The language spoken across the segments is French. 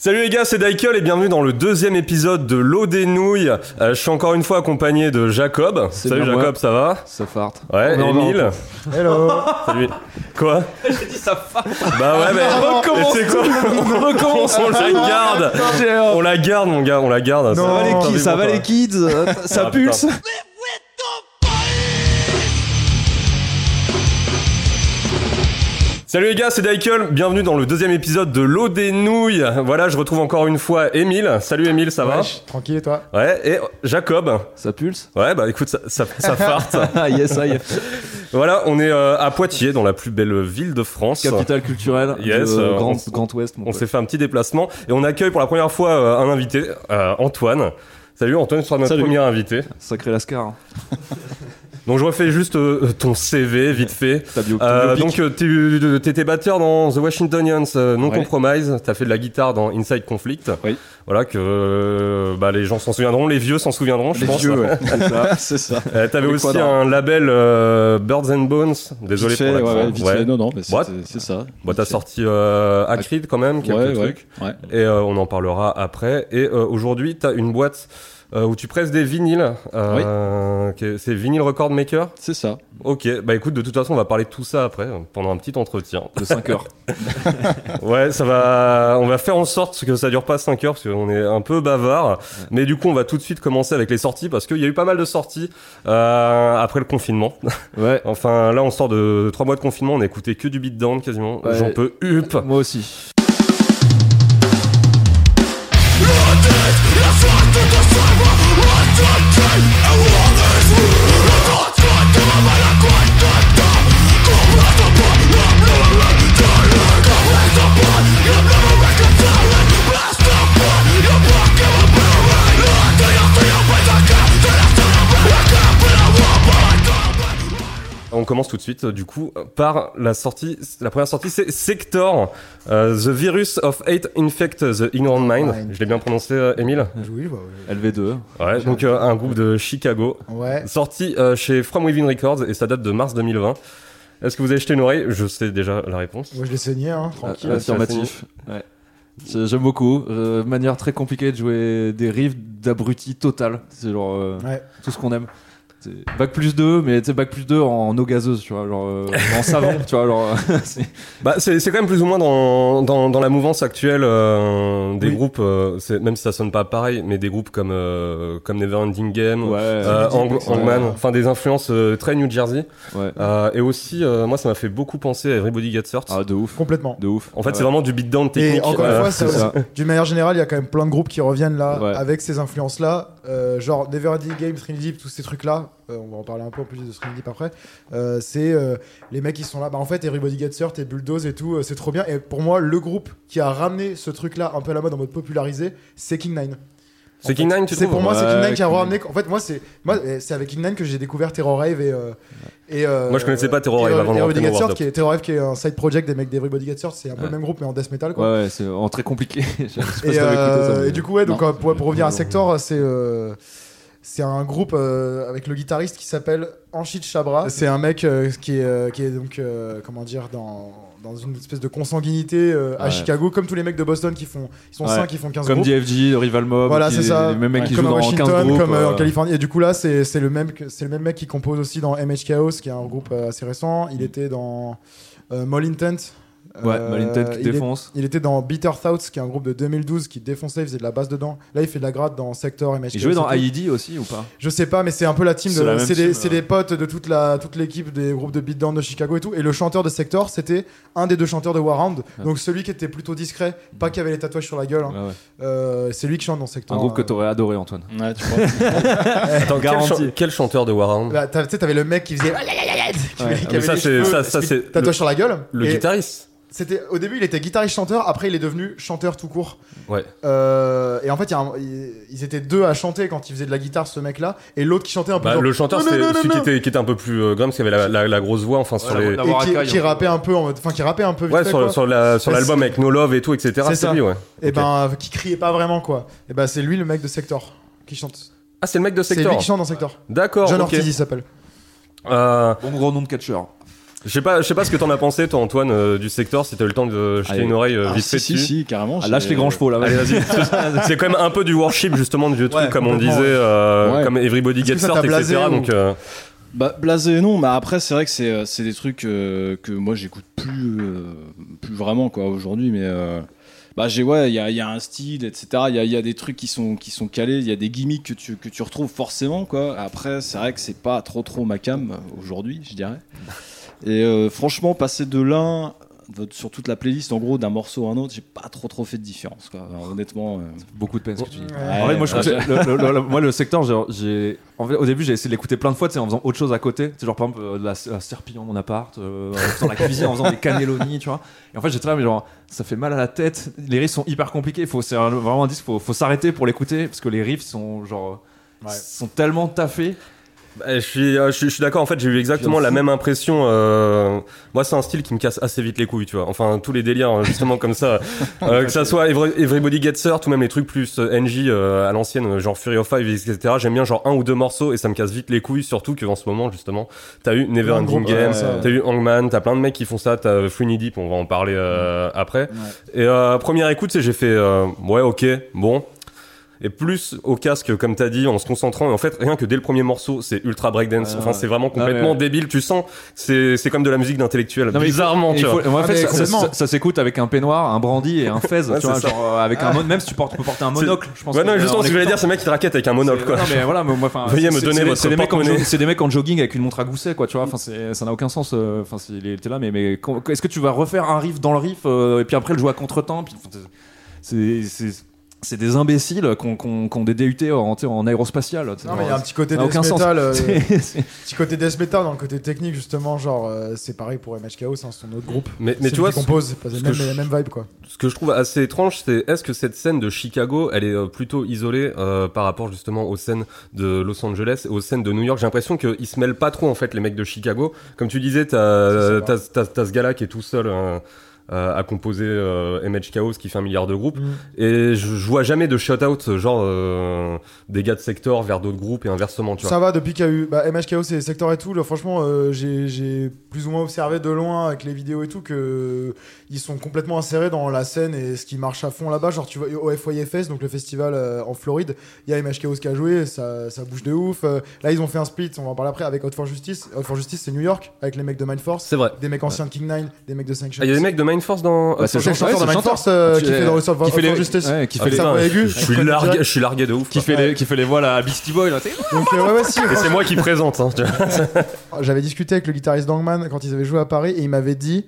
Salut les gars, c'est Daikel et bienvenue dans le deuxième épisode de L'eau des nouilles. Euh, je suis encore une fois accompagné de Jacob. C'est Salut bien moi. Jacob, ça va Ça farte. Ouais, On est en Emile. Hello Salut. Quoi J'ai dit ça fa- Bah ouais, mais recommence c'est quoi On recommence, on la garde. On la garde, mon gars, on la garde. Non, Ça va les Tant kids, pis ça pour va toi. les kids, ça Ah, pulse. Salut les gars, c'est Daikel. Bienvenue dans le deuxième épisode de L'eau des nouilles. Voilà, je retrouve encore une fois Emile. Salut Emile, ça va Wesh, Tranquille et toi Ouais, et Jacob. Ça pulse Ouais, bah écoute, ça, ça, ça farte. Ah yes, ça y est. voilà, on est euh, à Poitiers, dans la plus belle ville de France. Capitale culturelle Yes, de euh, Grand, on- Grand Ouest. mon On pote. s'est fait un petit déplacement et on accueille pour la première fois euh, un invité, euh, Antoine. Salut Antoine, tu seras notre Salut. premier invité. Sacré Lascar. hein. Donc je refais juste euh, ton CV vite fait. Ta bio- Euh, ton biopic. donc euh, tu- t'étais batteur dans The Washingtonians, euh, Non Ouais. Compromise, t'as fait de la guitare dans Inside Conflict. Oui. Voilà que euh, bah, les gens s'en souviendront, les vieux s'en souviendront, je Les pense. vieux, ouais, c'est ça. c'est ça. Euh, T'avais Les aussi quadrants. un label euh, Birds and Bones. Désolé Vite fait, pour ouais, ouais, l'accent. vite Ouais. fait. Non, non, mais What c'est c'est ça. Bah, t'as Vite sorti euh, Acrid quand même, fait. quelques ouais, trucs. ouais, ouais. Et euh, on en parlera après. Et euh, aujourd'hui, t'as une boîte euh, où tu presses des vinyles. Euh, qui est- C'est Vinyl Record Maker C'est ça. Ok, bah écoute, de toute façon, on va parler de tout ça après, euh, pendant un petit entretien. De 5 heures. Ouais, ça va. On va faire en sorte que ça dure pas 5 heures, parce qu'on est un peu bavard. Mais du coup, on va tout de suite commencer avec les sorties, parce qu'il y a eu pas mal de sorties euh, après le confinement. Ouais. enfin, là, on sort de 3 mois de confinement, on a écouté que du beatdown quasiment. Ouais. J'en peux hup. Moi aussi. On commence tout de suite, euh, du coup, par la sortie. La première sortie, c'est Sector, euh, The Virus of Hate Infect the Ignorant Mind. Mind. Je l'ai bien prononcé, euh, Emile Oui, bah ouais. LV2. Ouais, donc euh, un groupe de Chicago. Ouais. Sorti euh, chez From Within Records et ça date de mars 2020. Est-ce que vous avez jeté une oreille Je sais déjà la réponse. Moi je l'ai saigné, hein, tranquille. Euh, Affirmatif. Ouais. C'est- J'aime beaucoup. Euh, manière très compliquée de jouer des riffs d'abruti total. C'est genre euh, Ouais. tout ce qu'on aime. C'est Bac plus 2, mais tu sais, bac plus 2 en eau gazeuse, tu vois, genre euh, en savon, tu vois, genre. c'est- Bah, c'est c'est quand même plus ou moins dans, dans, dans la mouvance actuelle euh, des Oui. groupes, euh, c'est- même si ça sonne pas pareil, mais des groupes comme, euh, comme Never Ending Game, ouais, euh, Ang- Ouais. Hangman, enfin des influences euh, très New Jersey. ouais. Euh, et aussi, euh, moi, ça m'a fait beaucoup penser à Everybody Gets Hurt. Ah, de ouf. Complètement. De ouf. en fait, c'est Ouais. vraiment du beatdown technique. Et encore une euh, fois, ça- c'est ça. d'une manière générale, il y a quand même plein de groupes qui reviennent là, Ouais. avec ces influences-là. Euh, genre Never Ending Game, String Deep, tous ces trucs-là. Euh, on va en parler un peu en plus de String Deep après. Euh, c'est euh, les mecs qui sont là. Bah, en fait, Everybody Gets Hurt et Bulldoze et tout, euh, c'est trop bien. Et pour moi, le groupe qui a ramené ce truc-là un peu à la mode en mode popularisé, c'est King Nine. c'est En King fait, Nine, tu C'est trouves pour moi, c'est Ouais, King Nine qui a King ramené. En fait, moi, c'est moi, euh, c'est avec King Nine que j'ai découvert Terror Rave et. euh, et euh, Moi, je connaissais pas Terror et, Rave euh, avant de rentrer Everybody dans Gets World Hurt, qui est Terror Rave, qui est un side project des mecs d'Everybody Gets Hurt. C'est un peu Ouais. le même groupe, mais en death metal, quoi. Ouais, ouais, c'est en très compliqué. Je sais pas si Et, t'avais écouté ça, euh, mais- et du coup, ouais, donc Non. euh, pour, pour revenir à Sector, c'est euh, c'est un groupe euh, avec le guitariste qui s'appelle Anshit Chabra. C'est un mec euh, qui est euh, qui est donc euh, comment dire dans dans une espèce de consanguinité euh, à Ah Ouais. Chicago, comme tous les mecs de Boston qui font ils sont Ouais. cinq, qui font 15 Comme groupes. DFG, le Rival Mob, Voilà, qui- c'est ça. les mêmes mecs qui comme jouent à dans 15 Washington, groupes, comme euh, euh, en Californie. Et du coup là, c'est c'est le même que- c'est le même mec qui compose aussi dans MH Chaos, qui est un groupe euh, assez récent. Il était dans euh, Mall Intent. Mm. Ouais, Euh, Malinted qui il est- défonce. il était dans Bitter Thoughts, qui est un groupe de 2012 qui défonçait, il faisait de la basse dedans. Là, il fait de la gratte dans Sector et Il jouait dans IED aussi ou pas Je sais pas, mais c'est un peu la team. C'est la de- même C'est des, team, c'est ouais. des potes de toute la toute l'équipe des groupes de beatdown de Chicago et tout. Et le chanteur de Sector, c'était un des deux chanteurs de Warhound. Ouais. Donc celui qui était plutôt discret, pas qui avait les tatouages sur la gueule. hein. Ouais, ouais. Euh, c'est lui qui chante dans Un Sector. groupe que euh. t'aurais adoré, Antoine. Ouais, tu Euh, crois. Attends, quel, Garanti. chan- quel chanteur de Warhound Bah, t'as- tu sais, t'avais le mec qui faisait. Ouais. qui Ah, Mais avait ça, les c'est- cheveux, ça- ça, c'est tatouage sur la gueule. Le Et guitariste c'était au début, il était guitariste chanteur. Après, il est devenu chanteur tout court. Ouais. Euh, et en fait, il y a un- il- ils étaient deux à chanter quand il faisait de la guitare, ce mec-là, et l'autre qui chantait un peu. Bah, genre- le chanteur, Non, non, c'était non, non, celui qui non. était, qui était un peu plus euh, grave, parce qu'il avait la, la- la grosse voix, enfin, sur Ouais, les. la- Et Avoir qui, un caille, qui hein. rappait un peu en mode. Enfin, qui rappait un peu vite Ouais, fait, sur, le- quoi. sur la- sur Parce l'album avec No Love et tout, etc. C'est C'est ça. lui, ouais. Et ok. ben, euh, qui criait pas vraiment, quoi. Et ben, c'est lui le mec de Sector qui chante. Ah, c'est le mec de C'est lui Sector. qui chante dans Sector. D'accord, John ok. Ortiz, il s'appelle. Euh, Bon gros nom de catcheur. Je sais pas, je sais pas ce que t'en as pensé, toi, Antoine, euh, du secteur, si t'as eu le temps de jeter Allez. une oreille euh, Ah, vite si, fait si, dessus. si, carrément. Ah, lâche c'est- les grands chevaux là. Allez, vas-y. vas-y. c'est quand même un peu du worship justement du vieux truc Ouais, comme on complètement, disait euh, ouais. comme everybody Est-ce que gets ça hurt t'a etc blasé ou- donc euh, Bah, blasé non, mais après c'est vrai que c'est euh, c'est des trucs euh, que moi j'écoute plus euh, plus vraiment quoi aujourd'hui, mais euh, bah j'ai ouais il y a, il y a un style etc. Il y a, il y a des trucs qui sont qui sont calés, il y a des gimmicks que tu que tu retrouves forcément quoi. Après c'est vrai que c'est pas trop trop ma cam euh, aujourd'hui je dirais. Et euh, franchement passer de l'un de- sur toute la playlist en gros d'un morceau à un autre j'ai pas trop trop fait de différence quoi. Alors, honnêtement. euh, Beaucoup de peine ce que tu dis. Ah Ouais, En fait, moi, je ouais. trouve que le, le- le- moi, le secteur, j'ai- j'ai. En fait, au début, j'ai essayé de l'écouter plein de fois, tu sais, en faisant autre chose à côté. Tu sais, genre, par exemple, euh, de la, la serpille dans mon appart, euh, en faisant la cuisine, en faisant des cannelloni, tu vois. Et en fait, j'étais là, mais genre, ça fait mal à la tête. Les riffs sont hyper compliqués. Faut, c'est un- vraiment un disque, faut, faut s'arrêter pour l'écouter, parce que les riffs sont, genre, Ouais. sont tellement taffés. bah, je suis euh, je suis, je suis d'accord en fait j'ai eu exactement Puis on la fout. même impression euh, moi c'est un style qui me casse assez vite les couilles tu vois enfin tous les délires euh, justement comme ça euh, que ça soit Every- everybody gets hurt ou même les trucs plus euh, NG euh, à l'ancienne euh, genre Fury of Five etc j'aime bien genre un ou deux morceaux et ça me casse vite les couilles surtout que en ce moment justement t'as eu Never Plein de Ending groupes, Game ouais, ça. t'as eu Hangman t'as plein de mecs qui font ça t'as Free Knee Deep on va en parler Mm. euh, après Et euh, première écoute, c'est j'ai fait euh, ouais, ok, bon. Et plus au casque, comme t'as dit, en se concentrant. Et en fait, rien que dès le premier morceau, c'est ultra breakdance. Ah, enfin, ouais. c'est vraiment mais- complètement débile. Tu sens, c'est c'est comme de la musique d'intellectuel. Non, mais il faut- Bizarrement, Et tu il vois. faut- en Ah, fait, mais ça- ça, complètement. ça- ça s'écoute avec un peignoir, un brandy et un fez, Ouais, tu vois, c'est ça. Ah. genre, euh, avec un mon- même si tu portes, peux porter un monocle, je pense. Ouais, que- non, en justement, ce que je voulais écoutant- dire, c'est le mec qui te raquette avec un monocle, C'est- quoi. non, mais voilà, mais moi, enfin, Veuillez c'est- me c'est- donner c'est des- votre c'est des mecs en jo- porte-monnaie. C'est des mecs en jogging avec une montre à gousset, quoi, tu vois. Enfin, c'est- ça n'a aucun sens. euh, Enfin, c'est- il était là, mais, mais com- est-ce que tu vas refaire un riff dans le riff euh, et puis après le jouer à contre-temps puis, enfin, c'est- c'est- c'est- C'est des imbéciles qui ont des DUT euh, en, tu sais, en aérospatial. tu sais, Non, mais il y a un genre, petit côté ça n'a death aucun sens. metal, euh, C'est- c'est- petit côté death metal dans le côté technique justement, genre euh, c'est pareil pour MHK House, hein, son autre groupe. Mais, mais tu C'est lui vois, qui ce- compose, c'est ce la même, que je- la même vibe quoi. ce que je trouve assez étrange, c'est est-ce que cette scène de Chicago, elle est euh, plutôt isolée euh, par rapport justement aux scènes de Los Angeles et aux scènes de New York J'ai l'impression qu'ils se mêlent pas trop en fait les mecs de Chicago. Comme tu disais, t'as Je sais pas. t'as- t'as- t'as ce gars-là qui est tout seul euh, euh, à composer euh, MH Chaos qui fait un milliard de groupes. Mm. Et je, je vois jamais de shout-out genre euh, des gars de secteur vers d'autres groupes et inversement, tu vois. Ça va depuis qu'il y a eu bah, MHKO, c'est secteur et tout. Là, franchement, euh, j'ai j'ai plus ou moins observé de loin avec les vidéos et tout que euh, ils sont complètement insérés dans la scène et ce qui marche à fond là-bas. Genre, tu vois, au FYFS, donc le festival euh, en Floride, il y a MHKO qui a joué, ça, ça bouge de ouf. Euh, là, ils ont fait un split, on va en parler après, avec Out for Justice. Out for Justice, c'est New York, avec les mecs de Mind Force, C'est vrai. Ah, des mecs anciens de King Nine, des mecs de 5 Il y a des mecs de Mindforce dans. Bah, C'est le Ouais, chanteur c'est de le Mind chanteur. Force euh, Tu- qui fait dans Out qui for fait les- Justice. ouais, qui Ah, fait les- putain, voix je, aiguë. je suis largué, je suis largué de ouf. qui quoi. fait les- qui fait les voiles à Beastie Boy là, tu sais. Donc, euh, ouais, ouais, si, Et c'est moi qui présente. Hein, tu vois. J'avais discuté avec le guitariste d'Angman quand ils avaient joué à Paris et il m'avait dit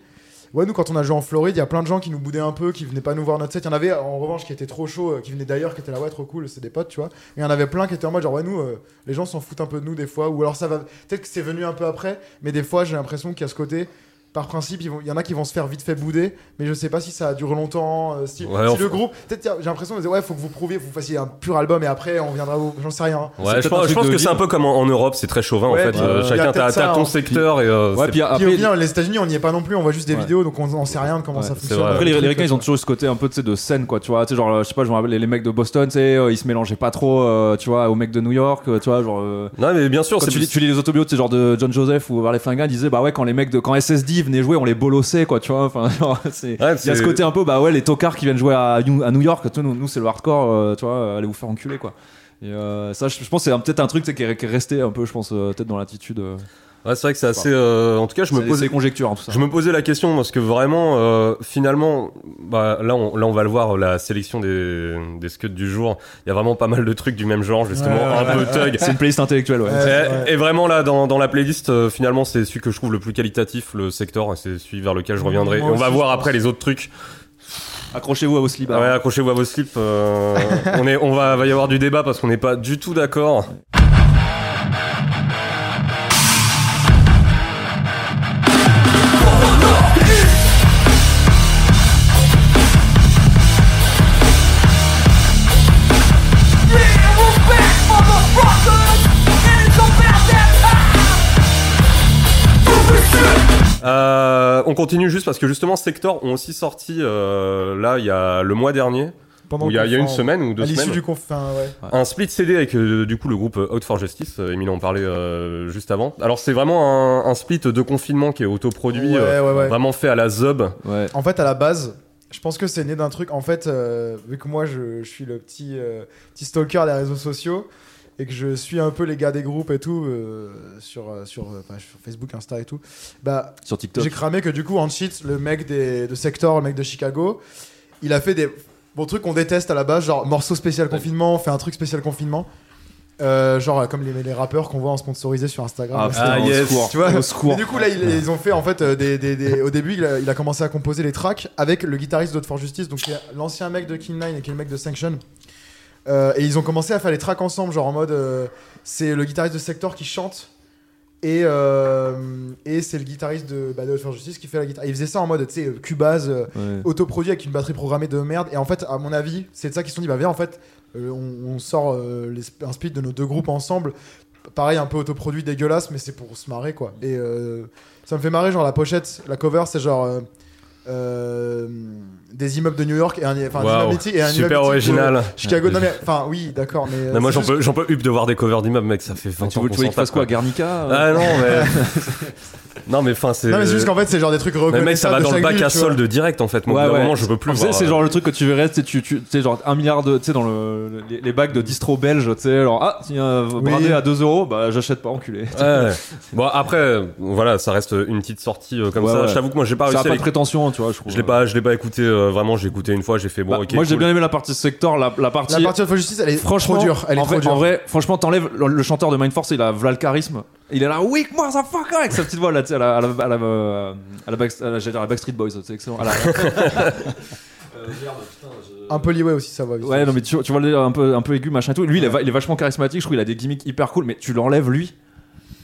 Ouais, nous, quand on a joué en Floride, il y a plein de gens qui nous boudaient un peu, qui venaient pas nous voir notre set. Il y en avait, en revanche, qui étaient trop chauds, euh, qui venaient d'ailleurs, qui étaient là, ouais, trop cool, c'est des potes, tu vois. Et il y en avait plein qui étaient en mode, genre, ouais, nous, euh, les gens s'en foutent un peu de nous des fois. Ou alors, ça va. Peut-être que c'est venu un peu après, mais des fois, j'ai l'impression qu'il y a ce côté. Par principe, ils vont- il y en a qui vont se faire vite fait bouder, mais je sais pas si ça a duré longtemps. euh, si Ouais, si on- le groupe. Peut-être, qu'il y a- j'ai l'impression, de dire, ouais, faut que vous prouviez, faut que vous fassiez un pur album et après, on viendra vous. J'en sais rien. Ouais, je peut-être un pense, je truc pense de bah, que c'est un ville. peu comme en, en Europe, c'est très chauvin Ouais, en fait. puis, euh, euh, y chacun t'as a peut-être ça, t'as ton hein. secteur et euh, Ouais, c'est- puis Puis après, au final, les États-Unis, on n'y est pas non plus, on voit juste des Ouais. vidéos, donc on n'en sait rien de comment Ouais, ça c'est fonctionne. vrai. Après, les, les Ricains, ils ont toujours toujours eu ce côté un peu tu sais, de scène, quoi. Tu vois, tu sais, genre, je sais pas, je me rappelle les mecs de Boston, tu sais, euh, ils se mélangeaient pas trop, euh, tu vois, aux mecs de New York, euh, tu vois, genre. euh, Non, mais bien sûr, quand c'est tu lis, tu lis les autobios, tu sais, genre de John Joseph ou Varley Fingal, ils disaient, bah ouais, quand les mecs de, quand SSD venaient jouer, on les bolossait, quoi, tu vois. Enfin, genre, c'est. Ouais, Il y a ce c'est- côté un peu, bah ouais, les tocards qui viennent jouer à, New- à New York, tu vois, nous, nous, c'est le hardcore, euh, tu vois, euh, allez vous faire enculer, quoi. Et euh, ça, je, je pense, que c'est un- peut-être un truc tu sais, qui est, qui est resté un peu, je pense, euh, peut-être dans l'attitude. euh, Ouais, c'est vrai que c'est assez. euh, En tout cas, je me c'est- posais c'est conjecture, hein, tout ça. Je me posais la question parce que vraiment, euh, finalement, bah, là, on, là, on va le voir, la sélection des, des scuds du jour. Il y a vraiment pas mal de trucs du même genre, justement, Ouais, un peu thug. C'est une playlist intellectuelle, ouais. Ouais. Et, ouais. et vraiment là dans, dans la playlist euh, finalement c'est celui que je trouve le plus qualitatif le secteur et c'est celui vers Mmh, lequel je reviendrai Moi et on va aussi, voir je après pense. les autres trucs Accrochez-vous à Osli ouais, accrochez-vous à vos slips euh, on est on va va y avoir du débat parce qu'on n'est pas du tout d'accord Euh, on continue juste parce que justement Sector ont aussi sorti euh, là il y a le mois dernier pendant Où Il y a, le il y a une conf- semaine ou à deux l'issue semaines. du conf. Enfin, ouais. Un split CD avec euh, du coup le groupe Out for Justice, euh, Emile en parlait euh, juste avant. Alors c'est vraiment un, un split de confinement qui est autoproduit, Ouais, euh, ouais, ouais. vraiment fait à la Zub. Ouais. En fait, à la base, je pense que c'est né d'un truc. En fait, euh, vu que moi, je, je suis le petit, euh, petit stalker des réseaux sociaux et que je suis un peu les gars des groupes et tout euh, sur, euh, sur, euh, enfin, sur Facebook, Insta et tout, bah, Sur j'ai TikTok. cramé que du coup, Anchit, le mec des, de Sector, le mec de Chicago, il a fait des bons trucs qu'on déteste à la base, genre morceau spécial confinement, on fait un truc spécial confinement. Euh, genre euh, comme les, les rappeurs qu'on voit en sponsorisé sur Instagram. Ah, etc. putain, Ah, au yes. secours. Tu vois, au secours. Et du coup, là, ils, ils ont fait en fait euh, des, des- des- Au début, il a, il a commencé à composer les tracks avec le guitariste d'Out for Justice, donc qui est l'ancien mec de King Nine et qui est le mec de Sanction. Euh, et ils ont commencé à faire les tracks ensemble, genre en mode euh, c'est le guitariste de Sector qui chante et, euh, et c'est le guitariste de, bah, de Out for Justice qui fait la guitare. Et Ils faisaient ça en mode, tu sais, euh, Cubase, euh, Ouais. autoproduit avec une batterie programmée de merde. Et en fait, à mon avis, c'est de ça qu'ils se sont dit, bah viens, en fait, euh, on, on sort euh, les sp- un split de nos deux groupes ensemble. Pareil, un peu autoproduit dégueulasse, mais c'est pour se marrer, quoi. Et euh, ça me fait marrer, genre la pochette, la cover, c'est genre. euh, euh, des immeubles de New York et un, enfin, des Waouh, immeubles mythiques et un immeuble super mythique de original. Chicago, non mais enfin oui, d'accord, mais. euh, Non, moi c'est j'en juste- peux, j'en peux up de voir des covers d'immeubles, mec, ça fait 20 Enfin, ans tu veux qu'on tu veux s'en qu'il fasse tape, quoi, Garnica euh Ah non, mais. non, mais enfin, c'est. euh, Non mais c'est juste qu'en fait c'est genre des trucs Mais mec, ça reconnaissables va dans de le chaque bac ville, à tu vois. solde direct en fait. Moi, au bout d'un moment, je peux plus. En fait, voir, C'est euh, genre le truc que tu verrais, tu sais, tu, tu, tu sais, genre un milliard de. Tu sais, dans le, les, les bacs de distro belge, tu sais, genre, ah, tiens, euh, bradé à 2 euros, bah j'achète pas, enculé. Ouais. bon après euh, voilà ça reste une petite sortie euh, comme Ouais, ça ouais. je t'avoue que moi j'ai pas Ça a réussi à pas de l'éc- prétention, tu vois, je trouve. je l'ai pas je l'ai pas écouté euh, vraiment j'ai écouté une fois j'ai fait bon Bah, ok moi j'ai cool. bien aimé la partie secteur, la, la partie. La partie de Faux Justice, elle est Franchement, trop dure, elle est en, trop vrai, dure. en vrai, franchement, t'enlèves le, le chanteur de Mindforce, il a v'là le charisme. Il est là, oui, moi ça fuck avec sa petite voix là, tu sais, à la, à la, à la, euh, à la back- à la- j'allais dire à la Backstreet Boys, c'est excellent. À la- Un peu Leeway aussi, ça va. vite. Ouais, non, mais tu, tu vois le délire un peu, un peu aigu, machin et tout. Lui, il, est, va- il est vachement charismatique, je trouve, il a des gimmicks hyper cool, mais tu l'enlèves lui.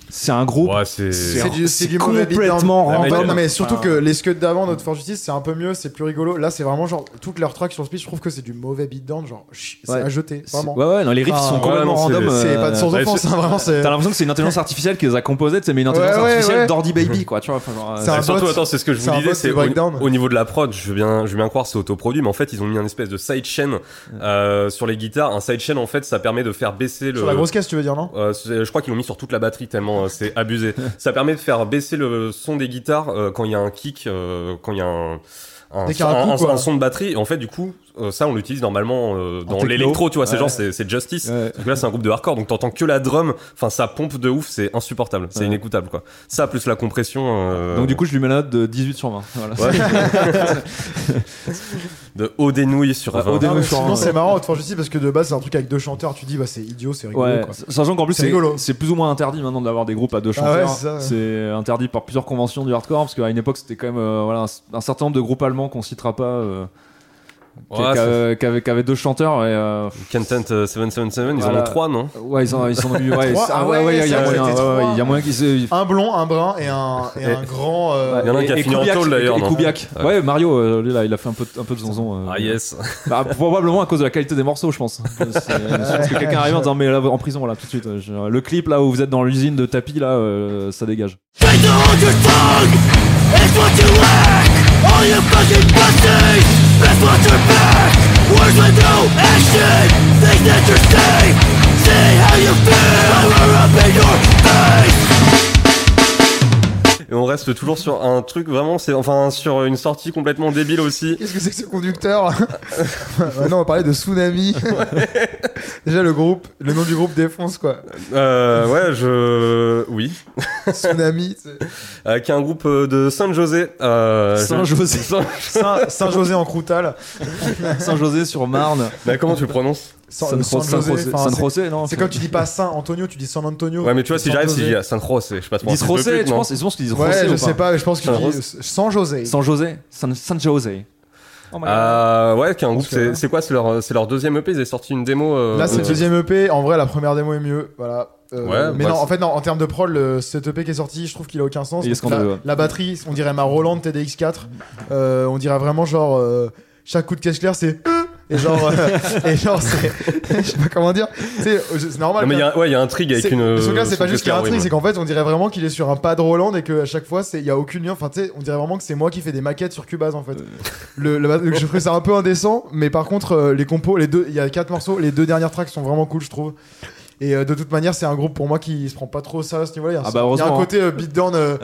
C'est un groupe. ouais c'est C'est du, c'est C'est du mauvais complètement beatdown. random. En fait, non, mais surtout Enfin. que les scuds d'avant, notre For Justice, c'est un peu mieux, c'est plus rigolo. Là, c'est vraiment genre, toutes leurs tracks sur Speed, je trouve que c'est du mauvais beatdown, genre, chut, c'est Ouais. à jeter, C'est- vraiment. Ouais, ouais, non, les riffs Enfin, sont Ah, ouais, complètement non, c'est- random. C'est euh, pas de sans ouais, offense, c'est- hein, vraiment, c'est. T'as l'impression que c'est une intelligence artificielle qui les a composés, tu sais, mais une intelligence Ouais, ouais, artificielle ouais. d'Ordi Baby, quoi, tu vois. enfin, genre, euh, C'est un Et surtout, bot. attends, c'est ce que je C'est vous un disais, bot, c'est le au, breakdown. au niveau de la prod, je veux bien, je veux bien croire que c'est autoproduit, mais en fait, ils ont mis une espèce de sidechain euh, sur les guitares. Un sidechain, en fait, ça permet de faire baisser le. Sur la grosse caisse, tu veux dire, non Euh, c'est- je crois qu'ils l'ont mis sur toute la batterie tellement euh, c'est abusé. Ça permet de faire baisser le son des guitares euh, quand il y a un kick, euh, quand il y a un un, Dès qu'il y a un un- coup, un- quoi. un son de batterie. Et en fait, du coup, euh, ça, on l'utilise normalement euh, dans techno. l'électro, tu vois. C'est Ouais. genre, c'est c'est Justice. Ouais. Parce que là, c'est un groupe de hardcore, donc t'entends que la drum. Enfin, ça pompe de ouf, c'est insupportable, c'est Ouais. inécoutable, quoi. Ça plus la compression. euh, Donc, du coup, je lui mets la note de 18 sur 20. Voilà. Ouais. de haut des nouilles sur euh, Ouais, 20. haut des Non, mais nouilles. Sinon, ouais. c'est marrant, notre For Justice, parce que de base, c'est un truc avec deux chanteurs, tu dis, bah, c'est idiot, c'est rigolo, Ouais, quoi. sachant qu'en plus C'est c'est rigolo. Ah c'est plus ou moins interdit maintenant d'avoir des groupes à deux chanteurs. ouais, c'est ça, ouais. C'est interdit par plusieurs conventions du hardcore parce qu'à une époque c'était quand même euh, voilà un, un certain nombre de groupes allemands qu'on citera pas euh, qui- Ouais, qui ça- avaient- qui avaient- qui avaient deux chanteurs et euh, Content euh, 777, ils en Voilà. ont trois, non ouais ils en ils sont mis ouais, Trois, c'est- ah ouais, ouais, ouais, il y a ça, moyen c'était ouais, trois. ouais, il y a moyen qu'ils se Un blond, un brun et un, et un grand. euh, Il y en a un qui a et- et fini en Kubiak, tôle, d'ailleurs, et- et non Kubiak. Ouais. Ouais, Mario, euh, lui là, il a fait un peu, un peu de zonzon. euh. Ah yes. Bah, probablement à cause de la qualité des morceaux, je pense. C'est- Parce que quelqu'un arrive en disant, mais là, en prison, là, tout de suite. euh, je- le clip, là, où vous êtes dans l'usine de tapis, là, euh, ça dégage. Et on reste toujours sur un truc vraiment, c'est enfin sur une sortie complètement débile aussi. Qu'est-ce que c'est que ce conducteur Maintenant, on va parler de Tsunami. Déjà, le groupe, le nom du groupe défonce, quoi. Euh, ouais, je, oui, Tsunami, tu sais. Euh, qui est un groupe euh, de San José. Euh, je- Saint-José. Saint- Saint-José en Croutal. Saint-José sur Marne. Bah, comment tu le prononces San, San San José, José. enfin, San c'est- José, non C'est comme tu dis pas Saint Antonio, tu dis San Antonio. Ouais, mais tu vois, si San j'arrive, si José. je dis à San José, je passe Ils pour un disent truc de Rosé, pute, tu non penses Ils pensent qu'ils disent Ouais, Rosé je ou sais pas, mais je pense que San tu dis José. euh, San José. San José. San San José. Oh my God. Ah ouais, qui est un groupe, Parce que- c'est c'est quoi C'est leur, c'est leur deuxième EP. Ils ont sorti une démo. euh, Là, c'est le euh, deuxième EP. En vrai, la première démo est mieux. Voilà. Euh, Ouais, mais bah, non, c'est- en fait, non, en termes de prod, le, cet EP qui est sorti, je trouve qu'il a aucun sens. Il est Donc, la, scandaleux, ouais. la batterie, on dirait ma Roland TDX4. Euh, on dirait vraiment genre euh, chaque coup de caisse claire, c'est Et genre, euh, et genre c'est. Je sais pas comment dire. Tu sais, C'est normal. Non, mais il y a, un- ouais, il y a un trig avec E C'est- une. euh, Son gars, c'est pas juste qu'il y a un Oscar, oui, truc, c'est ouais. qu'en fait, on dirait vraiment qu'il est sur un pas de Roland et qu'à chaque fois, c'est- il y a aucune lien. Enfin, tu sais, on dirait vraiment que c'est moi qui fais des maquettes sur Cubase en fait. Le, le- donc, je trouve ça un peu indécent, mais par contre, euh, les compos, les deux, il y a quatre morceaux, les deux dernières tracks sont vraiment cool, je trouve. Et euh, de toute manière, c'est un groupe pour moi qui se prend pas trop au sérieux à ce niveau-là. Il y a un- Ah bah, il y a un heureusement, côté euh, beatdown. euh,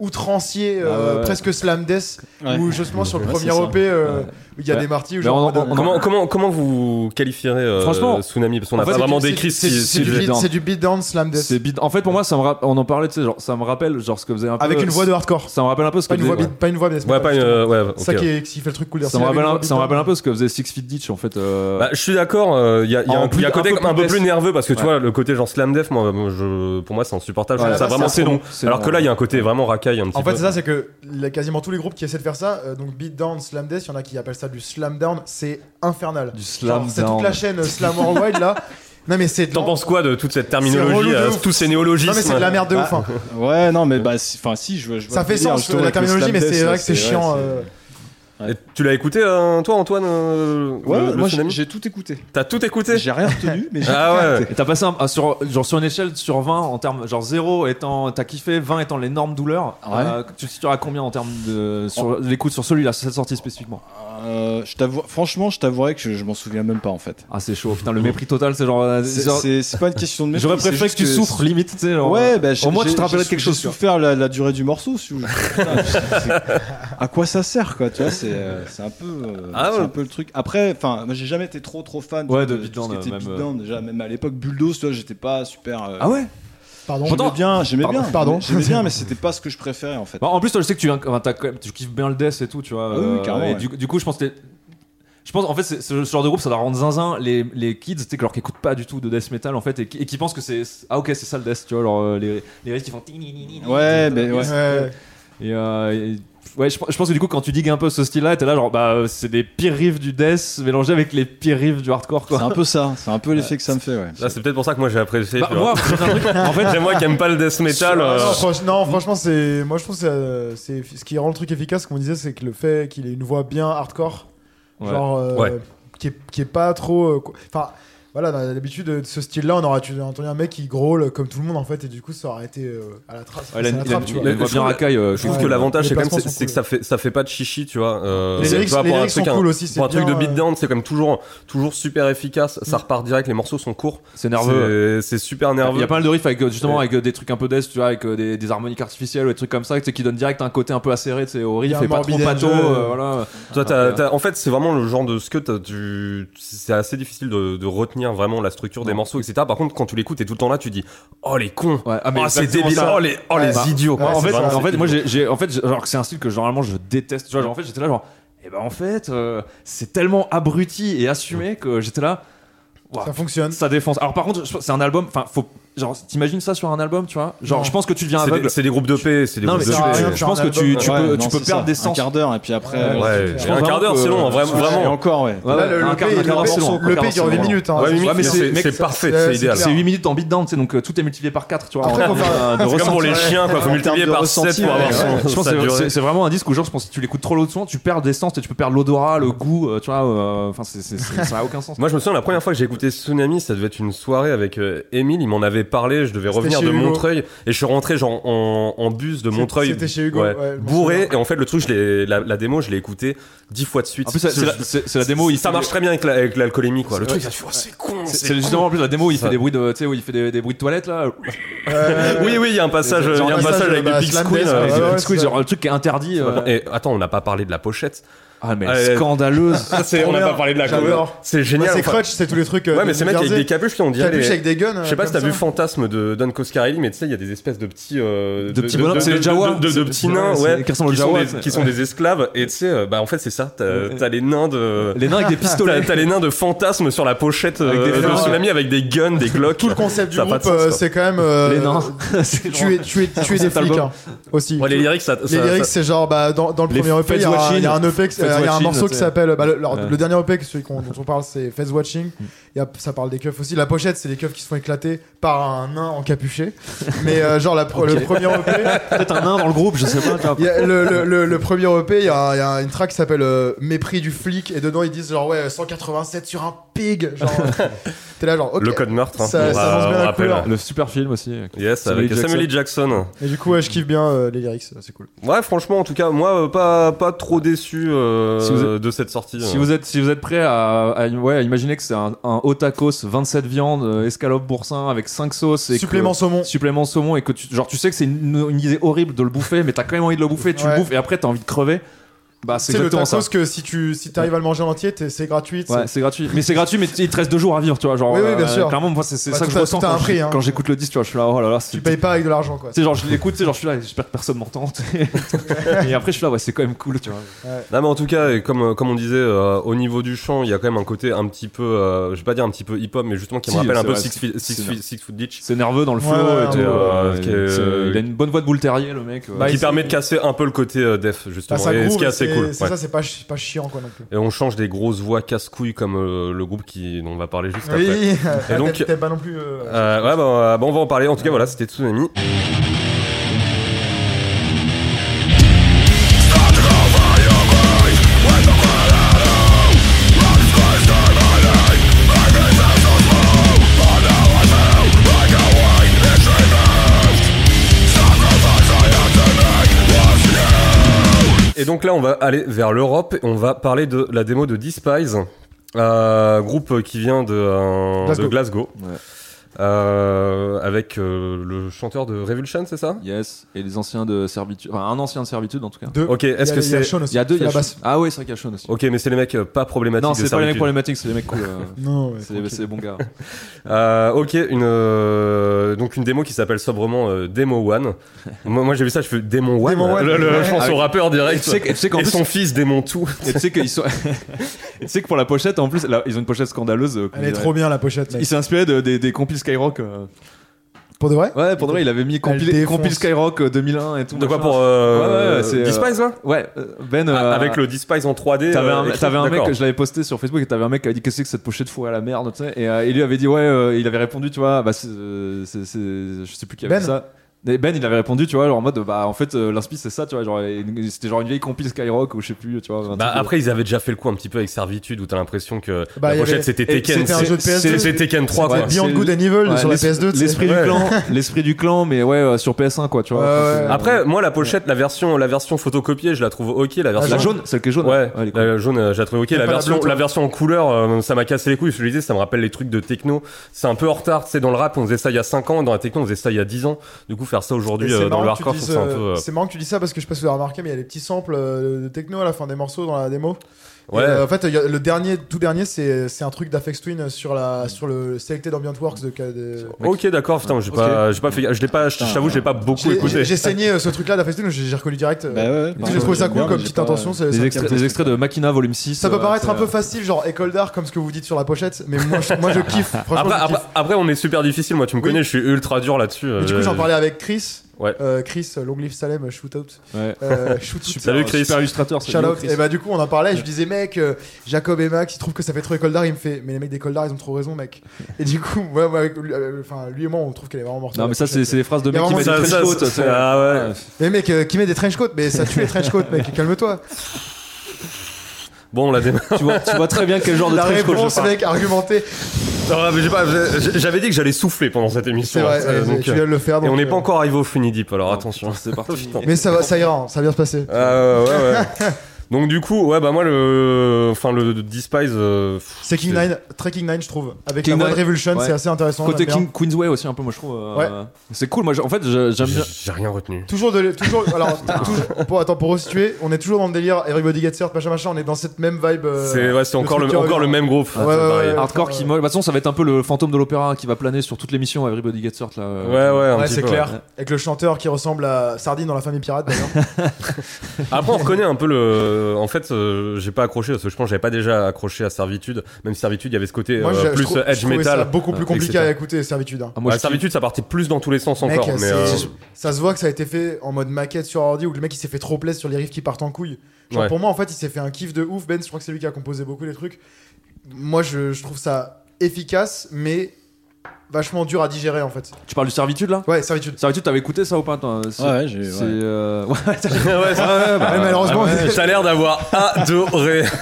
outrancier euh, Ah ouais, ouais. presque slam death Ouais. où justement sur le Ouais, premier c'est ça. OP euh, Ouais. où il y a Ouais. des martyrs où Mais genre, on- en mode, on- euh, Comment, comment, comment vous qualifierez euh, Franchement, Tsunami Parce qu'on n'a en fait, pas c'est vraiment c'est- décrit c'est- si. c'est si- du beat- beatdown. c'est du beatdown slam death C'est bid- En fait, pour moi, ça me ra- on en parlait, tu sais, genre, ça me rappelle, genre, ce que faisait un peu. avec une voix de hardcore Ça me rappelle un peu ce que pas une faisait. voix beat- pas une voix mais c'est Ouais, pas pas une. justement. euh, Ouais, ça ok. qui, est, qui fait le truc cool. Ça me rappelle, un, ça me rappelle un peu ce que faisait Six Feet Ditch en fait. euh, Bah, je suis d'accord, euh, il y a, il y a En un, il y a un plus- côté un peu, plus, death. nerveux parce que tu Ouais. vois, le côté genre slam def, moi, moi, je, pour moi, c'est insupportable. Ouais, je trouve ça là, vraiment c'est c'est long. trop- c'est Alors long, que là, ouais. il y a un côté vraiment racaille un petit En peu. fait, c'est ça, c'est que là, quasiment tous les groupes qui essaient de faire ça, euh, donc beatdown, slam death, il y en a qui appellent ça du slam down, c'est infernal. du Genre, slam C'est toute down. la chaîne euh, Slam Worldwide là. Non mais c'est de T'en l'en- penses quoi de toute cette C'est relou terminologie, de euh, ouf. tous ces néologismes Non mais c'est de la merde de ouf. hein. Ouais, non, mais bah, si- enfin, si, je, vois- je vois Ça le fait délire, sens justement, euh, la avec le terminologie, mais slam c'est death, vrai que c'est ouais, chiant. c'est- euh. Et tu l'as écouté, euh, toi, Antoine euh, Ouais, le, le moi, j'ai Tsunami j'ai tout écouté. T'as tout écouté J'ai rien retenu, mais j'ai Ah ouais. Et t'as passé un- un- sur, genre, sur une échelle sur 20 en termes, genre 0 étant, t'as kiffé, 20 étant l'énorme douleur. Ouais. Euh, tu te situeras combien en termes de, euh, sur l'écoute sur celui-là, sur cette sortie spécifiquement Euh, je t'avoue- franchement, je t'avouerais que je, je m'en souviens même pas en fait. Ah, c'est chaud, putain, le mépris total, c'est genre. euh, C'est- genre- C'est c'est pas une question de mépris. J'aurais c'est préféré que tu juste souffres limite, tu sais, genre. euh, Ouais, bah, j'ai- Au moins, tu j'ai- te rappellerais de j'ai- quelque chose, J'ai tu vois. souffert la, la durée du morceau. Si vous- Putain, c'est- c'est- à quoi ça sert, quoi Tu vois, c'est euh, c'est un peu, euh, Ah c'est ouais. un peu le truc. Après, enfin, moi, j'ai jamais été trop trop fan. Ouais, de tout ce Beatdown, qui était euh, même, Beatdown, déjà, même à l'époque Bulldoze, tu vois, j'étais pas super. euh, Ah ouais Pardon. Pourtant- J'aimais bien, j'aimais Pardon. bien, Pardon. j'aimais bien, mais c'était pas ce que je préférais en fait. Bah, en plus, toi, je sais que tu, enfin, t'as quand même- tu kiffes bien le death et tout, tu vois. euh, Ah oui, oui, carrément, et ouais. du, du coup, je pense que. t'es- Je pense, en fait, c'est- ce ce genre de groupe, ça doit rendre zinzin les, les kids, tu sais, que genre, qui écoutent pas du tout de death metal, en fait, et qui, et qui pensent que c'est. Ah, ok, c'est ça le death, tu vois, genre, euh, les, les risques, ils font. Ouais, mais ouais. Ouais. Et, euh, et- ouais, je, je pense que du coup, quand tu digues un peu ce style-là, t'es là, genre, bah, euh, c'est des pires riffs du death mélangés avec les pires riffs du hardcore, C'est quoi. un peu ça, c'est un peu l'effet que ça me fait, ouais. Là, c'est peut-être pour ça que moi j'ai apprécié. Bah, tu vois. moi, j'ai un truc- en fait, Après, moi qui aime pas le death metal. Ah euh, non, franch- non, franchement, c'est. Moi, je trouve que c'est, euh, c'est ce qui rend le truc efficace, comme on disait, c'est que le fait qu'il ait une voix bien hardcore, Ouais. genre euh, Ouais. qui, est, qui est pas trop. euh, quoi- Enfin, voilà, dans- d'habitude de ce style-là, on aurait tu- entendu un mec qui grôle comme tout le monde en fait, et du coup, ça aurait été euh, à la trace. Ouais, il a c'est à une- la il a trappe, une- tu il vois. a une voix bien racaille. euh, je Je trouve Ouais, que l'avantage, les c'est quand même, placements c'est sont c'est que cool. ça fait, ça fait pas de chichi, tu vois. euh, Les tu lyrics, vois, les pour un lyrics sont truc, un- cool aussi. c'est Pour un truc de bien, euh, beatdown, c'est quand même toujours, toujours super efficace. Ça repart direct, les morceaux sont courts. C'est nerveux. C'est c'est super nerveux. Il y a pas mal de riffs avec euh, justement Ouais. avec euh, des trucs un peu death, tu vois, avec euh, des, des harmoniques artificielles ou des trucs comme ça, tu sais, qui donnent direct un côté un peu acéré, tu sais, au Il y riff a un et pas trop morbid pato, angel. euh, voilà. Toi, t'as- Ah, Ouais. t'as- en fait, c'est vraiment le genre de ce que t'as- tu. C'est assez difficile de, de retenir vraiment la structure des Non. morceaux, etc. Par contre, quand tu l'écoutes, t'es tout le temps là, tu dis Oh les cons Ouais, ah, mais Oh c'est exactement débile ça. Oh les, oh, Ouais, les bah, idiots ouais, quoi. en C'est fait, vraiment- en fait, moi, j'ai, j'ai- en fait, j'ai- genre, que c'est un style que généralement je déteste. Tu vois, genre, en fait, j'étais là, genre, eh ben, en fait, euh, c'est tellement abruti et assumé que j'étais là. Ouah, Ça fonctionne. ça défonce. Alors, par contre, je pense- c'est un album. Enfin, faut. Genre, t'imagines ça sur un album, tu vois Genre, Non. je pense que tu deviens C'est des- Ah, aveugle. c'est des groupes de paix, c'est des Non, groupes mais de ça sert à paix. rien je pense que tu, tu Ouais, peux, non, tu peux c'est perdre ça, des Un sens. quart d'heure, et puis après. Ouais, euh, Ouais, Je et un pense quart d'heure, vraiment c'est que- long, hein, vra- Et vraiment. encore, ouais. Ouais, Là, ouais, le, un le quart- P- un quart d'heure, c'est long, un le P- quart le d'heure, P c'est dure 8 long. minutes. hein. Ouais, huit Ouais, Ah, mais minutes, c'est- c'est mec, c'est ça- parfait, ouais, c'est c'est idéal. clair. C'est 8 minutes en beatdown, tu sais, donc euh, tout est multiplié par 4, tu vois. Après, en faut termes faire- Ah, de- de C'est comme pour les ressenti. chiens, quoi. Faut En multiplier termes de par ressenti, 7 pour ouais, avoir son. Je pense sa que c'est- durée. c'est- c'est vraiment un disque où genre je pense que si tu l'écoutes trop longtemps, tu perds des sens, tu sais, tu peux perdre l'odorat, le goût, euh, tu vois. euh, Enfin, c'est- c'est- c'est- ça a aucun sens. Moi, je me souviens, la première fois que j'ai écouté Tsunami, ça devait être une soirée avec euh, Émile. il m'en avait parlé. Je devais revenir chez de Hugo. Montreuil. Et je suis rentré genre, en, en bus de C'est- Montreuil. c'était chez Hugo, ouais, ouais, je m'en bourré. souviens. Et en fait, le truc, je l'ai- la, la démo, je l'ai écouté dix fois de suite. En plus, c'est- Je- c'est la, c'est- c'est la démo. Il ça fait marche des- très bien avec la- avec l'alcoolémie, quoi. Le Ouais. truc, ça, tu vois, c'est con. c'est- c'est C'est con. justement en plus la démo. Il Ça- fait des bruits de, tu sais, où il fait des, des bruits de toilette là. Euh, Oui, oui, il y a un passage, il y a un passage, passage avec bah, des big slam screens. dance, euh, ouais, des- ouais. Du coup, genre le truc qui est interdit. euh, Et attends, on n'a pas parlé de la pochette. Ah mais Ouais, ouais. scandaleuse. C'est- on n'a Première, pas parlé de la cover. j'adore. C'est Ouais, génial. bah, c'est enfin, crutch, c'est tous les trucs. euh, Ouais, mais de ces mecs avec Jersey. des capuches, on dirait Capuche les. avec des guns. Je sais pas euh, si t'as comme vu ça. Fantasme de Don Coscarelli, mais tu sais, il y a des espèces de petits. euh, De petits bonhommes, c'est de- les de- Jawa. de- de C'est- petits c'est- nains, c'est- ouais. qui ressemblent aux sont Jawa, des- c'est- qui sont des esclaves. Et tu sais, euh, bah en fait, c'est ça. T'as Ouais. t'as les nains de. Les nains avec des T'as pistolets. t'as les nains de Fantasme sur la pochette Avec des euh, de flingues. Tsunami avec des guns, des glocks. Tout le concept du Ça a pas de groupe, sens, euh, quoi. c'est quand même. euh, Les nains. C'est genre- Tuer, tuer, tuer des Cet album. flics hein, aussi. Ouais, les lyrics, ça. Les ça- lyrics, ça- c'est genre bah, dans, dans le Les premier EP, il y, a Feds un- il y a Watching. un EP qui euh, Feds il y a un Watching, morceau qui t'sais. s'appelle. bah, le, leur- Ouais. Mm. le dernier EP que celui qu'on- dont on parle, c'est Face Watching. Il y a- ça parle des keufs aussi. La pochette, c'est des keufs qui se font éclater par un nain encapuché. Mais euh, genre, la pro- le premier EP. Peut-être un nain dans le groupe, je sais pas. tu vois. Il y a le, le- le- le premier EP, il y a, il y a une track qui s'appelle euh, Mépris du flic, et dedans ils disent genre ouais 187 sur un pig. Genre, t'es là genre ok. Le code meurtre, hein, Ça- on ça ra- avance bien on la rappelle. couleur. Le super film aussi. euh, Yes, Samuel avec L. Samuel L. Jackson. Et du coup, ouais, je kiffe bien euh, les lyrics, c'est cool. Ouais, franchement, en tout cas, moi, euh, pas, pas trop déçu euh, Si vous de cette sortie. Si euh. vous êtes, si vous êtes prêt à, à- ouais, à imaginer que c'est un, un hot tacos, 27 viandes, euh, escalope boursin avec 5 sauces et que- Supplément saumon. supplément saumon et que tu, genre, tu sais que c'est une, une idée horrible de le bouffer, mais t'as quand même envie de le bouffer, tu Ouais. le bouffes et après t'as envie de crever. Ah, Bah, c'est C'est le exactement tacos ça. que si tu si t'arrives à le manger en entier, t'es- c'est gratuit. c'est- Ouais, c'est gratuit. Mais c'est gratuit, mais t- il te reste deux jours à vivre, tu vois. Genre, euh, Oui, oui, bien sûr. Clairement, moi, c'est c'est Bah, ça que tout je a- ressens tout a quand, un prix, j'ai- hein. quand j'écoute le disque, tu vois. Je suis là, oh là là, c'est. Tu payes pas avec de l'argent quoi. Tu sais, genre, je l'écoute, tu sais, genre, je suis là, j'espère que personne m'entend. tu sais. et après, je suis là, ouais, c'est quand même cool, tu vois. Non, mais en tout cas, et comme, euh, comme on disait, euh, au niveau du chant, il y a quand même un côté un petit peu, euh, je vais pas dire un petit peu hip-hop, mais justement qui me Si, rappelle un c'est peu vrai, Six, c'est- Feet- Six c'est Feet- Six Foot Ditch. C'est nerveux dans le flow. ouais, et t'es, ouais, euh, ouais. c'est- Euh, Il a une bonne voix de boule terrier, le mec. Bah, euh. qui il- permet de casser un peu le côté euh, def, Bah, justement. ça et ce groove, qui est assez c'est- cool. C'est ouais. ça, c'est pas chi- pas chiant quoi non plus. Et on change des grosses voix casse-couilles comme euh, le groupe qui, dont on va parler juste après. Oui. Et donc- T'es pas non plus. euh, Euh, ouais, bah, bah, on va en parler. En tout cas, voilà, c'était Tsunami. Et donc là, on va aller vers l'Europe. et On va parler de la démo de Despise, euh, groupe qui vient de, euh, Glasgow. de Glasgow. Ouais. Euh, avec euh, le chanteur de Revulsion, c'est ça Yes, et les anciens de servitude. Enfin, un ancien de servitude en tout cas. deux. Ok, Il y a- est-ce que il y a c'est. Sean aussi, Il y a deux, qui il y fait a la Sean. basse. Ah ouais, c'est vrai qu'il y a Sean aussi. Ok, mais c'est les mecs euh, pas problématiques. Non, de c'est pas les mecs servitude. problématiques, c'est les mecs cool. euh. Non. ouais, C'est les, c'est les bons gars. Euh, ok, une euh, donc une démo qui s'appelle sobrement euh, Demo One. moi, moi, j'ai vu ça, je fais Démon One. Démon One, Le- le- ouais. Je pense au Avec- rappeur Et direct. Ah tu sais, que- et tu sais qu'en et plus, son fils Démon Tout. et tu sais qu'ils sont. et tu sais que pour la pochette, en plus, là, ils ont une pochette scandaleuse. euh, qu'on Elle est dirait. trop bien la pochette. mec. Il s'est inspiré de- des, des compiles Skyrock. euh. Pour de vrai. Ouais, pour de vrai, il avait mis compil, défonce. compil Skyrock euh, 2001 et tout. De quoi machin. pour euh, Ouais, ouais, c'est, euh, Despise là Ouais, euh, Ben. euh, Avec le Despise en 3D. T'avais euh, un, écrit, t'avais un d'accord. mec, je l'avais posté sur Facebook, et t'avais un mec qui a dit qu'est-ce que c'est que cette pochette fourrée à la merde, tu sais. Et, euh, il lui avait dit, ouais, euh, il avait répondu, tu vois, bah, c'est, euh, c'est- c'est- je sais plus qui avait Ben. dit ça. Et ben, il avait répondu, tu vois, genre en mode, bah, en fait, euh, l'inspi, c'est ça, tu vois, genre, et- c'était genre une vieille compil Skyrock ou je sais plus, tu vois. un Bah, truc de- après, ils avaient déjà fait le coup un petit peu avec Servitude où t'as l'impression que Bah, la il y pochette avait- c'était et Tekken. C'était un c'est- jeu de PS2. C'était Tekken 3 Ouais, quoi. c'est- Beyond Good and Evil Ouais, sur la l'esprit- PS2. tu sais. L'esprit Ouais. du clan, l'esprit du clan, mais ouais, euh, sur PS1, quoi, tu vois. Ouais, ouais. Euh, Après, moi, la pochette, la version, la version photocopiée, je la trouve ok. La version la Ah, jaune, celle qui est jaune. Ouais, elle est cool. la jaune, euh, je la trouve ok. Même La pas la version, bleue, la toi. version en couleur, euh, ça m'a cassé les couilles. Je le disais, ça me rappelle les trucs de techno. C'est un peu en retard. C'est dans le rap, on faisait ça il y a 5 ans. Dans la techno, on faisait ça il y a 10 ans. Du coup, faire ça Et aujourd'hui c'est euh, dans marrant le que tu hardcore, je dises, trouve ça un peu. euh, euh, C'est marrant que tu dis ça parce que je sais pas si vous avez remarqué, mais il y a les petits samples euh, de techno à la fin des morceaux dans la démo. Et, Ouais. euh, en fait, il y a le dernier, tout dernier, c'est c'est un truc d'Afex Twin sur la sur le Selected Ambient Works de. de- Ok, d'accord. Putain, j'ai Ok. pas, j'ai pas fait, je l'ai pas, je Putain, t'avoue, je l'ai pas beaucoup euh, J'ai- écouté. J'ai j'ai saigné euh, ce truc-là d'Afex Twin, j'ai j'ai reconnu direct. euh, Bah ouais, et ouais. J'ai trouvé ça cool Bien, comme j'ai petite pas- intention. c'est- Des ça me extraits, capte. des extraits de Machina volume 6. Ça peut euh, paraître c'est, un peu euh, facile, genre école d'art, comme ce que vous dites sur la pochette, mais moi je, moi, je kiffe. Franchement, Après, je kiffe. après, après, on est super difficile. Moi, tu me Oui. connais, je suis ultra dur là-dessus. Mais du coup, Euh, j'en parlais avec Chris. Ouais. Euh, Chris, euh, Long Live Salem, Shootout. ouais. Euh, shoot out. Salut Chris. Super illustrateur, c'est Shout Léo out. Chris. Et bah du coup on en parlait, je disais mec, euh, Jacob et Max, ils trouvent que ça fait trop école d'art, il me fait mais les mecs d'école d'art ils ont trop raison mec. Et du coup, ouais, ouais, avec lui- euh, enfin lui et moi on trouve qu'elle est vraiment morte. Non, mais ça, c'est c'est des phrases de Il y a mec qui met des vraiment ça- trench ça- coats, ça- tu sais. ah ouais. Mais mec euh, qui met des trench coats, mais ça tue les trench coats mec, calme-toi. Bon, on l'a démarré. tu, vois, tu vois très bien quel genre de La trench coat je réponse parle. mec argumentée, J'avais dit que j'allais souffler pendant cette émission. c'est vrai, Euh, euh, donc, tu viens de le faire. et donc, on n'est pas euh, encore arrivé au Funidip, alors attention. c'est parti. Mais ça va, ça ira, hein, ça va bien se passer. Ah ouais, ouais, ouais. Donc du coup, ouais, bah moi le, enfin le Despise. euh, pff, C'est King 9, très King 9 je trouve. Avec King la voix de Nine, Revolution, ouais. c'est assez intéressant. Côté j'aime King, bien. Queensway aussi un peu, moi je trouve. euh, C'est cool, moi je- en fait je- j'aime J'ai bien. j'ai rien retenu. Toujours de, toujours, alors, toujours, pour, attends, pour resituer, on est toujours dans le délire Everybody Gets Hurt, machin, machin, on est dans cette même vibe. euh, C'est ouais, c'est le encore le, truc qui encore le revient. même groupe. Ouais, ouais, c'est ouais, pareil. ouais. Hardcore qui. mo- De toute façon, ça va être un peu le fantôme de l'opéra qui va planer sur toute l'émission Everybody Gets Hurt là. Ouais, euh, ouais, un Ouais, petit c'est peu, clair. ouais. Avec le chanteur qui ressemble à Sardine dans la famille pirate d'ailleurs. Après, on reconnaît un peu le, euh, en fait, euh, j'ai pas accroché parce que je pense que j'avais pas déjà accroché à Servitude. Même Servitude, il y avait ce côté Moi, euh, j'ai- je plus trou- je edge trouvais metal. ça beaucoup plus euh, compliqué etc. à écouter, Servitude. hein. Ah, Ouais, moi, je kiffe. Bah, Servitude, ça partait plus dans tous les sens Mec, encore. mais, c'est- euh, Ça se voit que ça a été fait en mode maquette sur ordi où le mec il s'est fait trop plaisir sur les riffs qui partent en couille. Genre Ouais. pour moi en fait il s'est fait un kiff de ouf. Ben, je crois que c'est lui qui a composé beaucoup les trucs. Moi je, je trouve ça efficace mais vachement dur à digérer en fait. Tu parles du servitude là Ouais, servitude. Servitude, t'avais écouté ça ou pas toi C'est- Ouais, j'ai. C'est. ouais. euh, ouais, ouais, ça- bah, Ouais, malheureusement, ouais. ça a l'air d'avoir adoré.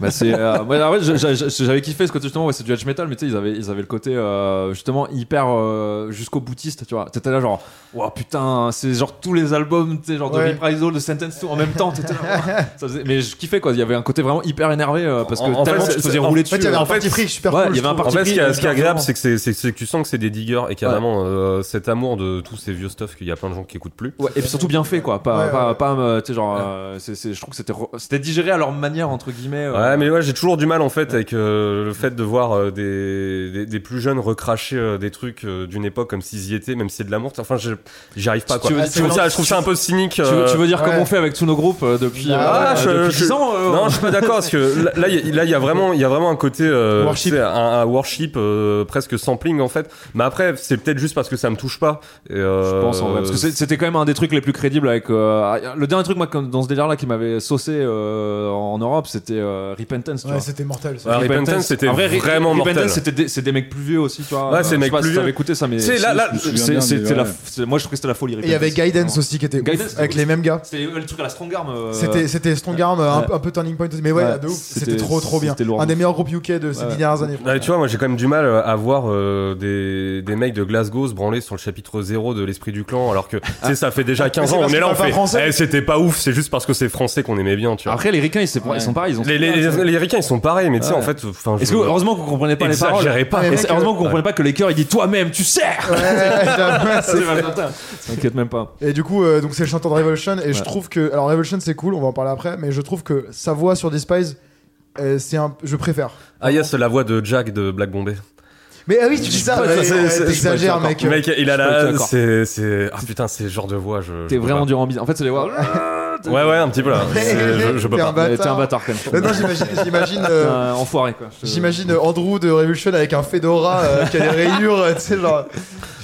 Bah, c'est. euh, ouais, ouais, j'a- j'a- j'a- j'avais kiffé ce côté justement, ouais, c'est du edge metal, mais tu sais, ils avaient, ils avaient le côté euh, justement hyper euh, jusqu'au boutiste, tu vois. T'étais là genre, wow, putain, c'est genre tous les albums, tu sais, genre Ouais. de Reprisal, de Sentence tout en même temps. t'étais là, ouah. Ça faisait- mais je kiffais quoi, il y avait un côté vraiment hyper énervé euh, parce que En- en tellement fait, tu te c'est- faisais en rouler En fait dessus. il y avait euh, un parti pris super Ouais, cool. il y je avait un trouve. En parti fait, ce qui, est- pris, ce qui est agréable, clairement. c'est que, c'est- c'est- c'est que tu sens que c'est des diggers et qu'il y a vraiment euh, cet amour de tous ces vieux stuff qu'il y a plein de gens qui écoutent plus. Ouais, et puis surtout bien fait quoi, pas, Ouais, pas, ouais. pas, euh, tu sais, genre, euh, c'est- c'est- je trouve que c'était, re- c'était digéré à leur manière entre guillemets. euh. Ouais, mais ouais, j'ai toujours du mal en fait avec euh, le fait de voir euh, des, des, des plus jeunes recracher euh, des trucs euh, d'une époque comme s'ils y étaient, même si c'est de l'amour. Enfin, je- j'y arrive pas quoi. Tu veux- Je tu trouve veux- ça- je trouve ça un peu cynique. Tu veux, euh, tu veux dire ouais. comme on fait avec tous nos groupes euh, depuis, euh, Ah, je- depuis je- 10 ans euh, Non, je suis pas d'accord parce que là- là, il y a- là, il y a vraiment, il y a vraiment un côté, euh, Worship. tu sais, un, un worship euh, presque sampling en fait. Mais après, c'est peut-être juste parce que ça me touche pas. Et, euh, Je pense en vrai, parce que c'est- c'était quand même un des trucs les plus crédibles avec euh, le dernier truc moi comme dans ce délire là qui m'avait saucé euh, en Europe, c'était euh, Repentance. tu Ouais, vois. c'était mortel. ça. Ouais, Repentance, c'était En vrai, Re- vraiment mortel. Repentance, c'était des- c'est des mecs plus vieux aussi, tu vois. Ouais, c'est des Je sais mecs pas plus si vieux. T'avais écouté ça, mais Tu sais, là- là, c'est- je me souviens c'est- bien, c'était mais la, ouais. c'est- moi je trouvais que c'était la folie. Et il y avait Guidance Repentance. aussi qui était ouf, Guidance, avec c'était les mêmes gars. C'était le truc à la strong arm. euh, C'était c'était Strong Arm, un, un peu Turning Point aussi. Mais ouais, Ouais, de ouf, c'était c'était- trop trop bien. c'était lourd. Un des meilleurs groupes UK de ces Ouais. dix dernières années. Ouais, tu vois, moi j'ai quand même du mal euh, à voir euh, des, des mecs de Glasgow se branler sur le chapitre 0 de l'esprit du clan, alors que tu sais, ça fait Ah, déjà 15 c'est ans, on parce est là, que on parle fait. pas français. Eh, c'était pas ouf, c'est juste parce que c'est français qu'on aimait bien, tu vois. Après les ricains ils, se- Ouais. ils sont pareils, ils ont. les, les, les, les Ricains, ils sont pareils, mais tu sais, Ouais. en fait, enfin. Est-ce que heureusement qu'on comprenait pas les paroles Exagérez pas. Ah, mais Et quoi. c'est- mec, Heureusement qu'on comprenait pas que les cœurs ils disent toi-même tu sers. Ouais, ouais, ouais, c'est- T'inquiète même pas. Et du coup, euh, donc c'est le chanteur de Revolution. Et je Ouais. trouve que. Alors, Revolution, c'est cool, on va en parler après. Mais je trouve que sa voix sur Despise, euh, c'est un. Je préfère. Ah, yes, la voix de Jack de Black Bombay. Mais ah oui, tu dis ça, pas- mais, c'est- euh, c'est- je t'exagères, suis pas mec. Mec, il a Je suis la. d'accord. C'est. c'est- Ah putain, c'est le genre de voix, je. T'es je peux vraiment dur en bise. En fait c'est les Oh voir. pas. Ouais, ouais, un petit peu là. C'est- euh, Je, je peux T'es un pas. Mais T'es un bâtard. bâtard quand Euh, même. non, j'imagine, j'imagine, euh, Un enfoiré quoi. Je- j'imagine euh, Andrew de Revolution avec un fedora euh, qui a des rayures, euh, tu sais, genre.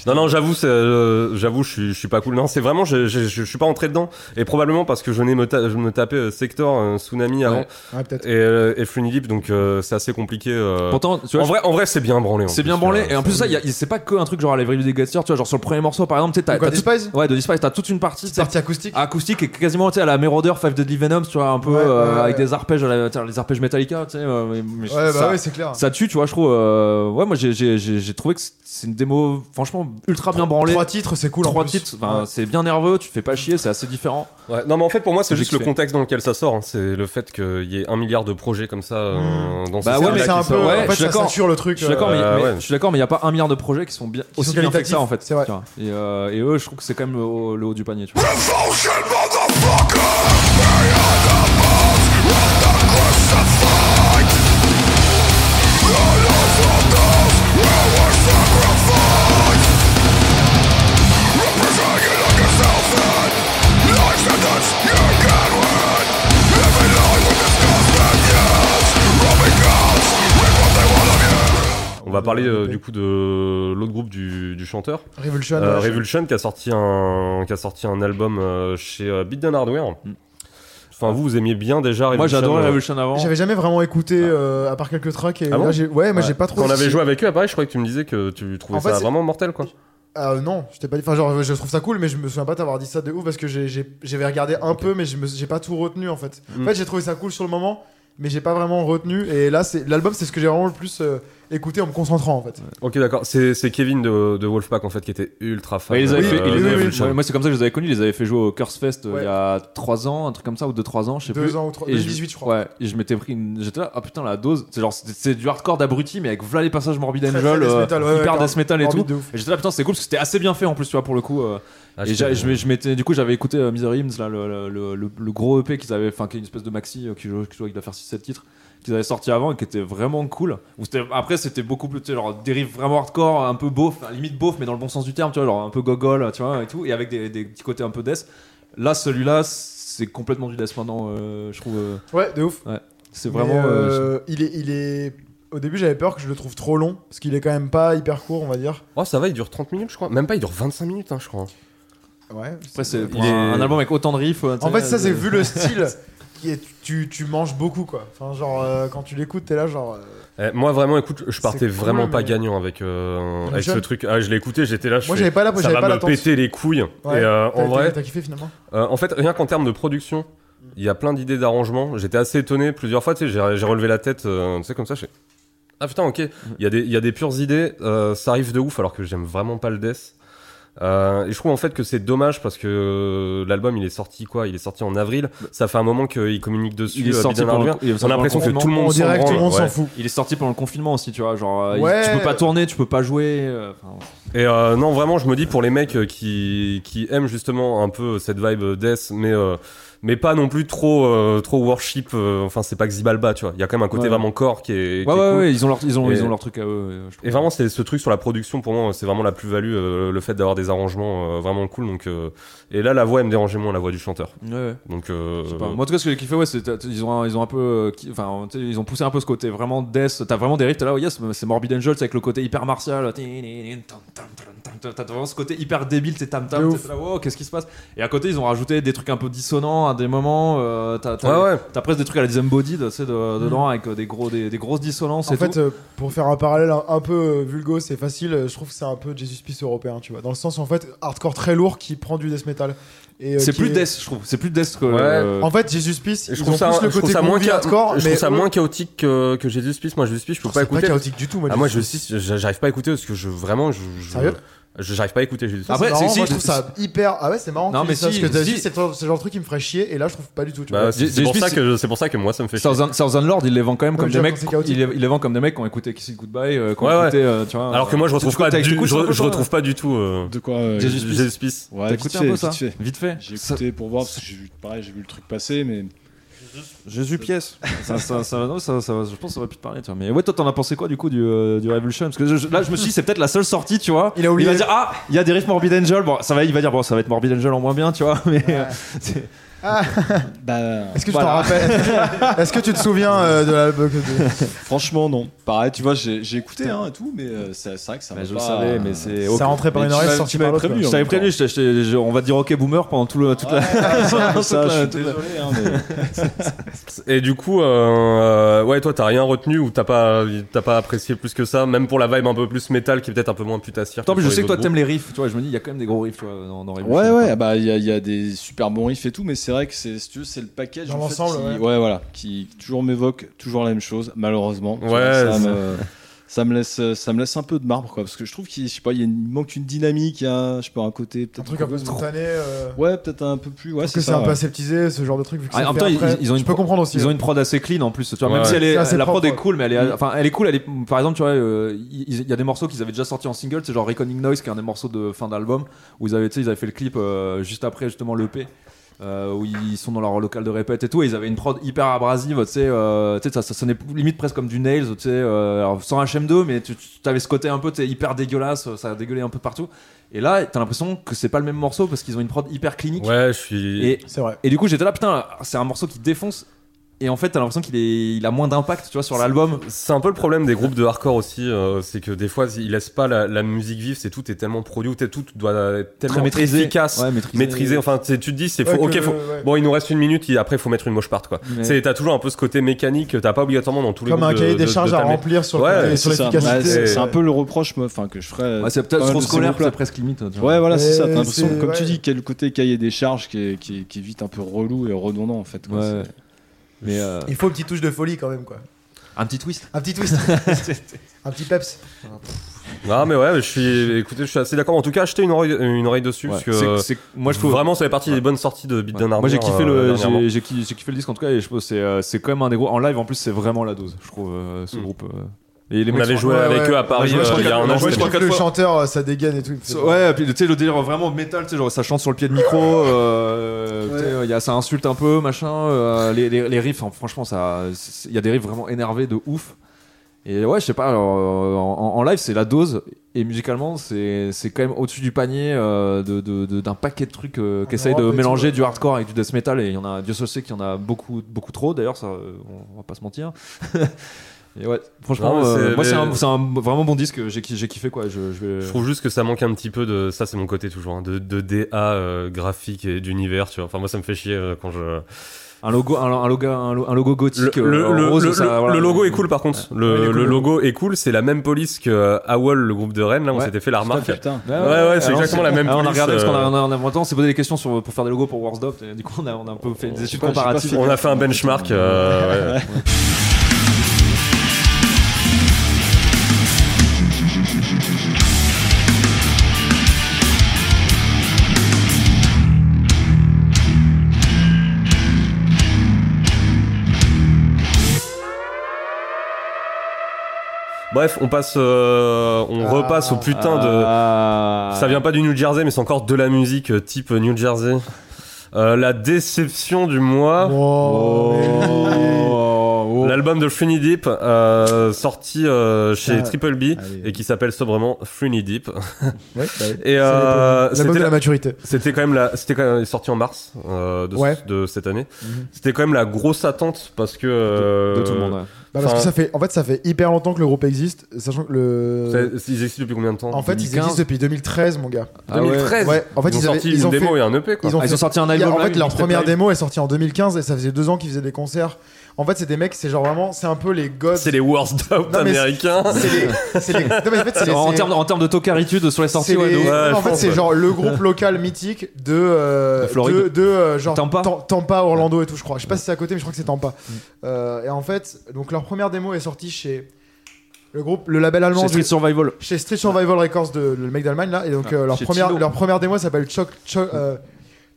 Non, non, j'avoue, c'est, euh, j'avoue, je suis, je suis pas cool. Non, c'est vraiment, je, je, je suis pas entré dedans. Et probablement parce que je venais me, ta- je me taper euh, Sector, euh, Tsunami avant. Ouais. Ouais, peut-être. et, euh, et Free Nilip, donc euh, c'est assez compliqué. euh. Pourtant, tu en vois, vrai, en vrai, c'est bien branlé. en c'est plus, bien tu branlé. vois. Et en plus, ça, y a- y- c'est pas que un truc genre à l'Every des Gates, tu vois. Genre sur le premier morceau, par exemple, tu sais, t'as De quoi, t'as tout- Despise Ouais, de Despise, t'as Ah, toute une partie tu sais, Partie acoustique acoustique et quasiment tu sais, à la Marauder, Five Deadly Venoms, tu vois, un peu Ouais, euh, ouais, avec ouais. des arpèges, à la- tu sais, les arpèges Metallica, tu sais. euh, mais- mais Ouais, ça- bah ouais, c'est clair. ça tue, tu vois, je trouve. euh, ouais, moi j'ai- j'ai j'ai- j'ai trouvé que c'est- c'est une démo franchement ultra bien branlée. Trois titres, c'est cool. en Trois plus. titres, enfin, c'est bien nerveux, tu te fais pas chier, c'est assez différent. Ouais. Non, mais en fait, pour moi, c'est J'ai juste le kiffé. contexte dans lequel ça sort. hein. C'est le fait qu'il y ait un milliard de projets comme ça euh, dans Bah ce ouais, Ah Ouais, style-là mais c'est qui un sort. peu. Ouais, en fait, je suis ça d'accord. censure le truc. Je suis d'accord, euh, mais, Euh, mais- ouais. je suis d'accord, mais il y a pas un milliard de projets qui sont bien Qui aussi sont bien faits que qualitatifs, ça en fait. c'est vrai. tu vois. Et, euh, et eux, je trouve que c'est quand même le, haut- le haut du panier. Tu vois. On va parler euh, du coup de l'autre groupe du, du chanteur, Revolution. euh, ouais. Revolution, qui a sorti un, qui a sorti un album euh, chez euh, Beat Down Hardware. Mm. Enfin, vous, vous aimiez bien déjà Revolution. Moi, j'adorais euh, Revolution avant. J'avais jamais vraiment écouté, euh, à part quelques tracks. Et Ah bon là, j'ai- ouais, moi Ouais. j'ai pas trop. Quand on avait joué avec eux, à Paris, je croyais que tu me disais que tu trouvais En fait, ça c'est- vraiment mortel, quoi. Ah euh, non, je t'ai pas dit. Enfin, genre, je trouve ça cool, mais je me souviens pas t'avoir dit ça de ouf parce que j'ai- j'ai- j'avais regardé un peu, mais je me- j'ai pas tout retenu en fait. En Mm. fait, j'ai trouvé ça cool sur le moment, mais j'ai pas vraiment retenu. Et là, c'est l'album, c'est ce que j'ai vraiment le plus euh, écouté en me concentrant en fait. Ok, d'accord. C'est c'est Kevin de, de Wolfpack en fait qui était ultra fan. Ouais, ils avaient de- fait- ils les de avaient- Revolution. ouais, moi, c'est comme ça que je les avais connus. Ils les avaient fait jouer au Curse Fest euh, Ouais. il y a 3 ans, un truc comme ça, ou 2-3 ans, je sais Deux plus. ans ou trois, Et 2018, je crois. Ouais, et je m'étais pris une. J'étais là, ah putain, la dose. C'est genre, c'est c'est du hardcore d'abruti, mais avec voilà les passages Morbid Très, Angel, très death euh, metal, ouais, ouais, hyper grave. death metal et Morbide tout. de ouf. Et j'étais là, putain, c'est cool parce que c'était assez bien fait en plus, tu vois, pour le coup. euh, Ah, et j'a- j'étais- je, me- je m'étais, du coup, j'avais écouté euh, Misery Hymns, là, le, le, le, le gros EP qu'ils avaient, enfin, qui est une espèce de maxi euh, qui, joue- qui joue- qui doit faire 6-7 titres, qu'ils avaient sorti avant et qui était vraiment cool. Où c'était- après, c'était beaucoup plus, tu sais, genre, dérive vraiment hardcore, un peu beauf, enfin, limite beauf, mais dans le bon sens du terme, tu vois, genre, un peu gogol, tu vois, et tout, et avec des, des petits côtés un peu death. Là, celui-là, c'est c'est complètement Ridas maintenant, euh, je trouve. euh, Ouais, de ouf. c'est Mais, vraiment. euh, euh, il est, il est. Au début, j'avais peur que je le trouve trop long parce qu'il est quand même pas hyper court, on va dire. Oh, ça va, il dure 30 minutes, je crois. Même pas, il dure 25 minutes, hein, je crois. Ouais. Après, c'est pour il est- un, un album avec autant de riffs. euh, En fait, ça, euh, c'est vu le style. Qui est, tu, tu manges beaucoup quoi. Enfin, genre, euh, quand tu l'écoutes, t'es là, genre. euh, Eh, moi, vraiment, écoute, je partais C'est cool, vraiment pas mais- gagnant avec, euh, Comme avec ce John. truc. Ah, je l'ai écouté, j'étais là, je Moi, fais, j'avais pas la ça j'avais va pas me l'attente. péter les couilles. Ouais, Et euh, T'as- en vrai, t'as- T'as kiffé finalement Euh, en fait, rien qu'en termes de production, il y a plein d'idées d'arrangement. J'étais assez étonné plusieurs fois. Tu sais, j'ai j'ai relevé la tête, euh, tu sais, comme ça. je fais, Ah putain, ok. Il y, a des- il y a des pures idées. euh, ça arrive de ouf, alors que j'aime vraiment pas le death. Euh, et je trouve en fait que c'est dommage parce que euh, l'album il est sorti quoi Il est sorti en avril. Ça fait un moment qu'il communique dessus. il est euh, sorti Bidon pendant le- Hardware. il est sorti On a pendant le l'impression que confinement. tout le monde On dirait s'en que tout le monde branle, s'en ouais. fout. Il est sorti pendant le confinement aussi, tu vois. Genre, euh, il- Ouais. tu peux pas tourner, tu peux pas jouer. euh, enfin, Et euh, non, vraiment, je me dis pour les mecs euh, qui qui aiment justement un peu cette vibe euh, death, mais euh, mais pas non plus trop euh, trop worship. euh, enfin, c'est pas Xibalba, tu vois. Il y a quand même un côté Ouais. vraiment corps qui est. qui ouais, est ouais, cool. ouais, ils ont leur, ils ont, Et- ils ont leur truc à eux. euh, je trouve. Et vraiment, c'est ce truc sur la production pour moi, euh, c'est vraiment la plus value, le fait d'avoir des arrangements euh, vraiment cool. Donc euh, et là, la voix elle me dérangeait moins, la voix du chanteur. Ouais, ouais. Donc euh, Je sais pas. Moi, en tout cas, ce que j'ai kiffé, ouais, c'est t'as- ils ont, un- ils ont un peu, euh, qui- enfin, tu sais, ils ont poussé un peu ce côté vraiment death. T'as vraiment des riffs, t'es là, oh yes, mais c'est Morbid Angels avec le côté hyper martial. T'as vraiment ce côté hyper débile, t'es tam De tam, ouf. t'es là, wow, qu'est-ce qui se passe Et à côté, ils ont rajouté des trucs un peu dissonants à des moments. euh, t'as, t'as, ouais, ouais. t'as presque des trucs à la disembodied, tu sais, de- dedans avec euh, des gros, des, des grosses dissonances. Mm. En et fait, tout. euh, pour faire un parallèle un, un peu euh, vulgo, c'est facile. euh, Je trouve que c'est un peu Jesus Peace européen, tu vois. Dans le sens, en fait, hardcore très lourd qui prend du death metal. Et, euh, c'est qui plus est- death, je trouve. C'est plus death que. Ouais. euh, En fait, Jesus Peace, Je ils trouve, ont ça, plus le je trouve côté ça moins groovy cha- hardcore. je mais trouve ça eux- moins chaotique que, que Jesus Peace. Moi, Jesus Peace, je peux pas c'est pas écouter. chaotique du tout, moi. Ah, moi, je Jesus si- je- j'arrive pas à écouter parce que je vraiment, je, je- Sérieux je- j'arrive pas à écouter. Jesus Peace. Ça, Après, c'est marrant, c'est- si, moi, je je- trouve ça hyper. Ah ouais, c'est marrant. Non, tu mais dis ça, si, parce que t'as si. dit, c'est le c'est le genre de truc qui me ferait chier. Et là, je trouve pas du tout, tu vois. Bah, c'est c'est J- pour, JSP, ça que je- c'est pour ça que moi ça me fait chier. Southern, Southern Lord, il les vend quand même Ouais, comme mais des j'avoue, mecs. c'est chaotique. Il les, il les vend comme des mecs qui ont écouté Kiss It Goodbye, euh, qui ont Ouais, ouais. écouté, euh, tu vois. Alors que moi je retrouve Tu- tu- pas t'as- du, t'écoutes je, un peu je ça, retrouve pas du tout euh, De quoi euh, Jésus- Jesus Jesus Peace. Ouais, T'as vite écouté fait, un peu ça vite fait. Vite fait. J'ai écouté pour voir, parce que j'ai vu, pareil, j'ai vu le truc passer, mais Jésus pièce. ça, ça, ça, non, ça, ça- je pense que ça aurait pu te parler, tu vois. Mais ouais, toi, t'en as pensé quoi du coup du, euh, du Revolution Parce que je- je- là, je me suis dit, c'est peut-être la seule sortie, tu vois. Il a oublié. va dire, ah, il y a des riffs Morbid Angel. Bon, ça va, il va dire, bon, ça va être Morbid Angel en moins bien, tu vois. Mais euh, c'est- bah Est-ce que tu Voilà. t'en rappelles Est-ce que tu te souviens euh, de la. de- franchement non. Pareil, tu vois, j'ai j'ai écouté hein, et tout, mais euh, c'est c'est vrai que ça Bah, m'a je le pas- savais, mais c'est. Ça rentrait par Mais une tu oreille, m'as- sorti tu par m'avais l'autre. prévenu, quoi. Je t'avais prévenu, je t'ai- je t'ai- je- on va dire ok boomer pendant tout le, toute la. Ouais, toute la- ça, je suis toute la- désolé, hein, mais- Et du coup, euh, euh, ouais, toi t'as rien retenu ou t'as pas, t'as pas apprécié plus que ça, même pour la vibe un peu plus métal qui est peut-être un peu moins putassière. Attends, que mais je sur les sais que toi autres t'aimes les riffs, tu vois. Je me dis, il y a quand même des gros riffs, tu vois, dans, dans Revolution. Ouais, ouais, ah bah il y, a- il y a des super bons riffs et tout, mais c'est vrai que c'est si tu veux, c'est le package Dans en fait, l'ensemble, qui- ouais. voilà, qui toujours m'évoque toujours la même chose, malheureusement. Tu Ouais, vois, ça, c'est- me, ça me laisse, ça me laisse un peu de marbre, quoi, parce que je trouve qu'il, je sais pas, il y a une- il manque une dynamique, il y a, je sais pas, un Un côté peut-être truc un peu spontané. euh, Ouais, peut-être un peu plus. Ouais, Parce que c'est c'est un ça. peu ouais. aseptisé, ce genre de truc. vu que Ouais, c'est en fait même temps, ils- après. ils ont une Je peux pro- comprendre aussi. Ils ont une prod assez clean en plus, tu vois. Ouais, même si ouais. elle est, C'est assez la prod propre, est ouais. cool, mais elle est, Mm. enfin, elle est cool. Elle est, par exemple, tu vois, euh, il il y a des morceaux qu'ils avaient déjà sortis en single, c'est genre Reckoning Noise, qui est un des morceaux de fin d'album, où ils avaient, tu sais, ils avaient fait le clip euh, juste après justement l'EP. Euh, où ils sont dans leur local de répète et tout, et ils avaient une prod hyper abrasive, tu sais, euh, tu sais, ça, ça sonnait limite presque comme du Nails, tu sais, euh, alors sans HM2, mais tu tu avais ce côté un peu, tu sais, hyper dégueulasse, ça a dégueulé un peu partout. Et là, t'as l'impression que c'est pas le même morceau parce qu'ils ont une prod hyper clinique. Ouais, je suis. Et C'est vrai. et du coup, j'étais là, putain, c'est un morceau qui défonce. Et en fait, t'as l'impression qu'il est, il a moins d'impact, tu vois, sur l'album. C'est un peu le problème des groupes de hardcore aussi, euh, c'est que des fois ils laissent pas la, la musique vive, c'est tout est tellement produit, t'es- tout doit être tellement efficace, Ouais, maîtrisé. maîtrisé. Enfin, c'est- tu te dis, c'est faut, Ouais, ok, que- faut, ouais. Bon, il nous reste une minute, et après, il faut mettre une moche part, quoi. Mais- C'est, t'as toujours un peu ce côté mécanique, t'as pas obligatoirement dans tous les Comme groupes un de- cahier de- des de charges à ta mé- remplir sur Ouais, le- Ouais, sur c'est ça. Ouais, l'efficacité. c'est c'est un peu le reproche, moi, enfin, que je ferais. Ouais, c'est pas peut-être mal trop de ces scolaire, groupes-là. c'est presque limite. tu vois. Ouais, voilà, c'est Mais ça. T'as l'impression, c'est- comme tu ouais. dis, qu'il y a le côté cahier des charges qui est, qui, est- qui est vite un peu relou et redondant, en fait. quoi. Ouais. C'est- Mais euh, Il faut une petite touche de folie quand même, quoi. un petit twist. Un petit twist. un petit peps. Ah, mais ouais, je suis, écoutez, je suis assez d'accord. En tout cas, achetez une oreille, une oreille dessus, Ouais. parce que, C'est- euh, c'est- moi, je trouve. vraiment, ça fait partie des Ouais. bonnes sorties de Beat Ouais. Down Moi Armor, j'ai kiffé, euh, le, dernièrement. j'ai, j'ai kiffé, j'ai kiffé le disque en tout cas et je pense que c'est, euh, c'est quand même un des gros. En live en plus c'est vraiment la dose, je trouve, euh, ce Mm. groupe. euh. Et les On mecs avait sont- joué Ouais, avec ouais. eux à Paris, Ouais, je euh, crois il y a qu'il- un moi, an, je c'était- crois que quatre le fois. chanteur, euh, ça dégaine et tout. il me fait- So- Ouais, puis tu sais, le délire vraiment métal, tu sais, genre ça chante sur le pied de micro, euh, tu sais, euh, y a, ça insulte un peu, machin. euh, les, les, les riffs, hein, franchement, ça, il y a des riffs vraiment énervés de ouf. Et ouais, je sais pas, alors, euh, en, en live, c'est la dose. Et musicalement, c'est c'est quand même au-dessus du panier euh, de- de- de- d'un paquet de trucs euh, qu'essayent de Europe et mélanger tout, du ouais. hardcore avec du death metal. Et il y en a, Dieu seul sait qu'il y en a beaucoup, beaucoup trop. D'ailleurs, ça, euh, on, on va pas se mentir. et ouais, franchement, Non, mais euh, c'est- moi, c'est mais- un, c'est un vraiment bon disque. J'ai ki- j'ai kiffé quoi. Je, je vais... Je trouve juste que ça manque un petit peu de. Ça, c'est mon côté toujours, hein, de, de DA euh, graphique et d'univers, tu vois. Enfin, moi, ça me fait chier euh, quand je. un logo, un, un logo, un, lo- un logo Le, gothique. le- euh, le- rose, le- ça, le- voilà. le logo est cool, par contre. Ouais, il Le, est cool, le le logo est cool, c'est la même police que euh, AWOL, le groupe de Rennes, là, on Ouais. s'était fait la Ah, remarque. putain. Ouais, Ouais, ouais, c'est Alors, exactement la même Ah, on a police, regardé parce qu'on a, euh. on a- on a- en même temps, on s'est posé des questions sur, pour faire des logos pour Warsdop. et Du coup, on a, on a un peu fait des Je sais études pas, j'ai pas comparatives. On a fait un benchmark. euh, ouais. Bref, on passe, euh, on Ah. repasse au putain de. Ah. Ça vient pas du New Jersey, mais c'est encore de la musique euh, type New Jersey. Euh, la déception du mois. Wow, mais oui. Oh. L'album de Three Knee Deep, euh, sorti euh, chez Ah. Triple B Ah oui. et qui s'appelle sobrement Three Knee Deep. Ouais, bah Et oui. C'est euh, l'époque- la bonne c'était de la la- maturité. c'était quand même la, c'était quand même sorti en mars euh, de, Ouais. Mhm. de cette année. C'était quand même la grosse attente parce que euh, de tout le monde. ouais. Bah, parce Enfin- que ça fait, en fait, ça fait hyper longtemps que le groupe existe, sachant que le. ça- ils existent depuis combien de temps En fait, ils 2015. existent depuis 2013, mon gars. Ah ouais. 2013. Ouais, en fait, ils, ils, ont avaient, sorti ils une ont démo fait- et un EP. Quoi. ils ont Ah, ils ont fait- sorti un Il y a- album. en là, fait, une leur mixtape première live. démo est sortie en 2015 et ça faisait deux ans qu'ils faisaient des concerts. En fait, c'est des mecs, c'est genre vraiment, c'est un peu les gods. C'est les worst out Non, mais c'est- américains. C'est les. c'est les- Non, mais en fait, c'est les- En c'est- termes en termes de tocaritude sur les sorties, c'est ouais, les- de ouf. ouais, non, je en fait, pense, c'est ouais. genre le groupe local mythique de. euh, De Floride. De, de, euh, genre. Tampa. Mm. Tam- Tampa, Orlando et tout, je crois. Je sais pas si c'est à côté, mais je crois que c'est Tampa. Euh, et en fait, donc leur première démo est sortie chez. Le groupe, le label allemand Chez du- Street Survival. chez Street Survival Records de le mec d'Allemagne là et donc Ah, euh, leur chez première Tilo. leur première démo s'appelle Choc Choc- euh,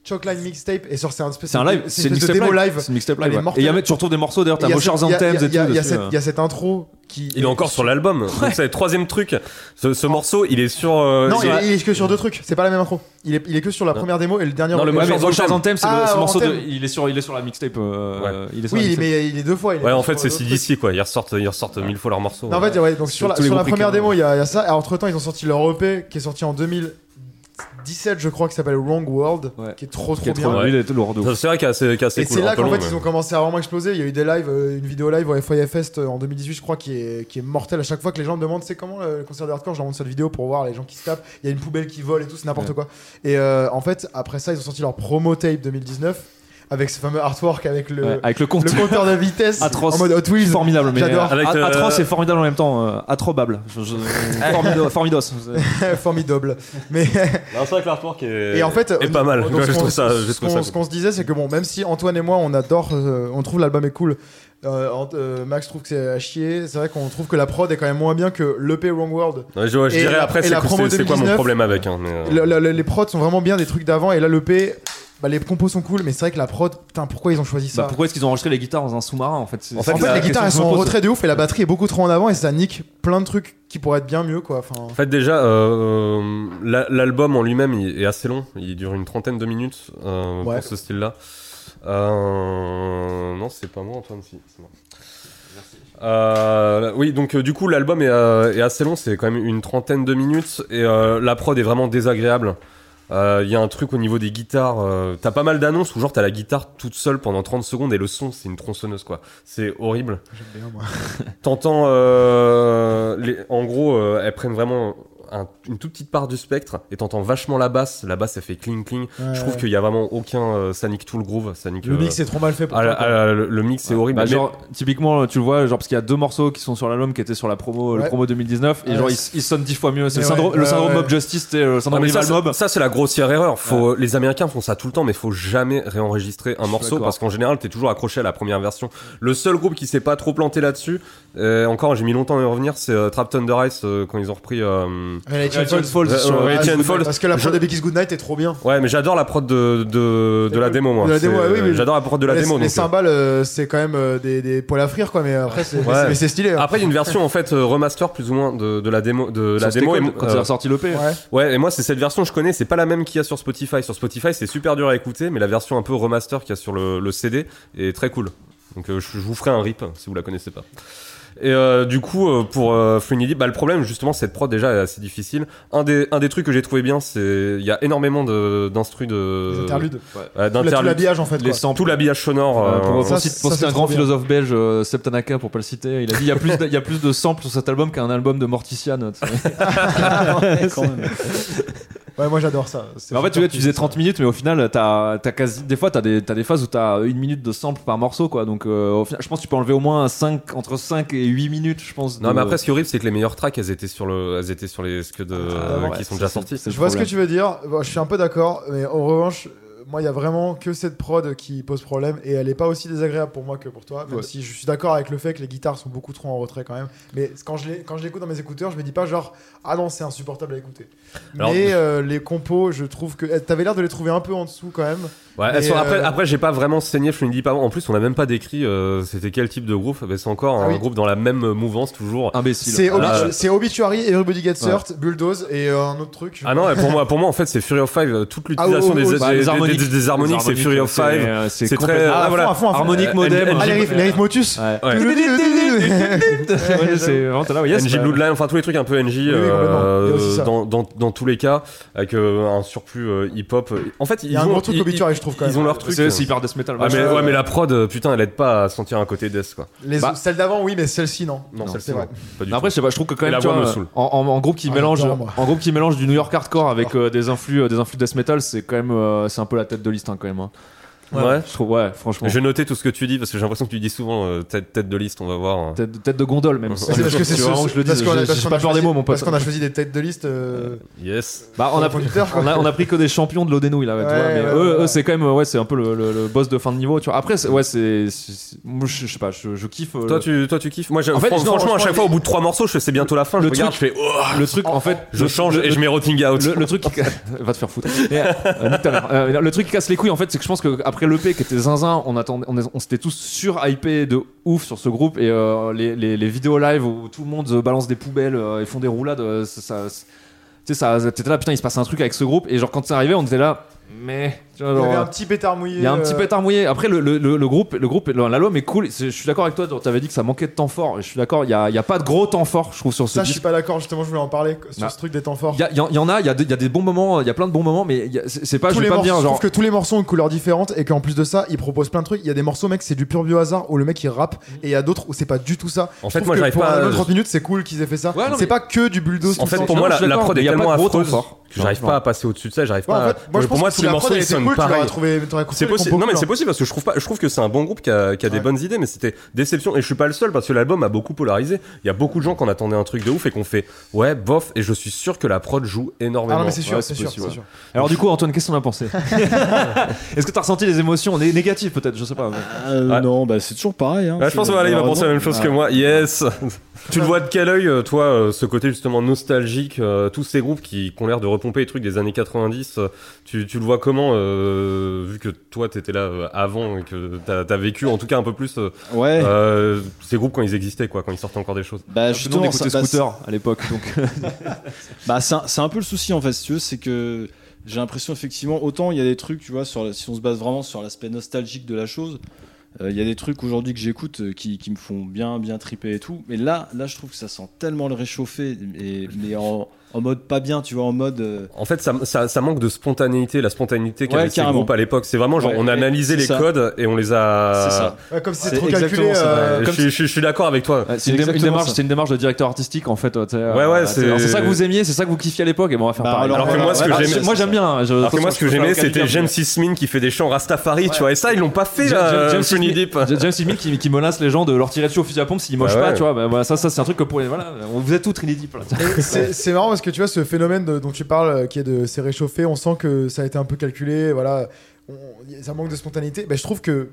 Chocline mixtape et sur c'est un espèce C'est un live, de- c'est une espèce de mixtape démo live. live. C'est une mixtape Elle live. est ouais. mortelle. Et il y a, tu retrouves des morceaux d'ailleurs, t'as Et il y a Mochars ce- il y a- Anthems et euh, il y a- tout. Il y a dessus, cette- ouais. il y a cette intro qui Il est encore sur l'album. Donc c'est le troisième truc. Ce, ce morceau, il est sur. euh, Non, sur il la- est, il est que sur deux trucs, c'est pas la même intro. Il est il est que sur la première démo et le dernier Non, le Ouais, mais Mochars Mochars Anthem. Anthem, c'est le Ah, ce morceau de. Anthem. Il est sur il est sur la mixtape. euh, il est sur la Oui, mixtape. mais il est deux fois. il est Ouais, en pas fait, sur c'est l'autre truc. CDC, quoi. Ils ressortent, ils ressortent mille fois leurs morceaux. Non, en fait, ouais, donc sur la, tous les sur la groupes première ricains. démo, il y, a il y a ça. Et entre temps, ils ont sorti leur EP qui est sorti en 2017, je crois, qui s'appelle Wrong World, Ouais. qui est trop Qui trop est bien. trop bien. lui, il est lourd de ouf. Ça, C'est vrai qu'il y a assez- qu'il y a assez Et cool. c'est là un peu qu'en fait long, ils mais- ont commencé à vraiment exploser. Il y a eu des lives, euh, une vidéo live au FYFest Fest euh, en 2018, je crois, qui est, qui est mortelle. À chaque fois que les gens me demandent c'est comment euh, le le concert de hardcore, je leur montre cette vidéo pour voir les gens qui se tapent. Il y a une poubelle qui vole et tout, c'est n'importe Ouais. quoi. Et euh, en fait, après ça, ils ont sorti leur promo tape 2019 avec ce fameux artwork avec le, Ouais, Avec le compte. le compteur de vitesse Atroce. en mode Hot Wheels. Formidable, mais J'adore. Avec, A- euh, atroce et formidable en même temps. euh, Attrobable. Je- je- Formido- Formidos. Formidable. Mais Non, c'est vrai Bah, que l'artwork est, Et en fait, est on- pas mal. donc, Ouais, ce je qu'on- trouve ça, je ce trouve qu'on- ça Ce cool. qu'on se disait, c'est que bon, même si Antoine et moi, on adore, euh, on trouve l'album est cool. euh, Ant- euh, Max trouve que c'est à chier. C'est vrai qu'on trouve que la prod est quand même moins bien que l'EP Wrong World. Ouais, Je, je Et dirais la- après, et c'est la promo c'est- c'est quoi mon 2019, problème avec. hein, mais, euh, Le- le- le- les prods sont vraiment bien des trucs d'avant. Et là, l'EP, bah, les compos sont cool, mais c'est vrai que la prod, putain, pourquoi ils ont choisi ça Bah, pourquoi est-ce qu'ils ont enregistré les guitares dans un sous-marin en fait c'est- En En fait, la les guitares, question elles sont que je en me pose. retrait de ouf et la batterie est beaucoup trop en avant et ça nique plein de trucs qui pourraient être bien mieux, quoi. Enfin, En fait, déjà, euh, la- l'album en lui-même il est assez long. Il dure une trentaine de minutes euh, Ouais. pour ce style-là. Euh, non, c'est pas moi, Antoine. Si, c'est moi. Euh, oui, donc euh, du coup, l'album est, euh, est assez long. C'est quand même une trentaine de minutes et euh, la prod est vraiment désagréable. Euh, Il y a un truc au niveau des guitares. euh, t'as pas mal d'annonces où genre t'as la guitare toute seule pendant 30 secondes et le son c'est une tronçonneuse quoi. C'est horrible. j'aime bien, moi. T'entends, euh, les- en gros, euh, elles prennent vraiment un- une toute petite part du spectre et t'entends vachement la basse. La basse, ça fait cling cling. Ouais, Je trouve ouais. qu'il y a vraiment aucun, euh, ça nique tout le groove, ça nique. Euh. le euh, mix est trop mal fait pour ah, toi, là, quoi. ah, là, le, le mix c'est horrible. Bah, mais- Ah, genre, typiquement, tu le vois, genre, parce qu'il y a deux morceaux qui sont sur l'album qui étaient sur la promo, le Ouais. promo 2019, et Ouais, genre, ils, c'est- ils sonnent dix fois mieux. C'est le Mais syndrome, ouais, le ouais, syndrome ouais. Mob Justice, c'est le Ah, syndrome mais Rival ça, c'est- Mob. ça, c'est la grossière erreur. Faut, Les Américains font ça tout le temps, mais faut jamais réenregistrer un morceau d'accord. parce qu'en général, t'es toujours accroché à la première version. Le seul groupe qui s'est pas trop planté là-dessus, euh, encore, j'ai mis longtemps à y revenir, c'est euh, Trap Thunder Ice euh, quand ils ont repris. euh, Ouais, Etienne Etienne Fold. Fold Euh, sur- ouais, Ah, Etienne c'est- Fold. Parce que la prod Je- de Biggest Goodnight est trop bien. Ouais, mais j'adore la prod de, de, de la démo, moi. De la démo, C'est- ouais, oui, mais J'adore la prod de la les, démo. les donc, euh. cymbales, euh, c'est quand même euh, des, des poils à frire, quoi. Mais après, c'est Ouais. mais c'est stylé. hein. Après, il y a une version en fait euh, remaster plus ou moins de, de la démo. De la Sur démo Stéphane, et, quand euh, ils ont sorti l'EP. Ouais. ouais, et moi, c'est cette version que je connais. C'est pas la même qu'il y a sur Spotify. Sur Spotify, c'est super dur à écouter, mais la version un peu hein, remaster qu'il y a sur le, le CD est très cool. Donc, euh, je, je vous ferai un rip si vous la connaissez pas. Et euh, du coup, euh, pour euh, Fluent Deep, bah, le problème, justement, cette prod déjà est assez difficile. Un des, un des trucs que j'ai trouvé bien, c'est il y a énormément de- d'instrus de. Les interludes. euh, Tout la- tout d'interludes. l'habillage en fait. Les quoi. samples. Tout l'habillage sonore. Euh, euh, pour Ça, pour c'est- citer- pour ça, citer c'est un trop grand bien. philosophe belge, euh, Septanaka, pour pas le citer, il a dit il y a plus de, il y a plus de samples sur cet album qu'un album de Mortician. tu sais. quand même. Ouais, moi j'adore ça. C'est Mais en fait, tu, vois, tu faisais ça. 30 minutes, mais au final, t'as as quasi, des fois, t'as des, t'as des phases où t'as une minute de sample par morceau, quoi. Donc, euh, au final, je pense que tu peux enlever au moins 5, entre 5 et 8 minutes, je pense. Non, de- mais après, ce qui est horrible, c'est que les meilleures tracks, elles étaient sur, le, elles étaient sur les scuds Ah, ouais, qui sont ça, déjà c'est- sortis. c'est le Je vois ce que problème. tu veux dire. Bon, je suis un peu d'accord, mais en revanche, euh, moi, il y a vraiment que cette prod qui pose problème et elle est pas aussi désagréable pour moi que pour toi. Même Ouais. si je suis d'accord avec le fait que les guitares sont beaucoup trop en retrait quand même. Mais quand je les- quand je l'écoute dans mes écouteurs, je me dis pas genre ah non c'est insupportable à écouter. Alors- mais euh, les compos, je trouve que eh, t'avais l'air de les trouver un peu en dessous quand même. Ouais, Mais, elles sont- après, euh, après j'ai pas vraiment saigné Fluent Deep. avant. En plus, on a même pas décrit euh, c'était quel type de groupe. Ben, c'est encore Ah un oui. groupe dans la même euh, mouvance, toujours. Imbécile. C'est Ah, Obitu- ouais. c'est Obituary, Everybody Gets Hurt, Bulldoze et euh, un autre truc. Ah non, ouais, pour moi, pour moi, en fait, c'est Fury of Five. euh, Toute l'utilisation Ah, des, oh, oh, des- Bah, des- les des- harmoniques. des- des harmoniques, c'est Fury of c'est, Five. euh, C'est complètement- très- Ah, Ah, à voilà. fond, à fond, à fond. Harmonique Euh, modem. NG Ah, les riffs- les riffs Motus. Ouais. Ouais. Ouais, c'est vraiment, t'es là, ouais, yes, NJ bah, Bloodline, enfin tous les trucs un peu NJ euh, complètement. Il y a aussi ça. dans, dans, dans tous les cas, avec euh, un surplus euh, hip-hop. En fait, ils Il y a un ont, gros truc ils- Obituary, je trouve quand ils même. ont leur truc. C'est c'est hyper death metal. Ah, ouais. mais, Euh, ouais, mais la prod, euh, putain, elle aide pas à sentir un côté death, quoi. Les, Bah- celles d'avant, oui, mais celle-ci, non. Non, c'est celle-ci, vrai. non. Pas du Mais après, tout. je sais pas, je trouve que quand Et même, la tu voix vois, me euh, saoule. en, en- en groupe qui Ah, mélange, j'adore, moi. en groupe qui mélange du New York hardcore avec euh, des influx, euh, des influx death metal, c'est quand même, euh, c'est un peu la tête de liste hein, quand même. hein. Ouais. Je trouve, ouais, franchement, Je vais noter tout ce que tu dis parce que j'ai l'impression que tu dis souvent euh, tête, tête de liste, on va voir. hein. tête, tête de gondole même. si- C'est parce que c'est Tu veux vraiment ce- que je le parce dise, qu'on a- j'ai- parce j'ai qu'on pas a peur des choisi- mots, mon pote. Parce qu'on a choisi des têtes de liste. euh, Yes. Bah, on a pris, producteur, quoi. on a, on a pris que des champions de l'Odénouille là, ouais, tu Ouais, vois, mais ouais, eux, ouais. eux, c'est quand même, euh, ouais, c'est un peu le, le- le boss de fin de niveau, tu vois. Après, c'est- ouais, c'est, c'est- c'est- moi, je, je sais pas, je, je kiffe. euh, Toi tu, toi, tu kiffes Moi, j'ai- En fait, fran- non, franchement, à je chaque prends fois, au bout de trois morceaux, je fais c'est bientôt la fin. Je Le regarde, je fais oh, le truc, Ah, en fait, je le- change le- et je mets rotting out. le, le truc qui... va te faire foutre Mais, euh, nique ta mère. Euh, le truc qui casse les couilles en fait c'est que je pense que après l'EP qui était zinzin on attendait on, est- on s'était tous sur hypé de ouf sur ce groupe et euh, les, les, les vidéos live où tout le monde euh, balance des poubelles euh, et font des roulades euh, ça, ça- c'est- tu sais ça t'étais là putain il se passe un truc avec ce groupe et genre quand c'est arrivé on était là mais tu vois, Il y genre, avait euh, un petit pétard mouillé. il y a un petit euh, pétard mouillé. Après, le, le, le, le groupe, le groupe, l'album est cool. C'est- Je suis d'accord avec toi. Tu avais dit que ça manquait de temps fort. Je suis d'accord. Il n'y a, il y a pas de gros temps fort, je trouve, sur ce Ça, je disque. suis pas d'accord, justement, je voulais en parler quoi, sur Bah. ce truc des temps forts. Il y, a- il y en- il y en a, il y, a de- il y a des bons moments, il y a plein de bons moments, mais il y a- c'est c'est pas, Ah, Tous je vais les pas morceaux, bien, je genre. trouve que tous les morceaux ont une couleur différente et qu'en plus de ça, ils proposent plein de trucs. Il y a des morceaux, mec, c'est du pur bio hasard où le mec il rappe et il y a d'autres où c'est pas du tout ça. Mm. En Je fait, trouve moi, que j'arrive pour pas un à- album de 30 minutes, c'est cool qu'ils aient fait ça. Ouais, non, c'est mais- pas que du bulldoze. En tout le fait, temps, pour tu moi, vois. la, je suis la d'accord, prod mais est y a pas de tellement gros temps affreuse fort. que j'arrive Non, pas non. à passer au-dessus de ça. J'arrive Ouais, pas. en à- fait, moi, euh, je pense pour que moi, si tous les la prod, morceaux elle ils était sonnent cool, tu l'aurais pareil. trouvé- tu l'aurais C'est coupé, possible. le Non, mais compo, c'est possible parce que je trouve pas. Je trouve que c'est un bon groupe qui a, qui a des Ouais. bonnes idées, mais c'était déception. Et je suis pas le seul parce que l'album a beaucoup polarisé. Il y a beaucoup de gens qu'on attendait un truc de ouf et qu'on fait ouais bof. Et je suis sûr que la prod joue Ah énormément. non, mais c'est Ouais, sûr, c'est c'est sûr. possible, c'est sûr. Alors du coup, Antoine, qu'est-ce qu'on a pensé Est-ce que t'as ressenti les émotions né- négatives peut-être Je sais pas. mais- Euh, Ouais. Non, bah c'est euh, toujours pareil. hein. Ah, je pense voilà, il va penser à la même chose que moi. Yes. tu le vois de quel œil, euh, toi, euh, ce côté justement nostalgique, euh, tous ces groupes qui, qui ont l'air de repomper les trucs des années 90. euh, tu, tu le vois comment, euh, vu que toi t'étais là euh, avant et que t'as as vécu en tout cas un peu plus euh, Ouais. euh, ces groupes quand ils existaient, quoi, quand ils sortaient encore des choses. Bah Parce que nous, on justement, écoutait ça- bah, Scooter à l'époque, donc. Bah, c'est un, c'est un peu le souci en fait, si tu veux, c'est que j'ai l'impression effectivement, autant il y a des trucs, tu vois, sur la- si on se base vraiment sur l'aspect nostalgique de la chose, euh, il y a des trucs aujourd'hui que j'écoute euh, qui, qui me font bien, bien triper et tout. Mais là, là, je trouve que ça sent tellement le réchauffer, et, mais en, en mode pas bien, tu vois, en mode. euh, En fait, ça, ça, ça manque de spontanéité, la spontanéité Ouais, qu'avaient ces carrément. groupes à l'époque. C'est vraiment genre, Ouais, on a ouais, analysé c'est les ça. codes et on les a. c'est ça. Ouais, Comme si C'est c'était trop calculé. exactement ça, euh, Ouais, comme je, je- je suis d'accord avec toi. Ouais, c'est une, dé- une exactement démarche, ça. c'est une démarche de directeur artistique en fait. Ouais, ouais, c'est- c'est ça que vous aimiez, c'est ça que vous kiffiez à l'époque, et bon, on va faire Bah, pareil. alors que moi, ce que ah, j'aimais- moi j'aime bien. hein, je- Alors que moi, ce que je- je- j'aimais, je- je- c'était je- James Smith qui fait des chants Rastafari, tu vois. Et ça, ils l'ont pas fait, Ja- Ja- là, James Johnny Smith- Depp. Ja- James Smith qui, qui menace les gens de leur tirer dessus au fusil à pompe s'ils mochent Bah ouais. pas, tu vois. Bah, voilà, ça, ça c'est un truc que pour les. Voilà, on vous êtes tous Trinity Deep, là. Et c'est c'est marrant parce que tu vois ce phénomène de- dont tu parles euh, qui est de s'est réchauffé, on sent que ça a été un peu calculé, voilà, on- y- ça manque de spontanéité. Ben, je trouve que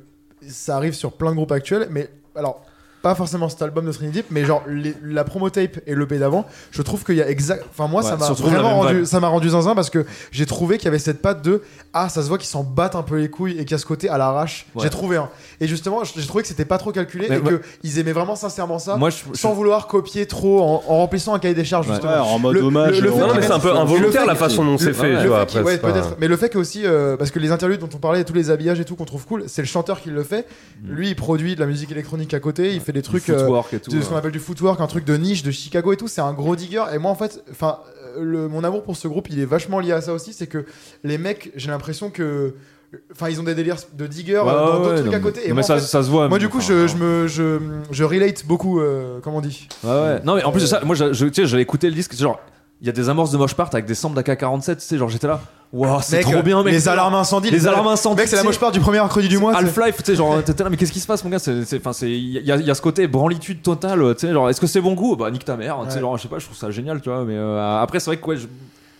ça arrive sur plein de groupes actuels, mais alors pas forcément cet album de Trinity Deep, mais genre les- la promo tape et l'EP d'avant, je trouve qu'il y a exact. Enfin moi Ouais, ça m'a se retrouve la vraiment même rendu, vibe. ça m'a rendu zinzin parce que j'ai trouvé qu'il y avait cette patte de ah ça se voit qu'ils s'en battent un peu les couilles et qu'il y a ce côté à l'arrache. Ouais. J'ai trouvé un. Et justement j'ai trouvé que c'était pas trop calculé Mais et moi- qu'ils aimaient vraiment sincèrement ça Moi, je, je- sans vouloir copier trop en, en remplissant un cahier des charges Ouais. justement. Ouais, en mode Le- hommage. le- le en fait Non, mode- mais c'est un peu Le involontaire fait la qu'il- façon dont c'est Le- fait, le tu vois. fait après, qu'il- ouais, c'est pas- peut-être. Mais le fait que aussi, euh, parce que les interludes dont on parlait, tous les habillages et tout qu'on trouve cool, c'est le chanteur qui le fait. Lui, il produit de la musique électronique à côté, il fait des trucs. euh, Mm. footwork et tout. de ce qu'on appelle du footwork, un truc de niche de Chicago et tout. C'est un gros digger. Et moi, en fait, enfin, euh, le, mon amour pour ce groupe, il est vachement lié à ça aussi. C'est que les mecs, j'ai l'impression que, enfin, ils ont des délires de digger Ouais, euh, dans ouais, d'autres ouais, trucs non, à côté. Et mais moi, en ça, fait, ça se voit. moi, mais du coup, enfin, je, je me, je, je relate beaucoup, euh, comment on dit. Ouais, ouais. Non, mais en plus de Euh, ça, moi, je, je- tu sais, j'avais écouté le disque, genre, il y a des amorces de moche part avec des samples d'AK-47, tu sais, genre, j'étais là, waouh, c'est Mec, trop bien, mec. Les alarmes incendies. Les alarmes incendies, Mec, c'est la tu sais. moche part du premier mercredi du mois. c'est- Half-Life, tu sais, genre, t'étais là, mais qu'est-ce qui se passe, mon gars C'est, c'est, enfin, c'est, il y, a- il y a ce côté branlitude totale, tu sais, genre, est-ce que c'est bon goût Bah, nique ta mère, tu sais, Ouais. genre, je sais pas, je trouve ça génial, tu vois, mais euh, après, c'est vrai que, ouais, je-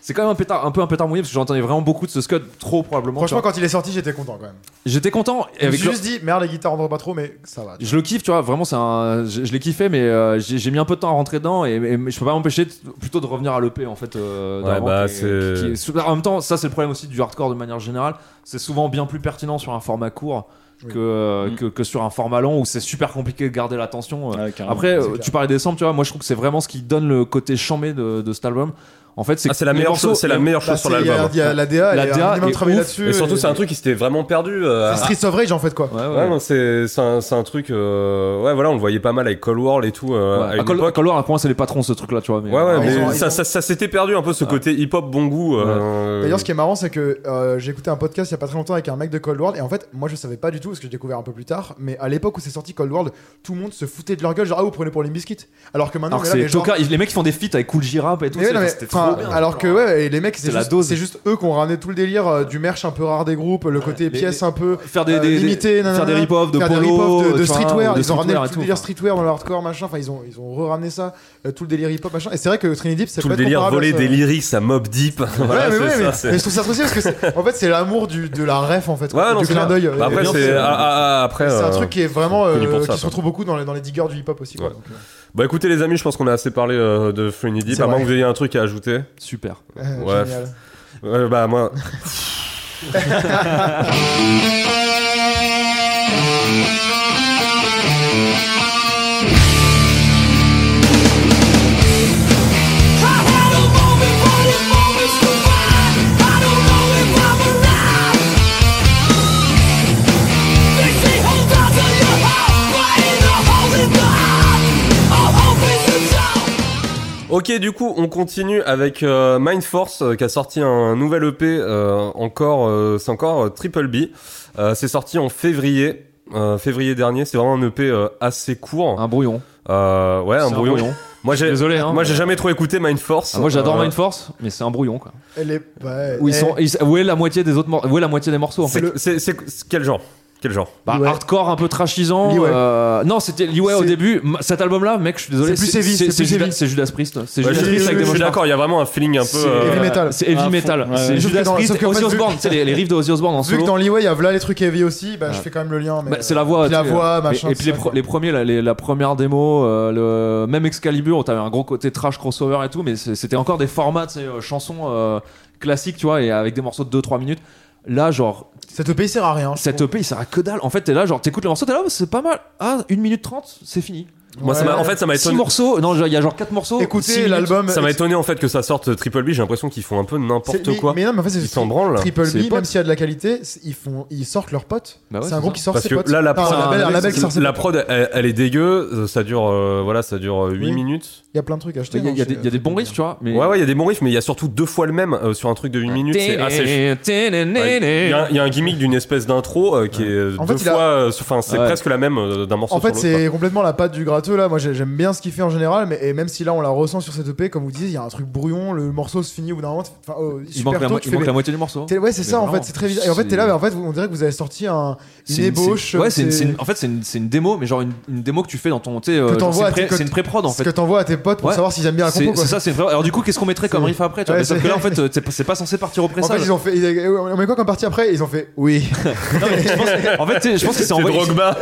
c'est quand même un, pétard, un peu un pétard mouillé parce que j'entendais vraiment beaucoup de ce scud, trop probablement. tu Franchement, vois. quand il est sorti, j'étais content quand même. J'étais content. Et Je me avec suis juste dit, merde, les guitares rentrent pas trop, mais ça va. Je le kiffe, tu vois, vraiment, c'est un... je, je l'ai kiffé, mais euh, j'ai j'ai mis un peu de temps à rentrer dedans et, et- mais je peux pas m'empêcher de- plutôt de revenir à l'EP en fait. euh, Ouais, d'avant, bah, qui- c'est- qui- qui est sou- en même temps, ça c'est le problème aussi du hardcore de manière générale, c'est souvent bien plus pertinent sur un format court Oui. que, euh, Mm. que, que sur un format long où c'est super compliqué de garder l'attention. euh, Ouais, carrément. après, c'est euh, clair. tu parlais des samples, tu vois. Moi, je trouve que c'est vraiment ce qui donne le côté chambé de, de cet album. En fait, c'est Ah, que c'est la les meilleure morceaux- chose, c'est la meilleure Bah, chose sur c'est- il y a- l'album. Il y a la DA, La il y DA a un minimum est de travail ouf, là-dessus. Et surtout, c'est un truc qui s'était vraiment perdu. euh, C'est Streets of Rage en fait quoi. Ouais, ouais. Ouais, non, c'est c'est un, c'est un truc. euh, ouais, voilà, on le voyait pas mal avec Cold World et tout. euh, Ouais. à À une Col- époque. à Color, à point, c'est les patrons, ce truc-là, tu vois. Mais, euh, Ouais, ouais, Ah, mais ils ont- ils ça, ont- ça, ça s'était perdu un peu ce Ah. côté hip-hop bon goût. euh, D'ailleurs, ce qui est marrant, c'est que euh, j'ai écouté un podcast il y a pas très longtemps avec un mec de Cold World, et en fait, moi je savais pas du tout, parce que j'ai découvert un peu plus tard, mais à l'époque où c'est sorti Cold World, tout le monde se foutait de leur gueule, genre ah vous prenez pour les biscuits. Alors que maintenant, Alors que mais là, c'est les gens- Joker, ils- les mecs qui font des feats avec Cool J Rap et tout, Mais ouais, c'est- non, mais, c'était trop enfin, bien. alors que ouais, et les mecs, c'est C'est la juste, dose. c'est juste eux qui ont ramené tout le délire euh, du merch un peu rare des groupes, le côté les- pièce un peu faire des, euh, des, des- limitée, nanana, faire des rip-off de faire des polo, rip-off de- de, tu vois, streetwear, de ils ont ramené streetwear et tout le délire streetwear dans leur hardcore machin, enfin ils ont ils ont ramené ça, euh, tout le délire hip hop machin, et c'est vrai que Trinity Deep, ça tout peut le être délire comparable à voler ça. des lyrics à Mob Deep. voilà, Ouais, mais, c'est ouais, mais- ça, c'est- mais je trouve ça trop stylé parce que c'est- en fait c'est l'amour du de la ref en fait Ouais, non, du c'est clin clair. d'œil Bah après, Et- c'est. ah, ah, ah, après, c'est un euh, truc qui est vraiment connu euh, pour ça, qui se retrouve beaucoup dans les, dans les diggers du hip-hop aussi. Quoi, Ouais. donc, euh, Bah écoutez, les amis, je pense qu'on a assez parlé euh, de Free Deep. C'est À moins vrai. que vous ayez un truc à ajouter. Super. euh, Ouais. génial. Ouais, bah moi. Ok, du coup, on continue avec euh, Mind Force euh, qui a sorti un nouvel EP. euh, encore, euh, c'est encore euh, Triple B. Euh, c'est sorti en février. euh, février dernier, c'est vraiment un EP euh, assez court. Un brouillon. Euh, ouais, Ah. C'est un brouillon. Moi, j'ai, Désolé. Hein, moi, j'ai mais- jamais trop écouté Mind Force. Ah, moi, j'adore Euh, Mind Force, mais c'est un brouillon quoi. Elle est. ouais, Où ils elle- sont, ils- où est la moitié des autres, mor- où est la moitié des morceaux en C'est, fait le- c'est- c'est- c'est- quel genre Quel genre Bah, Ouais. Hardcore un peu trashisant. Leeway. euh, Non, c'était Leeway au C'est- début. M- Cet album-là, mec, je suis désolé. C'est plus heavy, c'est plus Judas, heavy. c'est Judas Priest. C'est Ouais, Judas je, Priest je- avec je des suis moches d'accord, il y a vraiment un feeling un peu. C'est- euh, Heavy metal. C'est heavy Ah, metal. fond, ouais, C'est ouais. Sauf que Judas dans- Priest sauf et qu'en fait, Ozzy vu- Osbourne. C'est les les riffs de Ozzy Osbourne en Vu que solo. dans Leeway, il y a là les trucs heavy aussi, bah, je Ouais. fais quand même le lien. mais, Bah, c'est euh, la voix. puis la tu sais, voix, mais- machin. Et puis tout les, ça, pro- quoi. les premiers, là, les- la première démo, euh, le, même Excalibur, où t'avais un gros côté trash crossover et tout, mais c'est- c'était encore des formats, tu sais, euh, chansons euh, classiques, tu vois, et avec des morceaux de 2-3 minutes. Là, genre, Ça te paye, sert à rien. Ah, je cette trouve. EP, il sert à que dalle. En fait, t'es là, genre, t'écoutes le morceau, t'es là, oh, c'est pas mal. Ah, 1 minute 30, c'est fini. Moi, ça Ouais. m'a- en fait, ça m'a 6 étonné. morceaux, non, genre, il y a genre 4 morceaux. six Écoutez minutes. l'album. Ça m'a étonné en fait que ça sorte euh, Triple B. J'ai l'impression qu'ils font un peu Bah, C'est- n'importe mais- quoi. Mais non, mais en fait, c'est Ils s'en branlent. là. Triple C'est les B, même potes. s'il y a de la qualité, c'est- ils font, ils sortent leurs potes. Bah ouais, c'est c'est un groupe ça. qui sort Parce ses que potes. là, la Enfin, prod- un label- un label qui sort ses La potes. prod, elle, elle est dégueu. euh, Ça dure, euh, voilà, ça dure 8 Oui. minutes. Il y a plein de trucs à acheter. Il y a, il y a hein, des, il y a c'est- des bons riffs, tu vois. Mais... Ouais, ouais, il y a des bons riffs, mais il y a surtout deux fois le même euh, sur un truc de 8 minutes. C'est assez chiant. Ouais, Il y, a- il y a un gimmick d'une espèce d'intro euh, qui est euh, En deux fait, il a- fois. euh, Enfin, c'est Ouais. presque la même euh, d'un morceau En fait, sur l'autre. c'est complètement la patte du gratteux là. Moi, j'ai- j'aime bien ce qu'il fait en général, mais et même si là on la ressent sur cette EP, comme vous disiez, il y a un truc brouillon, le morceau se finit au bout d'un moment. tu- Enfin, oh, Il super manque, la, tôt, mo- tu il fais, manque la mais- moitié du morceau. t'es- Ouais, c'est ça Mais en fait, vraiment, c'est très bizarre. Et en fait, t'es là, c'est- mais en fait, vous- on dirait que vous avez sorti un, une ébauche. c'est- ouais, c'est une- c'est- c'est une- en fait, c'est une, c'est une démo, mais genre une, une démo que tu fais dans ton. tu sais, euh, Que genre, t'envoies c'est à tes pré- cotes. C'est une pré-prod en ce fait. que t'envoies à tes potes pour Ouais. savoir s'ils aiment bien la compo. C'est quoi. c'est ça, c'est une pré- Alors du coup, qu'est-ce qu'on mettrait comme C'est- riff après tu vois, Ouais, mais Sauf c'est- que là, en fait, euh, t'es pas- c'est pas censé partir au En fait, pressage. ils ont fait. ils- On met quoi comme partie après Ils ont fait oui. Non, mais je pense- En fait, tu sais, je pense que c'est C'est envoyé. Drogba.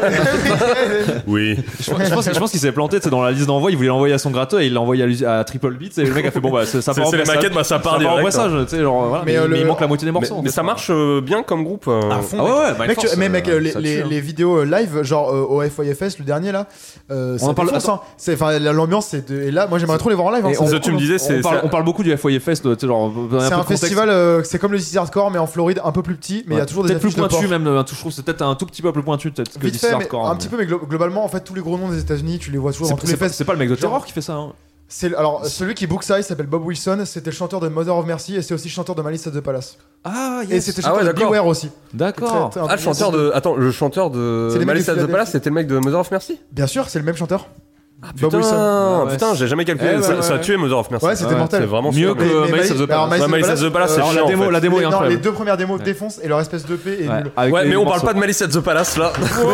oui. Je pense- je pense, je pense qu'il s'est planté tu sais, dans la liste d'envoi. Il voulait l'envoyer à son gratteux et il l'a envoyé à lui- à, Triple Beat. Et le mec a fait bon, bah ça ça C'est part en c'est les pressage. maquettes, bah, ça Ça part part en direct. hein. pressage, tu sais, genre, voilà, Mais, mais, euh, mais il le- manque la moitié des Mais, morceaux. en mais fait. ça marche euh, bien comme groupe. euh. À fond, Ah ouais, ouais, Mind Mec, tu- Force, mais mec, euh, euh, les, ça les, tue, hein. les vidéos euh, live, genre euh, au FYFS, le dernier là, euh, ça en parle- défonce, hein. C'est- enfin, la- l'ambiance c'est de- est, Et là, moi j'aimerais trop les voir en live. hein, Et ça on- doit Ça, être tu me cool, hein. disais, on, c'est parle, c'est- on parle beaucoup du FOI Fest, euh, tu sais, genre, pour donner C'est peu un de contexte. festival, euh, c'est comme le 6 Hardcore, mais en Floride, un peu plus petit, mais il y a Ouais. toujours des Peut-être plus affiches de pointu, porc. même. euh, Je trouve que c'est peut-être un tout petit peu plus pointu, peut-être que Vite DC fait, mais Hardcore, un mais- petit peu, mais glo- globalement, en fait, tous les gros noms des États-Unis, tu les vois toujours C'est dans tous les c'est pas, fesses. c'est pas le mec de Genre- Terror qui fait ça. hein. C'est alors celui qui book ça, il s'appelle Bob Wilson. C'était le chanteur de Mother of Mercy et c'est aussi le chanteur de Malice at the Palace. Ah, Et yes. c'était le Ah ouais, chanteur de d'accord. Beware aussi. D'accord. Très- très Ah, le chanteur de. Attends, le chanteur C'est de les mecs Malice de at the Palace, Philadelphie. c'était le mec de Mother of Mercy Bien sûr, c'est le même chanteur. Ah Bob putain, Wilson. Ouais, putain, ouais. j'ai jamais calculé. Eh ouais, ça, ouais, ça a ouais. tué Mother of Mercy. Ouais, c'était mortel. C'est vraiment Mieux super, que mais- euh, Malice at the alors, Palace. Ouais, Malice at the Palace, c'est Alors, la chiant, en démo, fait. la démo est les, non, les incroyable. deux premières démos Ouais. défoncent et leur espèce d'EP est Ouais, nul. avec Ouais, les mais on morceaux. parle pas de Malice at the Palace là. Waouh.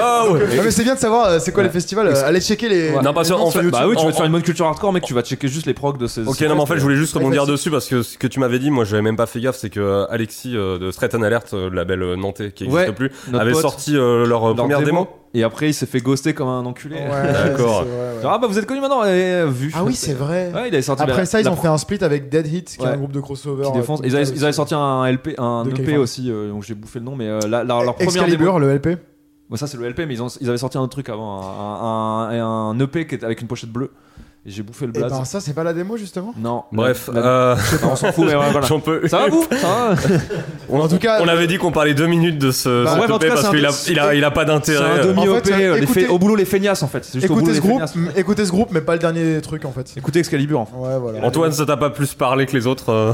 Ah, mais c'est bien de savoir euh, c'est quoi les festivals. euh, Allez checker les. Ouais. Non, parce les qu'en noms sur fait- YouTube. Bah oui, tu en- vas te faire une bonne culture hardcore, mec. Tu vas checker juste les procs de ces. Ok, ces non, mais en fesses, fait, je voulais juste rebondir facile. dessus parce que ce que tu m'avais dit, moi, j'avais même pas fait gaffe, c'est que Alexis euh, de Threat and Alert, euh, le label euh, nantais qui n'existe Ouais, plus, notre avait pote, sorti euh, leur, euh, leur première démo. Et après, il s'est fait ghoster comme un enculé. Ouais, D'accord. c'est vrai, ouais. Ah bah vous êtes connu maintenant, eh, vu. Ah oui, c'est vrai. Ouais, il avait sorti Après la- ça, ils la ont fait un split avec Dead Hit, qui est Ouais. un groupe de crossover. Qui défonce. euh, Ils, avaient, tout ils avaient ça, sorti un LP, un De EP Californie. aussi, euh, donc j'ai bouffé le nom, mais euh, la- la- leur première démo. Excalibur, le LP. Bon, ça c'est le LP, mais ils, ont- ils avaient sorti un autre truc avant, un, un- un EP qui était avec une pochette bleue. Et j'ai bouffé le Et blaze. ben ça, c'est pas la démo justement. Non. Bref, La- la- euh, non, on s'en fout, mais ouais, voilà. j'en peux. Ça va vous Ça va hein on, En tout cas, on avait dit qu'on parlait deux minutes de ce, Bah, cet bref, en EP tout cas, parce c'est qu'il un- a, il a, il a pas C'est un d'intérêt. demi En OP, fait, euh, les écoutez- fa- au boulot les feignasses en fait. C'est juste au boulot écoutez ce les groupe, feignasses. m- écoutez ce groupe, mais pas le dernier truc en fait. Écoutez Excalibur en fait. Ouais, voilà. Antoine, ça t'a pas plus parlé que les autres euh.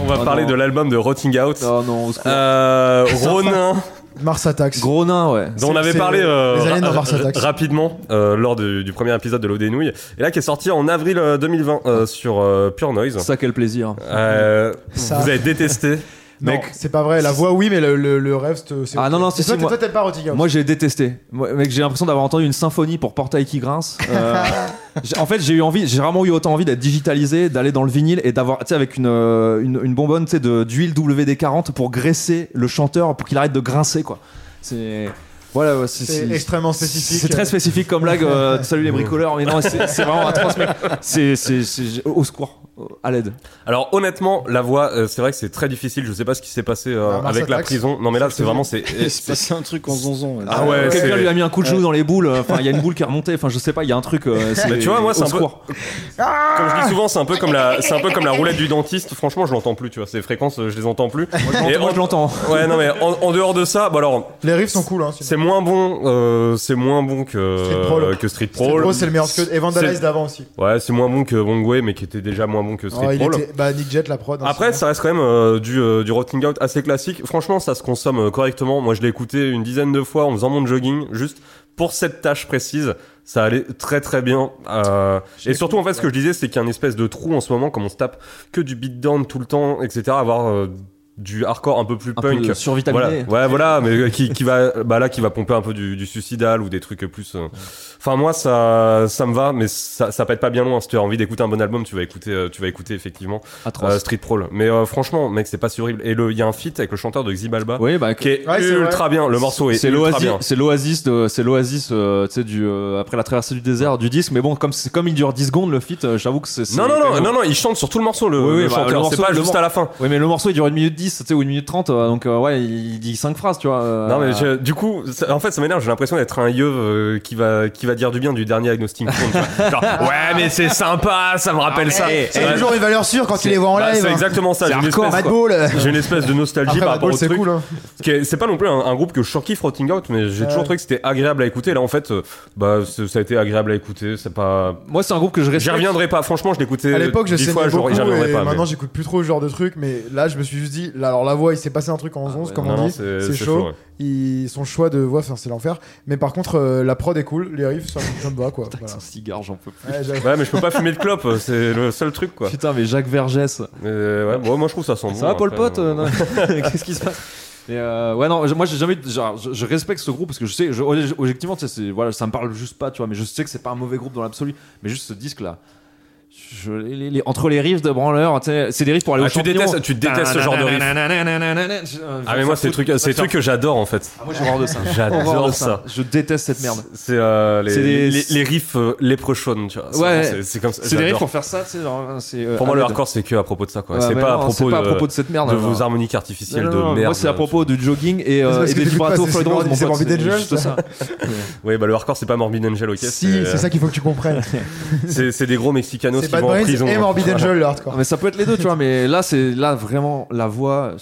On va Oh parler non. de l'album de Rotting Out. Ah Oh non, au secours. Euh, Ronin, Mars Attacks. Gros nain, ouais. dont on C'est- avait c'est parlé les- euh, les aliens dans ra- Mars ra- Attacks. rapidement euh, lors du, du premier épisode de L'eau des nouilles, et là qui est sorti en avril euh, 2020 euh, sur euh, Pure Noise. Ça quel plaisir. Euh, Ça- Vous avez détesté. Non, Mec. c'est pas vrai. La voix, oui, mais le, le, le rêve, c'est. c'est Ah, ok. non, non, si, Et toi, si, t'es- moi- Toi, t'aimes pas Rotting Out. Moi j'ai détesté. Moi, mec, j'ai l'impression d'avoir entendu une symphonie pour portail qui grince. Euh, j'ai- en fait, j'ai eu envie, j'ai vraiment eu autant envie d'être digitalisé, d'aller dans le vinyle et d'avoir, tu sais, avec une, euh, une, une bonbonne, tu sais, de- d'huile WD-40 pour graisser le chanteur pour qu'il arrête de grincer, quoi. C'est. Voilà, ouais, c'est. c'est c'est- extrêmement spécifique. c'est très spécifique comme blague. euh, salut les bricoleurs, mais non, c'est c'est vraiment atroce, mec. C'est, c'est, c'est- au secours, à l'aide. Alors honnêtement, la voix, euh, c'est vrai que c'est très difficile. Je sais pas ce qui s'est passé euh, Ah, Mars avec la Attacks. prison. Non mais là, c'est vraiment c'est. Il se passait un truc en zonzon. Ah ouais, Euh, quelqu'un c'est- lui a mis un coup de genou dans les boules. euh, Enfin, il y a une boule qui est remontée. Enfin, je sais pas, il y a un truc. euh, c'est- Mais tu vois, moi, c'est au un peu- secours. Comme je dis souvent, c'est un peu comme la, c'est un peu comme la roulette du dentiste. Franchement, je l'entends plus. Tu vois, ces fréquences, euh, je les entends plus. Et Moi, en- je l'entends. Ouais, non mais en, en dehors de ça, bon alors, Les riffs sont cool. Hein, sinon. c'est moins bon, euh, c'est moins bon que Street Brawl. euh, que Street Street Brawl. Brawl, c'est le meilleur que. Et Vandalize C'est- d'avant aussi. Ouais, c'est moins bon que Bongway, mais qui était déjà moins bon que Street Ouais, il Brawl. était- Bah, Nick Jet, la prod. hein, Après, sinon. ça reste quand même euh, du, euh, du rotting out assez classique. Franchement, ça se consomme euh, correctement. Moi, je l'ai écouté une dizaine de fois en faisant mon jogging, juste pour cette tâche précise. Ça allait très très bien. Euh, et surtout, en fait, ce que je disais, c'est qu'il y a une espèce de trou en ce moment, comme on se tape que du beatdown tout le temps, etc. Avoir euh, du hardcore un peu plus Un punk. peu Voilà. survitaminé. Ouais, voilà, mais euh, qui, qui va, bah là, qui va pomper un peu du, du suicidal ou des trucs plus. euh. Enfin, moi, ça, ça me va, mais ça, ça pète pas bien loin. Si tu as envie d'écouter un bon album, tu vas écouter, euh, tu vas écouter effectivement Atroce. euh, Street Prowl. Mais euh, franchement, mec, c'est pas si horrible. Et le, il y a un feat avec le chanteur de Xibalba oui, bah, qui est Ouais, c'est ultra bien. Le morceau est, c'est ultra l'oasis, bien. c'est l'oasis, de- c'est l'oasis, euh, tu sais, du euh, après la traversée du désert du disque. Mais bon, comme c'est- comme il dure 10 secondes le feat, euh, j'avoue que c'est. c'est- Non, non, non, non, non, il chante sur tout le morceau, le, Oui, oui, le bah, le chanteur. C'est morceau, pas le juste mor- à la fin. Oui, mais le morceau il dure une minute 10 tu sais, ou une minute 30 euh, donc euh, ouais, il, il dit 5 phrases, tu vois. euh, Non mais je- du coup, ça- en fait, ça m'énerve. J'ai l'impression d'être un yeux euh, qui va qui va dire du bien du dernier Agnostic Front. tu vois. Genre, ouais, mais c'est sympa, ça me rappelle ça. C'est Ouais. toujours une valeur sûre quand tu les vois en Bah, live. c'est hein. exactement ça. C'est J'ai une, hardcore, espèce, Mad Ball. euh, j'ai une espèce de nostalgie Après, par Mad rapport Ball, au c'est truc. cool. hein. Qui est- C'est pas non plus un, un groupe que je surkiffe, Rotting Out, mais j'ai Ouais. toujours trouvé que c'était agréable à écouter. Là, en fait, euh, bah, c'est- ça a été agréable à écouter. C'est pas. Moi, c'est un groupe que je J'y respecte. reviendrai pas. Franchement, je l'écoutais. À l'époque, je Euh, dix saignais fois, beaucoup j'aurais- j'y et reviendrai pas. mais- maintenant j'écoute plus trop ce genre de truc. Mais là, je me suis juste dit, là, alors la voix, il s'est passé un truc en Ah 11, ouais, comme Non, on non, dit. C'est chaud. ouais. Ils- son choix de voix, enfin, c'est l'enfer. Mais par contre, euh, la prod est cool, les riffs, ça, ça me va quoi. Putain, Voilà. son cigare, j'en peux plus. Ouais, j'avoue. Ouais, mais je peux pas fumer de clope. euh, C'est le seul truc, quoi. Putain, mais Jacques Vergès. Mais, euh, ouais, bon, moi, je trouve ça sent bon. Ça va, Paul après, Pot euh, euh, non Qu'est-ce qui se passe Et, euh, ouais non je- moi j'ai jamais genre, je, je respecte ce groupe parce que je sais je- objectivement tu sais, c'est- voilà ça me parle juste pas tu vois mais je sais que c'est pas un mauvais groupe dans l'absolu mais juste ce disque là je- les- les- entre les riffs de branleur, tu sais, c'est des riffs pour aller Ah, au tu champignon. détestes- tu détestes ce genre de riff. riff. Ah mais moi c'est le truc, c'est le truc que j'adore en fait. Moi j'ai horreur de ça. Horreur de J'adore ça. Je déteste cette merde. C'est euh, les, C'est des- les, les riffs euh, leprechaun, tu vois. C'est- Ouais. c'est- C'est comme ça. C'est des riffs j'adore. pour faire ça, tu sais, genre, c'est. euh, Pour moi le Ahmed. hardcore c'est que à propos de ça quoi. Ouais, c'est mais pas, à non, propos c'est pas à propos de, de cette merde. de alors. vos Non, harmoniques artificielles non, non, de moi, merde. c'est à propos du jogging et, euh, C'est parce et que des t'écoutes pas, vibratos c'est Floyd Morbid- Rose. mon c'est pote, Morbid Angel, juste ça. ça. Oui bah le hardcore c'est pas Morbid Angel ok. Si, c'est ça qu'il faut que tu comprennes. C'est c'est des gros mexicanos C'est qui Bad vont en Brains prison. et hein. Morbid Angel, le hardcore. Mais ça peut être les deux, tu vois. Mais là, c'est là vraiment la voix.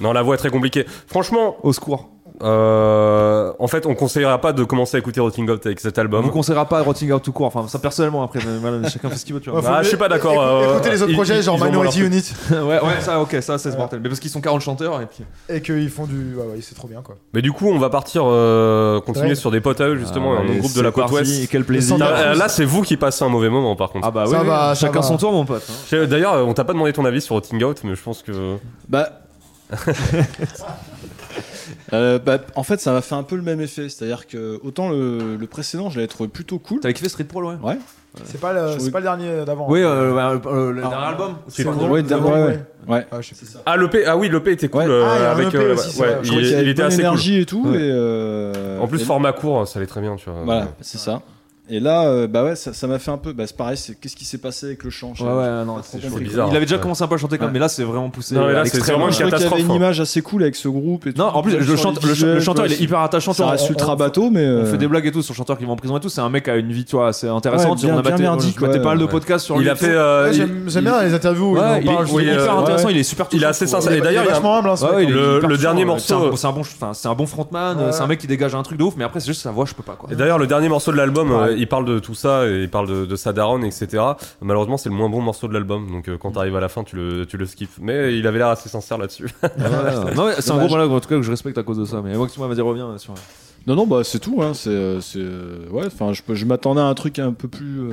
Non la voix est très compliquée. Franchement, Au secours. Bah, euh, en fait on conseillera pas de commencer à écouter Rotting Out avec cet On album. vous conseillera pas Rotting Out tout court. Enfin, ça personnellement, après, mais voilà, chacun fait ce qu'il veut, tu vois. Ouais, Bah, faut- je suis pas d'accord, écoute- euh, Écoutez les autres ils- projets, ils- genre ils ont Minority leur- Unit, Bah, ouais, ouais, ça, ok, ça, c'est ce mortel. Mais parce qu'ils sont 40 chanteurs et puis. et qu'ils font du. Ouais, ouais, c'est trop bien quoi. Mais du coup on va partir euh, continuer Ouais. sur des potes à eux justement Ah, un autre et groupe de la c'est côte parti, ouest. Quel plaisir. Le Ah, euh, Là c'est vous qui passez un mauvais moment par contre. Ah bah oui, Ça oui, va, ça chacun va. son tour, mon pote. hein. Chez- D'ailleurs, euh, on t'a pas demandé ton avis sur Rotting Out, mais je pense que. Bah. Euh, bah, en fait, ça m'a fait un peu le même effet. C'est-à-dire que autant le, le précédent, je l'avais trouvé plutôt cool. T'avais kiffé Street Pro, ouais. hein Ouais. C'est pas le, Je c'est pas le dernier d'avant. Oui, hein. euh, bah, euh, le Ah. dernier album. C'est C'est cool. le Ouais, dernier, ouais, ouais. Ouais. Ah, je sais plus. Ah, l'EP, ah oui, l'EP était cool. Ouais. euh, Ah, il y a un avec, EP euh, aussi, c'est ouais, vrai. il, Je trouvais qu'il y il avait était bonne assez énergie et tout. Ouais. et, euh, cool. En plus, et- format court, ça allait très bien, tu vois. Voilà, c'est ça. Et là, euh, bah ouais, ça ça m'a fait un peu. Bah, c'est pareil, c'est qu'est-ce qui s'est passé avec le chant je- Ouais, ouais, non, c'est trop chaud. bizarre. Il avait déjà Ouais. commencé un peu à chanter quand même, mais Ouais. là, c'est vraiment poussé. euh, Non, mais là, à c'est l'extrême. vraiment Je trouvais qu'il y avait catastrophe, une hein. image assez cool avec ce groupe. Et Non, tout. en plus, Sur le, les chante- le ch- visuels, le chanteur, il est sur- hyper attachant. Ça on- reste on- ultra bateau, mais. On euh, fait des blagues et tout sur le chanteur qui va en prison et tout. C'est un mec qui a une vie, tu vois, assez intéressante. Ouais, bien- on a bien batté, merdique, je battais ouais. pas mal de Ouais. podcasts sur Il lui a et fait. tout. euh, Ouais, il- J'aime j'aime bien les interviews où il Ouais, en il, parle, est- je oui, il est trouve. euh, hyper ouais. intéressant, il est super Il est touchant, assez je trouve. sincère. Et Il est d'ailleurs, il y a- vachement humble, hein, ce Ouais, mec. il est Le- hyper le chaud, dernier ouais. morceau- C'est un bon- c'est un, bon, enfin, c'est un bon frontman. Ouais. C'est un mec qui dégage un truc de ouf, mais après c'est juste sa voix, je peux pas quoi. et d'ailleurs, le dernier morceau de l'album, euh, Ouais. il parle de tout ça, et il parle de, de sa daronne, etc. Malheureusement, c'est le moins bon morceau de l'album, donc euh, quand t'arrives à la fin, tu le, tu le skips. Mais il avait l'air assez sincère là-dessus. Ouais. Non, mais c'est un Dommage. gros malade en tout cas que je respecte à cause de ça. Mais moi, vas-y, reviens sur. Non, non, bah c'est tout. Hein. C'est, euh, c'est, euh, ouais, enfin, je, peux- je m'attendais à un truc un peu plus. euh,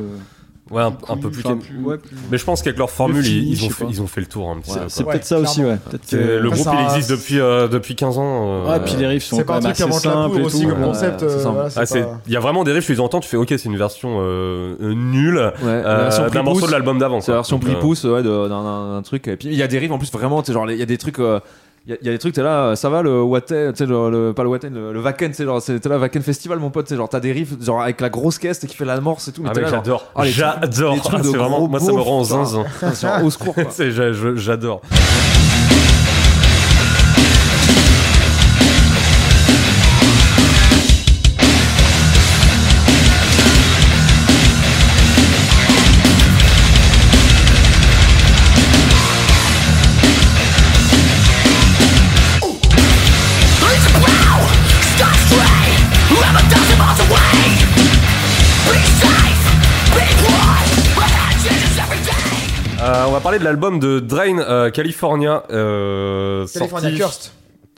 Ouais, un, un peu plus plus. enfin, calme. plus- ouais, plus- Mais je pense qu'avec leur formule, ils, ils fini, ont je sais fait, pas. ils ont fait le tour hein, un petit Ouais, peu, c'est quoi. peut-être ça aussi, clairement. ouais. Peut-être C'est- que- Le Après, groupe, ça- il existe depuis, euh, depuis 15 ans. euh, Ouais, puis les riffs sont C'est pas quand un même truc qui assez invente la simples poudre et aussi tout. comme ouais. concept. c'est euh, ça. voilà, c'est Ah, c'est- pas- Il y a vraiment des riffs, tu les entends, tu fais ok, c'est une version euh, euh, nulle Ouais, euh, la version d'un morceau pripousse. de l'album d'avant. C'est la quoi. version Donc, prix euh, pouce ouais, de- d'un- d'un d'un truc. Et puis il y a des rives en plus vraiment, tu sais, genre il y a des trucs. euh, Il y, a- il y a des trucs, t'es là, euh, ça va le Watten, tu sais, le, le- pas le Watten, le, le Wacken, tu sais, genre, c'est- t'es là, Wacken Festival, mon pote, tu sais, genre, t'as des riffs, genre, avec la grosse caisse, t'es qui fait l'amorce et tout, mais Ah t'es mec, là, genre, j'adore, Ah, les trucs- j'adore. les trucs de c'est vraiment, gros moi ça me beaufs, rend putain. zinzin. putain, c'est genre, au secours, quoi. C'est- j'a- je- J'adore. Euh, on va parler de l'album de Drain euh, California. Euh, California sorti- Cursed.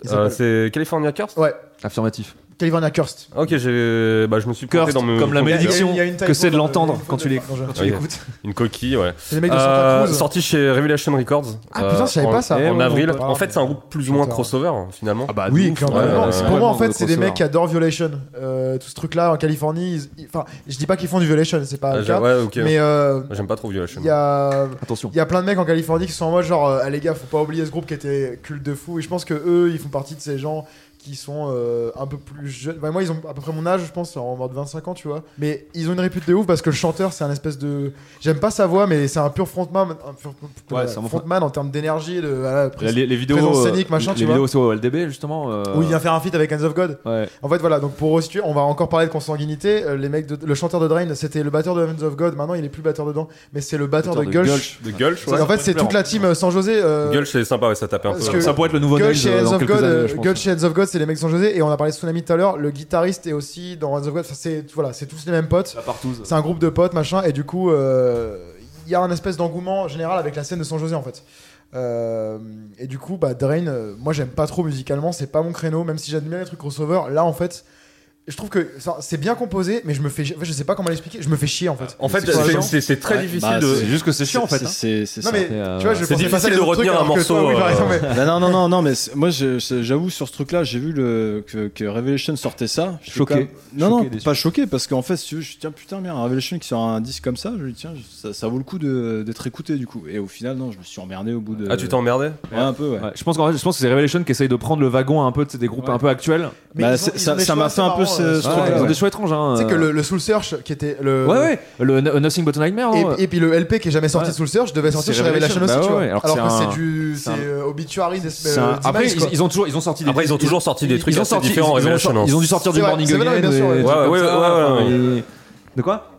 Il Euh, s'appelle. c'est California Cursed Ouais, Affirmatif. California Cursed. Ok, j'ai, bah, je me suis planté Cursed, dans mes- comme la Ok. Il y a- il y a- malédiction, il y a une que c'est de typo, l'entendre euh, une quand tu l'é- faute de- quand tu Ouais. l'écoutes. Une coquille, ouais. C'est les mecs de Euh, Santa Cruz. sorti chez Revelation Records. euh, Ah, putain, je savais en- pas ça. En Ouais, avril. on peut pas, En fait, c'est un mais- groupe plus ou moins crossover finalement. bah, Oui, de ouf, clairement. ouais, Non, ouais, c'est- ouais. pour moi, en Vraiment fait, c'est des crossover. mecs qui adorent Violation. Euh, tout ce truc-là en Californie, ils- ils- enfin, je dis pas qu'ils font du Violation, c'est pas Ah, le j'ai- cas. ouais, ok. Mais euh, J'aime pas trop Violation. il y a. Attention. Il y a plein de mecs en Californie qui sont en mode genre, euh, ah les gars, faut pas oublier ce groupe qui était culte de fou. Et je pense que eux, ils font partie de ces gens qui sont euh, un peu plus jeunes. Bah, moi, ils ont à peu près mon âge, je pense, en mode 25 ans, tu vois. Mais ils ont une répute de ouf parce que le chanteur, c'est un espèce de. J'aime pas sa voix, mais c'est un pur frontman, un pur- Ouais, c'est un bon frontman en termes d'énergie, de. voilà, Les, les- les vidéos, présence euh, scénique, machin, tu les vois. vidéos aussi au LDB, justement. euh, Où il vient faire un feat avec Hands of God. Ouais. En fait, voilà, donc pour resituer, on va encore parler de consanguinité. Euh, Les mecs de- le chanteur de Drain, c'était le batteur de Hands of God. Maintenant, il est plus batteur dedans, mais c'est le batteur, de, Gulch. De Gulch, En fait, c'est toute la team euh, San José. euh, Gulch, c'est sympa, ouais, ça tapait un peu. Parce là. que- Ça pourrait être le nouveau Gulch Noise, et euh, Hands dans of quelques God, années, euh, je pense. Gulch et Hands of God, c'est les mecs de San José et on a parlé de Tsunami tout à l'heure. Le guitariste est aussi dans Hands of God. Enfin, c'est voilà, c'est tous les mêmes potes. La partouze. C'est un groupe de potes machin et du coup, euh, il y a un espèce d'engouement général avec la scène de San José en fait. Euh, et du coup, bah Drain, euh, moi j'aime pas trop musicalement, c'est pas mon créneau. Même si j'admire les trucs crossover, là en fait, je trouve que ça- c'est bien composé, mais je me fais, chi- en fait, je sais pas comment l'expliquer, je me fais chier en Ah, fait. En fait, C'est quoi, c'est- genre c'est c'est très Ouais, difficile bah, de. C'est juste que c'est chiant en fait. C'est- hein. C'est c'est Non ça. mais c'est, euh, tu vois, je c'est pensais pas ça difficile les de autres trucs, retenir un alors que toi, morceau, oui, par euh, exemple, mais- Bah non, non, non, non, mais c'est- moi, je- je- j'avoue, sur ce truc-là, j'ai vu le, que, que Revelation sortait ça. j'étais Choqué. quand même- Non, Choqué, non, déçu. pas choqué, parce qu'en fait, si tu veux, je suis tiens, putain, merde, Revelation qui sort un disque comme ça, je lui dis, tiens, ça, ça vaut le coup de- d'être écouté, du coup. Et au final, non, je me suis emmerdé au bout de. Ah, tu t'emmerdais Ouais, un peu, ouais. Ouais, je pense qu'en fait, je pense que c'est Revelation qui essaye de prendre le wagon un peu tu sais, des groupes un peu actuels. mais Bah, ils ont- c'est- ils ça- ont des ça m'a choix fait un assez peu marrants, ce- euh, ce sur Ouais, truc-là, les- ils ont ouais. des choix étranges. Hein, Tu sais que euh. le, le Soul Search qui était le. Ouais, ouais, le No- Nothing But a Nightmare. euh. non, Et, et puis le LP qui est jamais sorti Ouais. de Soul Search devait sortir C'est chez Revelation aussi, Revelation, tu bah vois. ouais, alors, alors que que c'est c'est un- du. c'est C'est un- euh, Obituaries des. C'est un- Après, ils, ils ont toujours, ils ont sorti. des- Après, ils ont toujours sorti des trucs ils ont assez sorti différents. Ils, ont, Revelation, sorti- hein. ils ont dû sortir C'est du vrai, Morning c'est vrai, Again. bien sûr, et ouais. des Ouais, trucs comme ouais, ça, ouais, enfin, ouais, et- De quoi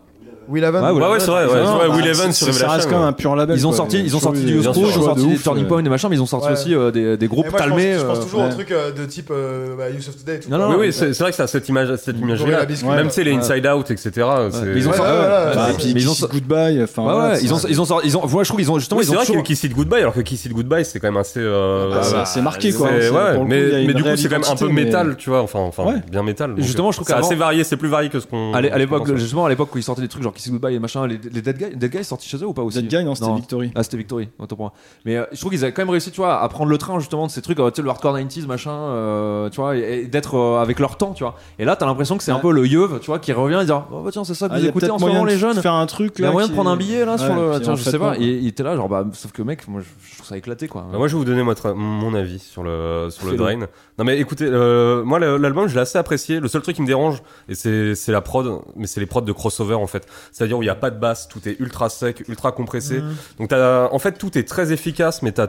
Will Haven. Ouais, Ouais, ouais, c'est vrai. Ouais, Ils ont- ouais, bah, Will Evans C'est- sur Ça reste Revelation. quand même un pur label. Ils ont quoi. sorti, ils ont Toujours sorti eu du des- bien sûr, Screw, ils ont ouais, sorti de des ouf, Turning ouais. Point, des machins, mais ils ont sorti Ouais. aussi euh, des des groupes Et moi, je pense- palmés. Je pense euh, toujours ouais. au truc euh, de type euh, bah, Use of Today. tu Non, vois. non, Oui, ouais. oui, c'est c'est vrai que ça a cette image, cette image Gorilla là. Biscuit, Même ouais. tu sais, les Inside Out, etc. c'est- Mais ils ont sorti- ouais, Ouais, ouais, ouais, ouais. Bah, ouais, et puis, Mais ils ont Kiss It Goodbye, enfin. Ouais, voilà, ouais, c'est- ils ont, ils ont sorti, ils ont, moi je trouve qu'ils ont justement, Oui, ils c'est ont vrai que toujours- Kiss It Goodbye, alors que Kiss It Goodbye, c'est quand même assez. euh, Bah, euh, c'est- c'est marqué, c'est- quoi. ouais, C'est- pour le coup, il y a mais, mais une du coup, réelle c'est quand même un peu identité, mais- métal, tu vois. Enfin, enfin Ouais. bien métal. donc, Justement, je trouve C'est qu'avant- assez varié, c'est plus varié que ce qu'on. À l'é- à l'époque, qu'on pense. justement, à l'époque où ils sortaient des trucs genre Kiss It Goodbye et machin, les, les Dead Guys, Dead Guys sortis chez eux ou pas aussi Dead Guy, non, c'était Victory. Ah, c'était Victory, autant pour moi. Mais euh, je trouve qu'ils avaient quand même réussi, tu vois, à prendre le train justement de ces trucs, euh, tu sais, le hardcore 90s, machin, euh, tu vois, et, et d'être euh, avec leur temps, tu vois. Et là, t'as l'impression que c'est un Ouais. peu le yeuve, tu vois, qui revient et dire, oh, bah, tiens, c'est ça que Ah, il vous y a écoutez peut-être en ce moyen moment, de les jeunes. Faire un truc, Il y là. a moyen de qui- prendre un billet là sur Ouais, le. puis en Tiens, je fait, sais non, pas. quoi. Et il était là, genre, bah, sauf que mec, moi je je trouve ça éclaté quoi. Bah, moi, je vais vous donner votre- mon avis sur le, sur le Fais-le. Drain. Non, mais écoutez, euh, moi, le- l'album, je l'ai assez apprécié. Le seul truc qui me dérange, et c'est c'est la prod, mais c'est les prods de crossover, en fait. C'est-à-dire où il n'y a pas de basse, tout est ultra sec, ultra compressé. Mmh. Donc, t'as- en fait, tout est très efficace, mais t'as.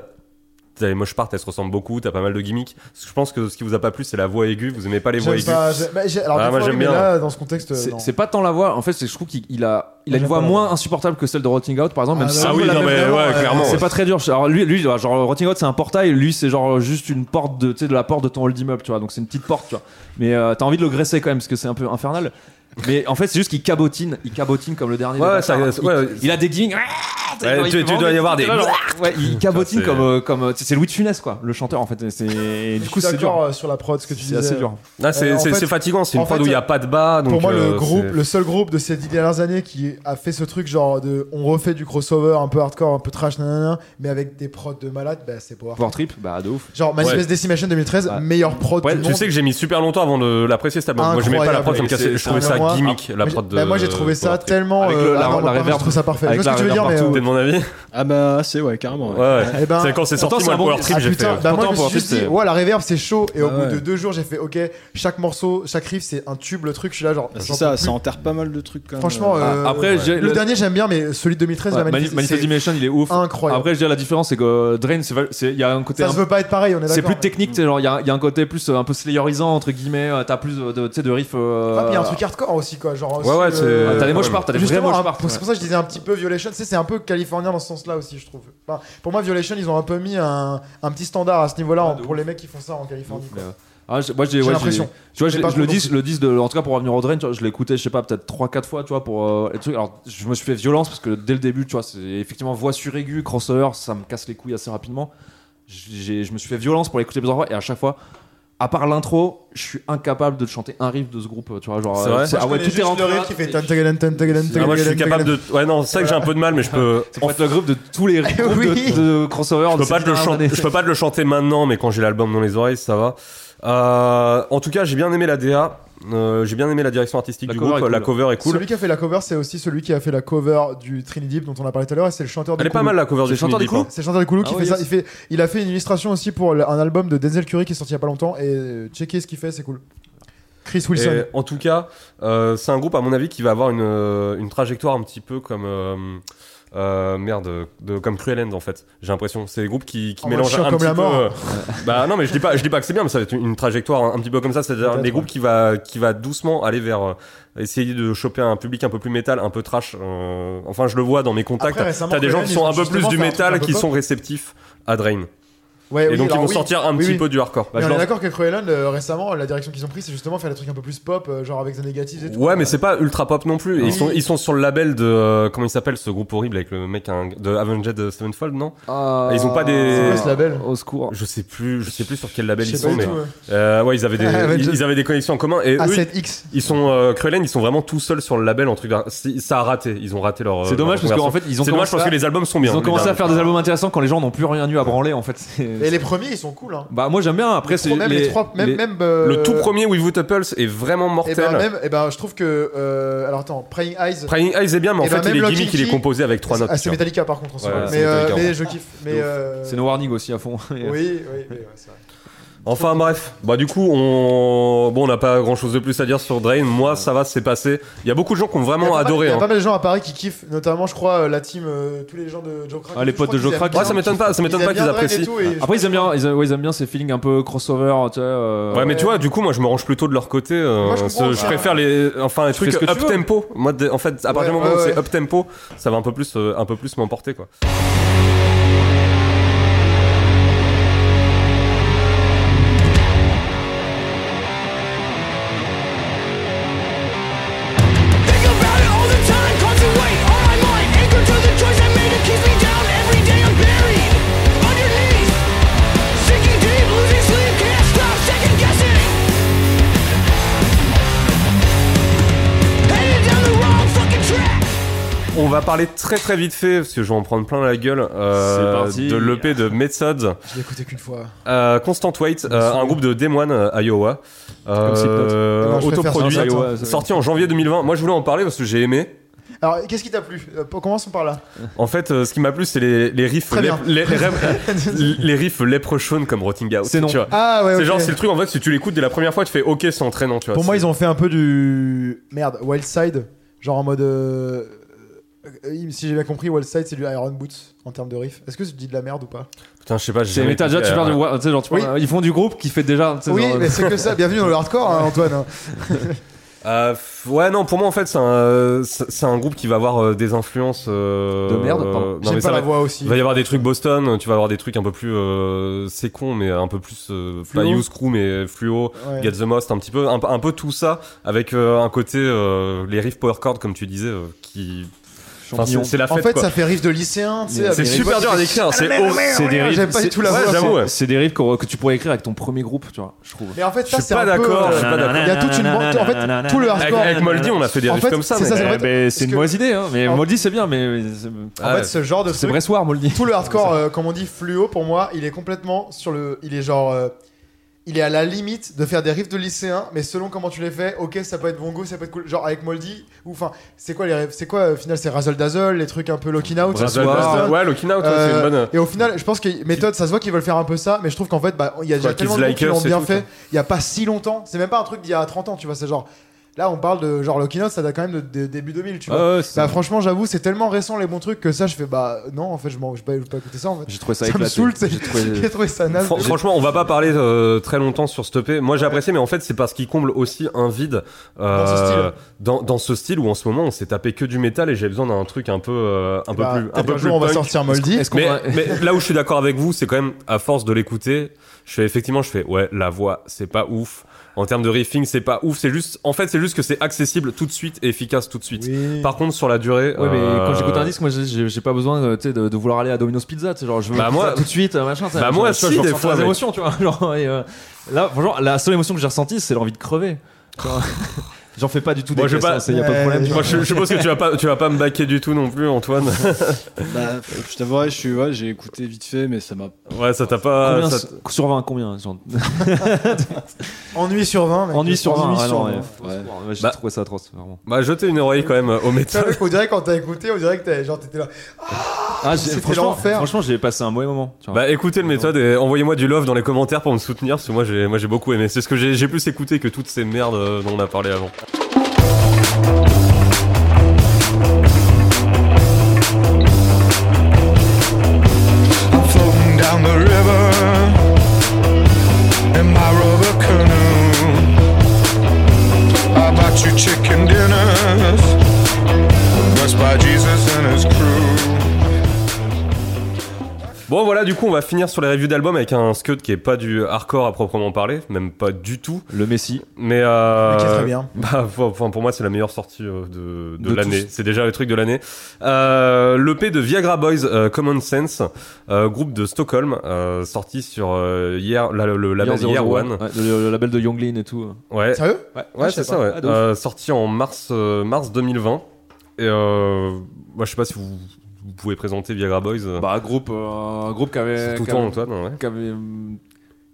T'as les moches parts, elles se ressemblent beaucoup, t'as pas mal de gimmicks. Parce que Je pense que ce qui vous a pas plu, c'est la voix aiguë, vous aimez pas les voix J'aime aiguës. pas. j'ai- bah, j'ai- Alors, Ah, des moi, fois, j'aime mais bien. là, dans ce contexte. euh, C'est- non. C'est pas tant la voix, en fait, c'est- je trouve qu'il il a, il a Moi, une j'aime voix pas la moins voix. insupportable que celle de Rotting Out, par exemple, même Ah, si Ah bah oui, la non, même mais vraiment, ouais, euh, clairement, C'est pas très dur. Alors lui, lui genre Rotting Hot, c'est un portail. Lui, c'est genre juste une porte de, tu sais, de la porte de ton old immeuble, tu vois. Donc c'est une petite porte, tu vois. Mais euh, t'as envie de le graisser quand même parce que c'est un peu infernal. Mais en fait, c'est juste qu'il cabotine, il cabotine comme le dernier. Ouais, des ça- bâtards. ouais, il, il a des gimmicks. Ouais, tu- tu dois y avoir des- Ouais, il cabotine c'est- comme, euh, comme euh, c'est c'est Louis de Funès quoi, le chanteur en fait. C'est et Je du suis coup c'est d'accord, dur. euh, sur la prod, ce que tu C'est disais. assez dur. Ah, c'est Euh, en c'est- fait- c'est fatigant, c'est une en prod fait, où il n'y a pas de bas. Donc, Pour moi, euh, le groupe, c'est- le seul groupe de ces dix dernières années qui a fait ce truc genre de, on refait du crossover un peu hardcore, un peu trash, nanana, mais avec des prods de malade, bah c'est Power. Power trip, bah de ouf. Genre Manifest Ouais. Decimation 2013, Ouais. meilleure prod Ouais, du tu monde. sais que j'ai mis super longtemps avant de l'apprécier cet album. Moi, j'aimais pas la prod, ça me Incroyable. cassait. Je trouvais ça Moi, gimmick, la Mais prod j'ai- de. bah, moi j'ai trouvé ça Power Trip. tellement. Avec euh, le- la- la ah non, bah, par contre, reverb. je trouve ça parfait. Je Avec vois ce la que tu veux reverb dire, mais. partout. T'es euh, de mon avis Ah, bah, c'est, ouais, carrément. Ouais. ouais. Eh ben, c'est quand c'est sorti, pourtant, moi, c'est le un Power bon- Trip, ah, j'ai fait. putain, ouais. bah, Pourtant, moi je me pour suis juste artiste, dit, c'est- ouais, la reverb c'est chaud. Et au Ah bout ouais. de deux jours, j'ai fait, ok, chaque morceau, chaque riff c'est un tube le truc. Je suis là, genre. Bah, c'est j'en ça, peux ça plus. enterre pas mal de trucs quand même. Franchement, Euh, euh, Ah, Après, ouais. j'ai- le dernier j'aime bien, mais celui de 2013, la Ouais, Manif- Manifest, Manifest c'est Dimension, il est ouf. incroyable. Après, je veux dire, la différence, c'est que Drain, c'est val- c'est- il y a un côté ça un se veut pas être pareil, on est Ah, d'accord. C'est plus mais- technique, t'sais, genre il y, a il y a un côté plus euh, un peu slayerisant entre guillemets, euh, t'as plus euh, de, t'sais, de riff. euh, Ah, puis il y a un truc hardcore aussi, quoi. Genre, aussi, ouais, euh, c'est- euh, t'as des Ouais, moches ouais. parts, t'as des vrais Justement, moches hein, parts. c'est pour ça que je disais un petit peu Violation. Tu sais, c'est un peu californien dans ce sens-là aussi, je trouve. Enfin, pour moi, Violation, ils ont un peu mis un, un petit standard à ce niveau-là en- de pour les mecs qui font ça en Californie. Mais, euh, ah, j'ai- moi j'ai J'ai ouais, l'impression. j'ai- Tu vois, Mais je- pas je le trop non dis, le dis de, en tout cas pour revenir au drain, tu vois, je l'ai écouté, je sais pas, peut-être 3-4 fois, tu vois, pour euh, les trucs. Alors, je me suis fait violence parce que dès le début, tu vois, c'est effectivement voix suraiguë, crossover, ça me casse les couilles assez rapidement. J'ai- Je me suis fait violence pour l'écouter plusieurs fois et à chaque fois, à part l'intro, je suis incapable de chanter un riff de ce groupe, tu vois, genre. C'est euh, vrai c'est- Moi, je connais juste rentré le riff là, qui fait et- tan, tagalan, tan, tagalan, Ah, moi, je suis tagalan, capable tagalan. de. Ouais, non, c'est ça que j'ai un peu de mal, mais je peux. C'est quoi le groupe de tous les groupes Oui. de, de crossover Je peux, pas te le chan- je peux pas te le chanter maintenant, mais quand j'ai l'album dans les oreilles, ça va. Euh, en tout cas, j'ai bien aimé la DA. euh, j'ai bien aimé la direction artistique La du cover groupe. est cool. La cover est cool. Celui qui a fait la cover, c'est aussi celui qui a fait la cover du Trinity Deep dont on a parlé tout à l'heure, et c'est le chanteur de Elle est pas mal, la cover C'est du le chanteur Trinity des Deep, C'est le chanteur de Koulou Ah qui ouais, fait ça. yes. Il, fait, il a fait une illustration aussi pour le- un album de Denzel Curry qui est sorti il y a pas longtemps. Et euh, checkez ce qu'il fait, c'est cool. Chris Wilson. Et en tout cas, euh, c'est un groupe, à mon avis, qui va avoir une, euh, une trajectoire un petit peu comme. euh, euh, merde, de, comme Cruel End en fait, j'ai l'impression. C'est des groupes qui, qui En mélangent marchant un comme petit la mort. peu. euh, bah non, mais je dis pas, je dis pas que c'est bien, mais ça va être une, une trajectoire un, un petit peu comme ça, c'est-à-dire Peut-être, des groupes qui va, qui va doucement aller vers euh, essayer de choper un public un peu plus métal, un peu trash. euh, enfin, je le vois dans mes contacts. Après, récemment, T'as des gens Cruel qui End, sont ils un ont peu justement plus du fait un truc un métal, peu qui pop. sont réceptifs à Drain. Ouais, Et oui, donc ils alors vont oui. sortir un Oui, petit oui. peu du hardcore. Bah, mais je on est lance- d'accord que Cruellon, euh, récemment, la direction qu'ils ont pris, c'est justement faire des trucs un peu plus pop, euh, genre avec des négatifs et tout. Ouais, mais c'est pas ultra pop non plus. Et Oui. Ils sont ils sont sur le label de euh, comment il s'appelle ce groupe horrible avec le mec hein, de Avenged Sevenfold, non Ah, Ils ont pas des- C'est quoi ce label Au secours. Je sais plus, je sais plus sur quel label Je ils sais pas sont, du Euh, mais tout. ouais. Ah, euh, ouais, ils avaient des Avenged. ils, ils avaient des connexions en commun Ah, et eux, A7X. ils sont euh, Krellen, ils sont vraiment tout seuls sur le label en truc. c'est- Ça a raté, ils ont raté leur. euh, C'est dommage leur parce qu'en conversion. fait, ils ont c'est dommage commencé parce à- que les hein, albums sont bien. Ils ont les commencé à derniers. faire des albums intéressants quand les gens n'ont plus rien eu à branler en fait. Et C'est- les premiers, ils sont cool. Hein. Bah moi j'aime bien. Après Ils c'est font même les, trois. Même, les- même, euh, Le tout premier We Vote Apples est vraiment Et mortel. ben, même, et ben, je trouve que. euh, alors attends, Praying Eyes. Praying Eyes est bien, mais en Et ben, fait, il même est Lucky gimmick, il est Key, composé avec trois notes. Ah, c'est tiens. Metallica par contre en ce Ouais, moment. c'est Mais, euh, Metallica, mais ouais. je kiffe. Mais, ouf. euh, C'est No Warning aussi à fond. Et, euh, Oui, oui, oui. ouais, c'est vrai. Enfin bref, bah du coup on bon on n'a pas grand chose de plus à dire sur Drain. Moi ça va, c'est passé. Il y a beaucoup de gens qui ont Il y a vraiment pas mal- adoré. Il y a hein. pas mal de gens à Paris qui kiffent, notamment, je crois, euh, la team, euh, tous les gens de Joe Crack. Ah, les Je potes crois de qu'ils Joe aiment Crack, bien- Ouais, ça m'étonne pas, ça m'étonne ils pas aiment qu'ils bien Drake et apprécient. tout, et je- Après ils aiment bien. Ils aiment, ouais, ils aiment bien ces feelings un peu crossover. Tu sais, euh, Ouais mais tu vois du coup moi je me range plutôt de leur côté. euh, Moi, je ce- comprends, je, ouais. préfère les enfin les fais trucs ce que tu up tempo. Moi dé- en fait à partir du Ouais, moment où ouais, c'est ouais. up tempo, ça va un peu plus euh, un peu plus m'emporter quoi. Think about it all the time, concentrate on my mind. Anchor to the choice I made that keeps me down. Every day I'm buried underneath, sinking deep, losing sleep, can't stop second guessing. Headed down the wrong fucking track. On va parler très très vite fait parce que je vais en prendre plein la gueule euh, C'est parti. de l'EP de Methods. Je l'ai écouté qu'une fois. Euh, Constant Wait, euh, un groupe de Demoine euh, Iowa, Comme Slipknot. euh, Ah non, je préfère autoproduit, ça, Iowa, ça- sorti en janvier 2020. Moi je voulais en parler parce que j'ai aimé. Alors, qu'est-ce qui t'a plu Euh, Commençons par là. En fait, euh, ce qui m'a plu, c'est les, les riffs, Très bien. lép- les, les rêves- les riffs leprechaun comme Rotting Out. C'est non. Tu vois. Ah ouais, C'est ok. genre, c'est le truc en fait, si tu l'écoutes dès la première fois, tu fais OK, c'est entraînant, tu vois. Pour moi, C'est- ils ont fait un peu du. Merde, Wildside. Genre en mode. euh, euh, Si j'ai bien compris, Wildside c'est du Iron Boots en termes de riff. Est-ce que je dis de la merde ou pas Putain, je sais pas. j'ai C'est jamais mais t'as déjà écouté, tu euh, parles de- ouais, tu sais, genre, tu Oui. parles- ils font du groupe qui fait déjà tu sais, Oui, genre, euh, mais c'est que ça. Bienvenue dans le hardcore, hein, Antoine. hein. euh, f- ouais, non, pour moi, en fait, c'est un, euh, c'est c'est un groupe qui va avoir euh, des influences. euh, De merde, pardon. euh, non, J'aime mais pas ça la va, voix aussi. il va y avoir des trucs Boston, tu vas avoir des trucs un peu plus. Euh, c'est con, mais un peu plus. euh, pas Fluo. Use Crew, mais fluo. Ouais. Get the Most, un petit peu, un, un peu tout ça, avec euh, un côté euh, les riffs power chord comme tu disais, euh, qui. Enfin, champignons. c'est c'est la En fête. fait, quoi. ça fait riff de lycéen, tu sais. C'est C'est avec des super voix dur à qui- décrire, c'est haut. c'est des riffs. J'aime pas du tout la Ouais, voix. j'avoue, ouais. C'est des riffs qu'on- que tu pourrais écrire avec ton premier groupe, tu vois, je trouve. Mais en fait, Je ça, suis c'est pas un peu, d'accord, euh, je suis pas d'accord. Il y a toute une bande. En fait, tout le Avec, hardcore. avec Moldy, on a fait des En riffs fait, comme ça, c'est mais. ça, c'est Eh vrai. ben, c'est parce une que- mauvaise idée, hein. Mais en- Moldy, c'est bien, mais. mais c'est- ah, En Ouais. fait, ce genre de C'est truc. Bressoir, Moldy. Tout le hardcore, euh, comme on dit, fluo, pour moi, il est complètement sur le. Il est genre. euh, il est à la limite de faire des riffs de lycéens, mais selon comment tu les fais, ok, ça peut être bongo, ça peut être cool. Genre avec Moldy, ou enfin, c'est quoi les riffs C'est quoi, euh, au final, c'est Razzle Dazzle, les trucs un peu Locking Out Brass Band, Boston. Ouais, Looking Out, ouais, c'est une Euh, bonne. euh, Et au final, je pense que méthode, ça se voit qu'ils veulent faire un peu ça, mais je trouve qu'en fait, bah, il y a déjà Quoi, tellement Kids de gens Like qui Us l'ont et bien tout, fait. quoi. Il y a pas si longtemps. C'est même pas un truc d'il y a 30 ans, tu vois. C'est genre, là, on parle de genre Lucky Note, ça date quand même de, de- début 2000, tu vois. Ah ouais, c'est- Bah, franchement, j'avoue, c'est tellement récent les bons trucs que ça, je fais bah non, en fait, je m'en, je vais pas, je vais pas écouter ça en fait. J'ai trouvé ça Ça me éclaté. saoule, c'est- J'ai trouvé- j'ai trouvé ça naze. Fran- franchement, on va pas parler euh, très longtemps sur ce EP. Moi, j'ai Ouais. apprécié, mais en fait, c'est parce qu'il comble aussi un vide euh, Dans ce style. dans, dans ce style où en ce moment, on s'est tapé que du métal et j'ai besoin d'un truc un peu, euh, un peu Bah, plus, peut-être un peu plus jour, on va punk. sortir Moldy. Est-ce qu'on Mais, va- mais là où je suis d'accord avec vous, c'est quand même à force de l'écouter, je fais effectivement, je fais ouais, la voix, c'est pas ouf. En termes de riffing, c'est pas ouf. C'est juste, en fait, c'est juste que c'est accessible tout de suite et efficace tout de suite. Oui. Par contre, sur la durée, Ouais, mais euh, quand j'écoute un disque, moi j'ai- j'ai j'ai pas besoin euh, tu sais, de, de vouloir aller à Domino's Pizza. tu sais, Genre, je veux Bah, moi- ça tout de suite, euh, machin. ça- Bah, je- moi, tu vois, si, je des ressens fois, pas les mec. émotions, tu vois. Genre, et, euh, là, genre, la seule émotion que j'ai ressentie, c'est l'envie de crever. Tu vois. J'en fais pas du tout des Moi, je vais pas- caisses, hein, c'est- y a pas de Ouais, problème. tu Moi, je, je suppose que tu vas pas, tu vas pas me baquer du tout non plus, Antoine. Bah, je t'avouerai, je suis, ouais, j'ai écouté vite fait, mais ça m'a. Ouais, ça t'a Ah, pas. Combien ça- s- sur 20, combien genre Ennui sur 20. mec. Ennui sur 20, ouais, ah non, ouais. Ouais. Ouais, J'ai Bah- trouvé ça atroce, vraiment. Bah, jetez une oreille quand même euh, au Tu sais, métal. mec, on dirait quand t'as écouté, on dirait que t'as- genre t'étais là. Ah, j'ai- c'était franchement, l'enfer. franchement j'ai passé un mauvais moment. tu vois. Bah écoutez le méthode et envoyez-moi du love dans les commentaires pour me soutenir parce que moi j'ai moi j'ai beaucoup aimé. C'est ce que j'ai j'ai plus écouté que toutes ces merdes euh, dont on a parlé avant. I'm floating down the river in my rubber canoe. I bought you chicken dinners, blessed by Jesus and his crew. Bon voilà, du coup, on va finir sur les reviews d'albums avec un Scud qui est pas du hardcore à proprement parler, même pas du tout. Le Messi. Mais, euh, Mais qui est très bien. Bah, pour, enfin, pour moi, c'est la meilleure sortie euh, de, de, De l'année. tous. C'est déjà le truc de l'année. Euh, L'EP de Viagra Boys, euh, Common Sense, euh, groupe de Stockholm, euh, sorti sur euh, hier, la, le, le label Year Zero Year Zero. One. Ouais, le, le label de Younglin et tout. Ouais, Sérieux Ouais, ouais c'est ça, ouais. Ah, de ouf. Euh, sorti en mars, euh, mars 2020. Et euh, bah, je sais pas si vous, vous pouvez présenter Viagra Boys. euh, Bah, groupe, euh, groupe qui avait. c'est tout le qui temps, avait- Antoine, ouais. qui avait, hum,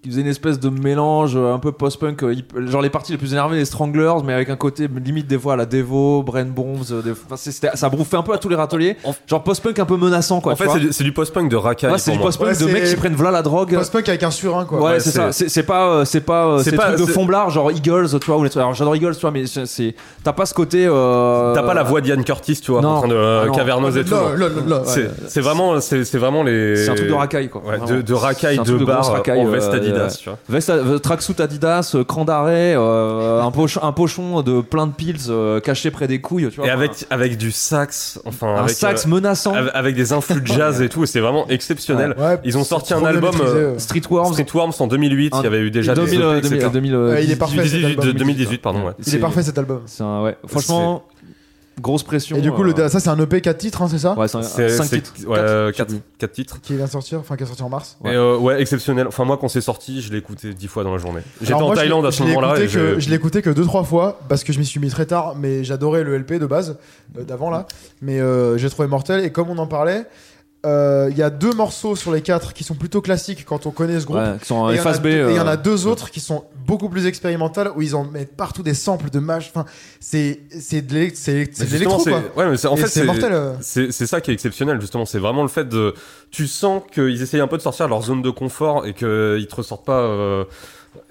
qui faisait une espèce de mélange euh, un peu post-punk euh, hip- genre les parties les plus énervées les Stranglers mais avec un côté limite des fois à la Devo Brain Bombs euh, des- enfin, c'est- c'était- ça brouffait un peu à tous les râteliers genre post-punk un peu menaçant quoi en tu fait, vois. c'est du, c'est du post-punk de Rakai. Ouais, c'est du pour moi. post-punk Ouais, de c'est- mecs qui prennent voilà la drogue Post-punk avec un surin, quoi. ouais, Ouais, c'est c'est- ça c'est c'est pas euh, c'est pas euh, C'est ces pas- trucs de c'est- fomblard genre Eagles tu vois ou les trucs- alors j'adore Eagles tu vois mais c'est- c'est t'as pas ce côté euh, T'as pas la voix de Ian Curtis, tu vois, Non. en train de euh, Ah non. caverneuse et tout. Là, là, là, là. C'est c'est vraiment, c'est c'est vraiment les. c'est un truc de racaille quoi Ouais, de, Vraiment. de racaille, C'est un de truc de grosse bar, racaille, en veste euh, Adidas, euh, tu vois. Veste, euh, tracksuit Adidas, euh, cran d'arrêt, euh, un, poch- un pochon de plein de pills euh, caché près des couilles, tu vois. Et Enfin, avec, avec du sax, enfin, un, un avec, sax euh, menaçant, avec, avec des influx de jazz et tout, et c'est vraiment exceptionnel. Ouais, Ils ont c'est sorti trop un bien album, maîtrisé, euh, ouais. Street Worms, Street Worms en 2008, un- il y avait eu déjà 2000, des. euh, EP, 2000, etc. euh, 2000, euh, Ouais, il est 18, parfait, cet 2018, album. hein. 2018, pardon, ouais. Il est parfait cet album. C'est un- ouais. Franchement, grosse pression. Et du coup, euh, le, ça c'est un EP 4 titres, hein, c'est ça ouais, c'est un- C'est- cinq c'est- titres. ouais, Quatre. euh, quatre- quatre titres. Qui vient de sortir, enfin qui est sorti en mars. Et, euh, ouais, exceptionnel. Enfin, moi, quand c'est sorti, je l'ai écouté dix fois dans la journée. J'étais Alors en moi, je l'ai- Thaïlande à ce je l'ai moment-là. écouté et que- j'ai- Je l'ai écouté que deux trois fois parce que je m'y suis mis très tard, mais j'adorais le LP de base euh, d'avant là. Mais euh, j'ai trouvé mortel et comme on en parlait, euh, il y a deux morceaux sur les quatre qui sont plutôt classiques quand on connaît ce groupe. Ouais, qui sont en Et il y en a FASB. deux- et il y en euh, a deux autres qui sont beaucoup plus expérimentales où ils en mettent partout des samples de match. Enfin, c'est c'est de l'é- c'est- c'est Mais de justement, l'électro c'est- quoi. ouais, mais c'est- en Et fait, c'est mortel. euh. C'est c'est ça qui est exceptionnel justement, c'est vraiment le fait de... Tu sens qu'ils essayent un peu de sortir de leur zone de confort et qu'ils te ressortent pas... euh,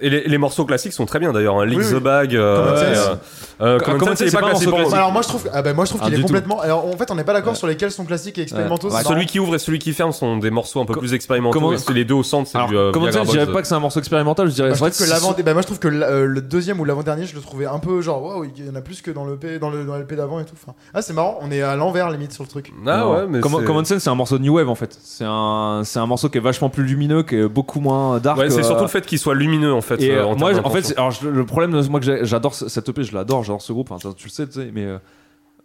Et les, les morceaux classiques sont très bien d'ailleurs, hein. Lick Oui, oui. the Bag, euh, Common ouais, Sense. euh, euh, Co- Common Common Sense, il Sense, est c'est pas pas un classé morceau pour- classique. Alors moi je trouve, ah ben, moi je trouve Ah, qu'il est du tout. complètement. Alors en fait on n'est pas d'accord Ouais. sur lesquels sont classiques et expérimentaux. Ouais. c'est Bah, Celui marrant. qui ouvre et celui qui ferme sont des morceaux un peu Co- plus expérimentaux Common- et c'est les deux au centre, c'est Alors, du euh, comment Viagra dire, je dirais Boys. pas que c'est un morceau expérimental, je dirais. Bah, je c'est vrai trouve que que l'avant, bah, moi je trouve que l- euh, le deuxième ou l'avant dernier, je le trouvais un peu genre waouh, il y en a plus que dans le P, dans le dans l'LP d'avant et tout. Enfin, ah c'est marrant, on est à l'envers limite sur le truc. Ah ouais, mais Common, c'est- Common Sense, c'est un morceau de New Wave en fait. C'est un, c'est un morceau qui est vachement plus lumineux, qui est beaucoup moins dark. Ouais, c'est euh, surtout le fait qu'il soit lumineux en fait. Et euh, euh, en moi, termes en fait, d'intention. c'est- alors je- le problème, de- moi que j'ai- j'adore ce- cette EP, je l'adore, j'adore ce groupe. hein, ça, tu le sais, tu sais, mais euh,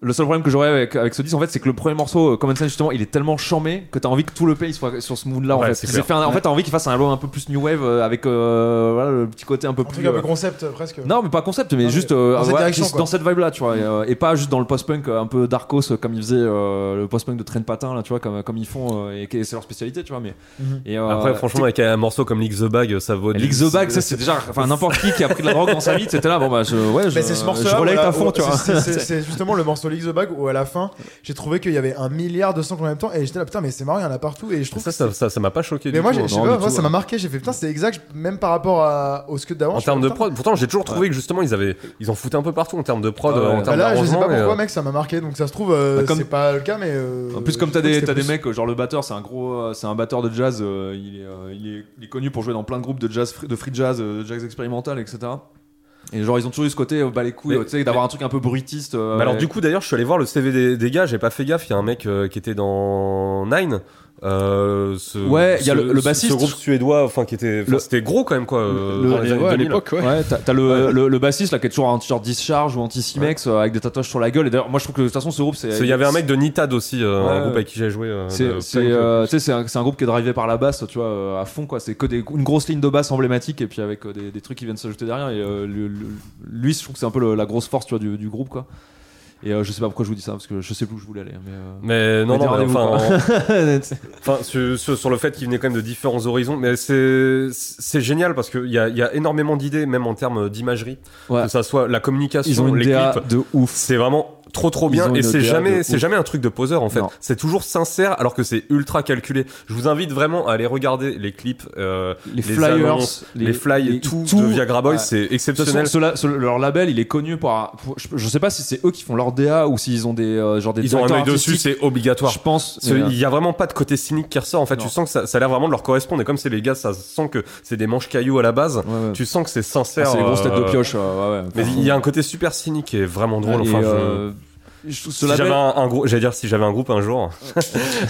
le seul problème que j'aurais avec, avec ce disque, en fait, c'est que le premier morceau, euh, Common Sense, justement, il est tellement charmé que t'as envie que tout le il soit sur ce mood-là. en Ouais, fait, c'est Ils clair. aient fait un- en fait, t'as envie qu'il fasse un album un peu plus new wave euh, avec euh, voilà, le petit côté un peu Un plus. truc un peu euh, concept euh, presque. non, mais pas concept, mais Non, mais juste euh, dans cette ouais, direction, juste quoi. dans cette vibe-là, tu vois, et, euh, et pas juste dans le post-punk euh, un peu darkos euh, comme ils faisaient euh, le post-punk de Train Patin, là, tu vois, comme, comme ils font, euh, et, que- c'est leur spécialité, tu vois. Mais Mhm. et, euh, Après, franchement, avec un morceau comme Lick the Bag, ça vaut. du- Lick the Bag, ça c'est déjà, enfin n'importe qui qui a pris de la drogue dans sa vie, c'était là, bon bah je, ouais, je, Mais c'est ce morceau je relate à fond, tu vois. C'est justement le morceau Lick the Bag où à la fin, j'ai trouvé qu'il y avait un milliard de samples en même temps et j'étais là putain mais c'est marrant, il y en a partout et je trouve Ça, que ça, ça, ça m'a pas choqué. mais du moi, tout, j'ai- hein. je sais non, pas, du moi, tout, ça m'a ouais. marqué. J'ai fait putain, c'est exact, même par rapport à, au scut d'avant. En je suis termes de putain, prod, pourtant j'ai toujours trouvé que justement ils avaient, ils en foutaient un peu partout en termes de prod, Ah ouais. euh, en Bah termes bah là, je sais d'arrangement. pas mais, pourquoi, euh, mec, ça m'a marqué. Donc ça se trouve, euh, Bah, comme- c'est pas le cas, mais. euh, En plus, comme je t'as trouve que des, c'était t'as des plus- mecs, genre le batteur, c'est un gros, euh, c'est un batteur de jazz, euh, il, est, euh, il, est, il est connu pour jouer dans plein de groupes de jazz, free- de free jazz, euh, de jazz expérimental, etc. Et genre, ils ont toujours eu ce côté, euh, bah les couilles, Mais- euh, tu sais, d'avoir un truc un peu bruitiste. euh, Bah alors et- du coup d'ailleurs je suis allé voir le CV des, des gars, j'ai pas fait gaffe, il y a un mec euh, qui était dans Nine. Euh, ce, Ouais, il y a ce- le- le ce- bassiste. Ce groupe suédois, enfin qui était, enfin, Le- c'était gros quand même quoi. euh, dans les années Ouais, à 2000. l'époque, ouais. Ouais, t'as- t'as le, le, le bassiste là qui est toujours un t-shirt discharge ou anti-simex euh, avec des tatouages sur la gueule. Et d'ailleurs, moi je trouve que de toute façon ce groupe c'est. Parce qu'il y avait un mec de Nitad aussi, euh, un Ouais, groupe ouais. avec qui j'ai joué. euh, de C'est punk. c'est, euh, tu sais, c'est un, c'est un groupe qui est drivé par la basse, tu vois, euh, à fond quoi. C'est que des, une grosse ligne de basse emblématique et puis avec euh, des, des trucs qui viennent s'ajouter derrière. Et euh, le- le- lui, je trouve que c'est un peu le- la grosse force, tu vois, du, du groupe quoi. Et euh, je sais pas pourquoi je vous dis ça parce que je sais plus où je voulais aller. Mais, euh, Mais non, non, Mais mais rendez-vous, enfin, quoi. en- euh, enfin, sur, sur- sur le fait qu'il venait quand même de différents horizons, mais c'est c'est génial parce qu'il y a, il y a énormément d'idées, même en termes d'imagerie, Ouais. que ça soit la ils ont communication, une les DA clips, de ouf. c'est vraiment trop trop Ils bien ont et une c'est DA jamais de c'est ouf. jamais un truc de poseur en fait Non. c'est toujours sincère alors que c'est ultra calculé je vous invite vraiment à aller regarder les clips euh, Les flyers, annonces, les, flyers les- tout, de Viagra Boys Ouais. c'est De toute façon, exceptionnel ceux-là- ceux- leur label, il est connu par. pour- je, je sais pas si c'est eux qui font leur DA ou s'ils ont des euh, genre des. ils ont un directeurs œil dessus artistiques. c'est obligatoire Je pense. C'est- mais, euh, Il y a vraiment pas de côté cynique qui ressort. En fait, Non. tu sens que ça, ça a l'air vraiment de leur correspondre. Et comme c'est les gars, ça sent que c'est des manches cailloux à la base. ouais, ouais. Tu sens que c'est Ah, sincère. c'est les grosses têtes de euh, pioche. euh, ouais, ouais. Mais Enfin, il y a un côté super cynique et vraiment drôle. Et, enfin, je- euh, je- ce Si label- j'avais un, un groupe, j'allais dire si j'avais un groupe un jour,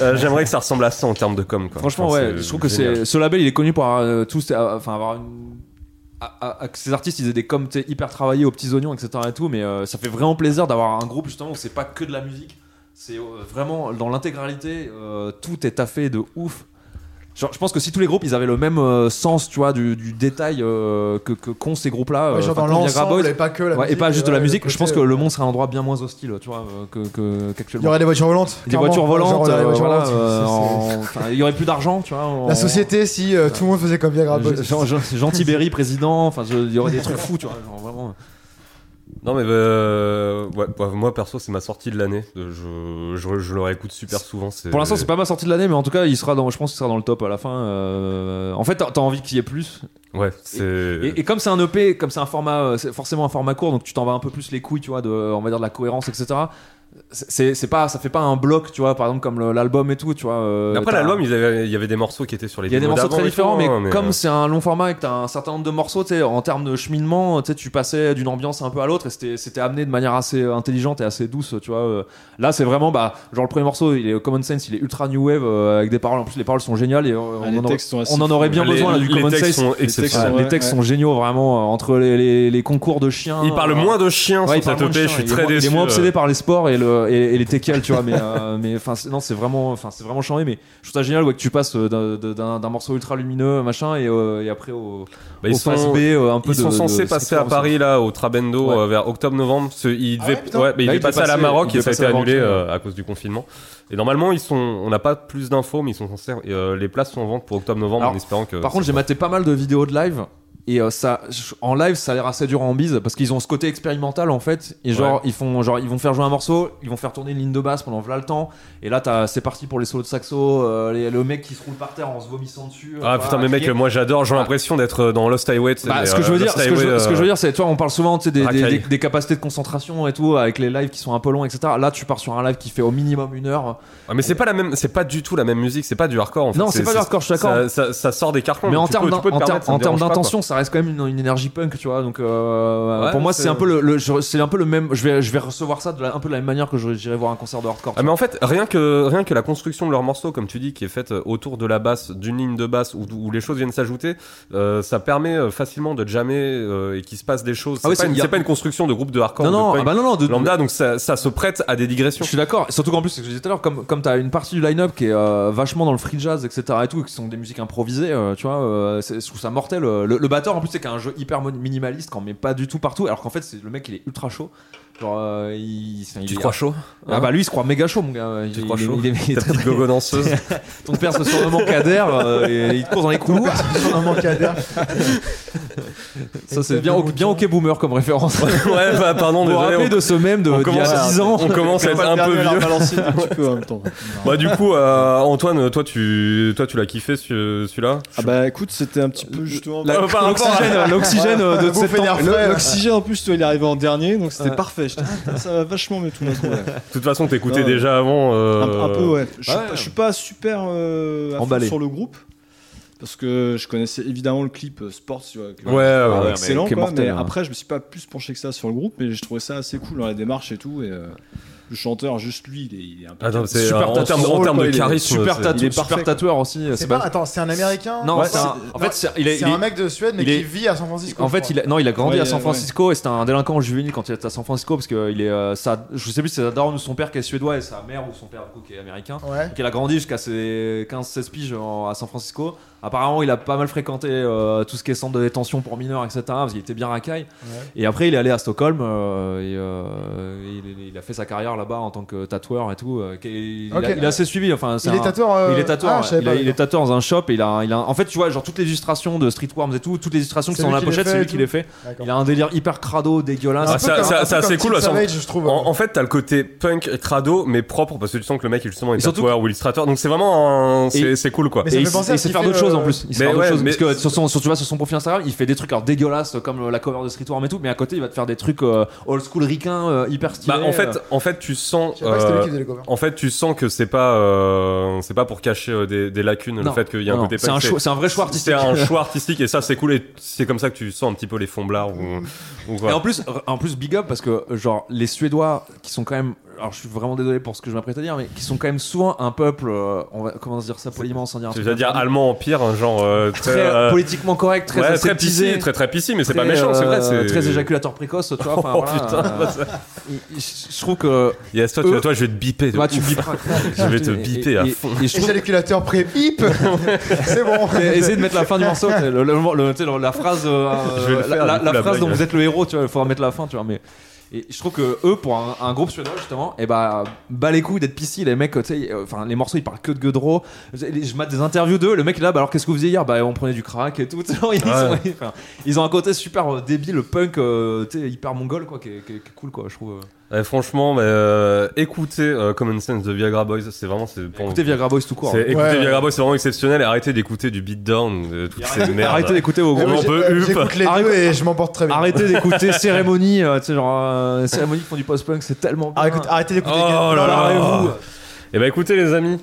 euh, j'aimerais que ça ressemble à ça en termes de com. Quoi. Franchement, Enfin, ouais, c'est je trouve que génial. c'est ce label, il est connu pour avoir, euh, tous, euh, enfin avoir une. à- à- à- que ces artistes, ils aient des coms tu sais, hyper travaillés aux petits oignons, etc. Et tout, mais euh, ça fait vraiment plaisir d'avoir un groupe justement où c'est pas que de la musique, c'est euh, vraiment dans l'intégralité, euh, tout est taffé de ouf. Genre, je pense que si tous les groupes ils avaient le même euh, sens, tu vois, du, du détail euh, que, que qu'ont ces groupes-là, euh, Ouais, genre dans enfin, qu'ont Viagra l'ensemble Boys, et pas que la ouais, musique. et pas juste de ouais, la le musique, je côté, pense que euh, le monde serait un endroit bien moins hostile, tu vois, euh, que, que, Il y qu'actuellement. aurait des voitures volantes. Des clairement. voitures volantes, Genre, euh, les voitures voilà, volantes, euh, c'est- c'est- en- enfin, il y aurait plus d'argent, tu vois. en- La société, si euh, tout le monde faisait comme Viagra Boys. Je- Jean, Jean, Jean Tibéri, président, enfin, je- il y aurait des trucs fous, tu vois. genre, vraiment. Non mais euh, ouais, bah, moi perso c'est ma sortie de l'année. De- Je, je, je le réécoute super souvent. Pour l'instant, c'est pas ma sortie de l'année, mais en tout cas, il sera dans, je pense qu'il sera dans le top à la fin. euh, En fait, t'as t'as envie qu'il y ait plus. Ouais, c'est. Et, et comme c'est un EP, comme c'est un format, euh, c'est forcément un format court, donc tu t'en vas un peu plus les couilles, tu vois, de, on va dire de la cohérence, etc. C'est c'est pas, ça fait pas un bloc, tu vois, par exemple comme le- l'album et tout, tu vois. euh, Mais Après t'as- l'album, ils avaient- il y avait des morceaux qui étaient sur les. Il y a des démos morceaux d'avant très et différents, tout, mais, hein, comme euh, c'est un long format et que t'as un certain nombre de morceaux, tu sais, en termes de cheminement, tu sais, tu passais d'une ambiance un peu à l'autre et c'était- c'était amené de manière assez intelligente et assez douce, tu vois. euh. Là, c'est vraiment, bah, genre le premier morceau, il est Common Sense, il est ultra new wave euh, avec des paroles. En plus, les paroles sont géniales et euh, on, Ah, les en, aurait, textes sont assez on en fous. aurait bien les- besoin là, du les Common textes Sense. sont Les textes exceptionnels. sont- Ouais, ouais, les textes ouais. sont géniaux, vraiment. euh, Entre les, les- les concours de chiens. Il parle euh, moins de chiens Ouais, il sur parle cet moins de EP. Je chien, suis il est très moins- déçu. Il est moins euh. obsédé par les sports et, le, et, et les TKL, tu vois. Mais, euh, mais enfin, c'est- non, c'est vraiment, enfin, c'est vraiment charmé. Mais je trouve ça génial ouais, que tu passes euh, d'un- d'un d'un morceau ultra lumineux, machin, et, euh, et après au, Bah, au ils face sont. B, euh, un peu Ils de- sont de- censés de passer à skateboard, Paris là au Trabendo Ouais. euh, vers octobre-novembre. Ce- Ils Ah devaient, ouais, putain. ouais, mais ils Là, devaient ils devaient passer à la passer- Maroc ils et ça a été devaient passer à annulé la Maroc, euh, à cause du confinement. Et normalement ils sont, on n'a pas plus d'infos, mais ils sont censés. et, euh, les places sont en vente pour octobre-novembre Alors, en espérant que. Par contre, j'ai maté pas mal de vidéos de live. Et euh, ça, je- en live, ça a l'air assez dur en bise parce qu'ils ont ce côté expérimental en fait. Et genre, Ouais. ils font, genre, ils vont faire jouer un morceau, ils vont faire tourner une ligne de basse pendant v'là le temps. Et là, t'as- c'est parti pour les solos de saxo, euh, les- le mec qui se roule par terre en se vomissant dessus. euh, Ah voilà, putain, mais qui mec, est- moi j'adore, j'ai l'impression d'être dans Lost Highway. tu sais, Bah, mais, ce que euh, je veux dire, Lost ce que je, Highway, ce que je veux euh, dire, c'est toi, on parle souvent tu sais, des, des, Racaille. des- des capacités de concentration et tout avec les lives qui sont un peu longs, etc. Là, tu pars sur un live qui fait au minimum une heure. ah, mais c'est pas la même, c'est pas du tout la même musique, c'est pas du hardcore en fait. non, c'est pas du hardcore, je suis d'accord. Ça, ça- ça sort des cartons. Mais en tu peux- termes tu d'in- peux te en termes- permettre, ça en me termes dérange pas, quoi. d'intention, ça reste quand même une, une énergie punk, tu vois. Donc euh, Ouais, pour moi, c'est- c'est un peu le, le- je- c'est un peu le même. Je vais, je vais recevoir ça de la- un peu de la même manière que je- j'irai voir un concert de hardcore. Ah, mais en fait, rien que, rien que la construction de leurs morceaux, comme tu dis, qui est faite euh, autour de la basse, d'une ligne de basse, où, où les choses viennent s'ajouter, euh, ça permet euh, facilement de jammer euh, et qu'il se passe des choses. Ah oui, c'est pas, c'est- une- y a- c'est pas une construction de groupe de hardcore. non, ou de non, punk ah bah non, non, de- de- lambda, donc ça, ça se prête à des digressions. Je suis d'accord. Surtout qu'en plus, c'est ce que je disais tout à l'heure, comme, comme t'as une partie du line-up qui est euh, vachement dans le free jazz, etc. et tout, et qui sont des musiques improvisées, euh, tu vois, euh, c'est- je trouve ça mortel. euh, Le, le batteur, en plus, c'est qu'un jeu hyper mon- minimaliste, qu'on met pas du tout partout, alors qu'en fait, c'est- le mec, il est ultra chaud. Genre, euh, il, il Tu est- te crois chaud hein Ah bah lui, il se croit méga chaud, mon gars. Tu te il, crois il est- chaud il est- il est Ta très, petite très- gogo danseuse Ton père se surnomme Kader, euh, et il te court dans les couloirs. Un manque à air. Ça, c'est bien, bien OK Boomer comme référence. Vous Ouais, bah, pardon, vous désolé. rappelez de ce même de on d'il y commence a à- 10 ans on commence à être un peu vieux. tu peux en même temps. Bah du coup, euh, Antoine, toi tu, toi tu l'as kiffé ce- celui-là Ah bah écoute, c'était un petit peu justement. Ah, Euh, par rapport à- L'oxygène, l'oxygène euh, de Vous cette faites l'air frais, ouais. L'oxygène en plus, toi, il est arrivé en dernier, donc c'était Ouais. parfait. J'étais, ah, putain, ça va vachement mais tout d'un coup. ouais. De toute façon, t'écoutais Ouais. déjà avant. euh, Un, un peu, ouais. Je suis ouais. pas- je suis pas super euh, à fond Emballé. sur le groupe. Parce que je connaissais évidemment le clip euh, Sports, tu vois, que- Ah, Ouais, ouais. ouais, mais excellent. qui est quoi, mortel, mais hein. après, je me suis pas plus penché que ça sur le groupe, mais je trouvais ça assez cool dans la démarche et tout. Et, euh, le chanteur, juste lui, il est, il est un peu. Attends, c'est- Super en tatou- termes de, en drôle, termes quoi, de il est charisme. super, c'est- tatou- il est super parfait, quoi. tatoueur aussi. euh, C'est c'est pas. pas- Attends, c'est un américain Non, Ouais, c'est un- en fait, c'est- il est- C'est il est- un mec de Suède, mais il est- qui vit à San Francisco. En je fait, crois. il a, non, il a grandi Ouais, à San ouais. Francisco et c'était un délinquant juvénile quand il était à San Francisco parce que il est, euh, sa- je sais plus si c'est sa daronne ou son père qui est suédois et sa mère ou son père du coup qui est américain. Ouais. Donc il a grandi jusqu'à ses 15-16 piges en- à San Francisco. Apparemment, il a pas mal fréquenté euh, tout ce qui est centre de détention pour mineurs, etc. Parce qu'il était bien racaille. Ouais. Et après, il est allé à Stockholm euh, et euh, il, il a fait sa carrière là-bas en tant que tatoueur et tout. euh, qui- il, a- Ok. il a assez suivi. Enfin, c'est Il est un- tatoueur. euh, il est tatoueur, ah, je savais il, a- pas, il est tatoueur dans un shop et il a, il a, en fait tu vois genre toutes les illustrations de Street Worms et tout, toutes les illustrations qui C'est sont lui dans la qui les pochette, fait c'est lui et qui tout. les fait. D'accord. Il a un délire hyper crado, Un dégueulasse. Ah, peu ça- comme- ça- un peu ça, comme c'est Tim cool, ouais, ça- Savage, je trouve. En, en fait, t'as le côté punk et crado, mais propre, parce que tu sens que le mec, justement, Et est surtout- tatoueur ou illustrateur. Donc c'est vraiment un. Et- C'est c'est cool, quoi. Mais ça Et fait il, penser à il ce sait qu'il faire fait, d'autres choses en euh, plus. Il Mais sait faire d'autres ouais, choses mais- parce que sur son, sur- tu vois, sur son profil Instagram, il fait des trucs alors, dégueulasses comme euh, la cover de Street Worm et tout, mais à côté il va te faire des trucs euh, old school ricain euh, hyper stylé. Bah, en euh. fait, en fait, tu Je sens. savais pas que c'était lui euh, qui faisait les covers. En fait, tu sens que c'est pas, euh, c'est pas pour cacher euh, des, des lacunes, le Non. fait qu'il y a un Non, côté c'est un punk. choix- c'est un vrai choix artistique. C'est un choix artistique et ça c'est cool et c'est comme ça que tu sens un petit peu les fonds blards ou, ou quoi. Et en plus, en plus, big up parce que genre les Suédois qui sont quand même alors je suis vraiment désolé pour ce que je m'apprête à dire, mais qui sont quand même souvent un peuple, euh, on va, comment dire ça poliment sans dire un Je truc veux dire interdit. allemand empire, un genre euh, très, euh, très euh, politiquement correct, très ouais, très aseptisé, pissé, très très pissé, mais c'est pas très, méchant, c'est vrai. euh, c'est- Très éjaculateur précoce, tu vois. enfin, Oh, voilà, putain, euh, bah, ça- je- je je trouve que. Yes, toi, tu- eux- toi, je vais te biper. de Euh, Bah, tu ouf. biperas. Je vais te Et- biper et- à et- fond. Et je trouve Éjaculateur pré bip C'est bon. Et Essayez de mettre la fin du morceau, tu sais, le- le- le- tu sais, le- la phrase, euh, Je vais le euh, faire, la, la- du coup, la la phrase dont blague. vous êtes le héros, tu vois, il faudra mettre la fin, tu vois. Mais et je trouve que eux, pour un, un groupe suédois justement, et bah bat les couilles d'être pissy, les mecs, tu sais, euh, enfin les morceaux ils parlent que de gueudreau. Je je mate des interviews d'eux, le mec il est là, bah alors qu'est-ce que vous faisiez hier Bah on prenait du crack et tout. tu vois, Ils, sont- enfin, ils ont un côté super euh, débile, punk, euh, tu sais, hyper mongol quoi, qui est, qui est- qui est cool quoi, je trouve. Ouais, Eh, franchement, mais, euh, écoutez euh, Common Sense de Viagra Boys, c'est vraiment. c'est pour- Écoutez Viagra Boys tout court. C'est, hein. écoutez Ouais. Viagra Boys, c'est vraiment exceptionnel. Et arrêtez d'écouter du beatdown, de toutes ces merdes. hein. Arrêtez d'écouter vos Euh, groupes. on j'ai- peut euh, hup. J'écoute les Arrête- deux et je m'emporte très bien. Arrêtez d'écouter cérémonie, euh, tu sais, genre euh, cérémonie qui font du post-punk, c'est tellement bien. Arrête- Arrêtez d'écouter. Oh là Parlez-vous. Ah. là Et bah écoutez, les amis,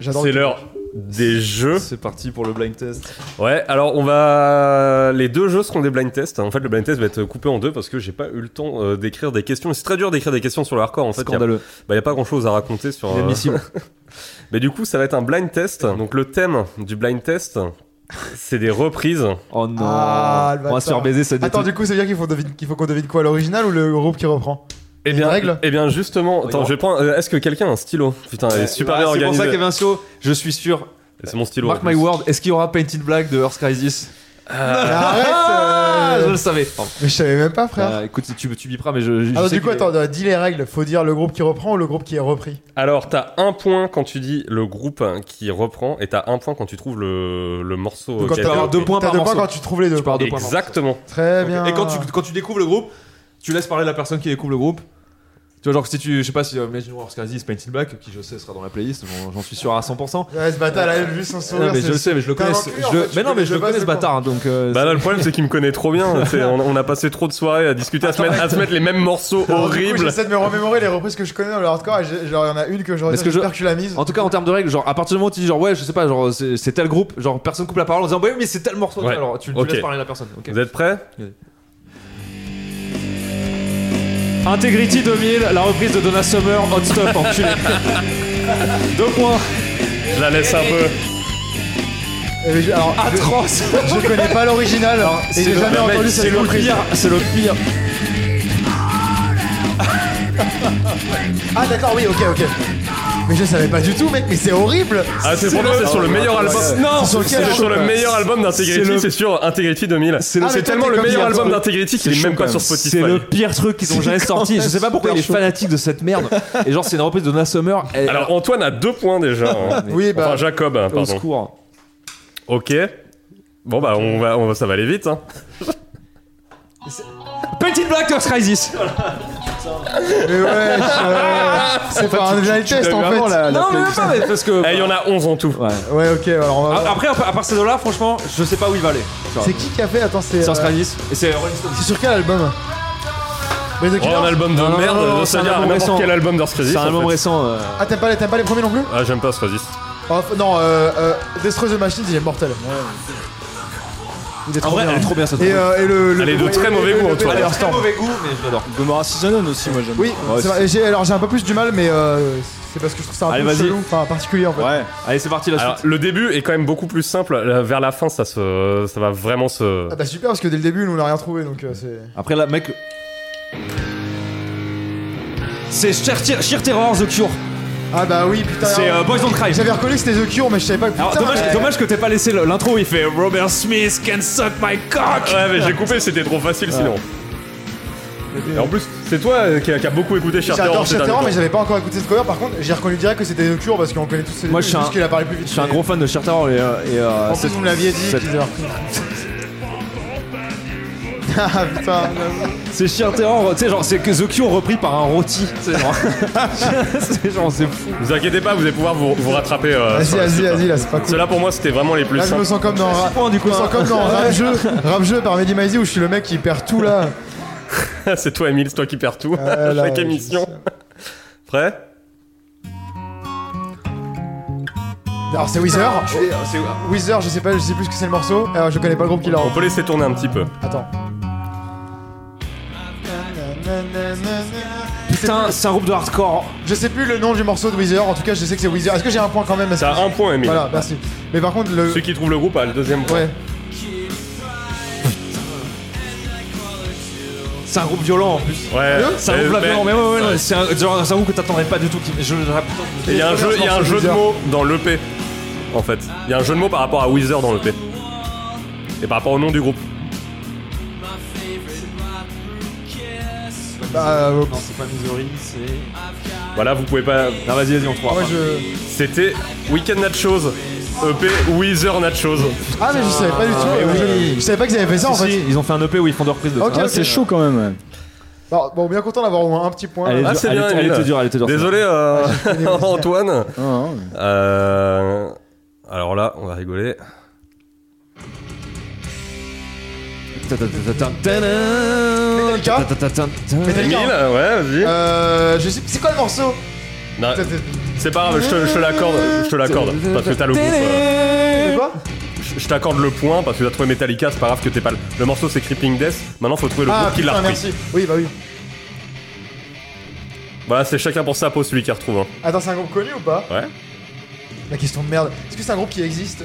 J'adore. c'est le- l'heure des jeux. Ah, C'est parti pour le blind test. Ouais, alors on va. Les deux jeux seront des blind tests. En fait, le blind test va être coupé en deux parce que j'ai pas eu le temps euh, d'écrire des questions. Et c'est très dur d'écrire des questions sur le hardcore en fait. Il Scandaleux. bah, y a pas grand chose à raconter sur. euh, Inadmissible. Mais du coup, ça va être un blind test. Donc le thème du blind test, c'est des reprises. Oh non. Ah, le On va se faire bâtard. baiser cette Attends, du coup, ça veut dire qu'il faut, devine- qu'il faut qu'on devine quoi L'original ou le groupe qui reprend Eh Une règle Eh bien justement, attends, je vais prendre. euh, Est-ce que quelqu'un a un stylo Putain, Ah, elle est super bien C'est pour organisée. ça qu'Evencio, je suis sûr. C'est mon stylo. Mark en my plus. word, est-ce qu'il y aura Painted Black de Earth Crisis Ah, Ah, Arrête Je euh, le savais. Pardon. Mais je savais même pas, frère. Euh, écoute, tu, tu biperas, mais je. je Alors, sais du coup, qu'il est- attends, euh, dis les règles. Faut dire le groupe qui reprend ou le groupe qui est repris Alors t'as un point quand tu dis le groupe qui reprend et t'as un point quand tu trouves le, le morceau. Donc, euh, qui quand a t'as été avoir Oh, deux repris. points T'as par deux points morceau. quand tu trouves les deux. Tu pars deux points par morceau. Exactement. euh, Très Ok. bien. Et quand tu, quand tu découvres le groupe, tu laisses parler la personne qui découvre le groupe. Tu vois, genre, si tu. Je sais pas si euh, Imagine Wars Crisis, Painted Black, qui je sais sera dans la playlist, j'en- j'en suis sûr à 100%. Ouais, ce bâtard, là, vu son Non, sourire. mais je c'est- le sais, mais je le T'as connais. un enculé, en je- fait, tu Mais non, mais connais je de le connais base ce le bâtard, hein, donc. euh, Bah c'est- là, le problème, c'est qu'il me connaît trop bien. C'est- on, on a passé trop de soirées à discuter, à se mettre, à se mettre les mêmes morceaux Alors, du coup, horribles. J'essaie de me remémorer les reprises que je connais dans le hardcore. et j'ai- Genre, il y en a une que je Parce que retiens. je- J'espère que tu l'as mise. En tout cas, en termes de règles, genre à partir du moment où tu dis genre ouais, je sais pas, genre c'est c'est tel groupe, genre personne coupe la parole en disant ouais, mais c'est tel morceau. Ouais. Alors tu, tu Ok. laisses parler la personne. ok. Vous êtes prêts Integrity 2000, la reprise de Donna Summer, Hot Stuff, enculé. Deux points, Je la laisse un peu. Et je- Alors, Ah, atroce. je connais pas l'original. Et j'ai le- jamais mec, entendu C'est cette le reprise. pire, c'est le pire. Ah, d'accord, oui, ok, ok. Mais je savais pas du tout, mec, mais c'est horrible. Ah, c'est pourtant, c'est sur le meilleur album. Non, Sur C'est quel sur le album meilleur album C'est le- d'Integrity, c'est sur Integrity 2000. C'est Ah, mais toi, tellement t'es le comme meilleur hier, album toi. d'Integrity qu'il est même pas sur C'est Spotify. le pire truc qu'ils ont jamais sorti. Je sais pas pourquoi il est fanatique de cette merde. Et genre c'est une reprise de Donna Summer. et- Alors, Antoine a deux points déjà. hein. Oui, bah. Enfin, Jacob, hein, au pardon. secours. Ok. Bon, bah, on va, on va- ça va aller vite. hein. Painted Black Earth Crisis. Mais ouais, je- c'est pas un blind test en fait. non mais même pas mais parce que. Eh, il y en a 11 en tout. Ouais. Ouais, ok, alors on va Ah, voir. Après, à part ces deux-là, franchement, je sais pas où il va aller. C'est qui qui a fait Attends, c'est. C'est euh, Earth Crisis et c'est Rolling Stones. C'est sur quel album Mais de Oh, un album de Non, non, non, non, merde, c'est un ça veut dire album récent. n'importe quel album d'Earth Crisis. C'est un en album fait. récent. euh, Ah, t'aimes pas, les- t'aimes pas les premiers non plus Ah, j'aime pas ce Crisis. Oh, f- Non, euh, euh, Destroy the Machine, il est mortel. Il est En trop vrai, hein. bien. elle est trop bien cette Et, chanson. euh, et le, le- Elle est de et- très et- mauvais et- goût, le- Antoine. Elle est Elle le- a alors, un très mauvais goût, mais je l'adore. Gomorrah Season aussi, moi j'aime. Oui, Ouais, c'est c'est- vrai, j'ai- alors j'ai un peu plus du mal, mais euh, c'est parce que je trouve ça un Allez, peu vas-y. chelou, enfin particulier en fait. Ouais. Allez, c'est parti la Alors, suite. le début est quand même beaucoup plus simple. Là, Vers la fin, ça, se, ça va vraiment se. Ah bah super parce que dès le début nous on a rien trouvé donc euh, c'est. Après, là, mec. C'est Sheer, Te- Sheer Terror The Cure. Ah bah oui putain. C'est alors, euh, Boys Don't Cry. J'avais reconnu que c'était The Cure mais je savais pas. Alors, putain, dommage, mais- dommage que t'aies pas laissé le- l'intro où il fait euh, Robert Smith can suck my cock. Ah, Ouais, mais j'ai coupé, c'était trop facile sinon. Et en plus, c'est toi euh, qui a, qui a beaucoup écouté Charter J'adore Chatterhand mais j'avais pas encore écouté ce cover par contre j'ai reconnu direct que c'était The Cure parce qu'on connaît tous ces Moi, je suis juste un- qu'il a parlé plus vite. Je suis un gros fan de Sheer Terror et. euh, et, euh, En plus cette- vous me l'aviez dit cette- qu'ils avaient repris. Ah putain. C'est Sheer Terror, tu sais, genre, c'est que The Cure repris par un rôti. tu sais, genre. C'est genre, c'est fou. Vous inquiétez pas, vous allez pouvoir vous, vous rattraper. euh, Vas-y sur la vas-y suite, hein. vas-y là c'est pas cool. Ceux-là pour moi c'était vraiment les plus Là je me simples. sens comme dans Ra- points, du je me coup, hein. sens comme dans rap jeu rap jeu par Mehdi Maizy où je suis le mec qui perd tout là. c'est toi Emile, c'est toi qui perds tout. Ah, là, Chaque ouais, émission. Prêt Alors c'est Weezer. euh, Weezer je sais pas je sais plus ce que c'est le morceau. Alors je connais pas le groupe qui l'a. ah. On peut laisser tourner un petit peu. Attends. C'est sais Putain, c'est un groupe de hardcore. Je sais plus le nom du morceau de Weezer, en tout cas je sais que c'est Weezer. Est-ce que j'ai un point quand même à ce Ça a un point, Emile. Voilà, merci. Mais par contre, le. Celui qui trouve le groupe a le deuxième point. Ouais. C'est un groupe violent en plus. Ouais. C'est un Euh, groupe la mais- violent, mais ouais, ouais, ouais, c'est un, genre, c'est un groupe que t'attendrais pas du tout. Qui, je, je- Et Il y a un jeu, il y a un jeu de mots dans l'EP, en fait. Il y a un jeu de mots par rapport à Weezer dans l'EP. Et par rapport au nom du groupe. Bah, euh, Non, c'est pas Missouri, c'est. Voilà, vous pouvez pas. Non, vas-y, vas-y, on te croit. moi je. C'était Weekend E Nachos. EP Weezer Nachos. Ah, mais je savais pas du tout. mais euh, oui. Je savais pas qu'ils avaient fait ça en Si, si, fait. ils ont fait un EP où ils font deux reprises de Ok, ça. ok. c'est chaud quand même. ouais. Bon, bon, bien content d'avoir au moins un petit point. Elle est Ah, dure, c'est elle bien, est- elle Emile. était dure, elle était dure. Désolé, euh, Antoine. Ah, ah, ouais. Euh, Alors là, on va rigoler. Metallica Metallica. Emile, ouais, vas-y. hein. Euh, je sais. C'est quoi le morceau Euh, Non, C'est c'est pas grave, je te, je te l'accorde. Je te l'accorde. Parce que t'as le groupe. euh, c'est quoi je- je t'accorde le point parce que t'as trouvé Metallica, c'est pas grave que t'es pas le. Le morceau c'est Creeping Death. Maintenant faut trouver le Ah, groupe qui l'a putain, repris. merci. Oui, bah oui. Voilà, c'est chacun pour sa peau celui qui retrouve. hein. Attends, c'est un groupe connu ou pas Ouais. La question de merde. Est-ce que c'est un groupe qui existe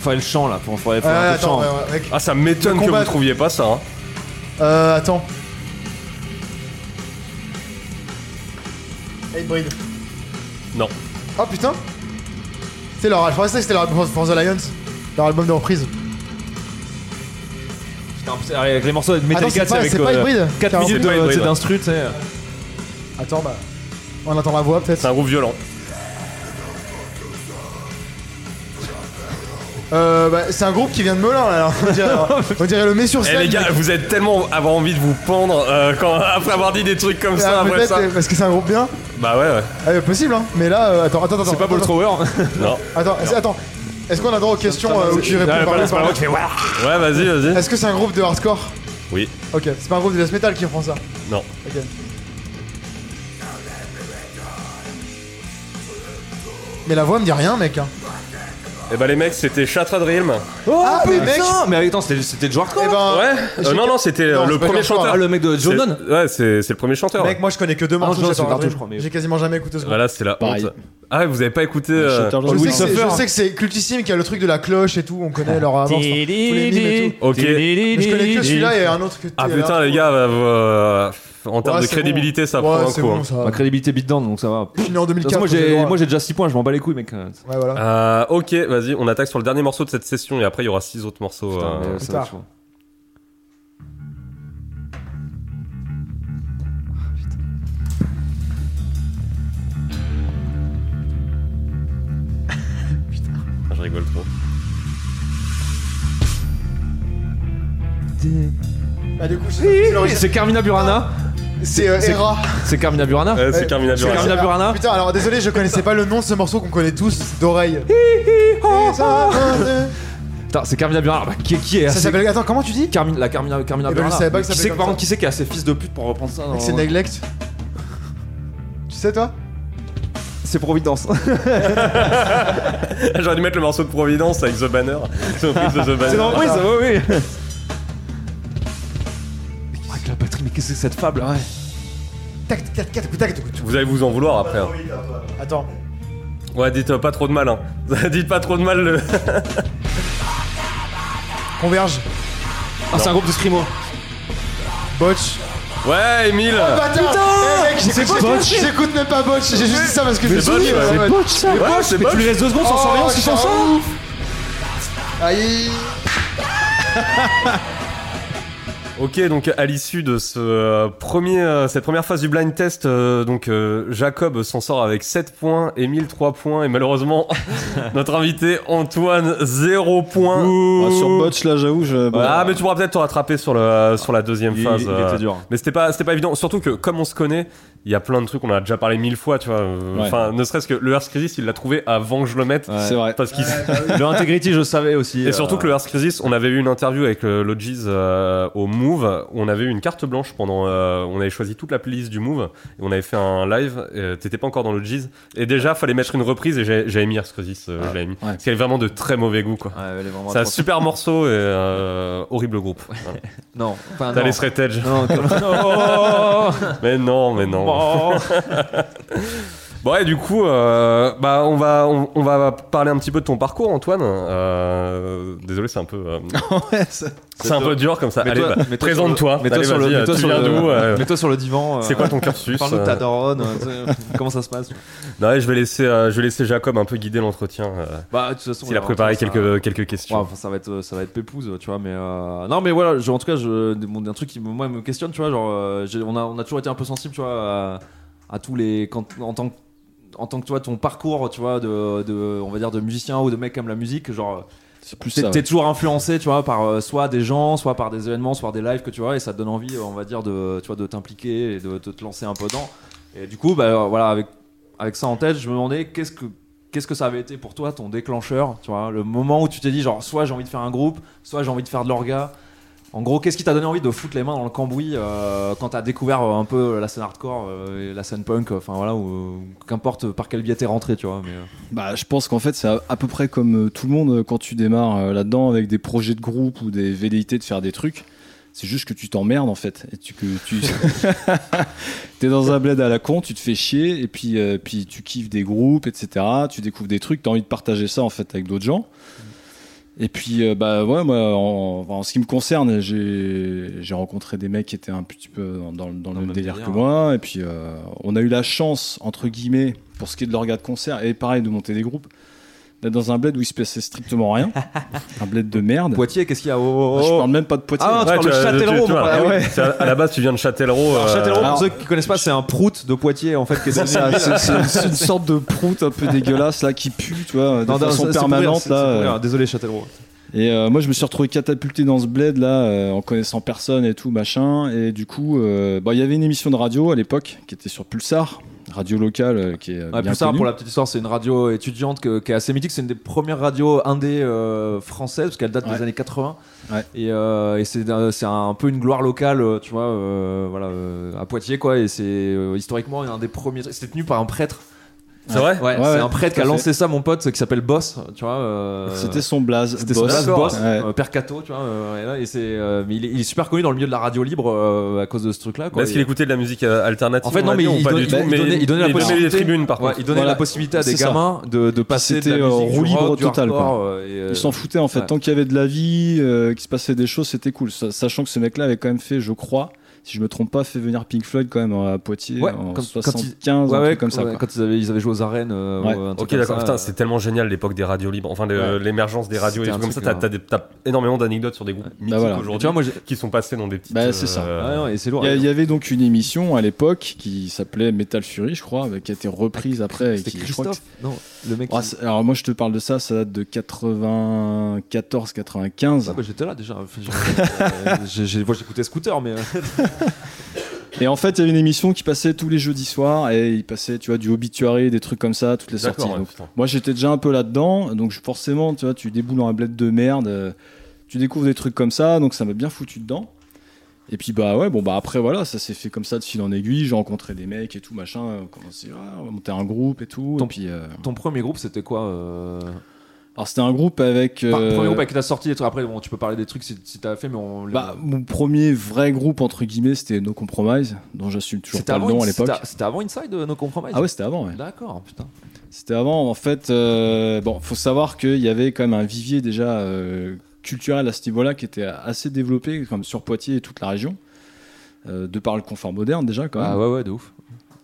Faudrait le chant là, pour- faudrait Euh, faire un peu de Attends, chant. ouais, ouais, mec. Ah, ça m'étonne Le que combat- vous trouviez pas ça. hein. Euh, attends. Hatebreed. Non. Oh putain C'est leur, je pensais que c'était leur album For the Lions, leur album de reprise. Putain, c'est- Avec les morceaux de Metallica, c'est Attends, c'est pas- avec c'est pas hybride, 4 Caro. minutes C'est pas de- hybride, tu sais, ouais. d'instru, tu sais. Attends, bah. On attend ma voix C'est peut-être. un groupe violent. Euh, bah, c'est un groupe qui vient de Melun là, alors. on dirait, hein. on dirait le met sur Eh scène. les gars, mec. vous êtes tellement avoir envie de vous pendre euh, quand, après avoir dit des trucs comme ça. Ah, Après peut-être ça. euh, parce que c'est un groupe bien. Bah ouais, ouais. Euh, possible hein. Mais là, euh, attends, attends, attends. C'est pas attends, Paul Trower Non. Attends, est-ce- attends. Est-ce qu'on a droit aux questions euh, où tu réponds Ah, par Ah. pas là, oui, c'est pas par là non où tu fais, Ouah Ouais, vas-y, vas-y. Est-ce que c'est un groupe de hardcore Oui. Ok, c'est pas un groupe de death metal qui font ça. Non. Ok. Mais la voix me dit rien, mec. Hein. Et bah les mecs, c'était Chatra Dream. Oh Ah, mais mec putain Mais attends, c'était c'était George Eh Hardcore ben, Ouais. Euh, non, non, c'était euh, Non, le c'est pas premier George Clooney. chanteur. Ah, le mec de John Donne C'est- Ouais, c'est c'est le premier chanteur. mec, moi je connais que deux morceaux. non, de c'est Shattered Dark Throne, Dream. je crois, mais- J'ai quasiment jamais écouté ce groupe. Voilà, c'est la Pareil. honte. Ah, vous avez pas écouté. euh, Shutter Je, Down. sais que c'est- Suffer. je sais que c'est cultissime, qu'il y a le truc de la cloche et tout, on connaît leur avance, tous les mimes et tout. Ok. Mais je connais que celui-là et un autre que Ah et putain, là- les gars, bah, vous, euh, en termes Ouais, de c'est crédibilité, bon. ça ouais, prend un c'est coup. Bon, hein. ça. Ma crédibilité beat down, donc ça va. Je suis né en De toute façon, 2004. Moi j'ai le j'ai droit. moi, Ah. j'ai déjà 6 points, je m'en bats les couilles, mec. Putain, euh, Ouais, voilà. Euh, ok, vas-y, on attaque sur le dernier morceau de cette session et après il y aura six autres morceaux. euh, mais ça va être tard. chaud. Ah, Je rigole trop. Bah, du coup, c'est l'origine. C'est Carmina Burana. C'est euh, c'est- Hera. C'est Carmina Burana. Euh, c'est Ouais, Carmina c'est Burana. Carmina Burana. Putain, alors désolé, je connaissais pas le nom de ce morceau qu'on connaît tous d'oreille. Oh. Putain, c'est Carmina Burana. Bah, qui, qui est Ça assez- s'appelle. Attends, comment tu dis Carmine, la Carmina, Carmina Eh ben, je Burana. savais pas que ça qui s'appelait c'est comme par ça. contre, qui c'est qui a ses fils de pute pour reprendre ça dans- C'est Neglect. Tu sais, toi C'est Providence. J'aurais dû mettre le morceau de Providence avec The Banner. C'est reprise de The Banner. C'est dans le bruit, ça va, oui. Avec la batterie, mais qu'est-ce que c'est que cette fable Ouais. Tac, tac, tac, tac, tac, tac. Vous allez vous en vouloir après. hein. Attends. Ouais, dites euh, pas trop de mal. Hein. dites pas trop de mal. Le... Converge. Ah, c'est un groupe de Scrimo. Botch. Ouais, Emile. Bâtard Eh, mec, j'écoute- j'écoute- J'écoute même pas Botch. J'ai juste dit ça parce que je me C'est Botch, suis dit, ouais. ouais, ouais. Poche, ça Ouais, poche, c'est mais poche. Tu lui laisses deux secondes sans Oh, surveillance, ils sont c'est ça ouf. Aïe Ok, donc à l'issue de ce euh, premier, euh, cette première phase du blind test, euh, donc euh, Jacob s'en sort avec 7 points, Emile 3 points et malheureusement notre invité Antoine 0 points. Ah, Ouais, Ah, sur Botch, là, j'avoue, je. bon. Ah mais tu pourras peut-être te rattraper sur le sur la deuxième Il- phase. il euh, était dur. Mais c'était pas c'était pas évident, surtout que comme on se connaît, il y a plein de trucs, on en a déjà parlé mille fois, tu vois. euh, Ouais. Enfin, ne serait-ce que le Earth Crisis, il l'a trouvé avant que je le mette. Ouais. C'est vrai. Parce qu'il. Le Integrity, je savais aussi. euh, Et surtout que le Earth Crisis, on avait eu une interview avec euh, Logis euh, au Move, on avait eu une carte blanche pendant. euh, on avait choisi toute la playlist du Move, et on avait fait un live, euh, t'étais pas encore dans Logis, et déjà fallait mettre une reprise, et j'ai- j'avais mis Earth Crisis, euh, Ah, je l'avais mis. ouais. C'est vraiment de très mauvais goût, quoi. C'est un ça super morceau et euh, horrible groupe. Voilà. Non, T'as enfin, Ah non. les straight edge. Non, comme- Non. Mais non, mais non. Bon. Bon et du coup, euh, bah on va on, on va parler un petit peu de ton parcours, Antoine. Euh, désolé, c'est un peu euh, c'est un peu dur comme ça. Mais Allez, toi- bah, mais toi présente-toi. Mets-toi Allez, sur le, vas-y, mets-toi tu sur viens le- d'où, euh, mets-toi sur le divan. C'est euh, quoi ton cursus Parle-nous de ta euh, daronne. euh, tu sais, comment ça se passe Non, ouais, je vais laisser euh, je vais laisser Jacob un peu guider l'entretien. euh, Bah, de toute façon, S'il a on préparé entend ça. quelques quelques Ouais, questions. enfin, ça va être euh, ça va être pépouze tu vois mais euh, non mais voilà je- en tout cas je mon- un truc qui me- moi me questionne tu vois genre euh, j'ai- on a on a toujours été un peu sensible tu vois à, à tous les quand, en tant que en tant que tu vois, ton parcours tu vois de, de on va dire de musicien ou de mec qui aime la musique genre C'est plus t'es ça. t'es ouais. toujours influencé tu vois par euh, soit des gens soit par des événements soit des lives que tu vois et ça te donne envie euh, on va dire de tu vois de t'impliquer et de, de te lancer un peu dedans et du coup bah euh, voilà avec avec ça en tête je me demandais qu'est-ce que qu'est-ce que ça avait été pour toi ton déclencheur tu vois le moment où tu t'es dit genre soit j'ai envie de faire un groupe soit j'ai envie de faire de l'orga en gros qu'est-ce qui t'a donné envie de foutre les mains dans le cambouis euh, quand t'as découvert euh, un peu la scène hardcore euh, et la scène punk euh, enfin voilà ou qu'importe par quel biais t'es rentré tu vois mais euh, Bah, je pense qu'en fait, c'est à, à peu près comme euh, tout le monde euh, quand tu démarres euh, là-dedans avec des projets de groupe ou des velléités de faire des trucs. C'est juste que tu t'emmerdes en fait. Et tu, que tu es dans un bled à la con, tu te fais chier et puis, euh, puis tu kiffes des groupes, etc. Tu découvres des trucs, tu as envie de partager ça en fait avec d'autres gens. Et puis, euh, bah ouais, moi, en, en ce qui me concerne, j'ai j'ai rencontré des mecs qui étaient un petit peu dans, dans le- Dans dans le le même même délire délire, que moi. Et puis, euh, on a eu la chance, entre guillemets, pour ce qui est de l'orga de concert, et pareil, de monter des groupes, d'être dans un bled où il se passait strictement rien. un bled de merde. Poitiers qu'est-ce qu'il y a Oh, oh, Bah, Je oh. parle même pas de Poitiers. Ah, là. tu parles de as- Châtellerault, tu mon vois, frère, ah oui. ouais. C'est- à la base, tu viens de Châtellerault. Alors, euh, Châtellerault, alors- pour ceux qui connaissent pas, c'est un prout de Poitiers en fait. Qui est C'est ça, Ah, c'est- c'est- c'est une sorte de prout un peu dégueulasse là qui pue, tu vois, de Non, non, façon c'est- c'est pour rire, permanente c'est- c'est pour là. euh. rire. Désolé Châtellerault. Et euh, moi, je me suis retrouvé catapulté dans ce bled là, euh, en connaissant personne et tout machin. Et du coup, euh, bah, il y avait une émission de radio à l'époque qui était sur Pulsar, radio locale euh, qui est euh, Ouais, bien Pulsar, connue. pour la petite histoire, c'est une radio étudiante que- qui est assez mythique. C'est une des premières radios indé euh, françaises parce qu'elle date Ouais. des années 80. Ouais. Et, euh, et c'est un, c'est un peu une gloire locale, euh, tu vois, euh, voilà, euh, à Poitiers quoi. Et c'est euh, historiquement un des premiers. C'était tenu par un prêtre. C'est vrai. Ouais, Ouais, c'est ouais, un prêtre qui tout à a fait. lancé ça, mon pote, qui s'appelle Boss. Tu vois. euh, C'était son blaze. C'était son blast boss, Ouais. euh, Percato, tu vois. euh, et là, et c'est, euh, mais il est, il est super connu dans le milieu de la radio libre euh, à cause de ce truc-là. Mais quoi. Est-ce qu'il Et- écoutait de la musique euh, alternative En fait, on non, l'a mais dit, il ou pas donnait- du tout il mais donnait- il donnait la donnait des possibilité. tribunes, par Ouais, contre. il donnait Voilà. la possibilité à des C'est ça. gamins de, de passer de la C'était, euh, musique, roue du libre rock, du totale, quoi. hardcore, euh, et, euh, Ils s'en foutaient en fait. ouais. Tant qu'il y avait de la vie, euh, qu'il se passait des choses, c'était cool. Sa- Sachant que ce mec-là avait quand même fait, je crois, si je me trompe pas, fait venir Pink Floyd quand même à Poitiers Ouais, en quand- quand ils- 75, Ouais, un ouais, truc comme ça. ouais, quoi. quand ils avaient, ils avaient joué aux arènes. euh, Ouais. ou un Ok truc comme d'accord, ça, putain euh, c'est tellement génial l'époque des radios libres, enfin le- l'émergence des radios et C'était tout un comme ça, truc, t'as ouais. t'as des- t'as énormément d'anecdotes sur des groupes mythiques Tu voilà. vois, aujourd'hui moi, j'ai- qui sont passés dans des petites... Bah, c'est ça. euh, Ouais, ouais, et c'est lourd. Il y a- il y, avait donc une émission à l'époque qui s'appelait Metal Fury, je crois, mais qui a été reprise après. et Ah, C'était qui- je crois que Christophe Non, le mec. c'est- Ah, qui- c'est- alors moi je te parle de ça, ça date de 94-95. Ah, bah, J'étais là déjà. Enfin, j'ai- euh, j'ai- j'ai- moi, J'écoutais Scooter, mais. euh, Et en fait il y avait une émission qui passait tous les jeudis soirs et il passait tu vois du obituary, des trucs comme ça, toutes les sorties. D'accord, ouais, Donc, putain. Moi, j'étais déjà un peu là-dedans, donc je- forcément, tu vois, tu déboules dans un bled de merde, euh, tu découvres des trucs comme ça, donc ça m'a bien foutu dedans. Et puis bah ouais, bon bah après voilà, ça s'est fait comme ça de fil en aiguille, j'ai rencontré des mecs et tout machin, on commençait, ah, on va monter un groupe et tout. Ton- Et puis, euh, Ton premier groupe, c'était quoi euh, alors c'était un groupe avec. Enfin, euh, Premier groupe avec ta sortie, et tout. après, bon, tu peux parler des trucs si, si t'as fait, mais on. bah, mon premier vrai groupe entre guillemets, c'était No Compromise, dont j'assume toujours C'était pas le avant, nom In- à l'époque. c'était- c'était avant Inside, euh, No Compromise Ah ouais, c'était avant. Ouais. D'accord, putain. C'était avant, en fait. euh, bon, faut savoir qu'il y avait quand même un vivier déjà euh, culturel à ce niveau-là qui était assez développé, comme sur Poitiers et toute la région. euh, de par le confort moderne déjà quand même, Ah ouais, ouais, de ouf.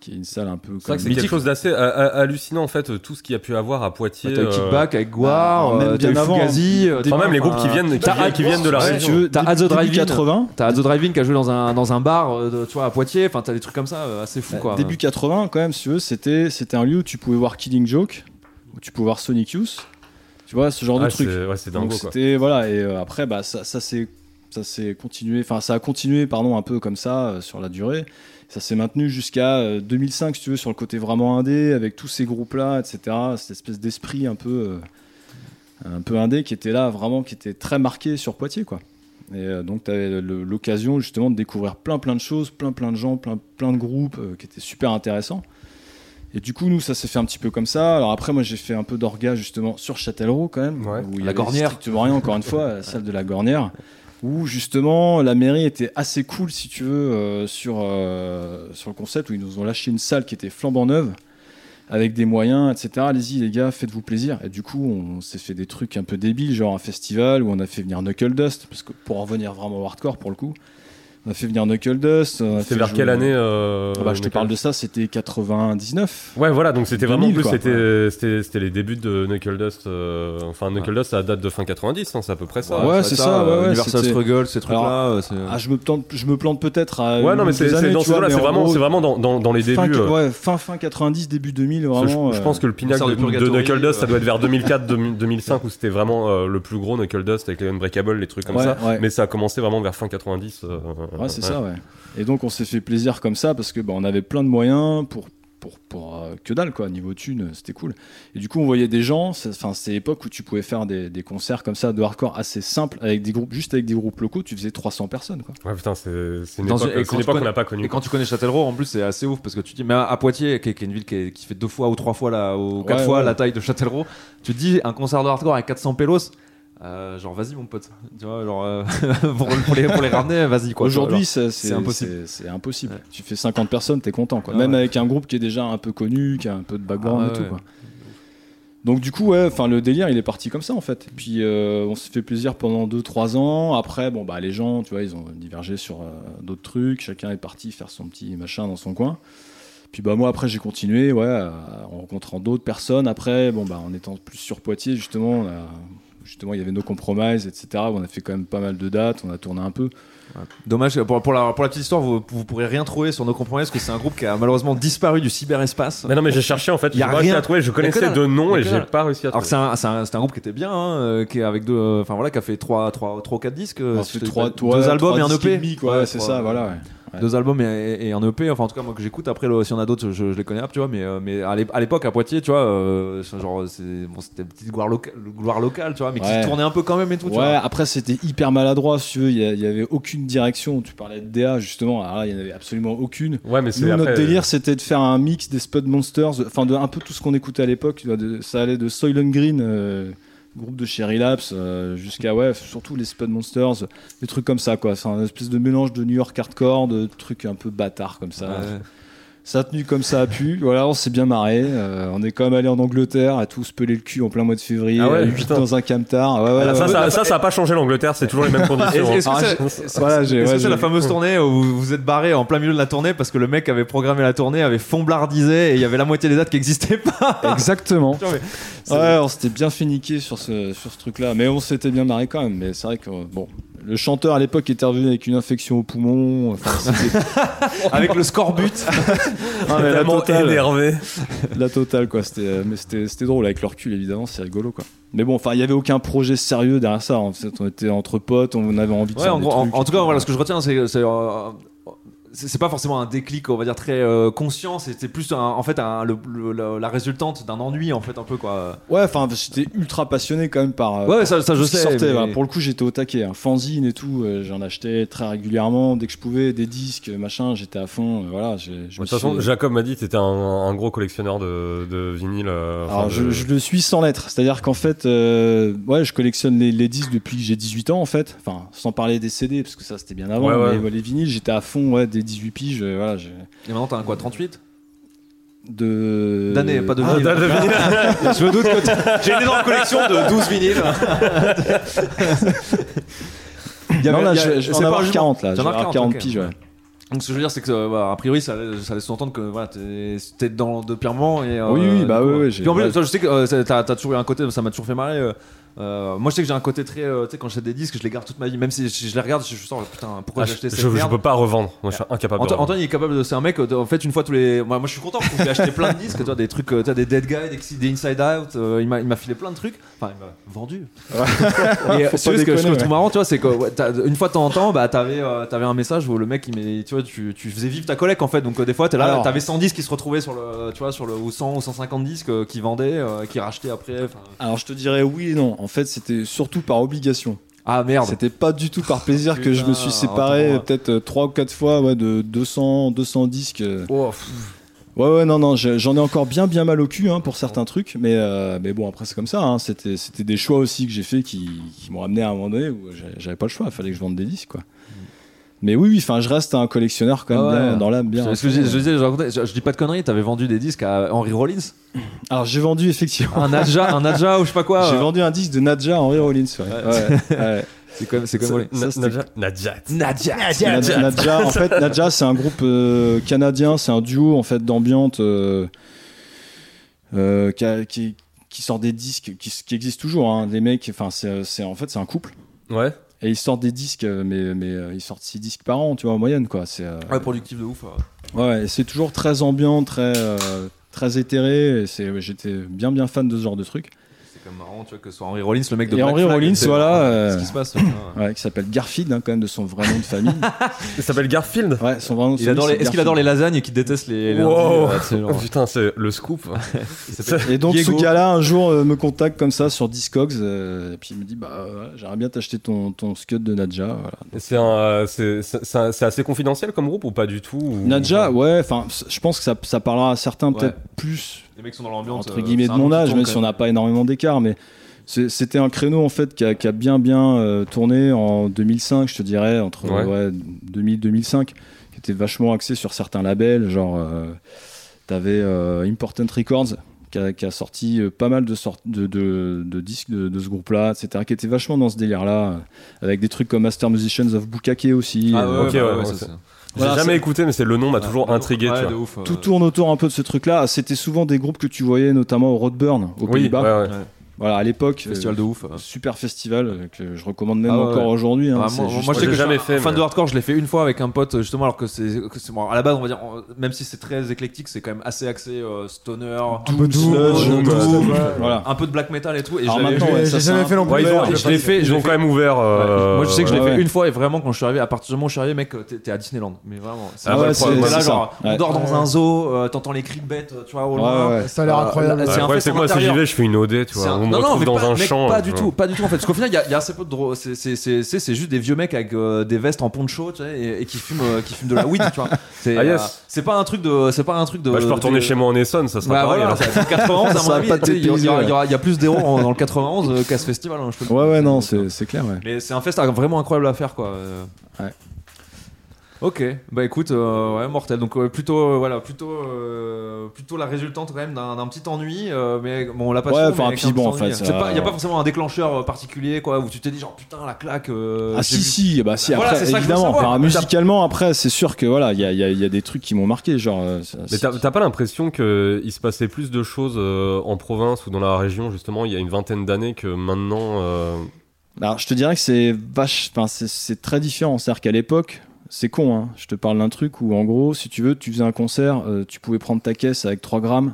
qui est une salle un peu C'est vrai comme que c'est quelque chose d'assez euh, euh, hallucinant en fait, euh, tout ce qu'il y a pu avoir à Bah, T'as Poitiers. le euh, kickback avec alors, Guar, même euh, t'as bien eu avant, Fugazi, euh, Enfin, t'as- même les groupes qui viennent, qui, t'as- viennent- qui viennent de la ouais, si région. tu veux, T'as début- At the début Drive-In. 80, T'as Azo Driving qui a joué dans un, dans un bar, euh, de, tu vois, à Poitiers, enfin t'as des trucs comme ça, euh, assez fou quoi. Bah, début 80 quand même, si tu veux, c'était c'était un lieu où tu pouvais voir Killing Joke, où tu pouvais voir Sonic Youth, tu vois ce genre Ah, de truc. c'est- Ouais, c'est dingo Donc quoi. c'était voilà et euh, après bah ça, ça s'est Ça s'est continué, enfin ça a continué pardon un peu comme ça euh, sur la durée. Ça s'est maintenu jusqu'à euh, 2005 si tu veux sur le côté vraiment indé avec tous ces groupes là, etc. Cette espèce d'esprit un peu euh, un peu indé qui était là vraiment qui était très marqué sur Poitiers quoi. Et euh, donc tu avais l'occasion justement de découvrir plein plein de choses, plein plein de gens, plein plein de groupes euh, qui étaient super intéressants. Et du coup, nous, ça s'est fait un petit peu comme ça. Alors après, moi, j'ai fait un peu d'orga justement sur Châtellerault quand même. Ouais. où il y La avait Gornière. Strictement rien, encore une fois, à la salle de la Gornière. Où justement, la mairie était assez cool, si tu veux, euh, sur, euh, sur le concept où ils nous ont lâché une salle qui était flambant neuve, avec des moyens, etc. Allez-y, les gars, faites-vous plaisir. Et du coup, on s'est fait des trucs un peu débiles, genre un festival où on a fait venir Knuckle Dust, parce que pour en revenir vraiment au hardcore pour le coup, on a fait venir Knuckle Dust. on a C'était fait vers jouer- quelle année euh, Ah bah, Je te Michael parle de ça, c'était 99. Ouais, voilà, donc c'était vraiment 2000, plus, quoi. c'était- c'était c'était les débuts de Knuckle Dust. euh, enfin, Knuckle Dust, ça date de fin 90, hein, c'est à peu près ça. Ouais, c'est ça, ouais, euh, ouais, Universal c'était- Struggle, ces trucs-là. euh, c'est- Ah, je me plante, je me plante peut-être à. Ouais, une non, mais des c'est c'est années, dans tu ce vois, là mais c'est en vraiment, gros, c'est vraiment dans, dans, dans les fin, débuts. euh, ouais, fin, fin 90, début 2000, parce que je- vraiment. je, euh, pense que le concert pinacle de de, de Purgatory, Knuckle Dust, euh. ça doit être vers 2004, 2000, 2005, où c'était vraiment euh, le plus gros Knuckle Dust avec les Unbreakable, les trucs comme Ouais, ça. ouais. Mais ça a commencé vraiment vers fin 90. euh, Ouais, c'est ça, ouais. Et donc, on s'est fait plaisir comme ça parce que bah, on avait plein de moyens pour pour, pour euh, que dalle quoi niveau thune euh, c'était cool et du coup on voyait des gens c'est- enfin c'est l'époque où tu pouvais faire des, des concerts comme ça de hardcore assez simples avec des groupes juste avec des groupes locaux tu faisais 300 personnes quoi Ouais, putain, c'est c'est une Dans époque, une- et c'est quand une tu époque qu'on connais- n'a pas connue. Et quand tu connais Châtellerault, en plus, c'est assez ouf parce que tu dis, mais à, à Poitiers, qui est, qui est une ville qui, est- qui fait deux fois ou trois fois la, ou quatre Ouais, fois ouais. la taille de Châtellerault, tu te dis un concert de hardcore avec 400 pélos. euh, genre vas-y mon pote tu vois genre euh, pour, pour les, pour les ramener vas-y quoi aujourd'hui ça, c'est c'est impossible. impossible c'est impossible Ouais. tu fais 50 personnes t'es content quoi Ah même ouais. avec un groupe qui est déjà un peu connu qui a un peu de background Ah et ouais, tout ouais. quoi Donc du coup, ouais, enfin le délire, il est parti comme ça en fait. Puis euh, on s'est fait plaisir pendant 2-3 ans. Après, bon bah les gens, tu vois, ils ont divergé sur euh, d'autres trucs. Chacun est parti faire son petit machin dans son coin. Puis bah moi après j'ai continué, ouais, euh, en rencontrant d'autres personnes. Après, bon bah en étant plus sur Poitiers justement, on a- justement il y avait nos compromises, etc. On a fait quand même pas mal de dates, on a tourné un peu. Dommage, pour, pour la, pour la petite histoire, vous, vous pourrez rien trouver sur nos compromis parce que c'est un groupe qui a malheureusement disparu du cyberespace. Mais non, mais j'ai cherché en fait, Y j'ai a pas réussi rien. à trouver. Je que connaissais dalle. de nom Y a et que j'ai dalle. pas réussi à Alors que trouver. c'est un, c'est un- c'est un groupe qui était bien, hein, euh, qui est avec deux, euh, enfin voilà, qui a fait trois, trois, trois, ou quatre disques, euh, On si fait je te dis Oh, trois, pas- trois- deux albums trois et un disques EP, demi, quoi, Ouais, c'est trois- ça, voilà. E ouais. Ouais. Deux albums et, et- et un EP, enfin en tout cas moi que j'écoute, après le- si on a d'autres je, je les connais pas, tu vois, mais, euh, mais à l'ép- à l'époque à Poitiers, tu vois, euh, c'est genre c'est- bon, c'était une petite gloire, locale- gloire locale, tu vois, mais Ouais. qui tournait un peu quand même et tout, tu ouais, vois. après c'était hyper maladroit, si tu veux. Il y a- il y avait aucune direction. Tu parlais de DA justement, alors là, il n'y en avait absolument aucune. Ouais, mais c'est Nous, notre après, délire, c'était de faire un mix des Spud Monsters, enfin de un peu tout ce qu'on écoutait à l'époque. tu vois, de- Ça allait de Soylent Green, euh, groupe de Sherry Laps, euh, jusqu'à ouais, surtout les Spud Monsters, des trucs comme ça quoi. C'est un espèce de mélange de New York hardcore, de trucs un peu bâtards comme ça. Ouais. Ça a tenu comme ça a pu. Voilà, on s'est bien marré. Euh, on est quand même allé en Angleterre à tous peler le cul en plein mois de février, Ah ouais, à huit putain. dans un camtar. Ouais, ouais, Voilà, ouais, Ah, ça, ça, ouais. ça, ça a pas changé l'Angleterre, c'est toujours les mêmes conditions. Est-ce- est-ce que hein. ça- Ah, Voilà, j'ai- Est-ce ouais, que c'est j'ai- la fameuse tournée où vous vous êtes barré en plein milieu de la tournée parce que le mec avait programmé la tournée, avait fomblardisé et il y avait la moitié des dates qui n'existaient pas Exactement. Putain, mais c'est- Ouais, on s'était bien fait niquer sur ce, sur ce truc-là. Mais on s'était bien marré quand même. Mais c'est vrai que, euh, bon, le chanteur à l'époque était revenu avec une infection au poumon. Enfin, c'était avec le score but. Ah, mais la, tellement totale, énervé. la totale, quoi. C'était, euh, mais c'était, c'était drôle. Avec le recul, évidemment, c'est rigolo, quoi. Mais bon, enfin, il n'y avait aucun projet sérieux derrière ça. En fait, on était entre potes, on avait envie de Ouais, faire en, des gros, en, trucs. en tout cas, voilà, ce que je retiens, c'est c'est, euh, c'est- c'est pas forcément un déclic, on va dire très euh, conscient. C'était plus un- en fait un- le- le- la, la résultante d'un ennui en fait un peu quoi. Ouais, enfin, j'étais ultra passionné quand même par. euh, Ouais, ça, ça je tout ce qui sais. sortait, mais- voilà. Pour le coup, j'étais au taquet. Hein. Fanzine et tout, euh, j'en achetais très régulièrement. Dès que je pouvais, des disques, machin, j'étais à fond. euh, voilà, j'ai- je De me toute façon, suis- Jacob m'a dit que t'étais un, un gros collectionneur de, de vinyle. euh, enfin, Alors, je, de- je le suis sans lettres. C'est-à-dire qu'en fait, euh, ouais, je collectionne les, les disques depuis que j'ai 18 ans, en fait. Enfin, sans parler des CD, parce que ça, c'était bien avant. Ouais, ouais. Mais ouais, les vinyles, j'étais à fond, ouais, dès 18 piges. euh, voilà, j'ai- Et maintenant t'as un quoi 38 de... D'années, pas Euh, de Ah, vinyle. de- de vinyle. Je me doute que t'as- j'ai une énorme collection de 12 vinyles. Il y Non, avait- là, il y a- je- je vais c'est en pas avoir juste- 40, là. T'en Je vais as avoir 40, 40 ok. piges, ouais. Donc ce que je veux dire, c'est que euh, voilà, a priori, ça, ça laisse entendre que voilà, t'es t'es dedans depuis un moment. Et, euh, Oui, oui, bah du coup, oui, ouais. oui, j'ai- Puis en plus, ouais. ça, je sais que euh, ça- t'as t'as toujours eu un côté, ça m'a toujours fait marrer. euh, Euh, moi, je sais que j'ai un côté très. euh, tu sais, quand j'achète des disques, je les garde toute ma vie. Même si je, je les regarde, je, je sens, putain, pourquoi Ah, j'ai je, acheté cette je- je merde Ah. peux pas revendre. Moi, je suis incapable. de Anto- revendre. Antoine il est capable de. C'est un mec, euh, en fait, une fois tous les. Moi, moi je suis content, parce que j'ai acheté plein de disques, tu vois, des trucs, euh, tu as des Dead Guy, des, des Inside Out, euh, il m'a il m'a filé plein de trucs, enfin, il m'a vendu. Et euh, Faut c'est pas juste que je déconner, trouve marrant, tu vois, c'est que ouais, t'as- une fois de temps en temps, bah, t'avais euh, t'avais un message où le mec, il met- tu vois, tu, tu faisais vivre ta collecte en fait, donc euh, des fois, t'es là, Alors. t'avais 100 disques qui se retrouvaient sur le. Tu vois, sur le. ou 100 ou 150 disques euh, qui vendaient, euh, qui rachetaient après. enfin. Alors je te dirais oui et non. En fait, c'était surtout par obligation. Ah merde! C'était pas du tout par plaisir que je me suis Putain, séparé attends. peut-être euh, trois ou quatre fois ouais, de 200, 200 disques. euh. Oh, pff, Ouais, ouais, non, non, j'ai- j'en ai encore bien, bien mal au cul hein, pour certains trucs, mais, euh, mais bon, après, c'est comme ça. hein. C'était c'était des choix aussi que j'ai fait qui, qui m'ont amené à un moment donné où j'avais- j'avais pas le choix, fallait que je vende des disques, quoi. Mais oui, oui, enfin, je reste un collectionneur quand même Ah ouais. bien, dans l'âme, bien. hein. parce que je, je disais, je racontais- je- je dis pas de conneries, t'avais vendu des disques à Henry Rollins, Alors, j'ai vendu, effectivement. un Adja, un Adja ou je sais pas quoi. J'ai euh, vendu un disque de Nadja en Rollins, ouais. Ouais, ouais. C'est quand même, c'est quand même Ça- volé. Na- Ça, c'était- Nadja- Nadja. Nadia. Nadja, Nadja, en fait, Nadja, c'est un groupe euh, canadien, c'est un duo en fait d'ambiante euh, euh, qui, a- qui- qui sort des disques, qui, qui existe toujours. hein. Les mecs, enfin, c'est c'est- en fait c'est un couple Ouais. et ils sortent des disques, euh, mais mais euh, ils sortent six disques par an, tu vois en moyenne quoi. C'est euh, Ouais, productif de ouf. hein. ouais, et c'est toujours très ambiant, très euh, très éthéré. et c'est- ouais, J'étais bien bien fan de ce genre de truc. C'est quand même marrant, tu vois, que ce soit Henry Rollins, le mec de Et Black Henry Flag, Rollins, c'est- voilà, Ce euh, qui se passe. ouais, qui s'appelle Garfield hein, quand même de son vrai nom de famille. Il s'appelle Garfield. Ouais, son vrai nom de Il famille, adore les- c'est Est-ce qu'il adore Garfield. les lasagnes et qu'il déteste les. les Wow. lundis, euh, tu sais, genre. Oh, putain, c'est le scoop. C'est- Et donc Diego. ce gars-là un jour euh, me contacte comme ça sur Discogs euh, et puis il me dit bah euh, j'aimerais bien t'acheter ton ton scud de Nadja. Voilà. C'est un, euh, c'est- c'est- c'est un- c'est assez confidentiel comme groupe ou pas du tout ou- Nadja ouais enfin c- je pense que ça, ça parlera à certains Ouais. peut-être plus Les mecs sont dans l'ambiance. entre guillemets de mon âge même si on n'a pas énormément d'écart mais c'est- c'était un créneau en fait qui a, qui a bien bien euh, tourné en 2005 je te dirais entre Ouais. 2000 2005 qui était vachement axé sur certains labels genre euh, t'avais euh, Important Records qui a, qui a sorti euh, pas mal de, sort- de, de- de disques de, de ce groupe-là, etc., qui était vachement dans ce délire-là, euh, avec des trucs comme Master Musicians of Bukake aussi. Ah euh, ouais, Ok, ouais, ouais, ouais, ouais, ça, c'est- c'est- Ah, J'ai Voilà, jamais c'est- écouté, mais c'est le nom m'a toujours Ouais, intrigué. ouais, tu de vois. ouf. euh, Tout tourne autour un peu de ce truc-là. Ah, C'était souvent des groupes que tu voyais notamment au Roadburn, aux Oui, Pays-Bas. ouais, ouais. Voilà, à l'époque, Festival euh, de ouf. euh. super festival euh, que je recommande même Ah ouais, encore ouais. aujourd'hui. hein, Ah, c'est moi, juste- moi, je sais J'ai que jamais jamais fait, fait. Fan mais- de hardcore, je l'ai fait une fois avec un pote justement, alors que c'est, que c'est- bon, à la base on va dire, on- même si c'est très éclectique, c'est quand même assez axé euh, stoner, Un peu doux, Sludge, un peu Doom, doux, ouais. Voilà. un peu de black metal et tout. Et Alors j'avais- maintenant, ouais, J'ai ça, j'ai c'est un- jamais fait non plus. Ouais, ils ont- mais- je l'ai fait, Ils je ont l'ai quand fait. même ouvert. euh, Moi je sais que je l'ai ouais, fait ouais. une fois et vraiment quand je suis arrivé, à partir du moment où je suis arrivé, mec, euh, t'es t'es à Disneyland. Mais vraiment, c'est Ah vrai, ouais, le c'est- problème. c'est Là, ça. genre, Ouais. on dort dans Ouais. un zoo, euh, t'entends les cris de bêtes, euh, tu vois, au Ouais, loin. ouais. Ça a l'air Euh, incroyable. là, Ouais, c'est le en problème, fait, c'est on que moi, si j'y intérieur- vais, je fais une OD, tu C'est vois. un- On me Non, non, retrouve mais dans pas, un mec, champ. hein, euh, tu pas du vois. tout, pas du tout en fait. Parce qu'au final, il y a, il y a assez peu de dro- c'est- C'est c'est- c'est- c'est juste des vieux mecs avec euh, des vestes en poncho, tu vois, et, et qui fument, euh, qui fument de la weed, tu vois. C'est Ah, yes. euh, c'est pas un truc de, c'est pas un truc de. Bah, je peux retourner Euh, de- chez moi en Essonne, ça sera Bah pareil. voilà, alors. c'est 91 à Ça mon va avis. pas te tu sais, Il y, aura- il y aura- péter, il y a plus d'héros en- dans le 91 euh, qu'à ce festival. hein, je peux te- Ouais, ouais, non, c'est c'est clair, ouais. Mais c'est un fest vraiment incroyable à faire, quoi. euh. Ouais. Ok, bah écoute, euh, ouais, mortel. Donc euh, plutôt, euh, voilà, plutôt, euh, plutôt la résultante quand même d'un d'un petit ennui, euh, mais bon, on l'a pas. Ouais, souvent, enfin, mais puis qu'un petit bon, en ennui. fait, euh. ça C'est va, pas, y a ouais. pas forcément un déclencheur euh, particulier, quoi, où tu t'es dit genre putain la claque. euh, Ah j'ai si vu- si bah si Voilà, après c'est ça que je veux évidemment savoir. Enfin, musicalement après c'est sûr que voilà il y a, il y a- il y a des trucs qui m'ont marqué genre euh, ça- Mais c'est- t'as t'as pas l'impression qu'il se passait plus de choses euh, en province ou dans la région, justement, il y a une vingtaine d'années que maintenant. euh, alors je te dirais que c'est vache enfin c'est- c'est très différent c'est à dire qu'à l'époque c'est con hein je te parle d'un truc où en gros si tu veux tu faisais un concert euh, tu pouvais prendre ta caisse avec 3 grammes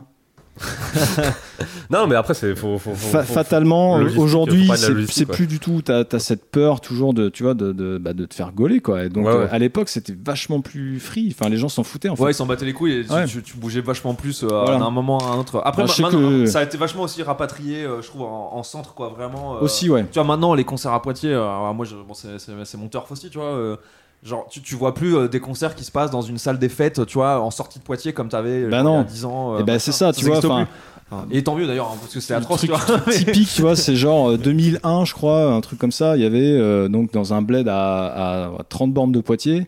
Non, mais après, c'est. Faut, faut, faut- Fa- faut- fatalement faut- euh, logistique, faut aujourd'hui pas de la c'est logistique, c'est quoi. plus du tout t'as as cette peur toujours de tu vois de de, bah, de te faire gauler quoi Et donc Ouais, ouais. euh, à l'époque c'était vachement plus free enfin les gens s'en foutaient en fait Ouais, ils s'en battaient les couilles et tu- Ouais. tu, tu bougeais vachement plus euh, Voilà. d'un moment à un autre. Après, Moi, je sais maintenant, que- ça a été vachement aussi rapatrié, euh, je trouve, en, en centre, quoi, vraiment. euh, aussi ouais Tu vois, maintenant, les concerts à Poitiers, euh, alors moi, je, bon, c'est, c'est- c'est mon turf aussi, tu vois. euh, genre, tu, tu vois plus euh, des concerts qui se passent dans une salle des fêtes, tu vois, en sortie de Poitiers, comme t'avais euh, Bah genre, non. il y a 10 ans. euh, et ben machin. c'est ça tu vois n'existe enfin plus. Enfin, Et tant mieux d'ailleurs, hein, parce que c'est Le atroce, truc tu vois. mais- typique, tu vois, c'est genre euh, 2001, je crois, un truc comme ça. Il y avait Ah, euh, donc dans un bled à, à 30 bornes de Poitiers,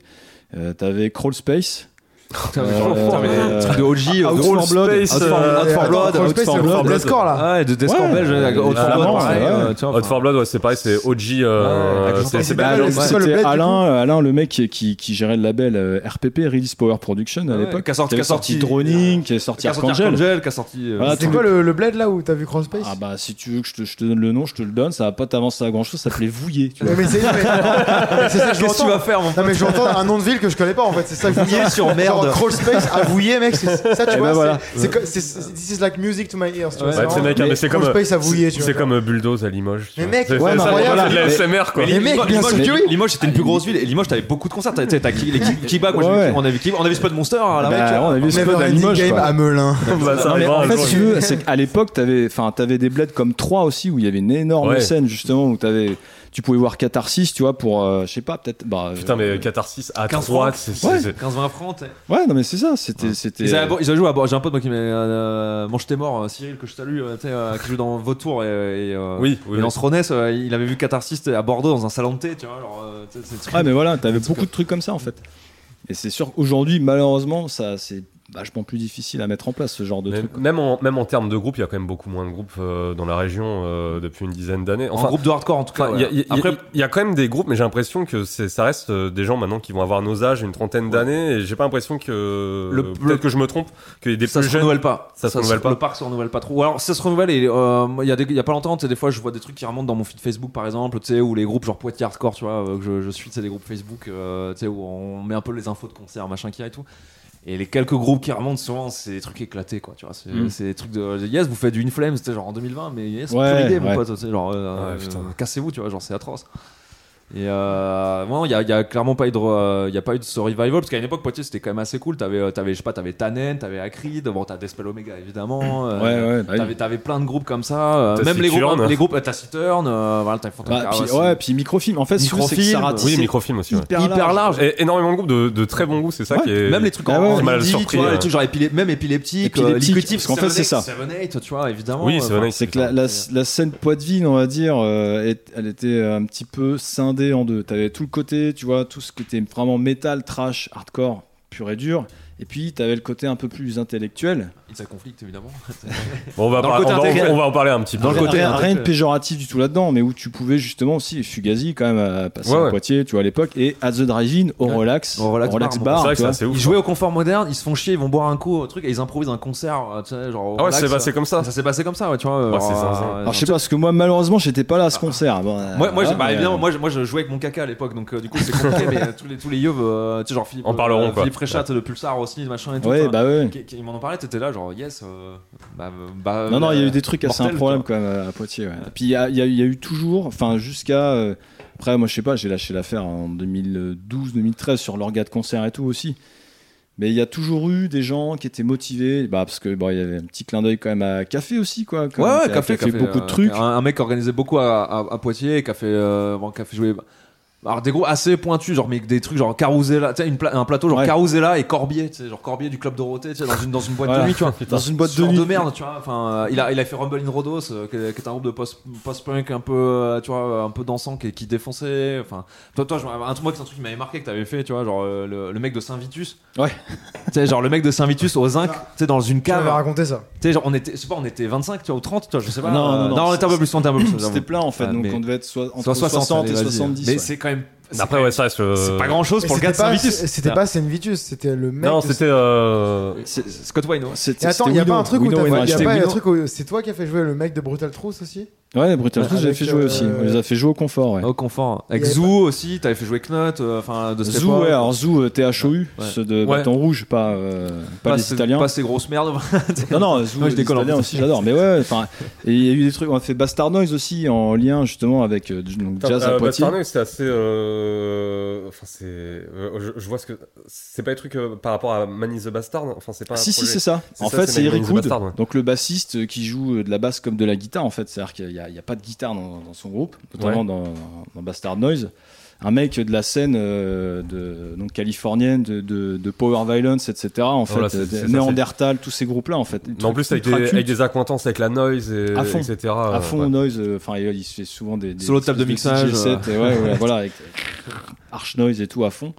euh, t'avais Crawl Space Putain, mais Euh, genre, putain, mais euh, truc de OG, Out gros for Blood. Space, Out for- euh, Out for attends, Blood, Out Out Space, for le Blood. Deathcore, là. Ah, et de Deathcore Ouais. belge, Euh, Out for Blood, clairement, pareil, ouais. euh, tu vois, Hot for Blood, ouais, c'est pareil, c'est OG. euh, Ouais, avec c'est Jean-Paul c'est Belmondo, belge. ouais. Bah, C'est Ouais, quoi le Bah, c'était bled, du Alain, euh, Alain, le mec qui, qui, qui gérait le label euh, RPP, Release Power Production à Ah Ouais, l'époque, qui a sorti- avait qui a sorti- Droning, qui est sorti Ah, qui a sorti Archangel. Archangel, qui a sorti. euh, Voilà, C'est tous quoi le, le bled là où t'as vu Crosspace Ah bah si tu veux que je te, je te donne le nom, je te le donne, ça va pas t'avancer à grand chose, ça s'appelait Vouillé. Tu vois. Ouais, mais c'est mais- c'est ça que Qu'est-ce que je tu l'entends. vas faire, mon Non mais j'entends un nom de ville que je connais pas en fait, c'est ça que je veux dire. sur merde. Genre Crawlspace, avouillé mec, c'est ça tu vois, Eh ben c'est- voilà. c'est co- c'est c'est- this is like music to my ears, tu Ouais, vois. Ouais, c'est vraiment- mec, hein, mais c'est comme. Crawlspace, avouillé, tu C'est vois. comme euh, Bulldoze à Limoges. tu Mais vois. mec, C'est- ouais, c'est- mais ça, regarde, c'est de la mais- SMR, quoi. Mais les mecs, bien sûr que oui. Limoges, c'était une plus grosse ville. Et Limoges, t'avais beaucoup de concerts. T'as- T'as t'as qui- les Ki- Kiba, quoi, j'ai Ouais. vu- on avait Kiba- on avait Spot Monster hein, à la Bah, mec. on a vu Spud à Never Limoges. game quoi. à Melun. Bah, ça Non, mais arrivera en un fait, jour, si tu veux, c'est qu'à l'époque, t'avais, enfin, t'avais des bleds comme 3 aussi où il y avait une énorme Ouais. scène justement où t'avais, tu pouvais voir Catharsis, tu vois, pour, euh, je sais pas, peut-être. Bah, Putain, euh, mais Catharsis à 15 3, francs. c'est. Ouais. c'est- 15-20 francs. t'es- Ouais, non mais c'est ça, c'était, c'était. Ils avaient, abor- ils avaient joué à bord. J'ai un pote moi qui m'a euh, mange tes morts, euh, Cyril que je salue, euh, tu sais, euh, qui joue dans Vautour et, et euh, Oui, oui, et oui. Lance Ronès, euh, il avait vu Catharsis à Bordeaux dans un salon de thé, tu vois. Alors, euh, tu sais, c'est le truc. Ah, Ouais, Ah, mais voilà, t'avais beaucoup de trucs comme ça en fait. Et c'est sûr qu'aujourd'hui, malheureusement, ça, c'est vachement plus difficile à mettre en place ce genre de Mais truc. même, en, même en termes de groupe, il y a quand même beaucoup moins de groupes euh, dans la région euh, depuis une dizaine d'années. en groupe de hardcore en tout cas. Enfin, il ouais. y a- il y, a- Après, il y a quand même des groupes, mais j'ai l'impression que c'est- ça reste euh, des gens maintenant qui vont avoir nos âges, une trentaine d'années, et j'ai pas l'impression que. Le- Peut-être le- que je me trompe, qu'il y ait des ça plus se jeunes. renouvelle pas. ça se renouvelle pas. Le parc se renouvelle pas trop. Ou alors ça se renouvelle et euh, moi, il y, a des- il y a pas longtemps, tu sais, des fois je vois des trucs qui remontent dans mon feed Facebook par exemple, tu sais, ou les groupes genre Poitiers Hardcore, tu vois, euh, que je, je suis, c'est des groupes Facebook, euh, tu sais, où on met un peu les infos de concerts, machin qu'il y a et tout. Et les quelques groupes qui remontent, souvent, c'est des trucs éclatés, quoi. Tu vois, c'est Mm. c'est des trucs de Yes, vous faites du Inflames, c'était genre en 2020, mais Yes, Ouais, pure idée, mon ouais. pote. tu sais, Genre, euh, Ouais, putain. euh, cassez-vous, tu vois, genre c'est atroce. Et euh, non, il y, a- il y a clairement pas eu de, re- il y a pas eu de ce revival parce qu'à une époque Poitiers c'était quand même assez cool. T'avais, euh, t'avais, je sais pas, t'avais Tannen, t'avais Acrid, bon t'as Despel Omega évidemment. euh, ouais, ouais. bah oui. T'avais, t'avais plein de groupes comme ça. euh, Taciturn. même les groupes, les groupes euh, Taciturn, euh, voilà, t'as Phantom Bah, Car, puis, c'est ouais, puis microfilm. En fait, si tu veux, c'est que ça Microfilm, ratisse Oui, microfilm aussi. ouais. hyper, hyper large. Et énormément de groupes de, de très bons goûts, c'est ça Ouais, qui est. Ah, Même les trucs en, Ah ouais, en j'ai mal indie, surpris, tu vois, les euh. trucs genre épile- même épileptique, euh, Épileptique, liquidif, parce qu'en fait, c'est ça. Seven Eight, tu vois, évidemment. Oui, euh, Seven Eight, C'est que la, la, la scène Poitvine, on va dire, euh, est- elle était un petit peu scindée en deux. T'avais tout le côté, tu vois, tout ce qui était vraiment métal, trash, hardcore, pur et dur. Et puis, t'avais le côté un peu plus intellectuel. enfin, It's a Conflict, évidemment. Bon, on va, Dans le par- côté on va- intégral. on va en parler un petit peu. Dans le côté rien, rien de intellectuel. péjoratif du tout là-dedans, mais où tu pouvais justement aussi, Fugazi quand même, euh, passer Ouais, à ouais. Poitiers, tu vois, à l'époque, et at the drive-in, au Ouais. relax, Au Relax Bar, C'est bar. vrai que tu c'est vois. assez ouf. hein. Ils jouaient au confort moderne, ils se font chier, ils vont boire un coup, un truc, et ils improvisent un concert, euh, tu sais, genre. Ah au ouais, relax, c'est euh. passé comme ça. Ça s'est passé comme ça, ouais, tu vois. euh, Ouais, c'est euh, zinzin. euh, Alors, je sais pas, parce que moi, malheureusement, j'étais pas là à ce concert. Bon, euh, Ah, Moi, moi, j'ai- voilà, bah, mais, évidemment, euh, moi, je- moi, je jouais avec mon caca à l'époque, donc euh, du coup, c'est compliqué, mais euh, tous les, tous les yeux, euh, tu sais, genre Philippe, En parleront, euh, quoi. Philippe Fréchat de Pulsar aussi, machin et tout. Ouais, enfin, bah ouais. qui- qui- Ils m'en ont parlé, t'étais là, genre, yes. euh, bah, euh, bah, Non, non, il y a euh, eu des trucs assez mortel, improbables tu quand même à Poitiers. ouais. Puis il y a, il y a eu- il y a eu toujours, enfin jusqu'à. euh, après, moi je sais pas, j'ai lâché l'affaire en 2012-2013 sur l'orga de concert et tout aussi. Mais il y a toujours eu des gens qui étaient motivés, bah, parce que bon, il y avait un petit clin d'œil quand même à Café aussi, quoi. quand Ouais, même, ouais, hein, qui a- café, euh, qui a fait beaucoup de trucs. Un, un mec qui organisait beaucoup à, à, à Poitiers, qui a fait, euh, bon, qui a fait jouer. Alors des groupes assez pointus, genre mais des trucs genre Carousella, tu sais, une pla- un plateau genre Ouais. Carousella et Corbier, tu sais, genre Corbier du club Dorothée, tu sais, dans une dans une boîte Voilà. de nuit, tu vois, Dans une boîte Ce de genre nuit. de merde, tu vois. Enfin, euh, il a il a fait Rumble in Rhodos, euh, qui, est- qui est un groupe de post post punk un peu, euh, tu vois, un peu dansant, qui, qui défonçait. Enfin, toi toi, je me rappelle- un truc moi c'est un truc qui m'avait marqué que t'avais fait, tu vois, genre euh, le, le mec de Saint Vitus. Ouais. tu sais, genre le mec de Saint Vitus au zinc, tu sais, dans une Tu cave. m'avais raconté ça. Tu sais, genre, on était, je sais pas, on était 25, tu vois, ou 30, tu vois, je sais pas. Non, non, non, on était un peu plus, on était un peu plus. C'était plein en fait, Ah, donc mais- on devait être soit, entre Soit 60, 60 et allez, vas-y. 70. Mais ouais. c'est quand même. c'est Après, quand ouais, même- ça reste. euh, C'est pas grand chose Et pour le gars de c'était pas- Saint-Vitus. C'était pas Saint Vitus, c'était le mec. Ah. Non, de- c'était. euh, C'est- Scott Wayne, ouais. c'était- Et attends, c'était il y a pas Willow. un truc où Willow t'as- et y a Racheté. pas un Willow. truc où c'est toi qui as fait jouer le mec de Brutal Truth aussi Ouais, Brutal Ouais, Truth, j'avais avec, fait jouer euh, aussi. On les a fait jouer au confort, ouais. Au confort. Avec Il y avait Zoo aussi, t'avais fait jouer Knut, euh, enfin, de Zoo, ouais, alors Zoo, euh, THOU, Ouais. ceux de Ouais. Bâton Rouge, pas, euh, pas, les ces- Italiens. Pas ces grosses merdes. Non, non, Zoo, Non, je les déconne, en Italiens fait. aussi, j'adore. Mais ouais, enfin, et il y a eu des trucs, on a fait Bastard Noise aussi, en lien justement avec euh, donc, Jazz à Euh, Poitiers. Bastard Noise, c'est assez. euh, Enfin, c'est. euh, je, je vois ce que. C'est pas les trucs euh, par rapport à Manny the Bastard. Enfin, c'est pas. un Ah, si, si, projet- c'est ça. C'est En ça, fait, c'est c'est Nightmare Eric is a Wood, Bastard, ouais. donc le bassiste euh, qui joue euh, de la basse comme de la guitare, en fait. C'est-à-dire qu'il n'y a, il y a pas de guitare dans, dans son groupe, notamment Ouais. dans, dans Bastard Noise. Un mec de la scène euh, de, donc, californienne, de, de, de Power Violence, etc. En fait, Voilà, c'est- euh, c'est Oh ça, Neanderthal, tous ces groupes-là, en fait. Mais en plus, avec des, Ultra culte. avec des accointances, avec la noise, et, À fond. etc. à fond ouais. au noise euh, enfin il- il se fait souvent des, des Solo de table de espèces mixage, euh, DJ sets, et ouais, ouais, voilà avec arch noise et tout à fond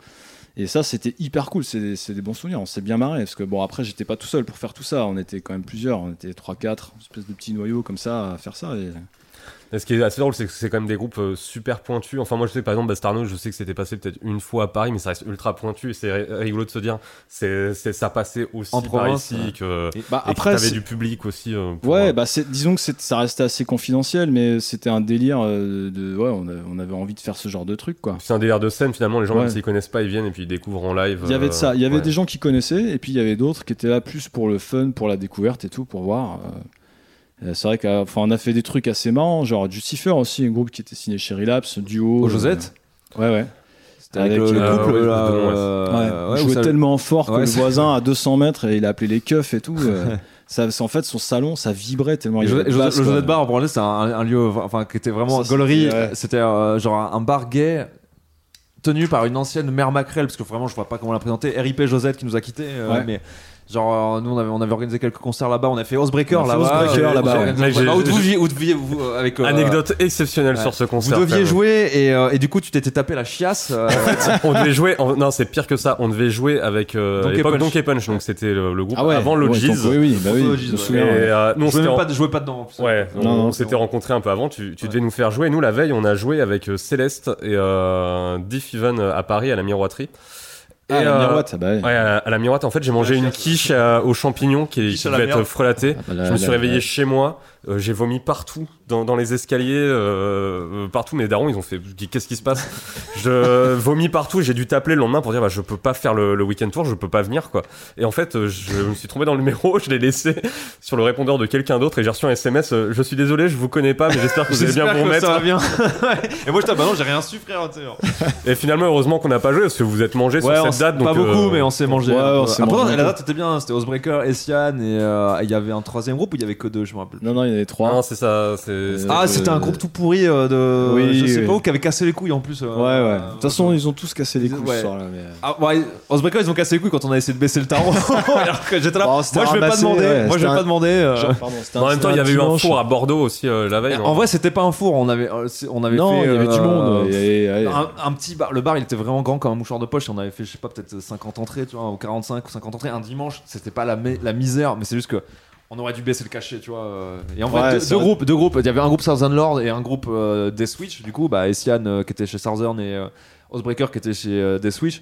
Et ça, c'était hyper cool. C'est des, c'est des bons souvenirs. On s'est bien marré. Parce que bon, après, j'étais pas tout seul pour faire tout ça. On était quand même plusieurs. On était 3-4, espèce de petits noyaux comme ça à faire ça. Et... Et ce qui est assez drôle, c'est que c'est quand même des groupes euh, super pointus. Enfin, moi, je sais, par exemple, Bastarno, je sais que c'était passé peut-être une fois à Paris, mais ça reste ultra pointu. Et c'est ri- rigolo de se dire, c'est, c'est- ça passait aussi En par province, ici, ouais. que et Bah, que après, t'avais c'est- du public aussi. euh, pour, Ouais, euh, bah c'est- disons que c'est- ça restait assez confidentiel, mais c'était un délire euh, de. Ouais, on, a- on avait envie de faire ce genre de truc, quoi. c'est un délire de scène finalement. Les gens, Ouais. même s'ils connaissent pas, ils viennent et puis ils découvrent en live. Il y avait de ça. Il y avait euh, ouais. des gens qui connaissaient, et puis il y avait d'autres qui étaient là plus pour le fun, pour la découverte et tout, pour voir. euh. Euh, C'est vrai qu'on enfin, on a fait des trucs assez marrants, genre Jucifer aussi, un groupe qui était signé chez Relapse, duo. Au euh, Josette Ouais, ouais. C'était avec, Avec, le, le euh, couple ouais, là. de Long, ouais. euh, ouais, ouais, on où jouait ça- tellement fort que Ouais, le c'est- voisin à 200 mètres, et il a appelé les keufs et tout. euh, ça, c'est- en fait, son salon, ça vibrait tellement. Et il y Josette- avait de Josette- basse, le quoi. Josette Bar, en parallèle, c'est un, un lieu enfin, qui était vraiment Ça, gaulerie. c'était- ouais. C'était euh, genre un, un bar gay tenu par une ancienne mère Macrel, parce que vraiment, je vois pas comment la présenter. RIP Josette qui nous a quittés. euh, Ouais. Mais genre, euh, nous, on avait, on avait organisé quelques concerts là-bas. On a fait Housebreaker On a fait là-bas. Housebreaker euh, on là-bas, a ouais. organisé- Mais j'ai- Bah, où j'ai- deviez- où deviez vous, euh, avec, euh, Anecdote exceptionnelle ouais. sur ce Vous concert. deviez quand même. jouer et, euh, et du coup, tu t'étais tapé la chiasse. euh, on devait jouer. en- Non, c'est pire que ça. On devait jouer avec euh, à Donkey l'époque Punch. Donkey Punch. Donc c'était le, le groupe Ah ouais, avant ouais, Logis. donc- Oui, oui, bah oui, Avant je Logis, me ouais. et souviens. ouais. euh, nous, on je jouais s'était même en- pas, je jouais pas dedans. en plus. Ouais, on, non, on s'était rencontrés un peu avant, tu, tu devais nous faire jouer. Nous, la veille, on a joué avec euh, Céleste et euh, Diff Even à Paris, à la miroiterie. Ah, la euh, miroite, ah bah ouais. Ouais, à, à la miroite, en fait, j'ai mangé Ah, La une chasse. quiche euh, aux champignons qui, Quiche qui à la devait être merde. frelatée. Ah bah là, Je me suis là, réveillé là. chez moi, euh, j'ai vomi partout, dans, dans les escaliers, euh, euh, partout. Mes darons, ils ont fait qu'est-ce qui se passe Je vomis partout, j'ai dû t'appeler le lendemain pour dire bah, je peux pas faire le, le week-end tour, je peux pas venir quoi. Et en fait, euh, je me suis trompé dans le numéro, je l'ai laissé sur le répondeur de quelqu'un d'autre et j'ai reçu un SMS euh, je suis désolé, je vous connais pas, mais j'espère que vous allez J'espère bien vous que ça va remettre. bien. et moi, je t'ai bah non, j'ai rien su, frère. tu sais. Et finalement, heureusement qu'on n'a pas joué parce que vous êtes mangé Ouais, sur on cette s- date. Pas donc, euh, beaucoup, mais on s'est mangé. ouais, un peu. on s'est Après, mangé un la peu. date était bien. hein, C'était Housebreaker, Essian et euh, il y avait un troisième groupe où il y avait que deux, je me rappelle. Non, non, il y en avait trois. Non, c'est ça, c'est. c'est- Ah, Euh, c'était un groupe tout pourri euh, de. Oui, je sais oui. pas où, qui avait cassé les couilles en plus. euh. Ouais, ouais. De toute façon, ils ont tous cassé les couilles Ah, Ouais. ce soir-là. Mais... euh. Ah, ouais, Housebreaker, ils ont cassé les couilles quand on a essayé de baisser le tarot. Alors que j'étais là. Bon, moi, c'était je vais pas ramassé, demander. moi, ouais, je c'était vais un- pas demander. euh. Genre, pardon, c'était un- En même temps, il y c'était un avait eu un dimanche. four à Bordeaux aussi euh, la veille. En non vrai, c'était pas un four. On avait, euh, c'est- on avait Non, fait, il y avait du euh, monde. Ah, il y avait- ouais. un, un petit bar, le bar il était vraiment grand comme un mouchoir de poche. et On avait fait, je sais pas, peut-être 50 entrées, tu vois, ou 45 ou 50 entrées un dimanche. C'était pas la, mi- la misère, mais c'est juste que on aurait dû baisser le cachet, tu vois. euh. Et en vrai, Ouais, deux, ça deux aurait- groupes, deux groupes. Il y avait un groupe Southern Lord et un groupe euh, Death Switch, du coup, bah, Essian euh, qui était chez Southern et euh, Housebreaker qui était chez euh, Death Switch.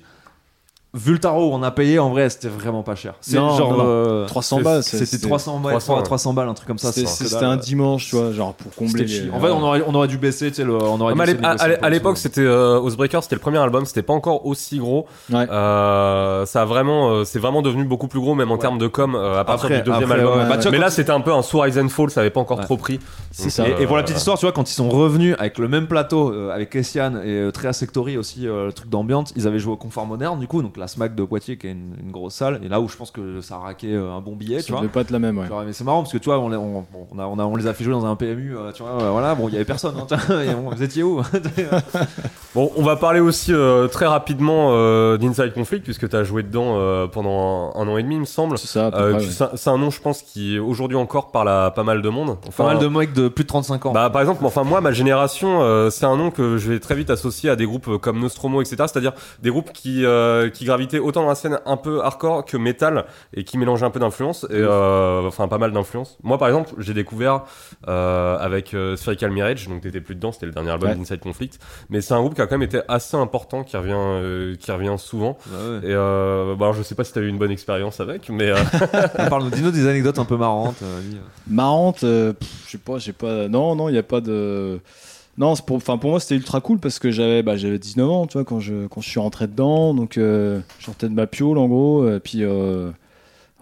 Vu le tarot, on a payé, en vrai, c'était vraiment pas cher. C'est Non, genre. non, non. euh, 300 balles. c'est- c'était 300 balles, 300, 300, balles, un truc comme ça. c'est- c'est- C'était un euh. dimanche, tu vois, genre pour C'était combler. chiant. les- En fait, on aurait, on aurait dû baisser, tu sais, le- on aurait Ah, dû mais à l'é- essayer de à, négocier à l'é- un peu à le l'époque, sou. c'était euh, Housebreaker, c'était le premier album, c'était pas encore aussi gros. Ouais. Euh, ça a vraiment, euh, c'est vraiment devenu beaucoup plus gros, même en Ouais. Bah, termes de com, euh, à partir Après- du deuxième après, album. ouais, ouais, mais ouais. là, c'était un peu un sous Rise and Fall, ça avait pas encore Ouais. trop pris. C'est Donc, ça. Et, et pour la euh, petite histoire, tu vois, quand ils sont revenus avec le même plateau, euh, avec Essian et euh, Tréa Sectori aussi, euh, le truc d'ambiance, ils avaient joué au Confort Moderne, du coup, donc la SMAC de Poitiers, qui est une, une grosse salle, et là où je pense que ça a raqué euh, un bon billet, tu Ça vois. devait pas être la même, ouais. Genre, mais c'est marrant parce que tu vois, on, les- on- bon, on a, on a- on les a fait jouer dans un PMU, euh, tu vois, euh, voilà, bon, il y avait personne, hein, tu vois, et bon, vous étiez où Bon, on va parler aussi euh, très rapidement euh, d'Inside Conflict, puisque t'as joué dedans euh, pendant un, un an et demi, il me semble. C'est ça, à peu Euh, près, tu- ouais. c'est un- c'est un nom, je pense, qui aujourd'hui encore parle à pas mal de monde. Enfin, Pas mal de mecs de plus de 35 ans. Bah, par exemple, enfin moi, ma génération, euh, c'est un nom que je vais très vite associer à des groupes euh, comme Nostromo, etc. C'est-à-dire des groupes qui euh, qui gravitaient autant dans la scène un peu hardcore que metal et qui mélangeaient un peu d'influence et euh, enfin pas mal d'influence. Moi, par exemple, j'ai découvert euh, avec euh, Spherical Mirage, donc t'étais plus dedans, c'était le dernier album Ouais. d'Inside Conflict, mais c'est un groupe qui a quand même été assez important, qui revient euh, qui revient souvent. Bah ouais. Et euh, bon, alors, je sais pas si t'as eu une bonne expérience avec, mais euh, On parle- Dis-nous des anecdotes un peu marrantes. euh, dis. Marrante, euh, pff, je sais pas, j'ai pas. Non, non, il y a pas de. Non, c'est pour, enfin, pour moi c'était ultra cool parce que j'avais bah, j'avais 19 ans, tu vois, quand je, quand je suis rentré dedans, donc euh, je sortais de ma piole en gros, euh, puis euh,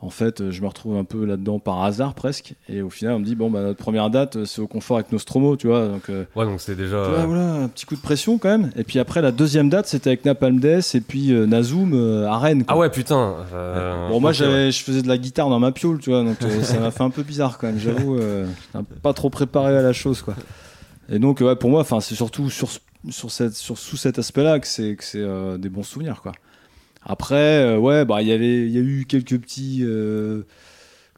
en fait euh, je me retrouve un peu là-dedans par hasard presque, et au final on me dit, bon, bah, notre première date euh, c'est au confort avec Nostromo, tu vois, donc euh, ouais, donc c'est déjà. tu vois, voilà, un petit coup de pression quand même, et puis après la deuxième date c'était avec Napalm Death et puis euh, Nazoom euh, à Rennes. quoi. Ah ouais, putain. euh, Bon, ok, moi, ouais. j'avais, je faisais de la guitare dans ma pioule, tu vois, donc euh, ça m'a fait un peu bizarre quand même, j'avoue. euh, j'étais un- pas trop préparé à la chose, quoi. Et donc, ouais, pour moi, enfin, c'est surtout sur, ce- sur cette, sur, sous cet aspect-là que c'est, que c'est euh, des bons souvenirs, quoi. Après, euh, ouais, bah, il y avait, il y a eu quelques petits. euh,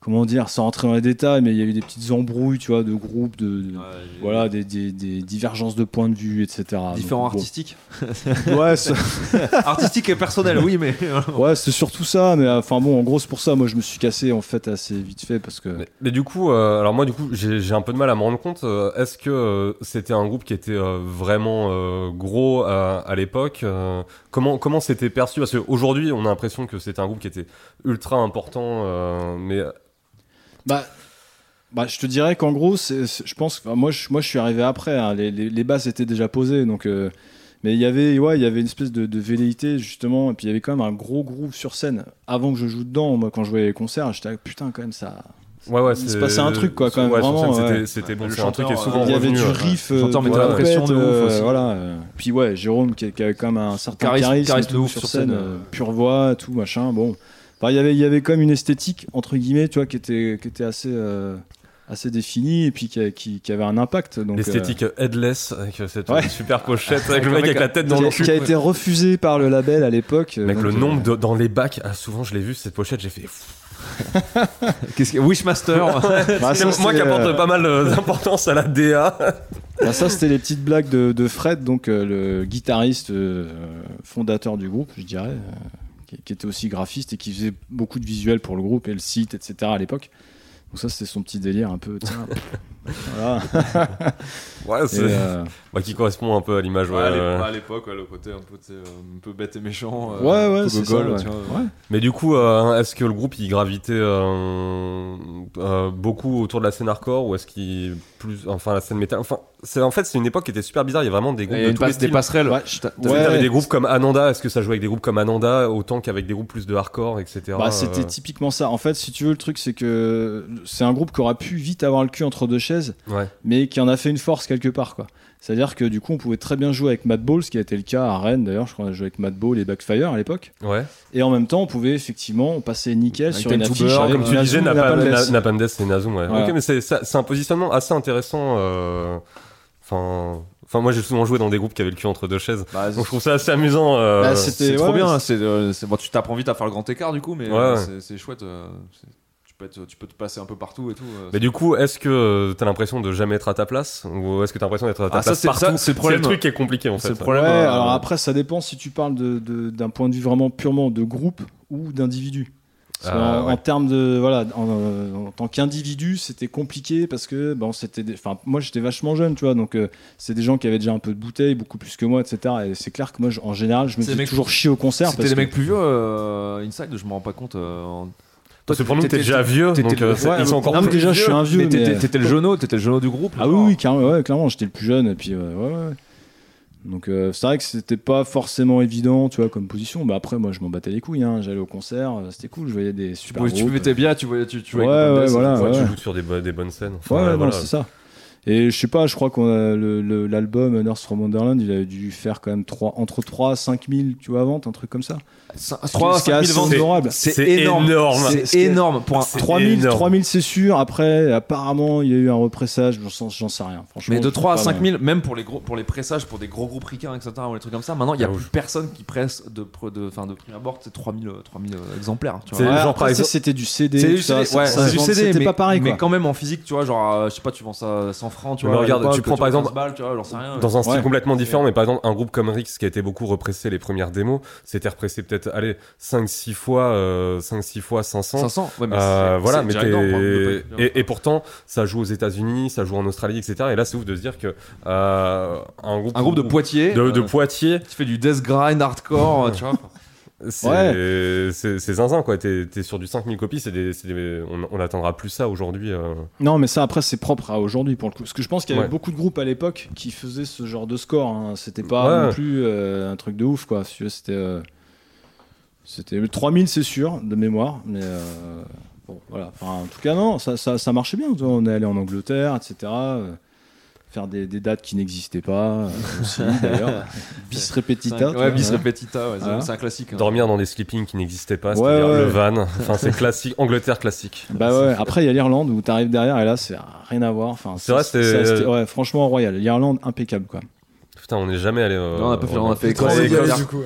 comment dire, sans rentrer dans les détails, mais il y a eu des petites embrouilles, tu vois, de groupes, de, de- euh, voilà, des, des- des divergences de points de vue, etc. Différents Donc, bon. artistiques. Ouais, c'est- artistiques et personnels, oui, mais. euh, ouais, c'est surtout ça, mais euh, enfin bon, en gros, c'est pour ça, moi, je me suis cassé en fait assez vite fait parce que. Mais, mais du coup, euh, alors moi, du coup, j'ai j'ai un peu de mal à me rendre compte. euh, Est-ce que euh, c'était un groupe qui était euh, vraiment euh, gros à, à l'époque euh, Comment comment c'était perçu Parce qu'aujourd'hui, on a l'impression que c'était un groupe qui était ultra important, euh, mais Bah, bah, je te dirais qu'en gros, c'est- c'est- je pense, enfin, moi, je, moi, je suis arrivé après. hein. les, les- les bases étaient déjà posées, donc. euh, mais il y avait, ouais, il y avait une espèce de, de velléité justement, et puis il y avait quand même un gros groove sur scène. Avant que je joue dedans, moi, quand je voyais les concerts, j'étais là, putain, quand même ça. ouais, ouais, Il se c'est- passait un truc, quoi, quand même, ouais, sur vraiment, scène, c'était- ouais. C'était bon, Le c'est un truc qui est chanteur, souvent il y avait revenu, du ouais. riff, euh, J'entends mettre de la pression de répète, ouf euh, aussi. voilà. euh. Puis ouais, Jérôme qui, qui avait quand même un certain Charisme- charisme, charisme et de tout ouf sur sur scène, scène, euh, euh. pure voix, tout machin. Bon, Enfin, il y avait il y avait quand même une esthétique entre guillemets, tu vois, qui était qui était assez euh, assez définie et puis qui, a- qui, qui avait un impact. Donc euh, L'esthétique headless avec euh, cette Ouais. super pochette avec le Avec mec un avec mec la tête dans qui, le a, cul. qui a été euh, refusé par le label à l'époque. euh, Mec, donc, le euh, nombre de- dans les bacs, ah, souvent je l'ai vu cette pochette, j'ai fait. Qu'est-ce que- Wishmaster. bah, ça, moi qui c'était, apporte euh, pas mal euh, d'importance à la DA. bah, ça, c'était les petites blagues de, de Fred, donc euh, le guitariste euh, fondateur du groupe, je dirais, euh, qui, qui était aussi graphiste et qui faisait beaucoup de visuels pour le groupe et le site, etc. à l'époque. Donc ça, c'était son petit délire un peu. tiens, voilà. Ouais, Et, c'est. euh, Ouais, Bah, qui correspond un peu à l'image. Ouais, ouais, euh. à l'é- ouais. à l'époque, ouais, le côté un peu, tu sais, euh, un peu bête et méchant. euh, Ouais, ouais, un peu c'est gogol, ça, tu ouais. vois. Ouais. Mais du coup, euh, est-ce que le groupe il gravitait euh, euh, beaucoup autour de la scène hardcore ou est-ce qu'il plus, enfin la scène métal. Enfin, c'est en fait c'est une époque qui était super bizarre. Il y a vraiment des Il groupes y a de une tous les passe, des styles. passerelles. Ouais, T'as- t'as- T'avais ouais. t'avais des groupes comme Ananda. Est-ce que ça jouait avec des groupes comme Ananda autant qu'avec des groupes plus de hardcore, etc. Bah, c'était euh, typiquement ça. En fait, si tu veux, le truc, c'est que c'est un groupe qui aura pu vite avoir le cul entre deux chaises, Ouais. mais qui en a fait une force quelque part, quoi. C'est-à-dire que du coup, on pouvait très bien jouer avec Mad Ball, ce qui a été le cas à Rennes d'ailleurs. Je crois qu'on a joué avec Mad Ball et Backfire à l'époque. Euh, Ouais. Et en même temps, on pouvait effectivement passer nickel sur une Time to affiche Burn, avec Comme tu Nazum disais, et Napalm Napalm Na- Death. Napalm Death et Nazum. Ouais. Voilà. Ok, mais c'est ça- c'est un positionnement assez intéressant. euh, Enfin, enfin, moi j'ai souvent joué dans des groupes qui avaient le cul entre deux chaises. Bah, Donc je trouve ça assez amusant. euh, Bah, c'était- C'est trop ouais, bien, ouais, hein, c'est, euh, c'est- bon, tu t'apprends vite à faire le grand écart du coup, mais Ouais, euh, ouais. c'est- c'est chouette. euh, c'est- tu, peux être- tu peux te passer un peu partout et tout. euh, Mais du coup, est-ce que euh, t'as l'impression de jamais être à ta place ou est-ce que t'as l'impression d'être à ta Ah, ça, place c'est- partout ça, c'est le problème. truc qui est compliqué en c'est fait. le ça. problème. Ouais, euh, alors après, ça dépend si tu parles de- de- d'un point de vue vraiment purement de groupe ou d'individu. Parce Ah, qu'en- ouais. En termes de voilà, en, euh, en- en tant qu'individu, c'était compliqué parce que ben, bon, c'était, des- enfin, moi j'étais vachement jeune, tu vois, donc euh, c'est des gens qui avaient déjà un peu de bouteille, beaucoup plus que moi, etc. Et c'est clair que moi, je- en général, je me C'est faisais les mecs- toujours chier au concert. c'était parce les que- mecs plus vieux, euh, Inside, je me rends pas compte. euh, en- Parce que Toi, pour nous, t'es déjà vieux, t'étais- donc euh, c'est- ouais, ils sont encore non, mais plus. déjà, je suis un vieux, mais t'étais, mais- t'étais le jeuneau, t'étais le jeuneau du groupe. Ah là. oui, oui, clairement, ouais, clairement, j'étais le plus jeune, et puis euh, ouais, ouais. Donc euh, c'est vrai que c'était pas forcément évident, tu vois, comme position. Bah après, moi, je m'en battais les couilles, hein. j'allais au concert, euh, c'était cool, je voyais des Tu super pouvais, tu groupes. pouvais t'es bien, tu voyais, tu, tu Ouais, voyais avec Bob ouais, Dess, voilà, tu Ouais, vois, Tu ouais. joues sur des, bo- des bonnes scènes. Enfin, Ouais, ouais, non, voilà. c'est ça. Et je sais pas, je crois qu'on a le- le- l'album euh, Nurse from Wonderland, il a dû faire quand même trois entre 3 et 5 000, tu vois, ventes, un truc comme ça. Cin- trois, Ce qui est cinq assez mille ventes. honorable. C'est, C'est énorme. énorme. C'est, C'est- énorme pour un. c'est 3 000, énorme. 3 000, c'est sûr. Après, apparemment, il y a eu un repressage, j'en sais- j'en sais rien. Franchement, Mais de je sais 3 à pas, 5 mais- 000, même pour les, gros, pour les pressages, pour des gros groupes ricains, etc., ou les trucs comme ça, maintenant, il n'y a Ah, plus ouf. personne qui presse de, pre- de, enfin, de prime abord, c'est 3 000, euh, 3 000 exemplaires. Tu vois. C'est Ouais, genre, après, par ça, exemple- c'était du CD. C'est du tout ça, CD, ouais, ça, ça c'est du se vend- CD, c'était mais, pas pareil, mais quoi. quand même en physique, tu vois, genre, euh, je sais pas, tu vends ça à 100 francs, tu Mais vois. à regarde, l'époque, tu prends par 15 exemple- balles, tu vois, j'en sais rien. Dans un style Ouais. complètement différent, mais par exemple, un groupe comme Rix qui a été beaucoup repressé les premières démos, c'était repressé peut-être, allez, 5-6 fois, euh, 5-6 fois 500. 500, ouais, mais Euh, c'est- voilà, c'est mais déjà t'es- énorme, hein, de pas- et, et pourtant, ça joue aux États-Unis, ça joue en Australie, etc. Et là, c'est ouf de se dire que euh, un groupe, Un groupe de Poitiers, de, de euh, Poitiers, qui fait du death grind hardcore, euh, tu vois. c'est c'est- c'est zinzin quoi. T'es t'es sur du 5000 copies, c'est des, c'est des- on, on attendra plus ça aujourd'hui. euh. Non, mais ça, après, c'est propre à aujourd'hui pour le coup. Parce que je pense qu'il y avait Ouais. beaucoup de groupes à l'époque qui faisaient ce genre de score. hein. C'était pas Ouais. non plus euh, un truc de ouf, quoi. Si tu veux, C'était. euh, C'était 3000, c'est sûr, de mémoire. Mais. euh, Bon, voilà. Enfin, en tout cas, non, ça, ça, ça marchait bien. tu vois. On est allé en Angleterre, etc. euh, Faire des, des dates qui n'existaient pas, euh, aussi, d'ailleurs. bis repetita. tu vois, Ouais, bis hein. repetita, ouais, c'est- Voilà. c'est un classique. hein. Dormir dans des sleepings qui n'existaient pas, Ouais, c'est-à-dire ouais. le van. Enfin, c'est classique, Angleterre classique. Bah ouais, après il y a l'Irlande où t'arrives derrière et là c'est rien à voir. Enfin, C'est vrai, c'est- c'était- ouais, franchement royal. L'Irlande impeccable quoi. Putain, on n'est jamais allé. euh, Non, on n'a pas fait- on a fait Ouais, Écosse, Écosse, Écosse. du coup. ouais.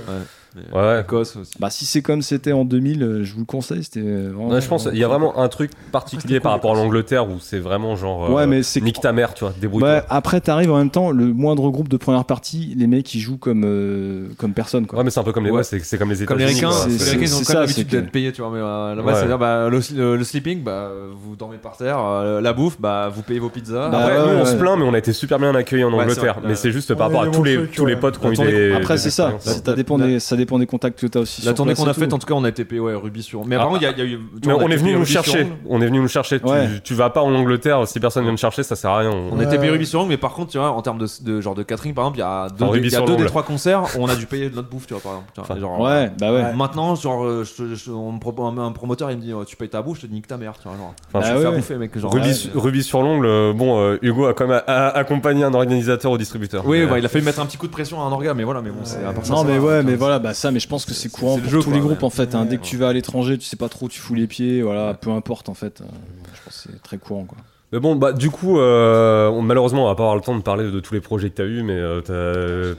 mais Ouais. Écosse aussi. Bah, si c'est comme c'était en 2000, euh, je vous le conseille. C'était euh, vraiment. Ouais, je pense il y a vraiment un truc particulier par rapport à l'Angleterre où c'est vraiment genre euh, Ouais, mais c'est- nique ta mère, tu vois, débrouille-toi. Bah, après, t'arrives en même temps, le moindre groupe de première partie, les mecs, ils jouent comme, euh, comme personne, quoi. Ouais, mais c'est un peu comme les, Ouais. ouais, c'est c'est comme les Comme les États-Unis. Ricains, quoi. c'est- les C'est- Ricains, ils ont c'est quand ça, même l'habitude c'est que- d'être payés, tu vois. Mais euh, là-bas, Ouais. c'est-à-dire bah, le, le- le sleeping, bah, vous dormez par terre, euh, la bouffe, bah, vous payez vos pizzas. Bah, Après, ouais, nous, on ouais. se plaint, mais on a été super bien accueillis en Ouais, Angleterre. c'est vrai. mais c'est juste par On a rapport à des tous bons les, trucs, tous les ouais. potes qui ont eu Attendez, des. après, des c'est ça. expériences. Ça hein. ça dépend, des, ça dépend des contacts que t'as aussi. La sur tournée place qu'on a et faite, tout. en tout cas, on a été payé ouais, rubis sur. Mais Ah, par contre, il y a- il y, a eu. tu Mais vois, on, a été est venu payé nous rubis sur chercher. ongle. On est venu nous chercher. Tu- Ouais. Tu, vas pas en Angleterre si personne vient te chercher, ça sert à rien. On- On a Ouais. été payé rubis sur ongle, mais par contre, tu vois, en termes de, de genre de catering, par exemple, il y a deux, rubis il y a sur deux des l'ongle. trois concerts où on a dû payer de notre bouffe, tu vois, par exemple. Tu vois, Enfin, genre, Ouais, bah ouais. Maintenant, genre, euh, je- je- on me propose un, un promoteur, il me dit, oh, tu payes ta bouffe, je te nique ta mère, tu vois, genre. Enfin, je vais ah faire ouais. bouffer, mec, genre. Rubis, ouais. Rubis sur l'ongle, euh, bon, euh, Hugo a quand même a- a- accompagné un organisateur au distributeur. Oui, Mais, bah, il a failli mettre un petit coup de pression à un organe, mais voilà, mais bon, c'est à part ça, Non ça mais va, ouais tu vois. mais voilà bah ça mais je pense que c'est- c'est courant c'est le pour jeu, tous quoi, les groupes ouais. en fait hein. Ouais, dès que tu vas à l'étranger tu sais pas trop où tu fous les pieds voilà peu importe en fait Euh, je pense que c'est très courant quoi Mais bon, bah, du coup, euh, on- malheureusement, on va pas avoir le temps de parler de tous les projets que t'as eu, mais euh,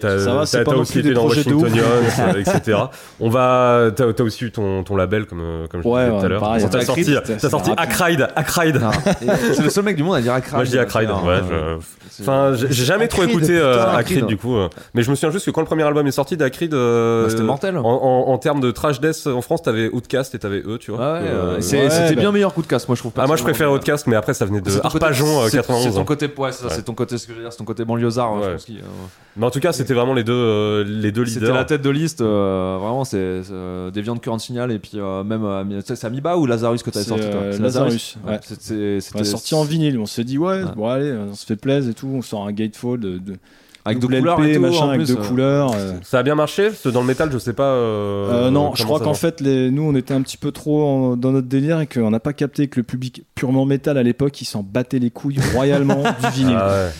t'as- Ça va, t'as c'est t'as- pas t'as non aussi plus des été dans projets de Washington ouf. Irons, euh, etc. On va, t'as t'as aussi eu ton, ton label, comme, euh, comme je Ouais, disais tout à ouais, l'heure. pareil, Bon, T'as ouais. sorti, C'était t'as assez sorti rapide. Acride, Acride. Non, et C'est le seul mec du monde à dire Acride. Moi, je dis Acride. C'est un- Ouais, je- c'est- Enfin, j'ai j'ai jamais trop Acride, écouté euh, putain, Acride, Acride. du coup. euh. Mais je me souviens juste que quand le premier album est sorti d'Acride, euh, Bah, c'était mortel. En, en, en termes de trash death en France, t'avais Outcast et t'avais eux, tu vois. Ouais, euh, Euh, c'est- ouais, c'était bah- bien meilleur coup de casse, moi je trouve. ah, moi, je personnellement. préfère Outcast, mais après, ça venait de C'est ton côté- Arpajon euh, c'est- C'est 91. ton côté, ouais, c'est ça, Ouais. c'est ton côté, ce que je veux dire, c'est ton côté banlieusard. euh, je Ouais. pense qu'il, euh, Mais en tout cas, c'était vraiment les deux, euh, les deux C'était la leaders. tête de liste, euh, vraiment, c'est c'est, euh, des viandes current signal et puis euh, même. euh, Ami- c'est c'est Amiba ou Lazarus que t'avais C'est, sorti toi euh, C'est Lazarus, ouais. c'est- c'est- on C'était a sorti en vinyle on s'est dit ouais, Ouais. bon allez on se fait plaisir et tout on sort un gatefold de, de Avec deux double couleurs LP, et tout, machin en avec plus, deux euh, couleurs euh. Ça a bien marché parce que dans le métal, je sais pas. euh, Euh, non, comment je crois ça qu'en va. fait, les, nous, on était un petit peu trop en- dans notre délire et qu'on n'a pas capté que le public purement métal à l'époque, il s'en battait les couilles royalement du vinyle. Ah ouais.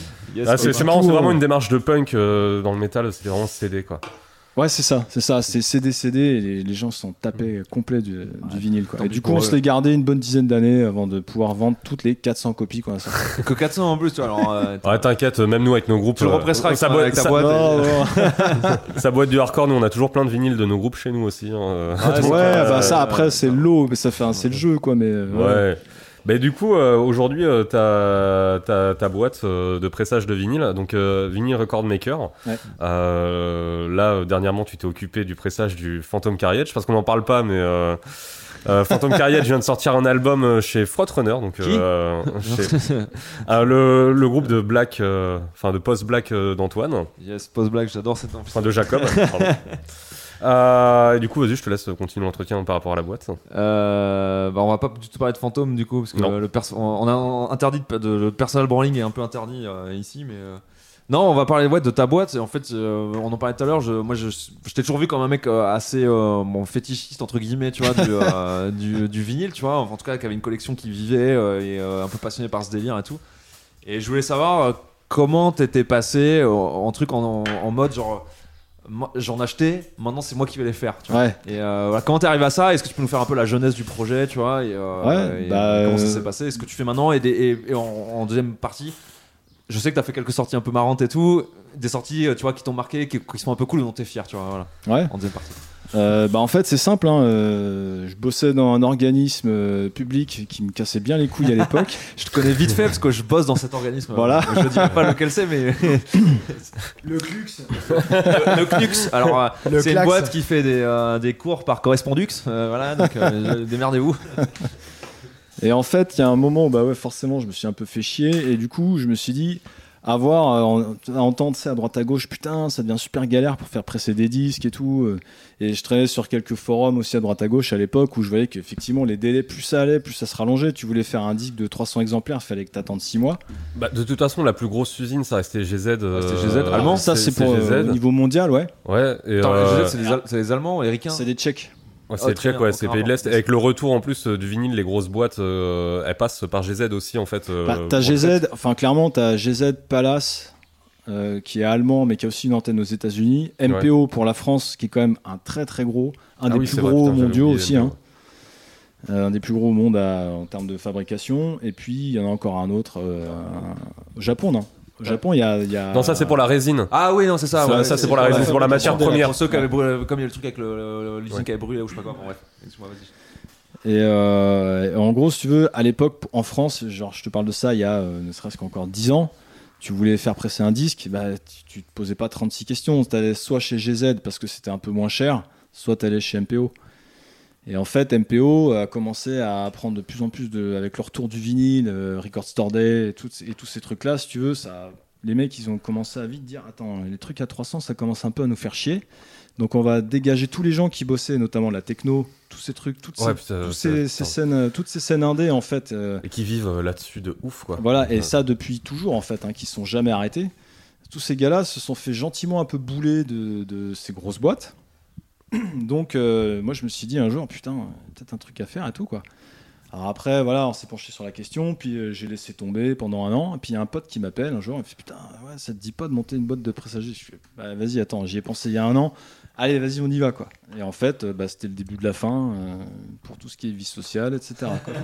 yes, hein. Ah, c'est ouais. c'est marrant, c'est Tout, vraiment euh, une démarche de punk euh, dans le métal, c'était vraiment CD quoi. Ouais, c'est ça, c'est ça, c'est CD, CD, et les, les gens se sont tapés complet du, du vinyle. Quoi. tant Et pis du coup, pour on eux. se les gardait une bonne dizaine d'années avant de pouvoir vendre toutes les 400 copies qu'on a sorties. Que 400 en plus, tu vois. Alors, euh, Ouais, t'inquiète, même nous avec nos groupes. tu le euh, represseras avec ça ta- boit- avec ta ça- boîte. et- Non, non. Ça boîte du hardcore, nous on a toujours plein de vinyles de nos groupes chez nous aussi. hein, euh. Ouais, Donc, euh, bah ça, après, c'est l'eau, mais ça fait un- c'est le jeu, quoi. Mais euh, voilà. Ouais. Bah, du coup, euh, aujourd'hui, euh, ta, ta, ta boîte euh, de pressage de vinyle, donc euh, Vinyl Record Maker. Ouais. Euh, là, euh, dernièrement, tu t'es occupé du pressage du Phantom Carriage, parce qu'on n'en parle pas, mais euh, euh, Phantom Carriage vient de sortir un album euh, chez Front Runner, donc euh, chez- Ah, le, le groupe de Black, euh, enfin de Post Black euh, d'Antoine, Yes, post black, j'adore cette ambiance. enfin de Jacob. pardon. Euh, et du coup, vas-y, je te laisse continuer l'entretien par rapport à la boîte. Euh, bah on va pas du tout parler de fantôme du coup parce que Non. le perso- on on a interdit de, de- le personal branding est un peu interdit euh, ici mais euh, non on va parler ouais, de ta boîte Et en fait euh, on en parlait tout à l'heure je, moi je, je t'ai toujours vu comme un mec euh, assez euh, bon, fétichiste entre guillemets tu vois du, euh, du, du vinyle tu vois Enfin, en tout cas qui avait une collection qui vivait euh, et euh, un peu passionné par ce délire et tout et je voulais savoir euh, comment t'étais passé euh, en truc en, en mode genre moi, j'en achetais maintenant c'est moi qui vais les faire tu vois. Ouais. Et euh, voilà, comment t'es arrivé à ça Est-ce que tu peux nous faire un peu la jeunesse du projet, tu vois et, euh, Ouais, et bah, comment ça euh, s'est passé Est-ce que tu fais maintenant Et, des- et- et en, en deuxième partie, je sais que t'as fait quelques sorties un peu marrantes et tout, des sorties, euh, tu vois, qui t'ont marqué, qui, qui sont un peu cool, dont t'es fier, tu vois. Voilà, ouais. en deuxième partie. Euh, bah en fait c'est simple, hein, euh, je bossais dans un organisme euh, public qui me cassait bien les couilles à l'époque. Je te connais vite fait parce que je bosse dans cet organisme. Voilà. Euh, Je dirais pas lequel c'est, mais Le Clux. le CNUX. Alors, euh, Le c'est une Clax. boîte qui fait des, euh, des cours par correspondux. euh, voilà, donc euh, je- démerdez-vous. Et en fait, il y a un moment où, bah ouais, forcément, je me suis un peu fait chier. Et du coup, je me suis dit, avoir, euh, en- à entendre ça à droite à gauche, putain, ça devient super galère pour faire presser des disques et tout. euh. Et je traînais sur quelques forums aussi à droite à gauche à l'époque où je voyais qu'effectivement, les délais, plus ça allait, plus ça se rallongeait. Tu voulais faire un disque de 300 exemplaires, il fallait que t'attendes 6 mois. Bah, de toute façon, la plus grosse usine, ça restait GZ. euh, c'était GZ, allemand. ça, c'est pour GZ. euh, au niveau mondial, ouais. Ouais, et Attends, euh, je sais, c'est les Al- c'est les Allemands, les Ricains. C'est des tchèques. ouais, Oh, c'est très tchèque, bien, ouais, aucun c'est pays de rapport. l'Est. Avec le retour en plus euh, du vinyle, les grosses boîtes, euh, elles passent par GZ aussi en fait. euh, Bah, t'as pour- GZ, enfin clairement, t'as GZ Palace, euh, qui est allemand, mais qui a aussi une antenne aux États-Unis. MPO pour la France, qui est quand même un très très gros, un Ah oui, des plus c'est vrai, gros putain, j'avais mondiaux oublié aussi, MPO. hein. Euh, un des plus gros au monde à- en termes de fabrication. Et puis il y en a encore un autre euh, au Japon, non Au Au Japon, il y a. il y a- Non, ça c'est pour la résine. Ah oui, non, c'est ça. Ça, ouais, ça, c'est pour la- ouais, c'est pour la matière pour première. ceux qui avaient brûlé- comme il y a le truc avec le- le- l'usine qui avait brûlé ou je sais pas quoi. Bon, bref. Excuse-moi, vas-y. Et euh, en gros, si tu veux, à l'époque, en France, genre, je te parle de ça il y a euh, ne serait-ce qu'encore 10 ans, tu voulais faire presser un disque, bah, tu, tu te posais pas 36 questions. Tu allais soit chez GZ parce que c'était un peu moins cher, soit tu allais chez MPO. Et en fait, MPO a commencé à prendre de plus en plus de, avec le retour du vinyle, euh, Record Store Day et, tout- et tous ces trucs-là, si tu veux, ça, les mecs, ils ont commencé à vite dire Attends, les trucs à 300, ça commence un peu à nous faire chier. Donc on va dégager tous les gens qui bossaient, notamment la techno, tous ces trucs, toutes ces Ouais, putain, toutes c'est- ces, ces putain. scènes, euh, toutes ces scènes indées en fait. euh, Et qui vivent euh, là-dessus de ouf, quoi. voilà, et Ouais. ça depuis toujours en fait, hein, qui se sont jamais arrêtés. Tous ces gars-là se sont fait gentiment un peu bouler de, de ces grosses boîtes. Donc euh, moi je me suis dit un jour, putain, euh, peut-être un truc à faire et tout quoi. Alors après, voilà, on s'est penché sur la question, puis euh, j'ai laissé tomber pendant un an. Et puis il y a un pote qui m'appelle un jour, il me fait Putain, ouais, ça te dit pas de monter une boîte de pressagés Je fais Bah vas-y, attends, j'y ai pensé il y a un an. Allez, vas-y, on y va, quoi. Et en fait, euh, bah, c'était le début de la fin euh, pour tout ce qui est vie sociale, etc. quoi.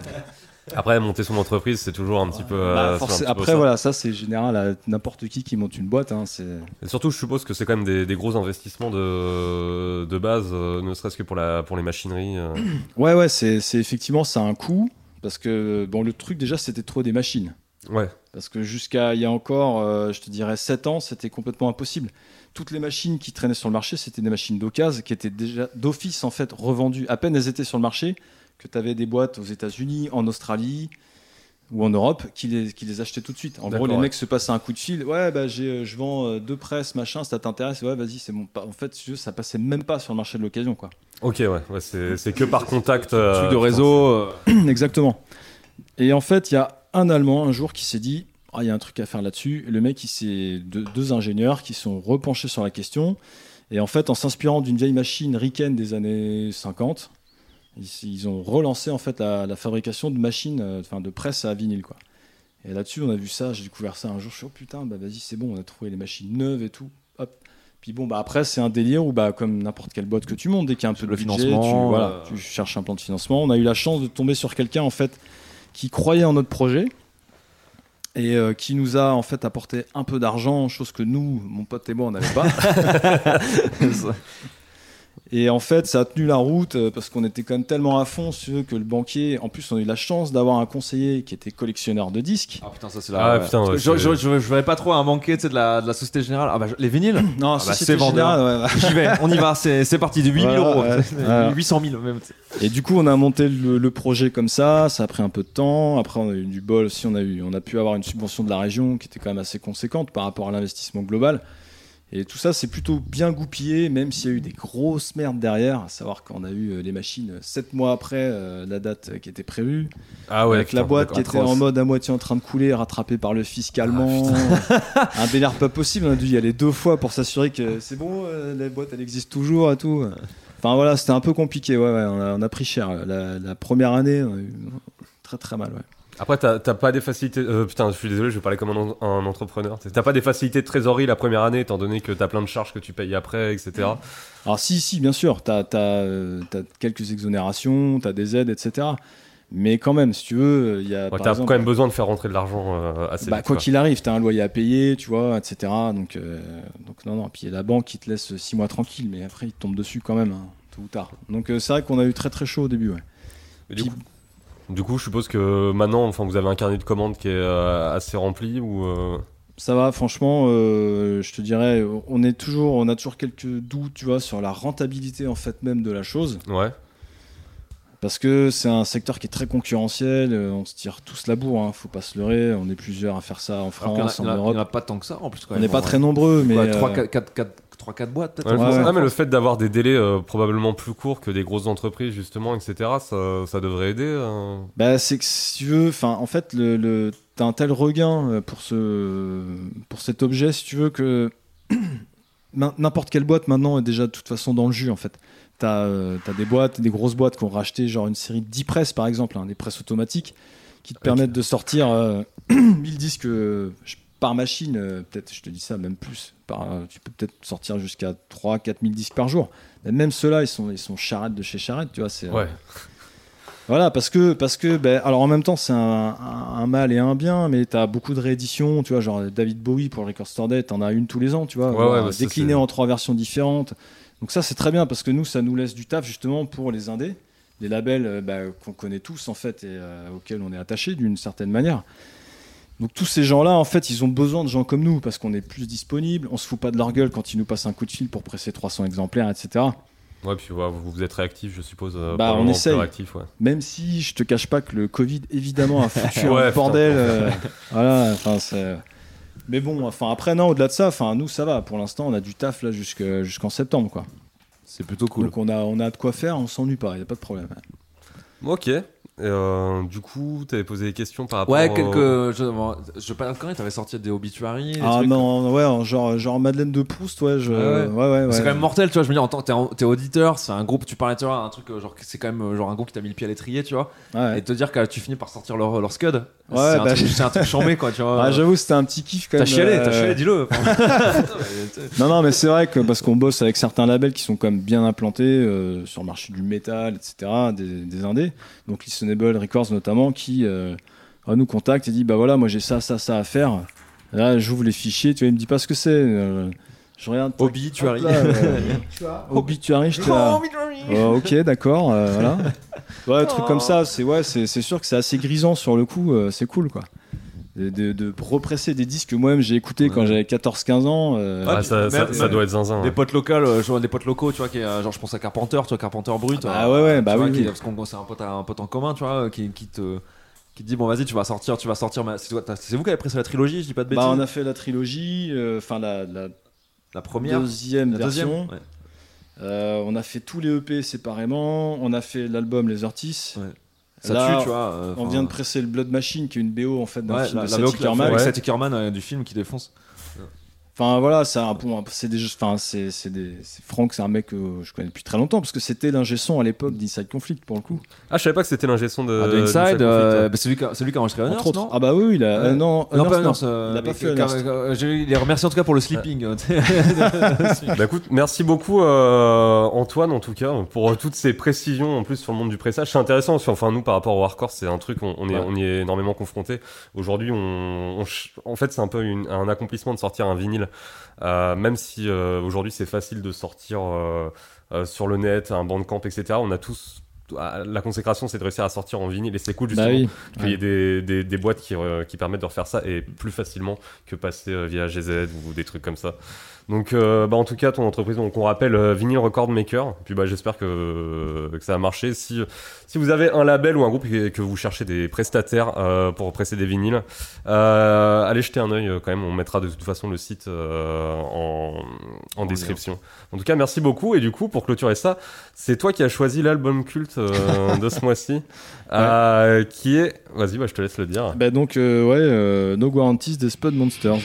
Après, monter son entreprise, c'est toujours un petit peu. Bah, euh, c'est un forcé- petit peu après, ça. voilà, ça c'est général à n'importe qui qui monte une boîte. hein, c'est... Et surtout, je suppose que c'est quand même des, des gros investissements de, de base, euh, ne serait-ce que pour, la, pour les machineries. euh. Ouais, ouais, c'est, c'est effectivement, ça a un coût. Parce que, bon, le truc déjà, c'était trop des machines. Ouais, Parce que jusqu'à il y a encore, euh, je te dirais, 7 ans, c'était complètement impossible. Toutes les machines qui traînaient sur le marché, c'était des machines d'occasion qui étaient déjà d'office, en fait, revendues. À peine elles étaient sur le marché, que tu avais des boîtes aux États-Unis, en Australie ou en Europe qui les, qui les achetaient tout de suite. En gros, D'accord, les ouais. mecs se passaient un coup de fil. Ouais, bah, j'ai, euh, je vends euh, deux presses, machin, ça t'intéresse Ouais, vas-y, c'est bon. Pas- En fait, si tu veux, ça passait même pas sur le marché de l'occasion, quoi. ok, ouais. ouais, c'est c'est que par contact. euh, truc de réseau. euh, Exactement. Et en fait, il y a un Allemand un jour qui s'est dit Ah, il y a un truc à faire là-dessus. Le mec, il s'est. Deux, deux ingénieurs qui sont repenchés sur la question. Et en fait, en s'inspirant d'une vieille machine Riken des années 50, ils, ils ont relancé en fait la, la fabrication de machines, euh, enfin de presse à vinyle, quoi. Et là-dessus, on a vu ça, j'ai découvert ça un jour, je suis oh putain, bah vas-y, c'est bon, on a trouvé les machines neuves et tout. Hop. Puis bon, bah après, c'est un délire où, bah, comme n'importe quelle boîte que tu montes, dès qu'il y a un peu de le budget, financement, tu, voilà, euh, tu cherches un plan de financement. On a eu la chance de tomber sur quelqu'un, en fait, qui croyait en notre projet et euh, qui nous a, en fait, apporté un peu d'argent, chose que nous, mon pote et moi, on n'avait pas. Et en fait, ça a tenu la route euh, parce qu'on était quand même tellement à fond sur que le banquier. En plus, on a eu la chance d'avoir un conseiller qui était collectionneur de disques. Ah putain, ça c'est Ah, la. ouais. putain, Parce que ouais, je, c'est- je, je, je verrais pas trop à manquer tu sais, de la, de la Société Générale. Ah bah je- les vinyles Non, bah, Société c'est vendeur. Générale, ouais, ouais. J'y vais, on y va, c'est c'est parti, de 8000 Voilà, euros. ouais. Voilà. 800 000 même. tu sais. Et du coup, on a monté le, le projet comme ça. Ça a pris un peu de temps. Après, on a eu du bol aussi. On a eu, on a pu avoir une subvention de la région qui était quand même assez conséquente par rapport à l'investissement global. Et tout ça, c'est plutôt bien goupillé, même s'il y a eu des grosses merdes derrière. À savoir qu'on a eu euh, les machines 7 mois après euh, la date euh, qui était prévue. Ah ouais, avec putain, la boîte d'accord. qui était atroce. en mode à moitié en train de couler, rattrapée par le Ah, fiscalement. un délire pas possible. On a dû y aller deux fois pour s'assurer que c'est bon, euh, la boîte elle existe toujours et tout. Enfin voilà, c'était un peu compliqué. Ouais, ouais, on, a, on a pris cher. La, la première année, on a eu très très mal. Ouais. Après, t'as t'as pas des facilités. euh, putain, je suis désolé, je vais parler comme un, en- un entrepreneur. T'sais, T'as pas des facilités de trésorerie la première année, étant donné que t'as plein de charges que tu payes après, etc. Alors si, si, bien sûr, t'as as, quelques exonérations, t'as des aides, etc. Mais quand même, si tu veux, il y a Ouais, par t'as exemple- quand même besoin de faire rentrer de l'argent euh, assez Bah, vite, quoi quoi. qu'il arrive, t'as un loyer à payer, tu vois, etc. Donc, euh, donc non, non. Puis il y a la banque qui te laisse 6 mois tranquille, mais après, ils te tombent dessus quand même, hein, tôt ou tard. Donc euh, c'est vrai qu'on a eu très très chaud au début, ouais. Mais du, coup, du coup, je suppose que maintenant, enfin, vous avez un carnet de commandes qui est euh, assez rempli ou. euh, Ça va, franchement, euh, je te dirais, on, est toujours, on a toujours quelques doutes, tu vois, sur la rentabilité en fait même de la chose. Ouais. Parce que c'est un secteur qui est très concurrentiel, euh, on se tire tous la bourre, hein, faut pas se leurrer, on est plusieurs à faire ça en Alors qu'il y en a- France, il y en en a- il y en Europe. a pas tant que ça en plus. quand On même, n'est pas en très vrai. nombreux, mais. Quoi, euh, 3, 4, boîtes peut-être. Ouais, Ouais, je pense- ouais. ah, mais le fait d'avoir des délais euh, probablement plus courts que des grosses entreprises, justement, etc., ça, ça devrait aider. euh. Bah, c'est que si tu veux, enfin, en fait, le, le, t'as un tel regain euh, pour, ce, pour cet objet, si tu veux, que n'im- n'importe quelle boîte maintenant est déjà de toute façon dans le jus, en fait. T'as euh, t'as des boîtes, des grosses boîtes qui ont racheté genre une série de 10 presses, par exemple, hein, des presses automatiques, qui te permettent de sortir euh, 1000 disques euh, je- par machine, euh, peut-être, je te dis ça, même plus. Par, euh, tu peux peut-être sortir jusqu'à 3-4 000 disques par jour. Mais même ceux-là, ils sont, ils sont charrettes de chez charrette, tu vois. c'est, euh, Ouais. Voilà, parce que, parce que ben, alors en même temps, c'est un, un- un mal et un bien, mais t'as beaucoup de rééditions, tu vois, genre David Bowie pour Record Store Day, t'en as une tous les ans, tu vois, Ouais, voilà, ouais, bah, ça, déclinée c'est- en trois versions différentes. Donc ça, c'est très bien, parce que nous, ça nous laisse du taf justement pour les indés, les labels euh, bah, qu'on connaît tous, en fait, et euh, auxquels on est attaché d'une certaine manière. Donc tous ces gens-là, en fait, ils ont besoin de gens comme nous, parce qu'on est plus disponible, on se fout pas de leur gueule quand ils nous passent un coup de fil pour presser 300 exemplaires, etc. Ouais, puis ouais, vous, vous êtes réactif, je suppose. euh, Bah, pour le on moment, essaye. plus Réactif, ouais. Même si je te cache pas que le Covid, évidemment, a foutu Ouais, un putain. bordel. euh, voilà, enfin, c'est- Mais bon, enfin, après, non, au-delà de ça, enfin, nous, ça va. Pour l'instant, on a du taf là jusque- jusqu'en septembre, quoi. C'est plutôt cool. Donc, on a, on a de quoi faire, on s'ennuie pas, y a pas de problème. Ok. Et, euh, du coup, t'avais posé des questions par rapport. Ouais, au- quelques. Je, bon, je sais pas quand t'avais sorti des obituaries. des Ah trucs non, ouais, en genre, genre Madeleine de Proust, ouais, je. Ouais, Ouais, Ah ouais. ouais, ouais. C'est quand même mortel, tu vois. Je me dis, en tant que t'es en- t'es auditeur, c'est un groupe, tu parlais, tu vois, un truc, euh, genre, c'est quand même euh, genre un groupe qui t'a mis le pied à l'étrier, tu vois. Ouais. Et te dire que tu finis par sortir leur, leur scud, c'est Ouais, un bah, truc- c'est un truc chambé, quoi, tu vois. Ouais, Ah, J'avoue, c'était un petit kiff quand T'as même. chialé, euh, t'as chialé, dis-le. Non, non, mais c'est vrai que parce qu'on bosse avec certains labels qui sont quand même bien implantés euh, sur le marché du métal, etc., des, des indés, donc Listenable Records notamment, qui euh, nous contacte et dit Bah voilà, moi j'ai ça, ça, ça à faire. Là, j'ouvre les fichiers, tu vois, il me dit pas ce que c'est. Euh, je regarde. tac, Hobby, tu hop arrives. là, euh, Tu vois Obituary, je là. Oh, ok, d'accord, euh, voilà. Ouais, un truc Oh. comme ça, c'est ouais, c'est c'est sûr que c'est assez grisant sur le coup, euh, c'est cool quoi. De, de- de represser des disques que moi-même j'ai écouté quand j'avais 14-15 ans. euh, Ah, ça, Ouais, ça- mais- ça doit être zinzin. Des ouais. potes locaux, euh, genre, des potes locaux, tu vois, qui est, euh, genre, je pense à Carpenter, tu vois, Carpenter brut. euh, Ah bah ouais, ouais, tu bah vois, oui, qui- oui. Parce qu'on c'est un pote, un pote en commun, tu vois, euh, qui, qui te qui te dit bon vas-y tu vas sortir tu vas sortir ma... c'est toi- t'as- c'est vous qui avez pris ça, la trilogie je dis pas de bêtises Bah, on a fait la trilogie, euh, enfin la, la la première deuxième la version. deuxième ouais. Euh, on a fait tous les EP séparément. On a fait l'album Les Artistes. Ouais. ça Là, tue tu vois euh, On enfin, vient de presser le Blood Machine, qui est une BO en fait d'un ouais, film la, de la Seth BO qu'il a fait Ackerman. avec Ouais. Seth Ackerman, euh, du film qui défonce Enfin voilà, c'est un- bon, c'est des, enfin c'est c'est des, c'est Franck, c'est un mec que je connais depuis très longtemps parce que c'était l'ingé son à l'époque d'Inside Conflict pour le coup. Ah, je savais pas que c'était l'ingé son de. Ah, de de Inside Inside Conflict, euh, ouais. bah, c'est lui qui a c'est lui qui a enregistré Entre Unearth, autres. non Ah bah oui, il a euh, non, non, Unearth, pas non. Unearth, euh, Il a pas mais- fait car- Unearth. euh, je les remercie en tout cas pour le sleeping euh, tu sais. Bah écoute, merci beaucoup euh, Antoine en tout cas pour euh, toutes ces précisions en plus sur le monde du pressage. C'est intéressant parce que, enfin nous par rapport au hardcore c'est un truc on, on est, Ouais. on y est énormément confronté. Aujourd'hui on, on ch- en fait c'est un peu une- un accomplissement de sortir un vinyle Euh, même si euh, aujourd'hui c'est facile de sortir euh, euh, sur le net un bandcamp etc. On a tous ah, la consécration c'est de réussir à sortir en vinyle et c'est cool Bah justement oui. qu'il y ait des, des, des boîtes qui, euh, qui permettent de refaire ça et plus facilement que passer euh, via GZ ou des trucs comme ça. Donc, euh, bah, en tout cas, ton entreprise, donc, on rappelle euh, Vinyl Record Maker. Puis, bah, j'espère que, euh, que ça a marché. Si, si vous avez un label ou un groupe et que vous cherchez des prestataires euh, pour presser des vinyles, euh, allez jeter un œil euh, quand même. On mettra de toute façon le site euh, en, en description. En tout cas, merci beaucoup. Et du coup, pour clôturer ça, c'est toi qui as choisi l'album culte euh, de ce mois-ci, euh, qui est. Vas-y, bah, je te laisse le dire. Bah donc euh, ouais, euh, No Guarantees des Spud Monsters.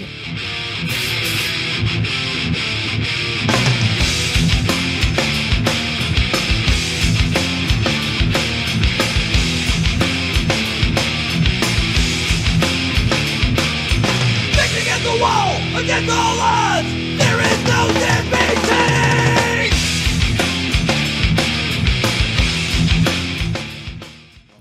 Picking at the wall against all odds. There is no defeating.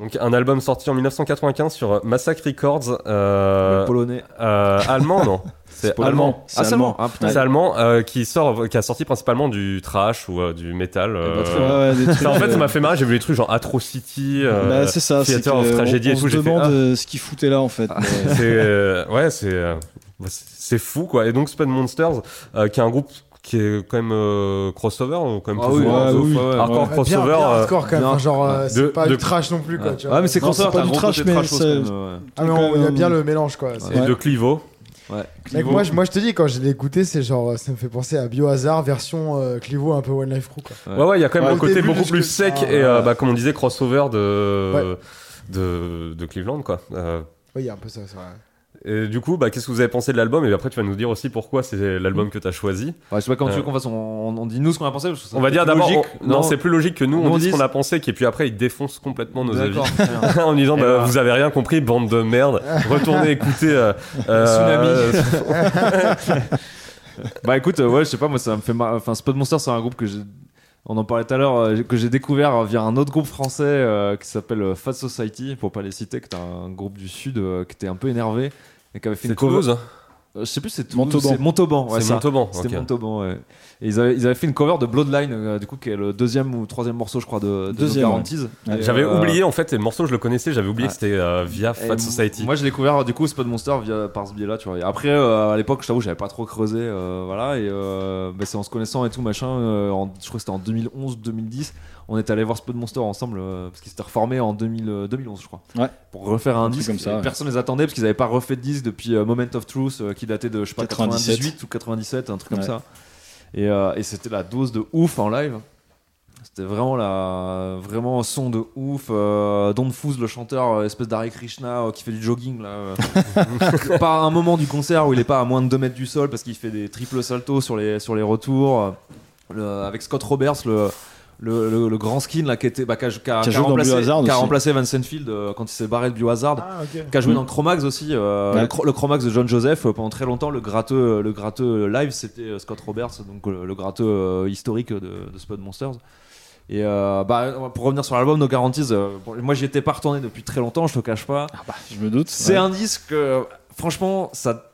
Donc, un album sorti en 1995 sur euh, Massacre Records. Euh, Le polonais euh, allemand, non C'est polonais. allemand. C'est ah c'est allemand. allemand ah putain C'est allemand euh, qui sort, qui a sorti principalement du trash ou euh, du metal. bah, euh, Ouais, ouais, des ça, en trucs, fait, ça euh, m'a fait marrer. J'ai vu des trucs genre Atrocity, euh, bah, c'est ça, c'est Theater of que Tragedy on, et on tout. se J'ai fait, demande ah, euh, ce qu'il foutait là en fait. mais- c'est euh, ouais, c'est euh, c'est fou quoi. Et donc Spun Monsters, euh, qui est un groupe qui est quand même euh, crossover, ou quand même Ah plus oui, ou moins, ouais, sauf, oui. euh, hardcore Ouais, bien, crossover. bien euh, hardcore quand même. non. Enfin, genre, euh, c'est De- pas de- du trash non plus, quoi. tu vois. ouais mais c'est Non, c'est crossover t'as pas du un gros trash, côté trash mais aussi, c'est- quand même, ouais. Ah, mais on, il y a bien le mélange, quoi. C'est- Et de Clivo. Mec, moi, je- moi, je te dis, quand je l'ai écouté, c'est genre, euh, ça me fait penser à Biohazard version euh, Clivo un peu One Life Crew, quoi. Ouais, ouais, il y a quand même Ouais, un au côté début, beaucoup jusque- plus sec Ah, et, euh, ouais. bah, comme on disait, crossover de, Ouais. de, de Cleveland, quoi. Euh, Oui, il y a un peu ça, c'est vrai. et du coup, bah, qu'est-ce que vous avez pensé de l'album Et après, tu vas nous dire aussi pourquoi c'est l'album que tu as choisi. Ouais, je sais pas comment Euh. tu veux qu'on fasse on, on- on dit nous ce qu'on a pensé parce que ça on va peut dire être d'abord. logique. on- Non, c'est plus logique que nous, Nous, on on dit ce dit- qu'on a pensé, et puis après, ils défoncent complètement nos avis. D'accord, très bien. en disant, Eh bah, ben. vous avez rien compris, bande de merde, retournez écouter. euh, euh, Bah écoute, euh, ouais, je sais pas, moi ça me fait mar- Enfin, Spot Monster, c'est un groupe que j'ai. On en parlait tout à l'heure, euh, que j'ai découvert via un autre groupe français euh, qui s'appelle euh, Fat Society, pour pas les citer, qui était un groupe du Sud euh, qui était un peu énervé et qui avait fait C'est une cover. Toulouse. hein Euh, je sais plus, c'est Toulouse, Montauban. c'est Montauban. ouais, c'est ça. Montauban. C'était ok. Montauban, ouais. Et ils avaient, ils avaient fait une cover de Bloodline, euh, du coup, qui est le deuxième ou troisième morceau, je crois, de, de Deuxième, No Guarantees. ouais. Et, J'avais euh, oublié en fait, et le morceau je le connaissais, j'avais oublié ouais. que c'était euh, via et Fat m- Society. Moi, j'ai découvert euh, du coup Spot Monster via, par ce biais-là, tu vois. Et après, euh, à l'époque, je t'avoue, j'avais pas trop creusé, euh, voilà. Et euh, bah, c'est en se connaissant et tout, machin. euh, en- je crois que c'était en 2011-2010. On est allé voir Spot Monster ensemble euh, parce qu'ils s'étaient reformés en 2000, euh, 2011, je crois. Ouais. Pour refaire un, Un truc disque. comme ça, Et ouais. Personne les attendait parce qu'ils avaient pas refait de disque depuis euh, Moment of Truth, euh, qui datait de je sais pas 97. 98 ou 97, un truc Ouais. comme ça. Et, euh, et c'était la dose de ouf en live. C'était vraiment la vraiment un son de ouf. Euh, Don Fouz, le chanteur, euh, espèce d'Hare Krishna euh, qui fait du jogging là. euh. pas un moment du concert où il est pas à moins de 2 mètres du sol parce qu'il fait des triples saltos sur les sur les retours. Le- avec Scott Roberts, le le, le- le grand skin là qui était bah, qui a, qui a- Qui a qui a joué dans remplacé, Biohazard qui a aussi. remplacé Vincent Field euh, quand il s'est barré de Biohazard Ah, ok. qui a joué Mm. dans le Chromax aussi, euh, Ouais. le, Cro- le Chromax de John Joseph euh, pendant très longtemps. Le gratteux, euh, le gratteux live, c'était euh, Scott Roberts, donc euh, le gratteux euh, historique de, de Spud Monsters. Et euh, bah, pour revenir sur l'album No Guarantees, euh, bon, moi j'y étais pas retourné depuis très longtemps, je te cache pas. Ah bah, je me doute. C'est Ouais. un disque, euh, franchement, ça.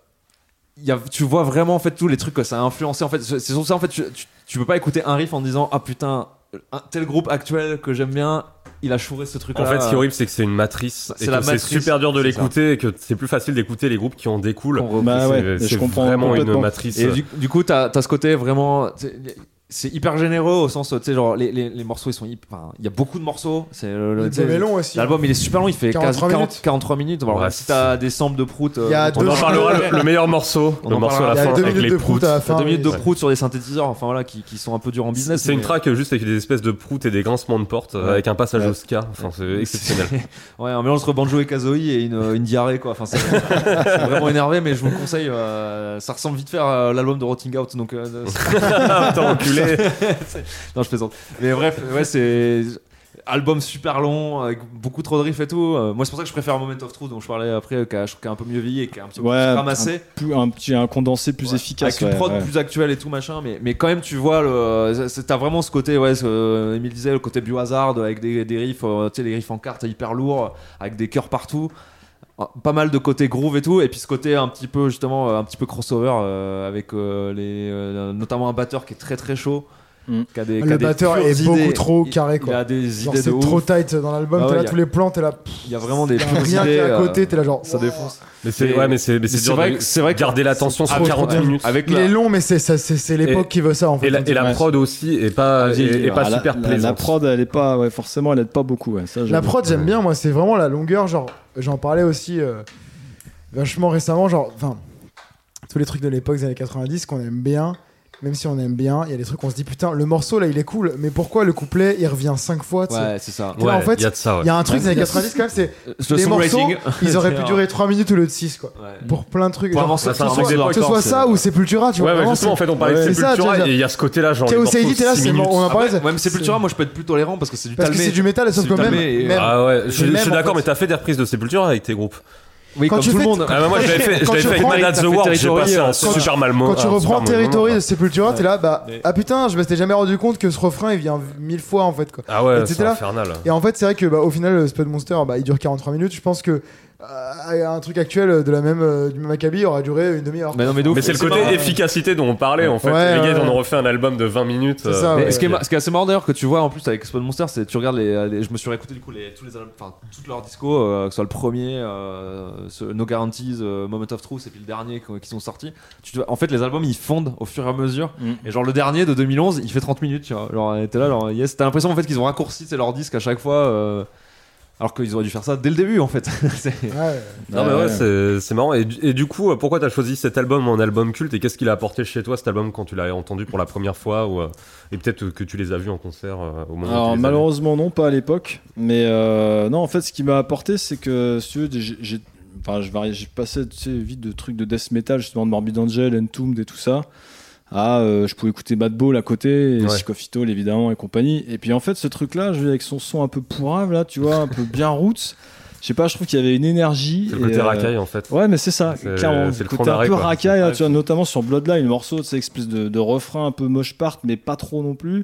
il Y a, tu vois vraiment en fait tous les trucs que ça a influencé en fait c'est c'est sur ça en fait tu, tu, tu peux pas écouter un riff en disant ah putain un tel groupe actuel que j'aime bien il a chouré ce truc là En fait, ce qui est horrible, c'est que c'est une matrice C'est et la que euh, c'est Ah matrice, super dur de c'est l'écouter et que c'est plus facile d'écouter les groupes qui en découlent. Bah C'est- ouais, euh, c'est je comprends vraiment une complètement. matrice. Et du, du coup, t'as as ce côté vraiment. t'sais, C'est hyper généreux au sens, tu sais, genre, les, les, les morceaux, ils sont hyper. enfin, Il y a beaucoup de morceaux. c'est le- le- L'album t'sais, est long aussi. hein. L'album, il est super long, il fait 43 quasi- minutes. 43 minutes. Alors, Ouais, même si t'as des samples de prout, euh, Il y a dont on deux On en parle- parlera le, le meilleur morceau, On le en morceau à parlera. la Il y fin a deux avec minutes les de prout proutes. à la fin. deux minutes de mais- prout sur des synthétiseurs, enfin voilà, qui, qui sont un peu durs en business. C'est une mais- track juste avec des espèces de proutes et des grincements de porte euh, Ouais. avec un passage Ouais. au ska. Enfin, c'est exceptionnel. ouais, un mélange entre banjo et kazooie et une, une diarrhée, quoi. Enfin, c'est c'est vraiment énervé, mais je vous le conseille. euh, ça ressemble vite faire euh, l'album de Rotting Out, donc euh, Putain, enculé. Non, je plaisante. Mais bref, ouais, c'est. Album super long, avec beaucoup trop de riffs et tout. Euh, moi, c'est pour ça que je préfère Moment of Truth, dont je parlais après, euh, qui a, je trouve, qui a un peu mieux vieilli et qui est un petit peu Ouais, plus un, ramassé. plus- un petit un condensé plus Ouais. efficace. Avec une ouais, prod ouais. plus actuelle et tout machin, mais, mais quand même, tu vois, le, euh, c'est- t'as vraiment ce côté, ouais, ce, Emile disait, le côté biohazard, avec des, des riffs, euh, tu sais, les riffs en carte hyper lourds, avec des chœurs partout. Euh, Pas mal de côté groove et tout, et puis ce côté un petit peu, justement, euh, un petit peu crossover, euh, avec euh, les, euh, notamment un batteur qui est très très chaud. Mm. qui a des- Le qui a des batteur pures est beaucoup idées. trop Il- carré, Il quoi. a des Genre, idées de c'est ouf. trop tight dans l'album, Ah t'es ouais, là y a- tous les plans, t'es là. Il y a vraiment des y a pures rien qui idées, est à euh, côté, t'es là genre. ça défonce. Mais c'est Mais- ouais, mais c'est mais c'est mais dur vrai de que- c'est vrai que- garder l'attention Ah, sur trop 40 bien. minutes. Avec Il la- est long, mais c'est ça- c'est c'est l'époque Et- qui veut ça en fait. Et la, et la Ouais. prod aussi est pas, est, est pas Ah, la- super la, plaisante. La prod, elle est pas, ouais, forcément, elle aide pas beaucoup. ouais, ça, La j'avoue. prod, j'aime bien, moi, c'est vraiment la longueur. Genre, j'en parlais aussi euh, vachement récemment. Genre, enfin, tous les trucs de l'époque des années 90 qu'on aime bien, même si on aime bien, il y a des trucs qu'on se dit putain, le morceau là, il est cool, mais pourquoi le couplet il revient cinq fois tu sais Ouais, c'est ça. Ouais, en fait, il y a de ça. Il ouais. y a un truc des années Ouais. 90 quand même, c'est Le les morceaux, songwriting. ils auraient pu durer 3 minutes au lieu de 6 quoi. Ouais. Pour plein de trucs. Pour genre, avancer, que c'est un ce truc soit, d'époque, que ce soit c'est- ça ou Sepultura, Ouais, tu vois. ouais, vraiment, justement, en c'est- fait, on parlait Ouais, de c'est ça, Sepultura tu vois, et il y a ce côté-là, genre. T'sais, les où morceaux c'est dit, t'es là, six c'est bon, minutes. on en parlait. c'est- Ouais, mais Sepultura, moi je peux être plus tolérant parce que c'est du Parce que c'est talmé. du métal, sauf C'est que du même. talmé et- même- Ah ouais, je, Et je même, suis en d'accord, fait. mais t'as fait des reprises de Sepultura avec tes groupes. Oui, Quand comme tu tout le fais- monde. Ah, bah, moi, je l'avais fait, je Quand l'avais tu fait avec reprends- Man at the t'as fait World, j'ai Territory, passé euh, un quand super mal moment. Quand tu un super reprends moment. Territory de Sepultura, t'es là, bah, Ouais. ah putain, je m'étais jamais rendu compte que ce refrain il vient mille fois en fait quoi. Ah Et ouais, t'étais c'est là. infernal. Et en fait, c'est vrai que bah, au final, euh, Spud Monster, bah, il dure 43 minutes. Je pense que euh, un truc actuel euh, de la même, euh, du même acabit aurait duré une demi-heure. Mais non, mais de ouf. Mais c'est le côté marrant. efficacité dont on parlait en fait. Ouais, les gars, ouais. on en refait un album de 20 minutes. euh. C'est ça, Mais ouais. ce, qui est, ma- ce qui est assez marrant d'ailleurs que tu vois en plus avec Spawn Monster, c'est tu regardes les, les- je me suis réécouté du coup les, tous les albums, enfin toutes leurs discos, euh, que ce soit le premier, euh, ce- No Guarantees, euh, Moment of Truth et puis le dernier qui, qui sont sortis. Tu, te- en fait les albums ils fondent au fur et à mesure. Mm. Et genre le dernier de 2011 il fait 30 minutes, tu vois. Genre euh, t'es là, genre yes, t'as l'impression en fait qu'ils ont raccourci c'est leur disque à chaque fois. euh, alors qu'ils auraient dû faire ça dès le début en fait. C'est- Ouais. Non, mais ouais, c'est- c'est marrant. Et, du- et du coup, euh, pourquoi t'as choisi cet album en album culte et qu'est-ce qu'il a apporté chez toi cet album quand tu l'as entendu pour la première fois ou, euh, Et peut-être euh, que tu les as vus en concert euh, au moment où Alors tu les as vus. malheureusement non, pas à l'époque. Mais euh, non, en fait, ce qui m'a apporté, c'est que si tu veux, j'ai- j'ai, enfin, je varie- j'ai passé tu sais, vite de trucs de death metal, justement de Morbid Angel, Entombed et tout ça. à euh, je pouvais écouter Bad Ball à côté, et Ouais. Sick of It All, évidemment et compagnie. Et puis en fait, ce truc-là, je vais avec son son un peu pourrave là, tu vois, un peu bien roots. Je sais pas, je trouve qu'il y avait une énergie. C'est le et, côté euh, racaille en fait. Ouais, mais c'est ça, C'est- clairement. c'est C'est le le front côté un d'arrêt, peu quoi. racaille, hein, là, tu vois, notamment sur Bloodline, le morceau, tu sais, espèce de, de refrain un peu moche part, mais pas trop non plus.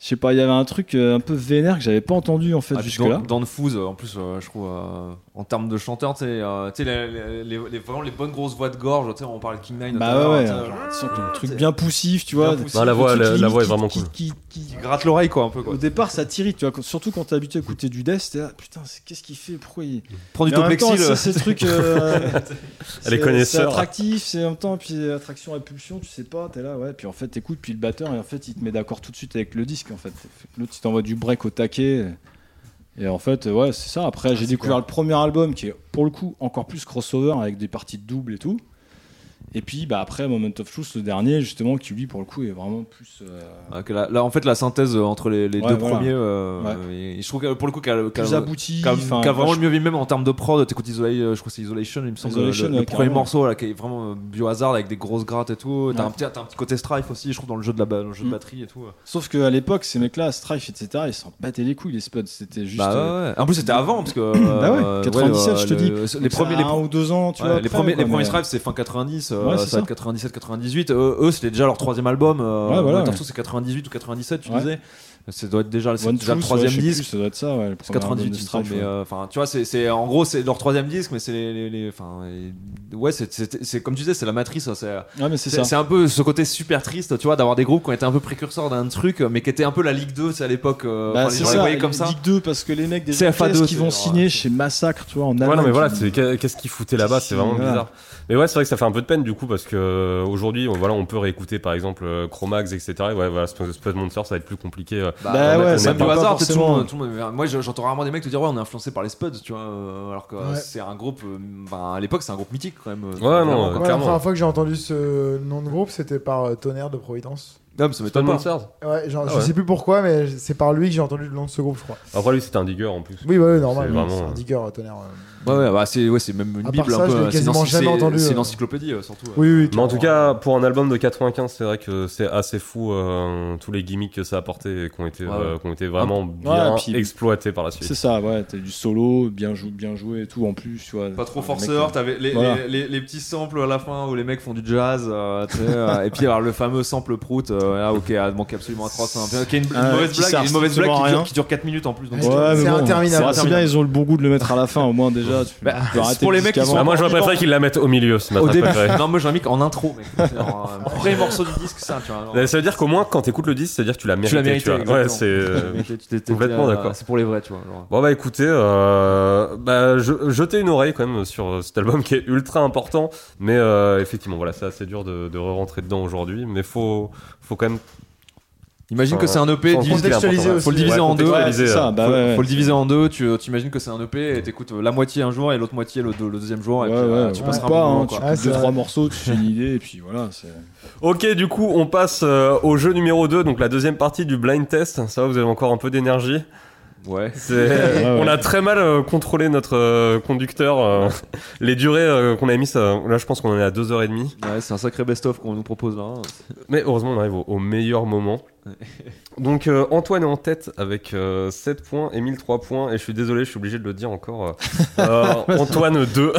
Je sais pas, il y avait un truc euh, un peu vénère que j'avais pas entendu en fait Ah, puis jusque-là. dans, dans le Fooz, euh, en plus, euh, je trouve, euh, en termes de chanteur, tu sais, euh, tu sais, les, les- les- les- vraiment les bonnes grosses voix de gorge, tu sais, on parlait de King Nine, tout à Bah l'heure, ouais, ouais. tu sais, genre, Tu sens que t'as un truc c'est- euh, bien poussif, tu bien vois. poussif, Non, Bah, la voix, la, la voix est vraiment cool. Qui, qui- qui gratte l'oreille, quoi, un peu, quoi. Au départ, ça t'irrite, tu vois. quand- Surtout quand t'es habitué à écouter du death, t'es là, putain, c'est- qu'est-ce qu'il fait Pourquoi il. Prends du Mais en même temps, Toplexil, c'est- euh, c'est ce truc. euh, Elle est c'est- connaisseur. C'est attractif, c'est en même temps, puis attraction, impulsion, tu sais pas, t'es là, ouais. Puis en fait, t'écoutes, puis le batteur, et en fait, il te met d'accord tout de suite avec le disque, en fait. L'autre, il t'envoie du break au taquet. Et en fait, ouais, c'est ça. Après, j'ai découvert le premier album qui est, pour le coup, encore plus crossover avec des parties de double et tout. Et puis, bah, après, Moment of Truth, le dernier, justement, qui lui, pour le coup, est vraiment plus. euh, Ah, que là, là, en fait, la synthèse euh, entre les, les Ouais, deux voilà. premiers, euh, et- et je trouve que pour le coup, qu'elle plus qu'elle- abouti. qui a, enfin, qui a moi, vraiment je- le mieux vu même en termes de prod t'écoutes Isolation euh, je crois que c'est Isolation il me semble Isolation, le, le ouais, premier carrément. morceau là qui est vraiment euh, biohazard avec des grosses grattes et tout t'as Ouais. un petit t'as un petit côté strife aussi je trouve dans le jeu de la ba- dans le jeu de Mm. batterie et tout euh. Sauf qu'à l'époque, ces mecs-là, Strife, etc., ils s'en battaient les couilles, les spots. C'était juste. bah euh, ouais, ouais. en plus c'était avant parce que euh, Bah ouais, euh, 97, je te dis. le- les premiers les un ou deux ans, tu Ouais, vois. les après, premiers, quoi, les premiers mais- Stripes, c'est fin 90, euh, Ouais, c'est ça va être 97, 98. Euh, eux, c'était déjà leur troisième album. Euh, Ouais, voilà, Winter ouais. Soul, c'est 98 ou 97, tu Ouais. disais. Ça doit être déjà, c'est One déjà le Truth, troisième ouais, je sais disque. plus, Ça doit être ça, ouais. le C'est premier album 98, de il me Strife, semble, mais ouais. euh, enfin, tu vois, c'est, c'est- en gros, c'est leur troisième disque, mais c'est les, les- les- enfin, et- ouais, c'est, c'est- c'est- comme tu disais, c'est la matrice, hein, c'est, Ouais, mais c'est c'est, ça. c'est un peu ce côté super triste, tu vois, d'avoir des groupes qui ont été un peu précurseurs d'un truc, mais qui étaient un peu la Ligue 2, c'est à l'époque, euh, Bah, enfin, les c'est gens les ça. voyaient comme ça. Ligue 2, parce que les mecs, déjà, CFA2, qu'est-ce qu'ils vont c'est- signer chez Massacre, tu vois, en Ouais, Allemagne non, mais voilà, tu- c'est qu'est- qu'est-ce qu'ils foutaient là-bas, c'est vraiment Voilà. bizarre. Mais ouais, c'est vrai que ça fait un peu de peine du coup parce que euh, aujourd'hui, on, voilà, on peut réécouter par exemple euh, Chromax, etc. Et ouais, voilà, Sp- Spud Monster, ça va être plus compliqué. euh. Bah, Bah ouais, ouais, mais ça même parle du pas hasard, peut-être tout le forcément. monde- tout le monde- Moi, je- j'entends rarement des mecs te dire ouais, on est influencé par les Spuds, tu vois, euh, alors que euh, Ouais. c'est un groupe. euh, ben, à l'époque, c'est un groupe mythique quand même. euh, Ouais, non, clairement, euh, quoi. Ouais, la clairement. première fois que j'ai entendu ce nom de groupe, c'était par euh, Tonnerre de Providence. Non, mais ça Spud m'étonne pas. Monsters. Ouais, genre, Ah je ouais. sais plus pourquoi, mais c'est par lui que j'ai entendu le nom de ce groupe, je crois. Après, lui, c'était un digger en plus. Oui, ouais, ouais, normal. C'est oui, vraiment, C'est un euh, digger, euh, Tonnerre. euh. Ouais, ouais, bah, c'est ouais, c'est même une À part bible ça, un je l'ai peu. hein, C'est une, quasiment ency- jamais c'est- entendu, c'est une euh. encyclopédie euh, surtout. Oui, oui. Mais en tout clairement. cas, pour un album de 95, c'est vrai que c'est assez fou euh, tous les gimmicks que ça a apporté et qui ont été, Ouais. euh, qui ont été vraiment bien et puis- exploités par la suite. C'est ça, ouais. T'as du solo, bien joué, bien joué et tout, en plus, tu vois. Pas trop Le mec, forceur, t'avais les, Voilà. les, les, les petits samples à la fin où les mecs font du jazz, euh, tu sais, euh, et puis alors le fameux sample prout, euh, là, ok, ah, manque absolument atroce, hein, qui est une, une Ah, mauvaise qui blague, sert une mauvaise blague qui strictement à dure, rien. qui dure 4 minutes en plus. Donc Ouais, Ouais, c'est- mais C'est bon, interminable. C'est assez bien, ils ont le bon goût de le mettre à la fin, au moins déjà. tu- Bah, tu peux c'est arrêter pour le les mecs qui disque sont avant. Ah, moi, j'aurais préféré qu'ils la mettent au milieu, c'est ma Au track début, préférée. non, moi j'ai mis en intro, mec. C'est genre, Un vrai morceau du disque, ça, tu vois. genre. Mais Ça veut dire qu'au moins, quand t'écoutes le disque, c'est-à-dire que tu l'as mérité. l'as mérité, tu vois. Ouais, exactement. c'est. euh, Mais t'es- tu t'es- t'es- complètement euh, d'accord. C'est pour les vrais, tu vois. genre. Bon bah écoutez, euh, bah, je, jetez une oreille quand même sur euh, cet album qui est ultra important, mais euh, effectivement voilà c'est assez dur de, de re-rentrer dedans aujourd'hui, mais faut faut quand même Imagine Enfin, que c'est un EP, faut- dis- faut- contextualiser faut- aussi. faut le diviser ouais, en deux. Ouais, c'est contextualiser, ça, euh, bah faut, ouais. faut le diviser en deux, tu euh, t'imagines que c'est un EP et t'écoutes euh, la moitié un jour et l'autre moitié le, deux- le deuxième jour et Ouais, puis euh, ouais, tu tu passeras un passes bon pas, moment, hein, tu quoi. Ah, coupes c'est deux, vrai. trois morceaux, tu fais une idée, et puis voilà. c'est- Ok, du coup, on passe euh, au jeu numéro 2, donc la deuxième partie du blind test. Ça va, vous avez encore un peu d'énergie. Ouais. C'est- On a très mal euh, contrôlé notre euh, conducteur. euh, les durées euh, qu'on a mis, ça- là, je pense qu'on en est à 2h30. Ouais, c'est un sacré best-of qu'on nous propose là. hein. Mais heureusement, on arrive au, au meilleur moment. Donc, euh, Antoine est en tête avec euh, 7 points, Emile 3 points. Et je suis désolé, je suis obligé de le dire encore. euh, euh, Antoine 2.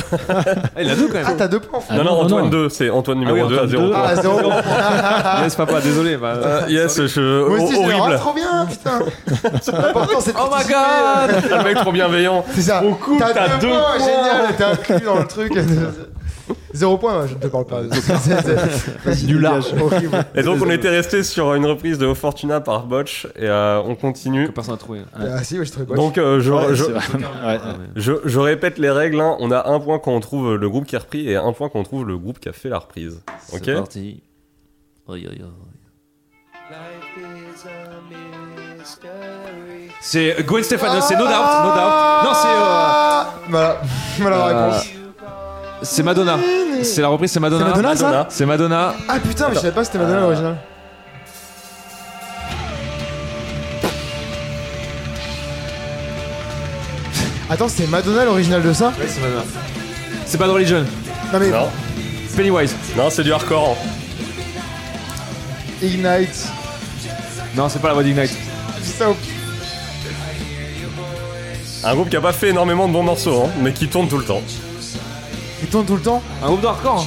Eh, il a deux quand Ah, même. t'as deux points. en fait. non, non, non, Antoine non. 2, c'est Antoine numéro oui, 2 à Antoine 0 deux. points. Ah, zéro. Ah. yes, papa, désolé. bah, Euh, yes, je, oh, Moi aussi, je l'ai- horrible. Ah, trop bien, putain. L'important, c'est de Oh my participer. god! Le mec trop bienveillant. C'est ça. t'as, deux, points, génial, t'es inclus dans le truc. Zéro point, je ne te parle pas. Du large. C'est horrible. Et donc on était resté sur une reprise de O Fortuna par Botch et euh, on continue. Que personne n'a trouvé. Ah si, ouais, je te réponds. Donc euh, je, Ouais, je, c'est vrai. Ouais. je, je répète les règles, hein. on a un point quand on trouve le groupe qui a repris et un point quand on trouve le groupe qui a fait la reprise. Ok C'est parti. C'est Gwen Stefani, c'est No Doubt, No Doubt. Non, c'est. euh, Ah Voilà, voilà la Euh, réponse. C'est Madonna. C'est la reprise, c'est Madonna. Euh, C'est Madonna, ça Madonna. C'est Madonna. Ah putain, mais je savais pas que c'était Madonna l'original. Attends, c'est Madonna l'original de ça c'est Madonna. C'est Bad Religion. Non mais Non, Pennywise. non c'est du hardcore. hein. Ignite. Non, c'est pas la voix d'Ignite. Putain, oh, Un groupe qui a pas fait énormément de bons morceaux, hein, mais qui tourne tout le temps. il tourne tout le temps. Un groupe de hardcore.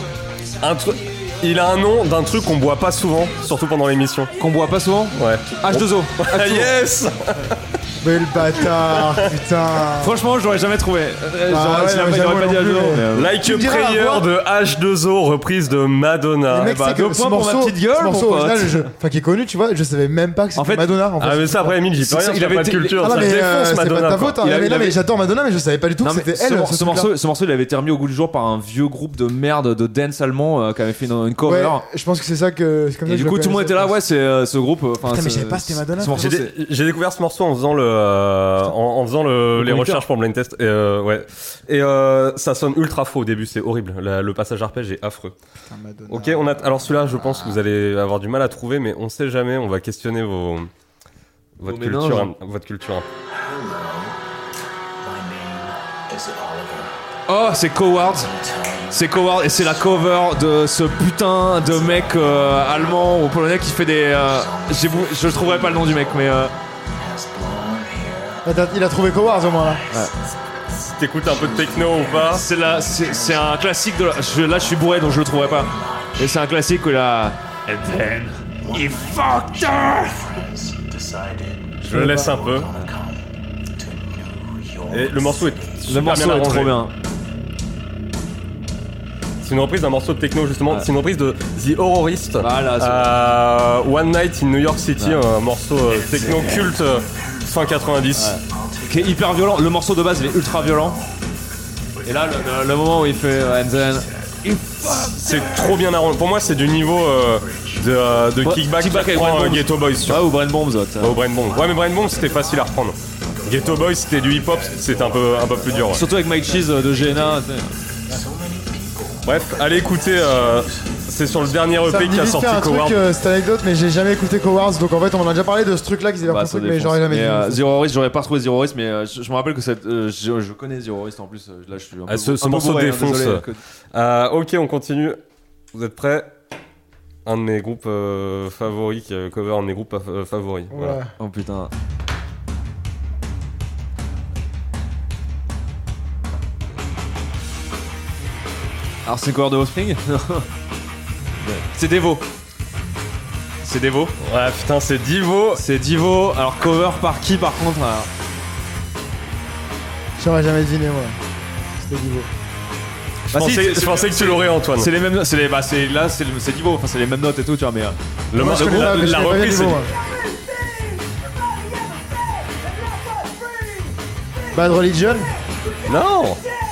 hein, Un truc... Il a un nom d'un truc qu'on boit pas souvent, surtout pendant l'émission. Qu'on boit pas souvent Ouais. H2O. Ah, yes Mais le bâtard, putain. Franchement, je l'aurais jamais trouvé. Euh, Bah j'aurais- ouais, j'aurais non, pas- mais j'aurais j'avoue pas dit non plus, H2O. mais, euh, mais, euh, Like a me diras, Prayer avoir- de H2O, reprise de Le Madonna. mec, Eh bah, c'est que Ah, deux ce points pour ma morceau- petite gueule, ce mon morceau pote. original, je- enfin, qui est connu, tu vois, je savais même pas que c'était En fait- Madonna. En fait. Ah mais ça après Emile j'y peux C'est- rien, il il a avait pas de été- culture, Ah non, ça mais euh, défonce c'est Madonna pas ta quoi. faute, hein. Il a- mais il non, mais avait- j'adore Madonna, mais je savais pas du tout Non, que mais c'était ce, elle. mor- ce truc-là. morceau, ce morceau, il avait été remis au goût du jour par un vieux groupe de merde de dance allemand euh, qui avait fait une, une Ouais, cover. je pense que c'est ça que. c'est comme ça Et que du je coup, tout le monde connaissais, était là, je pense. ouais, c'est euh, ce groupe. enfin, Putain, mais c'est- je savais pas c'était Madonna, Ce morceau, J'ai c'est- dé- J'ai découvert ce morceau en faisant le euh, en, en faisant le- les moniteur. recherches pour Blind Test et euh, ouais et euh, ça sonne ultra faux au début c'est horrible La- le passage arpège est affreux. Putain, Madonna. Ah. Ok on a alors celui-là je pense que vous allez avoir du mal à trouver mais on sait jamais on va questionner vos votre Vos mélanges. culture hein, votre culture. Oh, c'est Coward. C'est Coward et c'est la cover de ce putain de mec euh, allemand ou polonais qui fait des. euh, j'ai vou- je trouverai pas le nom du mec, mais. euh, Attends, Ah, Il a trouvé Cowards au moins là. Si t'écoutes un peu de techno ou pas c'est la- c'est c'est un classique de. la- je- là, je suis bourré donc je le trouverai pas. Et c'est un classique où il a. And then he fucked her. je le laisse un peu. Et le morceau est Le super morceau bien est trop arrangé. bien. C'est une reprise d'un morceau de techno justement, Ouais. c'est une reprise de The Horrorist. Voilà, c'est- Euh, One Night in New York City, un morceau euh, techno culte euh, fin 90. qui est hyper violent. Le morceau de base, il est ultra violent. Et là, le, le- le moment où il fait euh, and then il fuck. C'est trop bien arrangé. Pour moi, c'est du niveau euh, de, euh, de Ouais, kickback, kickback que avec prend Brain euh, Bombs. Ghetto Boys tu vois, Ouais, ou Brain Bombs, ouais, t'sais. au Brain Bomb. Ouais, mais Brain Bomb c'était facile à reprendre. Ghetto Boys c'était du hip hop, c'était un peu, un peu plus dur. ouais. Surtout avec Mike Cheese euh, de GNA. t'sais. Bref, allez écouter, euh, c'est sur le dernier Ça EP me dit qui a vite sorti fait un Coward. truc, euh, cette anecdote, mais j'ai jamais écouté Cowards, donc en fait on en a déjà parlé de ce truc-là qu'ils avaient Bah, un ça truc, mais défonce. j'aurais jamais Mais, euh, dit. Zero Risk, j'aurais pas retrouvé Zero Risk, mais euh, je, je me rappelle que cette, euh, je, je connais Zero Risk en plus. euh, Là, je suis un peu, Ah, ce- ce un peu morceau bourré, hein, défonce. désolé, que- Euh, ok, on continue. Vous êtes prêts Un de mes groupes euh, favoris, qui, euh, cover un de mes groupes euh, favoris. Voilà. Ouais. Oh putain. Alors c'est quoi de Offspring C'est Devo. C'est Devo. Ouais, putain, c'est Divo. C'est Divo. Alors cover par qui par contre alors J'aurais jamais deviné, moi. C'était niveau. Je Bah, si, pensais, c'est- je pensais que tu l'aurais, Antoine. C'est les mêmes notes. C'est les, bah, c'est, là c'est, le- c'est Divo. Enfin c'est les mêmes notes et tout tu vois mais. euh, Le Moi, morceau- je connais la, pas, mais je la connais pas les reprise, niveaux, c'est- moi. Bad Religion Non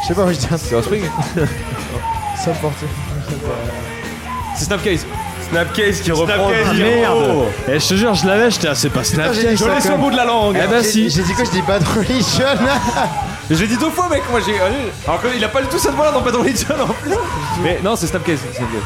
Je sais pas, moi je dis un C'est Offspring ça porte. Eh C'est Snapcase. Snapcase qui reprend. Snapcase, Divo. Merde Eh, je te jure, je l'avais, j'étais assez pas snap. J'ai dit Je ça laisse au comme- bout de la langue. Eh ben J'ai si j'ai dit quoi Je dis Bad Religion Mais Je l'ai dit deux fois, mec. Moi, j'ai. ah, Alors qu'il a pas du tout cette voix-là dans Bad Religion en plus. Mais non, c'est Snapcase. c'est Snapcase.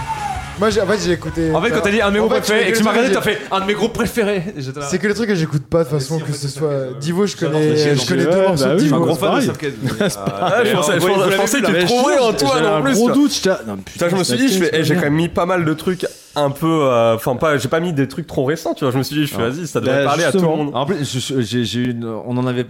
Moi, j'ai- en fait, j'ai écouté. En fait, quand t'as dit un de mes En groupes fait, préférés et que tu m'as j'ai- regardé, t'as fait un de mes groupes préférés. Et J'étais là. C'est que les trucs que j'écoute pas de toute façon, si, en fait, que ce c'est soit. Snapcase, Divo, je J'adore connais, Snapcase, je connais j'ai- deux ouais, morceaux bah de oui, Je suis un Divo. gros fan de pareil. Snapcase. mais, euh, Ah, je mais pensais- non, je vous pensais- l'avez je vu, pensais que vous tu l'avez trouverais, vu. Antoine, J'avais en un plus. gros tu vois. doute, j'étais là, non, Putain, je me suis dit, je fais- eh, j'ai quand même mis pas mal de trucs un peu. euh, Enfin, pas, j'ai pas mis des trucs trop récents, tu vois. Je me suis dit, je suis Ah. vas-y, ça devrait Bah, parler à tout le justement. monde. En plus, je- je- j'ai j'ai eu une. On en avait.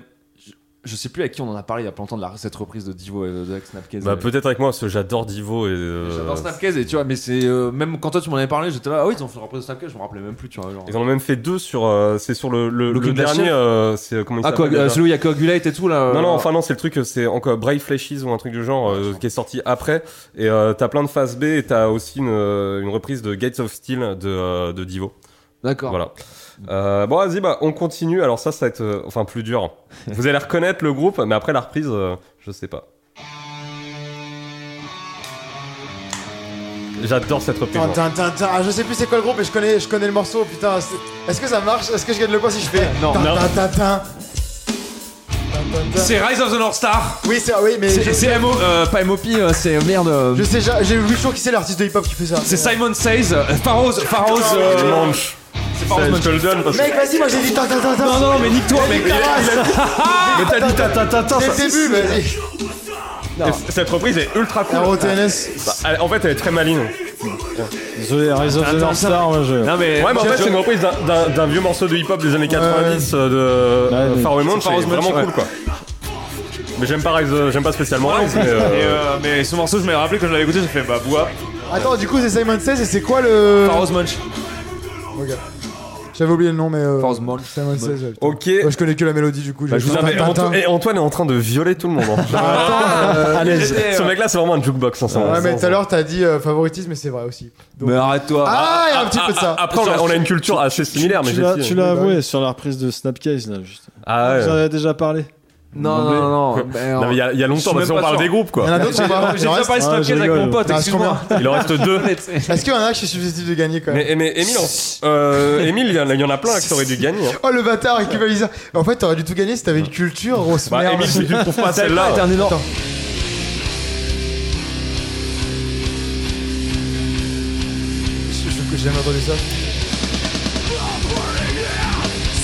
je- Je sais plus à qui on en a parlé il y a pas longtemps de la, cette reprise de Divo et de avec Snapcase. Bah, Mais- peut-être avec moi, parce que j'adore Divo et. euh, J'adore Snapcase et tu vois, mais c'est. euh, même quand toi tu m'en avais parlé, j'étais là. Ah oui, ils ont fait une reprise de Snapcase, je me rappelais même plus, tu vois. genre. Ils en ont même fait deux sur. euh, c'est sur le, le, Le le clip de la dernier. chef euh, c'est euh, comment il Ah, quoi, s'appelle euh, déjà celui où il y a Coagulate et tout là. Non, non, euh, enfin, non, c'est le truc, c'est encore Brave Flashes ou un truc du genre euh, qui est sorti après. Et euh, t'as plein de phases B et t'as aussi une, euh, une reprise de Gates of Steel de, euh, de Divo. D'accord. Voilà. Euh, bon, vas-y, bah, on continue. Alors, ça, ça va être euh, enfin plus dur. Vous allez reconnaître le groupe, mais après la reprise, euh, je sais pas. J'adore cette reprise. hein. Tin, moi. tin, tin, tin. Ah, je sais plus c'est quoi le groupe, mais je connais, je connais le morceau. Putain, c'est- est-ce que ça marche Est-ce que je gagne le point si je fais Non, Tin, non. tin, tin, tin. Tin, tin, tin. C'est Rise of the North Star. Oui, c'est oui, mais C'est je, c'est MO, euh, pas MOP, euh, c'est merde. euh, je sais, ja- j'ai oublié toujours qui c'est l'artiste de hip-hop qui fait ça. C'est Simon Says, euh, Pharaohs, Pharaohs. euh, Je manche. c'est Ça, Pharaohs Je te Mansion. le donne parce que. Mec, vas-y, moi j'ai dit tin, tin, tin, tin. Non, non, non, mais nique-toi, mec. Mais t'as dit ta ta ta ta. Dès le ça- début, vas-y. Cette reprise est ultra cool. ROTNS. Bah, elle- en fait, elle est très maligne. Désolé, Rise Ah, of the North Star, moi je. Non, mais. Ouais, mais en fait, je- c'est une reprise d'un- d'un d'un vieux morceau de hip-hop des années 90 euh, de Ouais, euh, mais- Faraway Mountain. Faraway C'est vraiment Mountain, cool, quoi. Mais j'aime pas, Rise- euh, j'aime pas spécialement Rise, mais. Et, euh, euh, mais ce morceau, je m'avais rappelé quand je l'avais écouté, j'ai fait bah bois. Ah. Attends, du coup, c'est Simon Says et c'est quoi le. Pharos Munch. Ok. J'avais oublié le nom, mais. Euh... Pharos Munch. Simon Says. ouais, putain. Ok. Moi, je connais que la mélodie du coup. Bah, j'ai- je vous avais- Tintin. Anto- et Antoine est en train de violer tout le monde. hein. Attends, euh, À l'aise. Ce mec-là, c'est vraiment un jukebox. hein, ça, Ouais, ça, mais ça. tout à l'heure, t'as dit euh, favoritisme, mais c'est vrai aussi. Donc- Mais arrête-toi. Ah, il y a un petit peu de ça. Après, on a, on a une culture assez similaire, mais tu j'ai l'as, dit- tu l'as Bah avoué oui. sur la reprise de Snapcase là. Juste. Ah ouais. Vous en avez déjà parlé. non, non, non, non. mais Non, mais il y a- il y a Je suis longtemps, parce même qu'on pas parle sûr. des groupes, Il y en quoi. a d'autres, je sais pas. J'ai déjà Il en parlé Ah, Snapchat je avec rigole. mon pote, Ah, je excuse-moi. Il en reste deux. reste- Est-ce qu'il y en a un que je suis susceptible de gagner quand même Mais, mais Emile, en- euh, Emile, il y en a- il y en a plein là, qui auraient dû gagner. hein. Oh le bâtard avec Cubalisa En fait t'aurais dû tout gagner si t'avais une culture grosse Bah, merde Emile, si tu ne trouves pas celle-là. Ah, T'es un énorme. Attends. Je- je- J'ai jamais entendu ça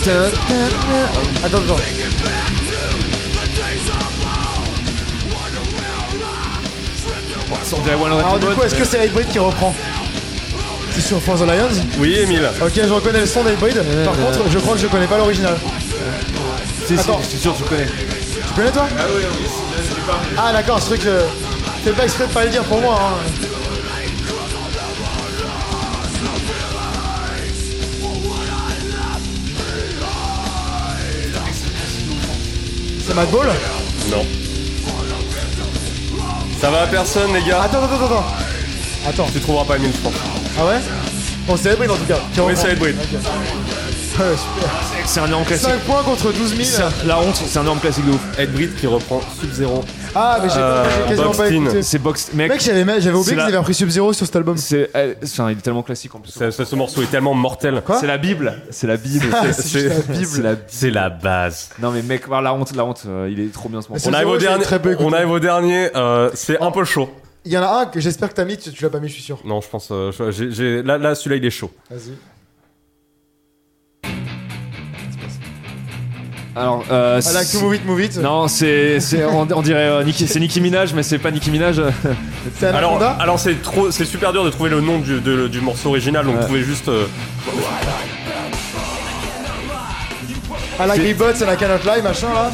Ta- ta- ta- Attends attends Alors du coup est-ce que c'est Hybrid qui reprend C'est sur France the Lions Oui, Emile. Ok je reconnais le son d'Hybrid Par contre je crois que je connais pas l'original Si, si, Attends. je suis sûr, je connais. Tu connais toi Ah oui, oui, Ah d'accord, ce truc, euh, fais pas exprès de pas le dire pour moi. Hein. C'est Mad Ball Non. Ça va à personne, les gars. Attends, attends, attends, attends. Attends, Tu trouveras pas Emile, je pense. ah ouais Bon, c'est Hybrid en tout cas. qui Oui, reprend. c'est Edwin. Ah ouais, super. C'est un énorme classique. 5 points contre 12 000. La honte, c'est un énorme classique de ouf. Edwin qui reprend Sub-Zero. Ah, mais j'ai j'ai quasiment pas Boxstein. écouté. C'est box. Euh, Mec, Mec, j'avais j'avais C'est oublié la- qu'ils avaient repris Sub-Zero sur cet album. c'est. elle- enfin, il est tellement classique en plus. Ce, ce- ce morceau est tellement mortel. Quoi C'est la Bible. C'est la Bible. C'est juste la Bible. C'est la C'est la base. Non mais mec, voilà, la honte, la honte, euh, il est trop bien ce morceau. On Sub-Zero, arrive au je l'ai dernier. très peu écouté. On arrive au dernier. euh, c'est un peu chaud. Il y en a un que j'espère que t'as mis, tu, tu l'as pas mis, je suis sûr. Non, je pense. euh, je- j'ai- j'ai- là, là, celui-là, il est chaud. Vas-y. Alors, euh, Ah là, c'est- move it, move it. non, c'est, c'est- on, on dirait euh, Nicki- c'est Nicki Minaj, mais c'est pas Nicki Minaj. euh. C'est Alors, Anaconda alors c'est trop, c'est super dur de trouver le nom du, de- du morceau original. Donc, Ouais. trouvez juste. euh, À la Gribbot, Ah, c'est la Cannot Lie, machin là.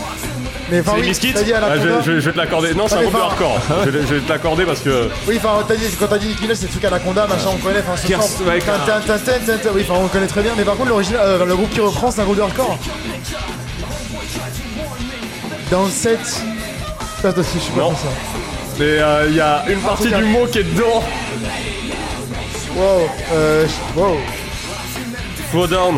Mais enfin, C'est les oui, Misfits t'as dit ah, Anaconda. je, je- je vais te l'accorder. Non, c'est un Ah, mais groupe de enfin- hardcore. Je, vais- je vais te l'accorder parce que. Oui, enfin, t'as dit, quand t'as dit Nicki Minaj, c'est le truc Anaconda, machin, on connaît. Enfin, ce Kirst, sens. ouais, Tin, tin, tin, tin, tin, tin. Oui, enfin, on connaît très bien. Mais par contre, l'original, euh, le groupe qui reprend, c'est un groupe de hardcore. Dans le set. Putain, toi aussi, je suis pas Non. comme ça. Mais euh, il y a une partie regarde. du mot qui est dedans. Wow, euh. je- Wow. Slow down.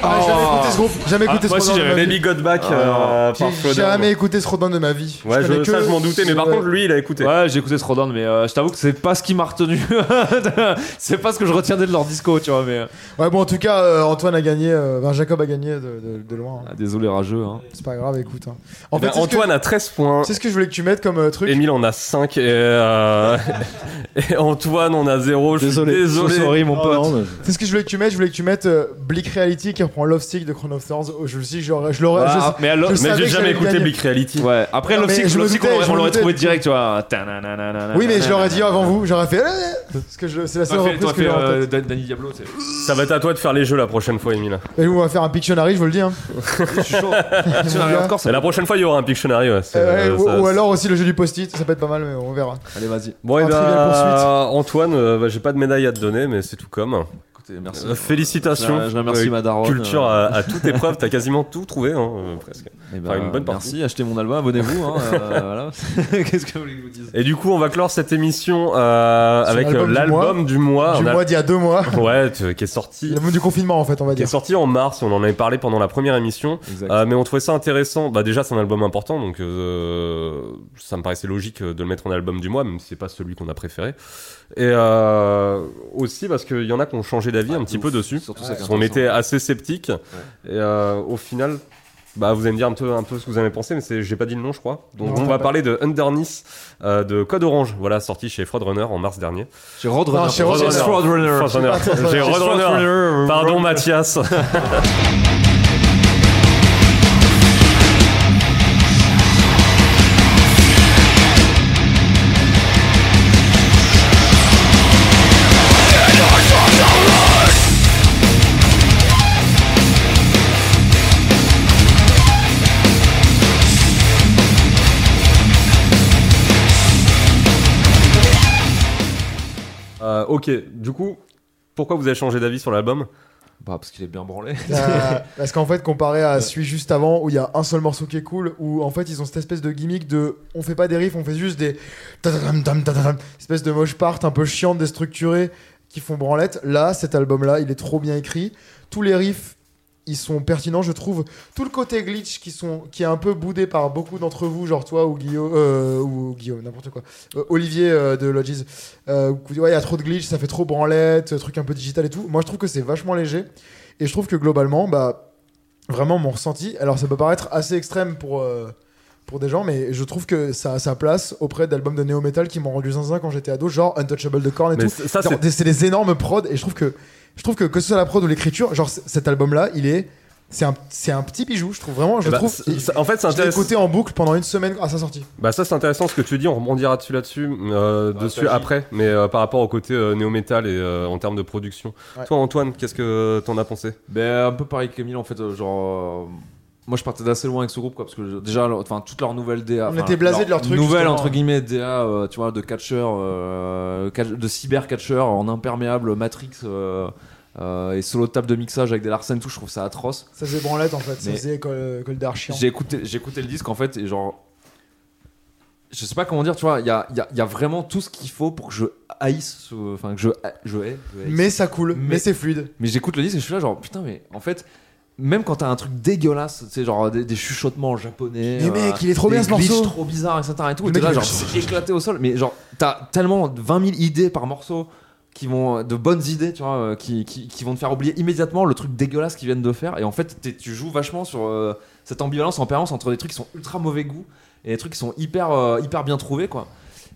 Ah, j'ai jamais Oh. écouté ce groupe. Jamais Ah, écouté moi ce aussi, groupe. j'avais de ma Baby vie. Got Back euh, par J'ai Slow Down. jamais écouté ce Rodin de ma vie. Ouais, Ah, je, connais ça, que- je m'en doutais, mais par ce- contre, lui, il a écouté. Ouais, j'ai écouté ce Rodin, mais euh, je t'avoue que c'est pas ce qui m'a retenu. c'est pas ce que je retiendais de leur disco, tu vois. Mais euh, Ouais, bon, en tout cas, euh, Antoine a gagné. euh, ben, Jacob a gagné de, de- de loin. hein. ah, désolé rageux. Hein. C'est pas grave, écoute. hein. En Eh ben, fait, c'est ce que- Antoine a 13 points. C'est ce que je voulais que tu mettes comme euh, truc. Emile, on a 5. Et, euh, et Antoine, on a 0. Désolé. Désolé. Ah, So sorry, mon Oh, pote. non, mais- C'est ce que je voulais que tu mettes. Je voulais que tu mettes euh, Bleak Reality qui reprend Love Stick de Chrono of Thorns. Oh, je le sais, je l'aurais. je l'aurais- Ouais, je sais- Ah, mais alors, je savais Mais j'ai que jamais j'allais écouté gagner. Big Reality. ouais. Après Non, Love mais Sick, je me Love Sick, on doutais, l'aurait- je on me l'aurait doutais. trouvé direct, tu vois. Oui, mais je l'aurais dit avant vous. J'aurais fait. euh, Parce que je- c'est la seule T'aurais fait, reprise t'aurais que fait j'ai en euh, tête. Dan- Danny Diablo, tu sais. Ça va être à toi de faire les jeux la prochaine fois, Emile. Et nous, on va faire un Pictionary, je vous le dis. hein. Je suis chaud. Tu Mon en avais gars. encore ça. Mais la prochaine fois, il y aura un Pictionary. ouais, c'est- Euh, ouais, euh, ou, ça- ou alors aussi le jeu du post-it. Ça peut être pas mal, mais on verra. Allez, vas-y. Bon, et un ben, Trivial Pursuit. Antoine, euh, bah, j'ai pas de médaille à te donner, mais c'est tout comme. Écoutez, merci. Euh, félicitations. Je- je remercie Euh, ma daronne. Culture à, à toute épreuve, t'as quasiment tout trouvé, hein, euh, presque. Eh Enfin, une bonne partie. Merci, achetez mon album, abonnez-vous. Hein, euh, voilà. Qu'est-ce que vous voulez que je vous dise Et du coup, on va clore cette émission euh, Sur avec euh, l'album du l'album du mois. Du Ah, On a- mois d'il y a deux mois. Ouais, tu- qui est sorti. Le monde du confinement, en fait, on va Qui est dire. sorti en mars, on en avait parlé pendant la première émission, Exact. Euh, mais on trouvait ça intéressant. Bah déjà c'est un album important, donc euh, ça me paraissait logique euh, de le mettre en album du mois, même si c'est pas celui qu'on a préféré. Et euh, aussi parce qu'il y en a qui ont changé d'avis un petit peu dessus. Surtout ça. Parce qu'on était assez sceptique. Et euh, au final, bah, vous allez me dire un peu, un peu ce que vous avez pensé, mais c'est- j'ai pas dit le nom, je crois. Donc Non, on t'as va pas. parler de Underneath euh, de Code Orange, voilà, sorti chez Fraudrunner en mars dernier. Chez Roadrunner. Non, chez Roadrunner. Chez Roadrunner. Fraudrunner. J'ai Roadrunner. Pardon Mathias. Euh, ok, du coup, pourquoi vous avez changé d'avis sur l'album Bah, parce qu'il est bien branlé. Euh, parce qu'en fait, comparé à celui juste avant où il y a un seul morceau qui est cool, où en fait ils ont cette espèce de gimmick de on fait pas des riffs, on fait juste des tadadam, dam, tadadam, espèce de moche part un peu chiante, déstructurée qui font branlette. Là, cet album là, il est trop bien écrit. Tous les riffs, ils sont pertinents, je trouve. Tout le côté glitch qui, sont, qui est un peu boudé par beaucoup d'entre vous, genre toi ou Guillaume, euh, ou Guillaume, n'importe quoi, Euh, Olivier euh, de Lodges, euh, vous dites, ouais, il y a trop de glitch, ça fait trop branlette, truc un peu digital et tout. Moi, je trouve que c'est vachement léger. Et je trouve que globalement, bah, vraiment mon ressenti, alors ça peut paraître assez extrême pour, euh, pour des gens, mais je trouve que ça a sa place auprès d'albums de néo-metal qui m'ont rendu zinzin quand j'étais ado, genre Untouchable de Korn et Mais tout. Ah, ça, Genre, c'est- des- c'est des énormes prods et je trouve que, je trouve que que ce soit la prod ou l'écriture, genre c- cet album-là, il est. C'est un, c'est un petit bijou, je trouve vraiment. Je bah, Eh ben, trouve. c'est- ça- en fait, c'est je l'ai intéressant. écouté en boucle pendant une semaine à sa sortie. Bah ça c'est intéressant ce que tu dis, on rebondira dessus là-dessus, euh, Bah, dessus t'agis. après, mais euh, par rapport au côté euh, néo-metal et euh, en termes de production. Ouais. Toi Antoine, qu'est-ce que t'en as pensé Ben, un peu pareil que Camille, en fait, euh, genre. euh, moi, je partais d'assez loin avec ce groupe, quoi, parce que je- déjà, leur- enfin, toute leur nouvelle DA. On enfin, était blasés de leur truc, Nouvelle, justement. entre guillemets, DA, euh, tu vois, de catcheur, euh, catch- de cyber-catcheur en imperméable, Matrix euh, euh, et solo de table de mixage avec des Larsen, tout, je trouve ça atroce. Ça faisait branlette en fait, ça Mais- faisait école, école d'art chiant. J'ai écouté, j'ai écouté le disque en fait et genre. Je sais pas comment dire, tu vois, il y a, il y a- il y a vraiment tout ce qu'il faut pour que je haïsse, ce- enfin que je, ha- je hais. je hais. Mais, Mais ça coule, mais, Mais- c'est fluide. j'écoute le disque et je suis là genre putain mais en fait, même quand t'as un truc dégueulasse, tu sais genre des, des chuchotements japonais. euh, Mais mec, il est trop des bien, ce glitches morceau. trop bizarre etc et tout, Le et t'es mec, là il- genre c'est éclaté au sol, mais genre t'as tellement 20 000 idées par morceau qui vont de bonnes idées tu vois euh, qui, qui, qui vont te faire oublier immédiatement le truc dégueulasse qu'ils viennent de faire et en fait t'es- tu joues vachement sur euh, cette ambivalence en permanence entre des trucs qui sont ultra mauvais goût et des trucs qui sont hyper euh, hyper bien trouvés quoi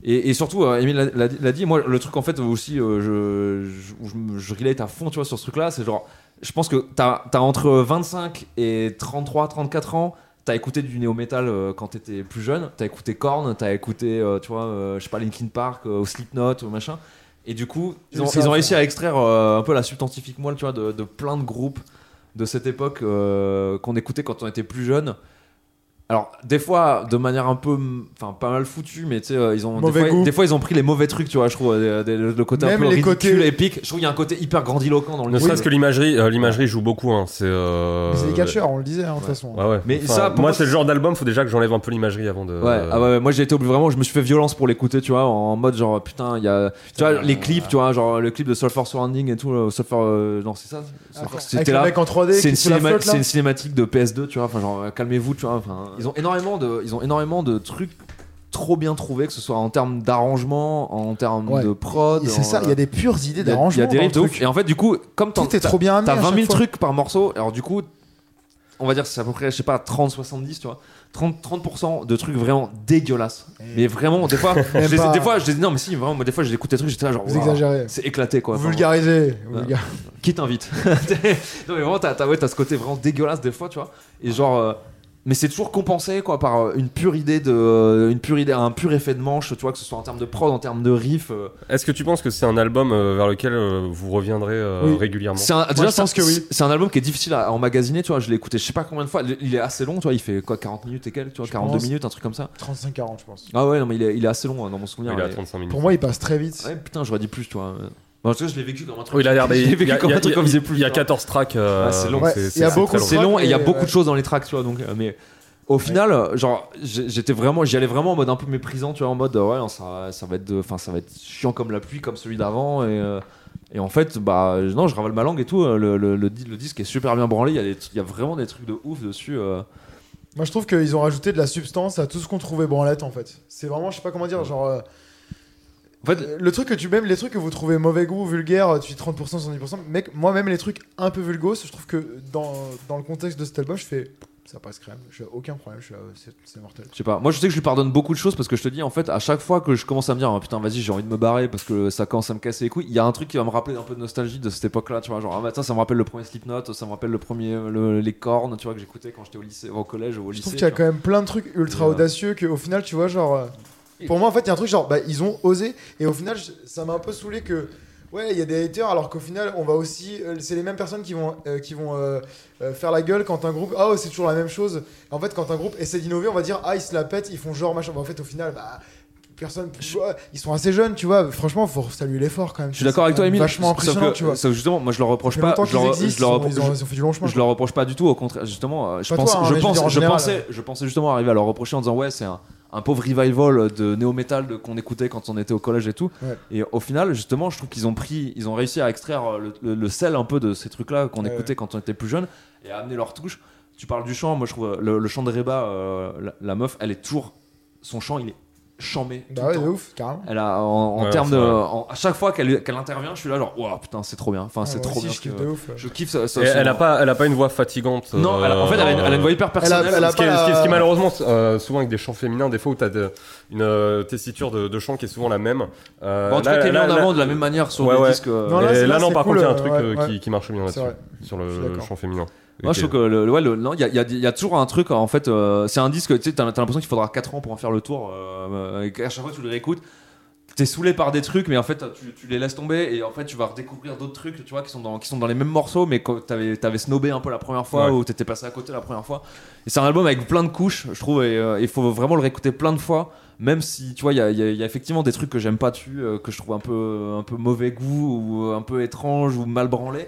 et, et surtout euh, Emile l'a- l'a l'a dit moi le truc en fait aussi euh, je, je, où je me- je relate à fond tu vois sur ce truc là c'est genre je pense que t'as as entre 25 et 33 34 ans T'as écouté du néo-metal euh, quand t'étais plus jeune, t'as écouté Korn, t'as écouté, euh, tu vois, euh, je sais pas, Linkin Park, euh, ou Slipknot, ou machin. Et du coup, ils ont, Ça, ils ont ça. réussi à extraire euh, un peu la substantifique moelle, tu vois, de, de plein de groupes de cette époque euh, qu'on écoutait quand on était plus jeune. Alors, des fois, de manière un peu, mm, enfin, pas mal foutue, mais tu sais, euh, ils ont. Mauvais des, fois, goût. des fois, ils ont pris les mauvais trucs, tu vois, je trouve, euh, des- le côté Même un peu les ridicule, côtés- épique. Je trouve qu'il y a un côté hyper grandiloquent dans le Ne disque. serait-ce que l'imagerie, euh, l'imagerie joue beaucoup, hein. c'est... Euh... Mais c'est des catcheurs, on le disait hein, de toute façon. Ouais, ouais. Mais Enfin, ça, pour moi moi, c'est le c'est- genre d'album, faut déjà que j'enlève un peu l'imagerie avant de... Ouais, ah ouais, ouais, moi j'ai été obligé vraiment, je me suis fait violence pour l'écouter, tu vois, en mode genre putain, il y a. Tu vois, euh, les clips, tu vois, genre le clip de Sulfur Surrounding et tout, là, Sulfur. euh, non, c'est ça Sulfur City, Avec t'es le là. mec en 3D, C'est qui une, fout la cinéma- flotte, là. c'est une cinématique de PS2, tu vois, enfin genre euh, calmez-vous, tu vois, enfin. Ils ont, énormément de, ils ont énormément de trucs trop bien trouvés, que ce soit en termes d'arrangement, en termes Ouais. de prod. Et C'est en- ça, il y a des pures idées il y a- il y d'arrangement. a des dans le riffs de truc. ouf. Et en fait, du coup, comme t'en- Tout est t'as- trop bien amené. T'as à 20 chaque 000 fois. trucs par morceau, alors du coup, on va dire que c'est à peu près, je sais pas, 30-70, tu vois. 30%, 30 de trucs vraiment dégueulasses. Mais vraiment, des fois, je les- pas. des fois, je les- non, mais si, vraiment, moi, des fois, j'ai écouté des trucs, j'étais là, genre, Vous waouh, exagérez. c'est éclaté, quoi. Vous Enfin, vulgarisez. vous Ouais. vulgar- qui t'invite Non, mais vraiment, t'as t'as- ouais, t'as ce côté vraiment dégueulasse, des fois, tu vois. Et genre, euh, mais c'est toujours compensé, quoi, par euh, une pure idée de, euh, une pure idée, un pur effet de manche, tu vois, que ce soit en termes de prod, en termes de riff. euh, Est-ce que tu penses que c'est un album euh, vers lequel euh, vous reviendrez euh, Oui. régulièrement C'est un, déjà, je c'est un- pense que oui. C'est un album qui est difficile à à emmagasiner, tu vois. Je l'ai écouté je sais pas combien de fois. Il il est assez long, tu vois. Il fait quoi, 40 minutes et quelques, tu vois, Je 42 pense. minutes, un truc comme ça. 35-40, je pense. Ah ouais, non, mais il est, il est assez long hein, dans mon souvenir. Il est à mais- 35 minutes. Pour moi, il passe très vite. Ouais, putain, j'aurais dit plus, tu vois. Bon, Bah, en tout cas, je l'ai vécu comme un truc. Oui, il a l'air d'aller- Je l'ai il y a- vécu comme il y a- un truc comme faisait plus. Il y a tu vois. 14 tracks. euh, Ouais, c'est long. donc Ouais, il y a c'est très beaucoup de long. C'est long et il y a Et, beaucoup ouais. de choses dans les tracks, tu vois. Donc, euh, mais au final, euh, genre, j'ai- j'étais vraiment, j'y allais vraiment en mode un peu méprisant, tu vois, en mode euh, ouais, ça, ça va être, de- enfin, ça va être chiant comme la pluie, comme celui d'avant, et euh, et en fait, bah je- non, je ravale ma langue et tout. euh, Le, le, le di- le disque est super bien branlé. Il y, a des- il y a vraiment des trucs de ouf dessus. euh. Moi, je trouve qu'ils ont rajouté de la substance à tout ce qu'on trouvait branlette, en fait. C'est vraiment, je sais pas comment dire, genre. euh, En fait, Euh, le truc que tu même les trucs que vous trouvez mauvais goût vulgaire tu dis 30% 70% mec moi même les trucs un peu vulgos je trouve que dans, dans le contexte de cet album je fais ça passe crème j'ai aucun problème je suis, euh, c'est- c'est mortel Je sais pas. Moi, je sais que je lui pardonne beaucoup de choses parce que je te dis, en fait, à chaque fois que je commence à me dire, Ah, putain, vas-y, j'ai envie de me barrer parce que ça commence à me casser les couilles, il y a un truc qui va me rappeler un peu de nostalgie de cette époque-là, tu vois. Genre, ah, bah, tiens, ça me rappelle le premier Slipknot, ça me rappelle le premier, le- les cornes, tu vois, que j'écoutais quand j'étais au lycée, au collège ou au je lycée. trouve qu'il y a tu quand même plein de trucs ultra Et, euh, audacieux que au final tu vois genre euh, pour moi en fait il y a un truc genre bah ils ont osé et au final je- ça m'a un peu saoulé que ouais il y a des haters alors qu'au final on va aussi euh, c'est les mêmes personnes qui vont euh, qui vont euh, euh, faire la gueule quand un groupe ah ouais, c'est toujours la même chose en fait quand un groupe essaie d'innover on va dire ah ils se la pètent ils font genre machin Bah, en fait au final bah Carson, ouais, ils sont assez jeunes, tu vois. Franchement, faut saluer l'effort quand même. Je suis d'accord avec toi, Emile. Vachement Sauf impressionnant, que- tu vois. sauf que justement, moi je leur reproche Ça fait pas. longtemps je qu'ils leur- existent, je leur ils ont- reproche- ils ont- ils ont fait du long chemin. je leur reproche pas du tout, au contraire, justement, euh, je Pas pense, toi, hein, je, mais je veux pense, dire en je, général. euh. pensais, je pensais justement arriver à leur reprocher en disant ouais c'est un, un pauvre revival de néo-metal de- qu'on écoutait quand on était au collège et tout. Ouais. Et au final, justement, je trouve qu'ils ont pris, ils ont réussi à extraire euh, le, le- le sel un peu de ces trucs-là qu'on Ouais, écoutait quand on était plus jeune et à amener leur touche. Tu parles du chant, moi je trouve euh, le, le chant de Reba, euh, la, la meuf, elle est toujours, son chant il est chamé. tout Bah le ouais, temps. de ouf, carrément. Elle a, en, en Ouais, termes c'est de. vrai. en- à chaque fois qu'elle qu'elle intervient, je suis là, genre, waouh, putain, c'est trop bien. Enfin, c'est Ah, moi trop aussi, bien. Je ce que- kiffe de ouf. ouais. je kiffe ça. ça- Et son- elle a pas, elle a pas une voix fatigante. non, elle a- en fait, elle a, une, euh, elle a une voix hyper personnelle. elle a- ce qui, est, pas ce qui est- ce qui est la- malheureusement euh, souvent avec des chants féminins, des fois où t'as de- une euh, tessiture de, de chant qui est souvent la même. Euh, Bon, bah, en tout là- cas, t'es mis là- en là- avant de la même manière sur Ouais, les ouais. disques. euh, Non, Et là, là, c'est- là, non, c'est par cool, contre, il y a un euh, truc ouais, euh, qui, ouais. qui marche bien C'est là-dessus, vrai. sur Je suis le d'accord. chant féminin. Moi, je Et- trouve que le, ouais, le- non, il y a, il y a- il y a toujours un truc en fait. euh, c'est un disque, tu sais, t'as t'as l'impression qu'il faudra 4 ans pour en faire le tour. euh, et à chaque fois, tu le réécoutes, t'es saoulé par des trucs, mais en fait, tu, tu les laisses tomber et en fait, tu vas redécouvrir d'autres trucs, tu vois, qui sont dans, qui sont dans les mêmes morceaux, mais que t'avais, t'avais snobé un peu la première fois Ouais. ou t'étais passé à côté la première fois. Et c'est un album avec plein de couches, je trouve, et euh, il faut vraiment le réécouter plein de fois. Même si tu vois, il y, a- il y a- il y a effectivement des trucs que j'aime pas dessus, euh, que je trouve un peu, un peu mauvais goût ou euh, un peu étrange ou mal branlé.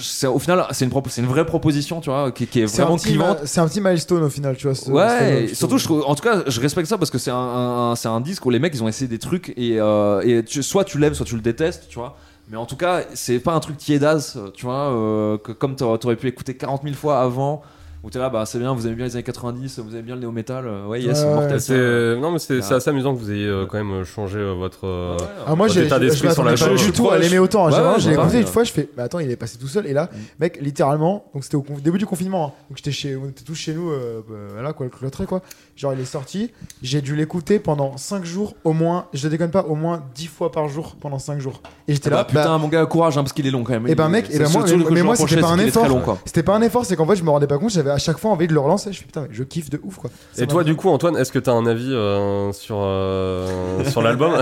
C'est- Au final, c'est une, propo- c'est une vraie proposition, tu vois, qui, qui est C'est un vraiment petit ma- clivante. C'est un petit milestone au final, tu vois. ce- ce Ouais, album, et surtout, je trouve, en tout cas, je respecte ça parce que c'est un, un- un- c'est un disque où les mecs ils ont essayé des trucs et, euh, et tu- soit tu l'aimes, soit tu le détestes, tu vois. Mais en tout cas, c'est pas un truc tiédas, tu vois, euh, que comme t'a- t'aurais pu écouter 40 000 fois avant, où t'es là, bah c'est bien, vous aimez bien les années 90, vous aimez bien le néo-metal, euh, ouais, yes, Ouais, mortel. Euh, c'est- Non, mais c'est Ah. c'est assez amusant que vous ayez euh, quand même euh, changé euh, votre. euh, Ouais. Ah, moi, Votre j'ai, état je- je d'esprit sur la m'attendais pas chose. du tout à Ouais, l'aimer autant. hein. ouais, J'ai- ouais, j'ai ouais. écouté une fois, je fais, mais attends, il est passé tout seul. Et là, mec, littéralement, donc c'était au conf- début du confinement. hein. Donc j'étais chez, on était tous chez nous, euh, euh, voilà quoi, le cloîtré quoi. Genre il est sorti, j'ai dû l'écouter pendant 5 jours au moins. Je te déconne pas, au moins 10 fois par jour pendant 5 jours. Et j'étais Ah bah, là, bah, putain, mon gars, courage, hein, parce qu'il est long quand même. Eh ben, Il- mec, c'est eh ben, le moi, seul truc mais- que mais je moi, reproche, c'était pas c'est un qu'il est effort. très long, quoi. c'était pas un effort, c'est qu'en fait je me rendais pas compte, j'avais à chaque fois envie de le relancer. Je fais putain, mais je kiffe de ouf quoi. Ça Et toi, m'a- du coup, Antoine, est-ce que t'as un avis euh, sur, euh, sur l'album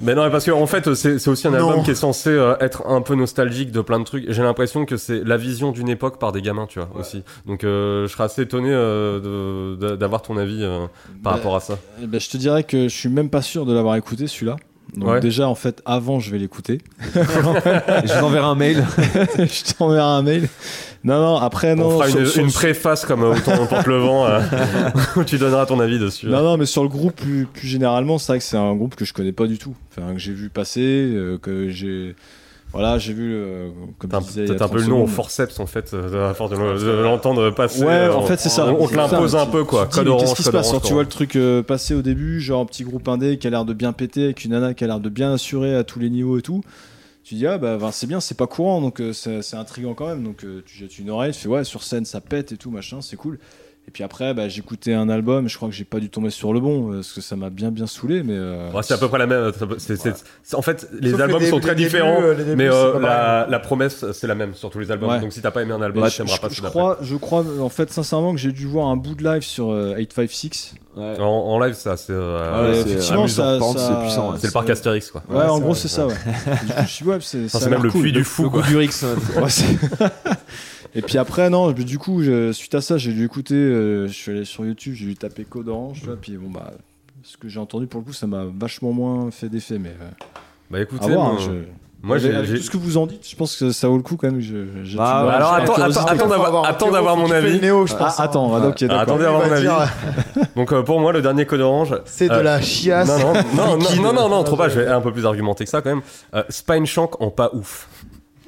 Mais non, mais parce que en fait, c'est c'est aussi un album Non. qui est censé euh, être un peu nostalgique de plein de trucs. J'ai l'impression que c'est la vision d'une époque par des gamins, tu vois, aussi. Donc, euh, je serais assez étonné euh, de- de- d'avoir ton avis euh, par Bah, rapport à ça. Eh ben, je te dirais que je suis même pas sûr de l'avoir écouté celui-là. Donc Ouais. déjà en fait avant je vais l'écouter. Je vous enverrai un mail. je t'enverrai un mail. Non non après non. On fera sur- une, sur- une préface comme euh, Autant porte le vent, euh, où tu donneras ton avis dessus. Non non mais sur le groupe plus, plus généralement c'est vrai que c'est un groupe que je connais pas du tout. Enfin que j'ai vu passer euh, que j'ai voilà j'ai vu euh, comme T'as tu disais, il y a peut-être un 30 peu le nom au secondes. forceps en fait, euh, à force de le- de l'entendre passer. Ouais, euh, en fait, c'est ça. on te l'impose un peu, quoi. Tu te dis, Code mais orange, Qu'est-ce qui se code passe orange, Alors, Tu vois le truc euh, passer au début, genre un petit groupe indé qui a l'air de bien péter, avec une nana qui a l'air de bien assurer à tous les niveaux et tout. Tu dis, ah bah ben, c'est bien, c'est pas courant, donc euh, c'est c'est intriguant quand même. Donc euh, tu jettes une oreille, tu fais, ouais, sur scène ça pète et tout, machin, c'est cool. Et puis après, bah, j'écoutais un album, je crois que j'ai pas dû tomber sur le bon, euh, parce que ça m'a bien bien saoulé, mais. euh, Ouais, c'est à peu près la même. c'est- c'est- c'est- c'est- en fait, les Sauf albums dé- sont très les débuts, différents, euh, les débuts, mais c'est euh, pas pareil. la, la promesse, c'est la même sur tous les albums. Ouais. Donc si t'as pas aimé un album, bah, tu je, aimeras pas je celui d'après. crois, je crois, en fait, sincèrement, que j'ai dû voir un bout de live sur euh, 856. Ouais. En, en live, ça, c'est euh, Ouais, c'est- c'est effectivement, amusant. ça- Par contre, ça- c'est puissant. ouais. c'est le parc c'est- Astérix, quoi. Ouais, Ouais, en c'est gros, vrai, c'est ça, ouais. Je me suis dit, ouais, c'est Enfin, ça a c'est même l'air le cool. puits du fou, Le goût quoi. du Rix. ouais. Ouais, c'est- hein. et puis après, non, je- du coup, je- suite à ça, j'ai dû écouter, euh, je suis allé sur YouTube, j'ai dû taper Code Orange, tu vois, puis bon, bah, ce que j'ai entendu pour le coup, ça m'a vachement moins fait d'effet, mais euh, Bah à écoutez, voir. hein, moi, je- moi, avec- j'ai- avec j'ai. tout ce que vous en dites, je pense que ça vaut le coup quand même. Je, j'ai- Bah, tu- ouais, alors, je- attends, je- attends, je- attends Faut d'avoir- avoir un attends Théo d'avoir qui mon fait le avis. néo, je Ah, pense, hein. attends, ouais, ok, Ah, d'accord. attendez Il avant va mon avis. dire, Donc euh, pour moi, le dernier Code Orange. C'est de euh, la Ah, chiasse. Non, non, non, non, liquide. non, non, non, hein. trop pas, je vais un peu plus argumenter que ça quand même. Euh, Spine Shank en pas ouf.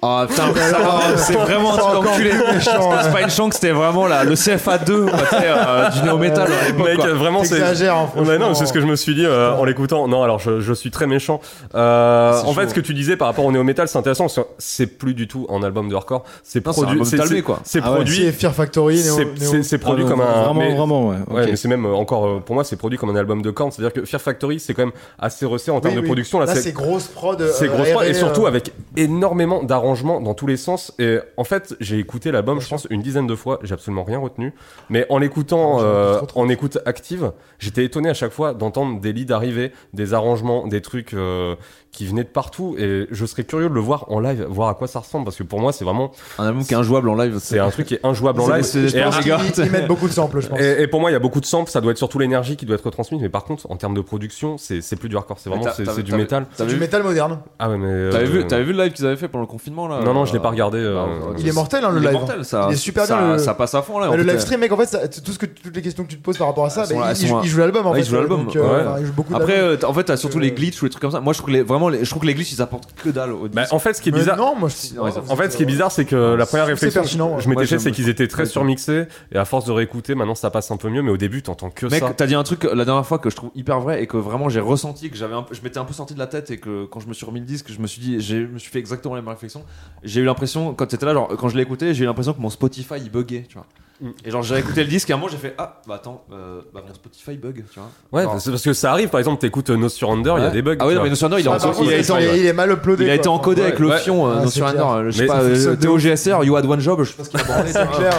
Ah putain, ça- c'est vraiment un C'est truc encore d'enculé. plus méchant, Parce que Spine Shank, c'était vraiment la, le CFA2 quoi, tu sais, euh, du néo-metal. à l'époque, Mec, quoi. euh, vraiment, c'est. T'exagères, hein, Mais non, franchement. c'est ce que je me suis dit euh, en l'écoutant. Non, alors je, je suis très méchant. Euh, C'est en fait, chaud. ce que tu disais par rapport au néo metal, c'est intéressant. parce que C'est plus du tout un album de hardcore. C'est Non, c'est un produit. album C'est talmé, c'est- quoi. C'est Ah ouais, produit. C'est Fear Factory, néo. c'est- néo- C'est c'est produit Ah, comme non, un. Vraiment, mais- vraiment, ouais. Ouais, ok. mais c'est même euh, encore euh, pour moi, c'est produit comme un album de Korn. C'est-à-dire que Fear Factory, c'est quand même assez resserré en Oui, termes de oui. production. Là, Là, c'est c'est grosse prod. euh, c'est grosse prod, aérée, et surtout euh, avec énormément arrangements dans tous les sens. Et en fait, j'ai écouté l'album, je pense, une dizaine de fois. J'ai absolument rien retenu. Mais en l'écoutant, Ah, j'ai euh, retenu trop. en écoute active, j'étais étonné à chaque fois d'entendre des leads arriver, des arrangements, des trucs euh, qui venaient de partout. Et je serais curieux de le voir en live, voir à quoi ça ressemble. Parce que pour moi, c'est vraiment, Un album qui est injouable en live, c'est un truc qui est injouable en C'est- live. c'est- je Et pense un- gars. Ils, ils mettent beaucoup de samples, je pense. et, et pour moi, il y a beaucoup de samples, ça doit être surtout l'énergie qui doit être retransmise, mais par contre, en termes de production, c'est c'est plus du hardcore, c'est vraiment T'as- c'est t'as- c'est du t'as- métal. T'avais du vu, métal moderne. Ah ouais, mais. euh, t'avais vu, t'avais vu le live qu'ils avaient fait pendant le confinement là Non, non, je l'ai euh, pas regardé. euh, bah, Il est mortel, hein, le il live. Est mortel, ça, Il est super ça, bien, le- Ça passe à fond là. Mais en le fait, euh, live stream, mec, en fait, ça- tout ce que, toutes les questions que tu te poses par rapport à ça, Elles sont bah, là, ils- elles ils sont jouent- là. ils jouent l'album en Ouais, fait. ils jouent l'album, donc, euh, ouais. enfin, ils jouent beaucoup Après, d'albums. euh, t- en fait, t'as surtout euh, les glitches ou les trucs comme ça. Moi, je trouve que les, vraiment, les- je trouve que les glitches, ils apportent que dalle au Bah, disque. en fait, ce qui est Mais bizarre. non, moi, Non, Ah, ils ont- En fait, ce qui est bizarre, c'est que la première C'est réflexion que pertinent, ouais. je m'étais Ouais, fait, j'aime- c'est qu'ils étaient très Ouais. surmixés, et à force de réécouter, maintenant ça passe un peu mieux, mais au début, t'entends que Mec, ça. t'as dit un truc euh, la dernière fois que je trouve hyper vrai et que vraiment j'ai ressenti que j'avais, un peu- je m'étais un peu sorti de la tête et que quand je me suis remis le disque, je me suis dit, j'ai- je me suis fait exactement la même réflexion. J'ai eu l'impression quand c'était là, genre quand je l'ai écouté, j'ai eu l'impression que mon Spotify il buguait, tu vois. Mm. Et genre j'ai écouté le disque et à un moment j'ai fait ah bah attends euh, bah mon Spotify bug tu vois Ouais, Genre, c'est parce que ça arrive, par exemple, t'écoutes euh, No Surrender, il y a ouais. des bugs. ah tu oui vois. mais No Surrender, il, est Ah, en- par contre, il a il été en- est- il est mal uploadé. il a quoi. été encodé avec le ouais. fion euh, Ah, No c'est Surrender clair. euh, je sais Mais pas c'est euh, ça, Théo GSR You Had One Job je sais pas ce qu'il a abordé C'est clair.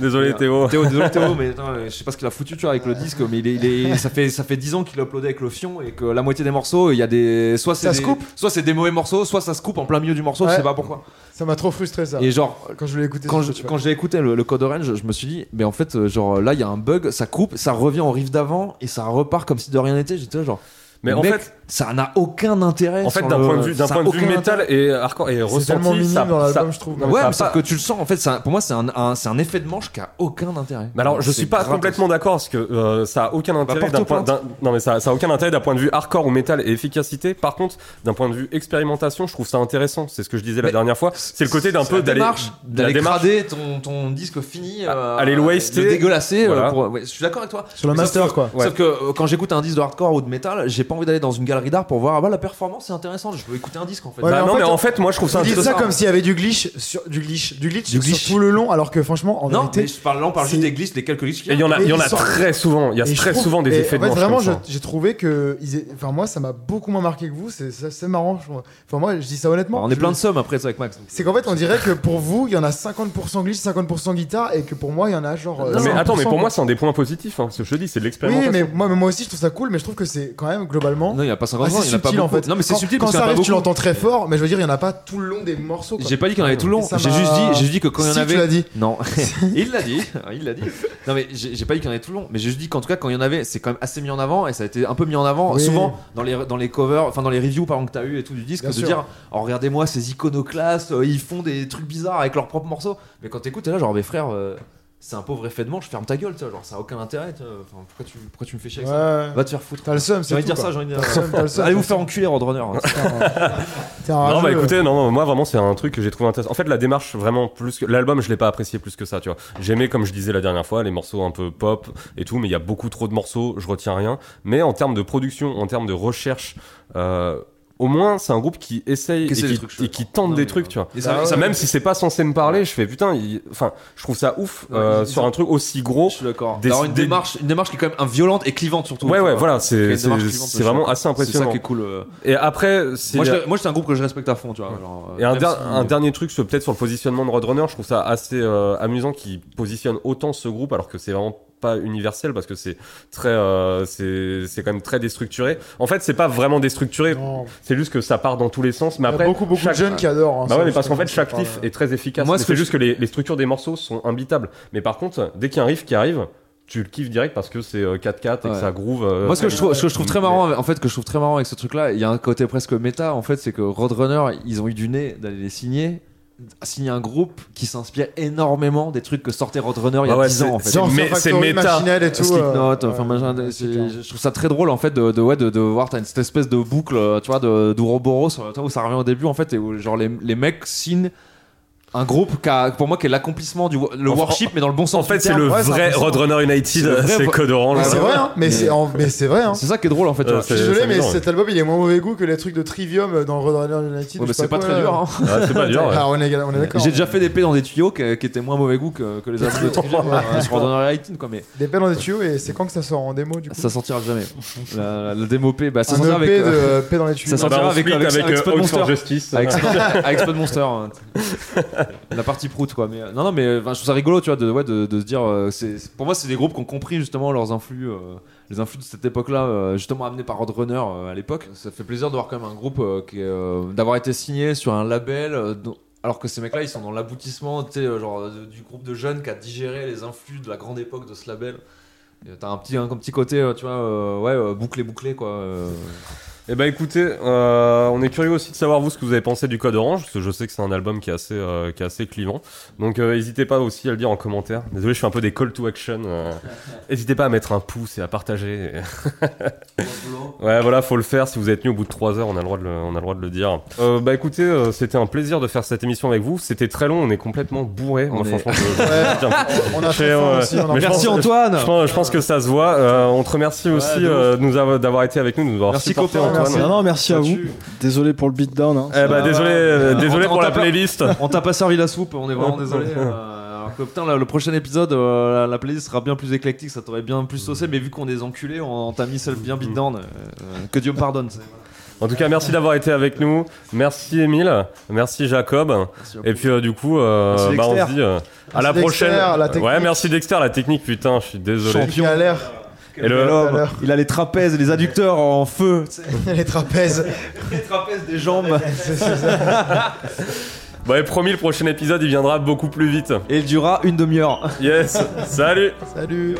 Désolé, Ouais. Théo. Théo, désolé Théo, mais attends, euh, je sais pas ce qu'il a foutu tu vois, avec le disque, mais il est, il est- ça fait ça fait 10 ans qu'il a uploadé avec le fion et que la moitié des morceaux, il y a des soit c'est Ça des, se coupe soit c'est des mauvais morceaux, soit ça se coupe en plein milieu du morceau, je Ouais. sais pas pourquoi. Ça m'a trop frustré ça. Et genre Quand je l'ai écouté, quand ça, je- tu vois. quand j'ai écouté le, le code orange, je me suis dit mais en fait euh, genre là il y a un bug, ça coupe, ça revient en rive d'avant et ça repart comme si de rien n'était, j'étais là, genre Mais en mec, fait, ça n'a aucun intérêt en fait, sur d'un le- point de vue, d'un ça a point de vue aucun métal et hardcore et c'est tellement ressenti, minime ça, dans ça- l'album, je trouve. Non, Ouais, ça a mais sauf pas- que tu le sens, en fait, c'est un- pour moi, c'est un, un- c'est un effet de manche qui a aucun intérêt. Mais alors, je C'est suis pas gratos. complètement d'accord parce que euh, ça a aucun intérêt porte d'un point. plainte. d'un- Non, mais ça, ça a aucun intérêt d'un point de vue hardcore ou métal et efficacité. Par contre, d'un point de vue expérimentation, je trouve ça intéressant. C'est ce que je disais la Mais dernière fois. C'est le côté d'un C'est peu la d'aller démarche, la d'aller démarche. crader ton, ton disque fini, euh, aller le waster. le dégueulasser. euh, Voilà. pour- ouais, je suis d'accord avec toi. Sur le Mais master, sauf que- quoi. Ouais. Sauf que euh, quand j'écoute un disque de hardcore ou de métal, j'ai pas envie d'aller dans une galerie d'art pour voir ah bah la performance c'est intéressant. Je veux écouter un disque en fait. Ouais, Bah mais en non, mais fait, en fait, moi, je trouve ça Ils disent intéressant. ça comme s'il y avait du glitch sur du glitch, du glitch, Du glitch. sur tout le long, alors que franchement, en non, mais vérité, je parle là on parle juste c'est- des glisses, des quelques glisses. qu'il Et il y en a, Et il y en ils a sont- très souvent. Il y a Et je très trouve- souvent des et effets de en fait, manche vraiment, comme je- ça. j'ai trouvé que ils aient- enfin moi, ça m'a beaucoup moins marqué que vous. C'est ça- c'est marrant. je trouve. Enfin moi, je dis ça honnêtement. Bah, on est Je- plein de sommes après ça avec Max. C'est qu'en fait, on dirait que pour vous, il y en a 50% glitch, 50% guitare, et que pour moi, il y en a genre. euh, Non, mais 100%, attends, mais pour quoi. moi, c'est un des points positifs. Hein, ce que je te dis, c'est de Oui, l'expérimentation. mais moi, mais moi aussi, je trouve ça cool, mais je trouve que c'est quand même globalement. Non, il y en a pas 50 assez il y en a pas Ah, subtil, en beaucoup. fait. Non, mais c'est Quand- subtil quand parce qu'il y ça en a arrive, pas tu beaucoup. l'entends très fort, mais je veux dire, il y en a pas tout le long des morceaux. quoi. J'ai pas dit qu'il y en avait tout le long. Ça J'ai m'a- juste dit, j'ai juste dit que quand il y en Si, tu avait. l'as dit. Non. il l'a dit. Il l'a dit. Non mais j'ai j'ai pas dit qu'il y en avait tout le long. Mais j'ai juste dit qu'en tout cas quand il y en avait, c'est quand même assez mis en avant et ça a été un peu mis en avant Oui. souvent dans les dans les covers, enfin dans les reviews par exemple que t'as eu et tout du disque Bien de sûr. dire, oh regardez-moi ces iconoclastes, euh, ils font des trucs bizarres avec leurs propres morceaux. Mais quand t'écoutes, t'es là genre mes frères. euh, C'est un pauvre effet de manche, ferme ta gueule, tu vois, genre ça a aucun intérêt, tu vois. Enfin, pourquoi tu, pourquoi tu me fais chier Ouais. avec ça Va te faire foutre. T'as le seum, J'ai c'est envie tout, de dire quoi. ça, j'ai envie de T'as le seum, t'as le dire. seum, Allez t'as vous le faire enculer, Roadrunner. T'es un Non, bah rageux. écoutez, non, non, moi vraiment, c'est un truc que j'ai trouvé intéressant. En fait, la démarche, vraiment, plus que. L'album, je l'ai pas apprécié plus que ça, tu vois. J'aimais, comme je disais la dernière fois, les morceaux un peu pop et tout, mais il y a beaucoup trop de morceaux, je retiens rien. Mais en termes de production, en termes de recherche, euh, au moins, c'est un groupe qui essaye et Qui essaie des qui, trucs, je et qui crois. tente Non, des mais, trucs, euh, tu vois. et Bah ça, ouais. ça Même si c'est pas censé me parler, je fais putain, il- enfin, je trouve ça ouf Ouais, euh, ils- sur ils- un truc aussi gros. Je suis d'accord. Des- D'avoir une, des- démarche, une démarche qui est quand même un violente et clivante surtout. Ouais, Tu ouais, vois. voilà, Créer c'est une démarche c'est- clivante, c'est je vraiment suis assez d'accord. C'est ça impressionnant. qui est cool. euh. Et après, c'est. Moi, je- moi, c'est un groupe que je respecte à fond, tu vois. genre, euh, Et un, même der- si- un dernier truc, c'est peut-être sur le positionnement de Roadrunner, je trouve ça assez euh, amusant qu'il positionne autant ce groupe alors que c'est vraiment pas universel parce que c'est très euh, c'est c'est quand même très déstructuré. En fait, c'est pas vraiment déstructuré, Non. c'est juste que ça part dans tous les sens mais Il y a après beaucoup, beaucoup de chaque- jeunes qui adorent. hein, bah ça, ouais, mais je parce qu'en trouve fait, que chaque ça riff parle. est très efficace. Moi, Mais ce c'est que juste que je- les, les structures des morceaux sont imbitables. Mais par contre, dès qu'il y a un riff qui arrive, tu le kiffes direct parce que c'est euh, 4-4 et que Ouais. ça groove. euh, Moi, ce que je trouve, ce que je trouve très marrant, avec- en fait, que je trouve très marrant avec ce truc-là, il y a un côté presque méta, en fait, c'est que Roadrunner, ils ont eu du nez d'aller les signer, signer un groupe qui s'inspire énormément des trucs que sortait Roadrunner il y a Ah ouais, 10 ans, en c'est- fait. Genre, mais- Fear c'est Factory, méta. Machinel et tout. euh, Slipknot, ouais, enfin, machin, ouais, c'est- c'est clair. je trouve ça très drôle en fait de, de, ouais, de, de voir t'as une, cette espèce de boucle euh, tu vois de d'Ouroboros euh, tu vois, où ça revient au début en fait et où genre les, les mecs signent un groupe qui a- pour moi qui est l'accomplissement du wo- le En- worship mais dans le bon En sens fait, du c'est terme. le ouais, c'est vrai impressionnant. Roadrunner C'est le United, vrai- c'est Code Mais Orange. c'est ouais. vrai, hein. Mais Mais- c'est en- mais c'est vrai, hein. c'est ça qui est drôle en fait tu Euh, vois. Je c'est- suis désolé, c'est mais amusant, ouais. cet album il est moins mauvais goût que les trucs de Trivium euh, dans Roadrunner United. Ouais, ou mais je sais c'est pas quoi, très là. dur hein. Ah, c'est pas dur. ouais. Ah, on est, on est d'accord. J'ai déjà fait des pets dans des tuyaux qui, qui étaient moins mauvais goût que, que les albums de Ouais, euh, sur Ordinary Lighting, quoi, mais Des pelles dans des tuyaux et c'est quand que ça sort en démo du coup ça sortira jamais. La, la- la démo P, bah, ça Un EP sortira avec, de euh, pelles dans les tuyaux. ça Ah bah, sortira on avec- split avec- avec euh, Spot Out Monster. for Justice. avec, Spud- avec Spud Monster. hein. La partie prout, quoi. Mais euh, non, non, mais euh, enfin, je trouve ça rigolo, tu vois, de, ouais, de, de se dire. euh, c'est- c'est- pour moi, c'est des groupes qui ont compris justement leurs influx, euh, les influx de cette époque-là, euh, justement amenés par Roadrunner euh, à l'époque. Ça fait plaisir de voir quand même un groupe euh, qui est, euh, d'avoir été signé sur un label. euh, dont- alors que ces mecs-là, ils sont dans l'aboutissement, tu sais, euh, genre de- du groupe de jeunes qui a digéré les influx de la grande époque de ce label. Et T'as un petit, un, petit côté, euh, tu vois, euh, ouais, euh, bouclé, bouclé, quoi. euh. Eh ben écoutez, euh, on est curieux aussi de savoir vous ce que vous avez pensé du Code Orange, parce que je sais que c'est un album qui est assez, euh, qui est assez clivant. Donc euh, n'hésitez pas aussi à le dire en commentaire. Désolé, je fais un peu des call to action. euh. N'hésitez pas à mettre un pouce et à partager. Ouais, voilà, faut le faire. Si vous êtes nu au bout de 3 heures, on a le droit de le, on a le, droit de le dire. Euh, bah écoutez, euh, c'était un plaisir de faire cette émission avec vous. C'était très long, on est complètement bourré. Moi, On est- franchement, je- je- On a je- très faim ouais. aussi. on en Mais je Merci pense- Antoine Je pense, je pense que ça se voit. Euh, on te remercie aussi de ouf. euh, de nous avoir- d'avoir été avec nous, de nous avoir Merci, supporté copain, Antoine. merci. Non, non, merci à vous. Désolé pour le beatdown. hein. Eh bah Ah, désolé, ouais. euh, On- désolé on pour la t'a pas- playlist. On t'a pas servi la soupe, on est vraiment désolé. euh, alors que putain, le, le prochain épisode, euh, la, la playlist sera bien plus éclectique, ça t'aurait bien plus saucé, mais vu qu'on est des enculés, on, on t'a mis seul bien beat down. euh, euh, que Dieu me pardonne. c'est- En tout cas, merci d'avoir été avec nous. Merci Émile, merci Jacob. Merci Et puis euh, du coup, euh, Merci bah, on Dexter. se dit euh, à la Dexter, prochaine. la technique. ouais, merci Dexter, la technique. Putain, je suis désolé. Champion. à l'air, Et le- Quel homme. Alors. il a les trapèzes et les adducteurs en feu. les trapèzes. les trapèzes des jambes C'est- c'est ça. Bah, et promis, le prochain épisode, il viendra beaucoup plus vite. et il durera une demi-heure. Yes, salut. Salut.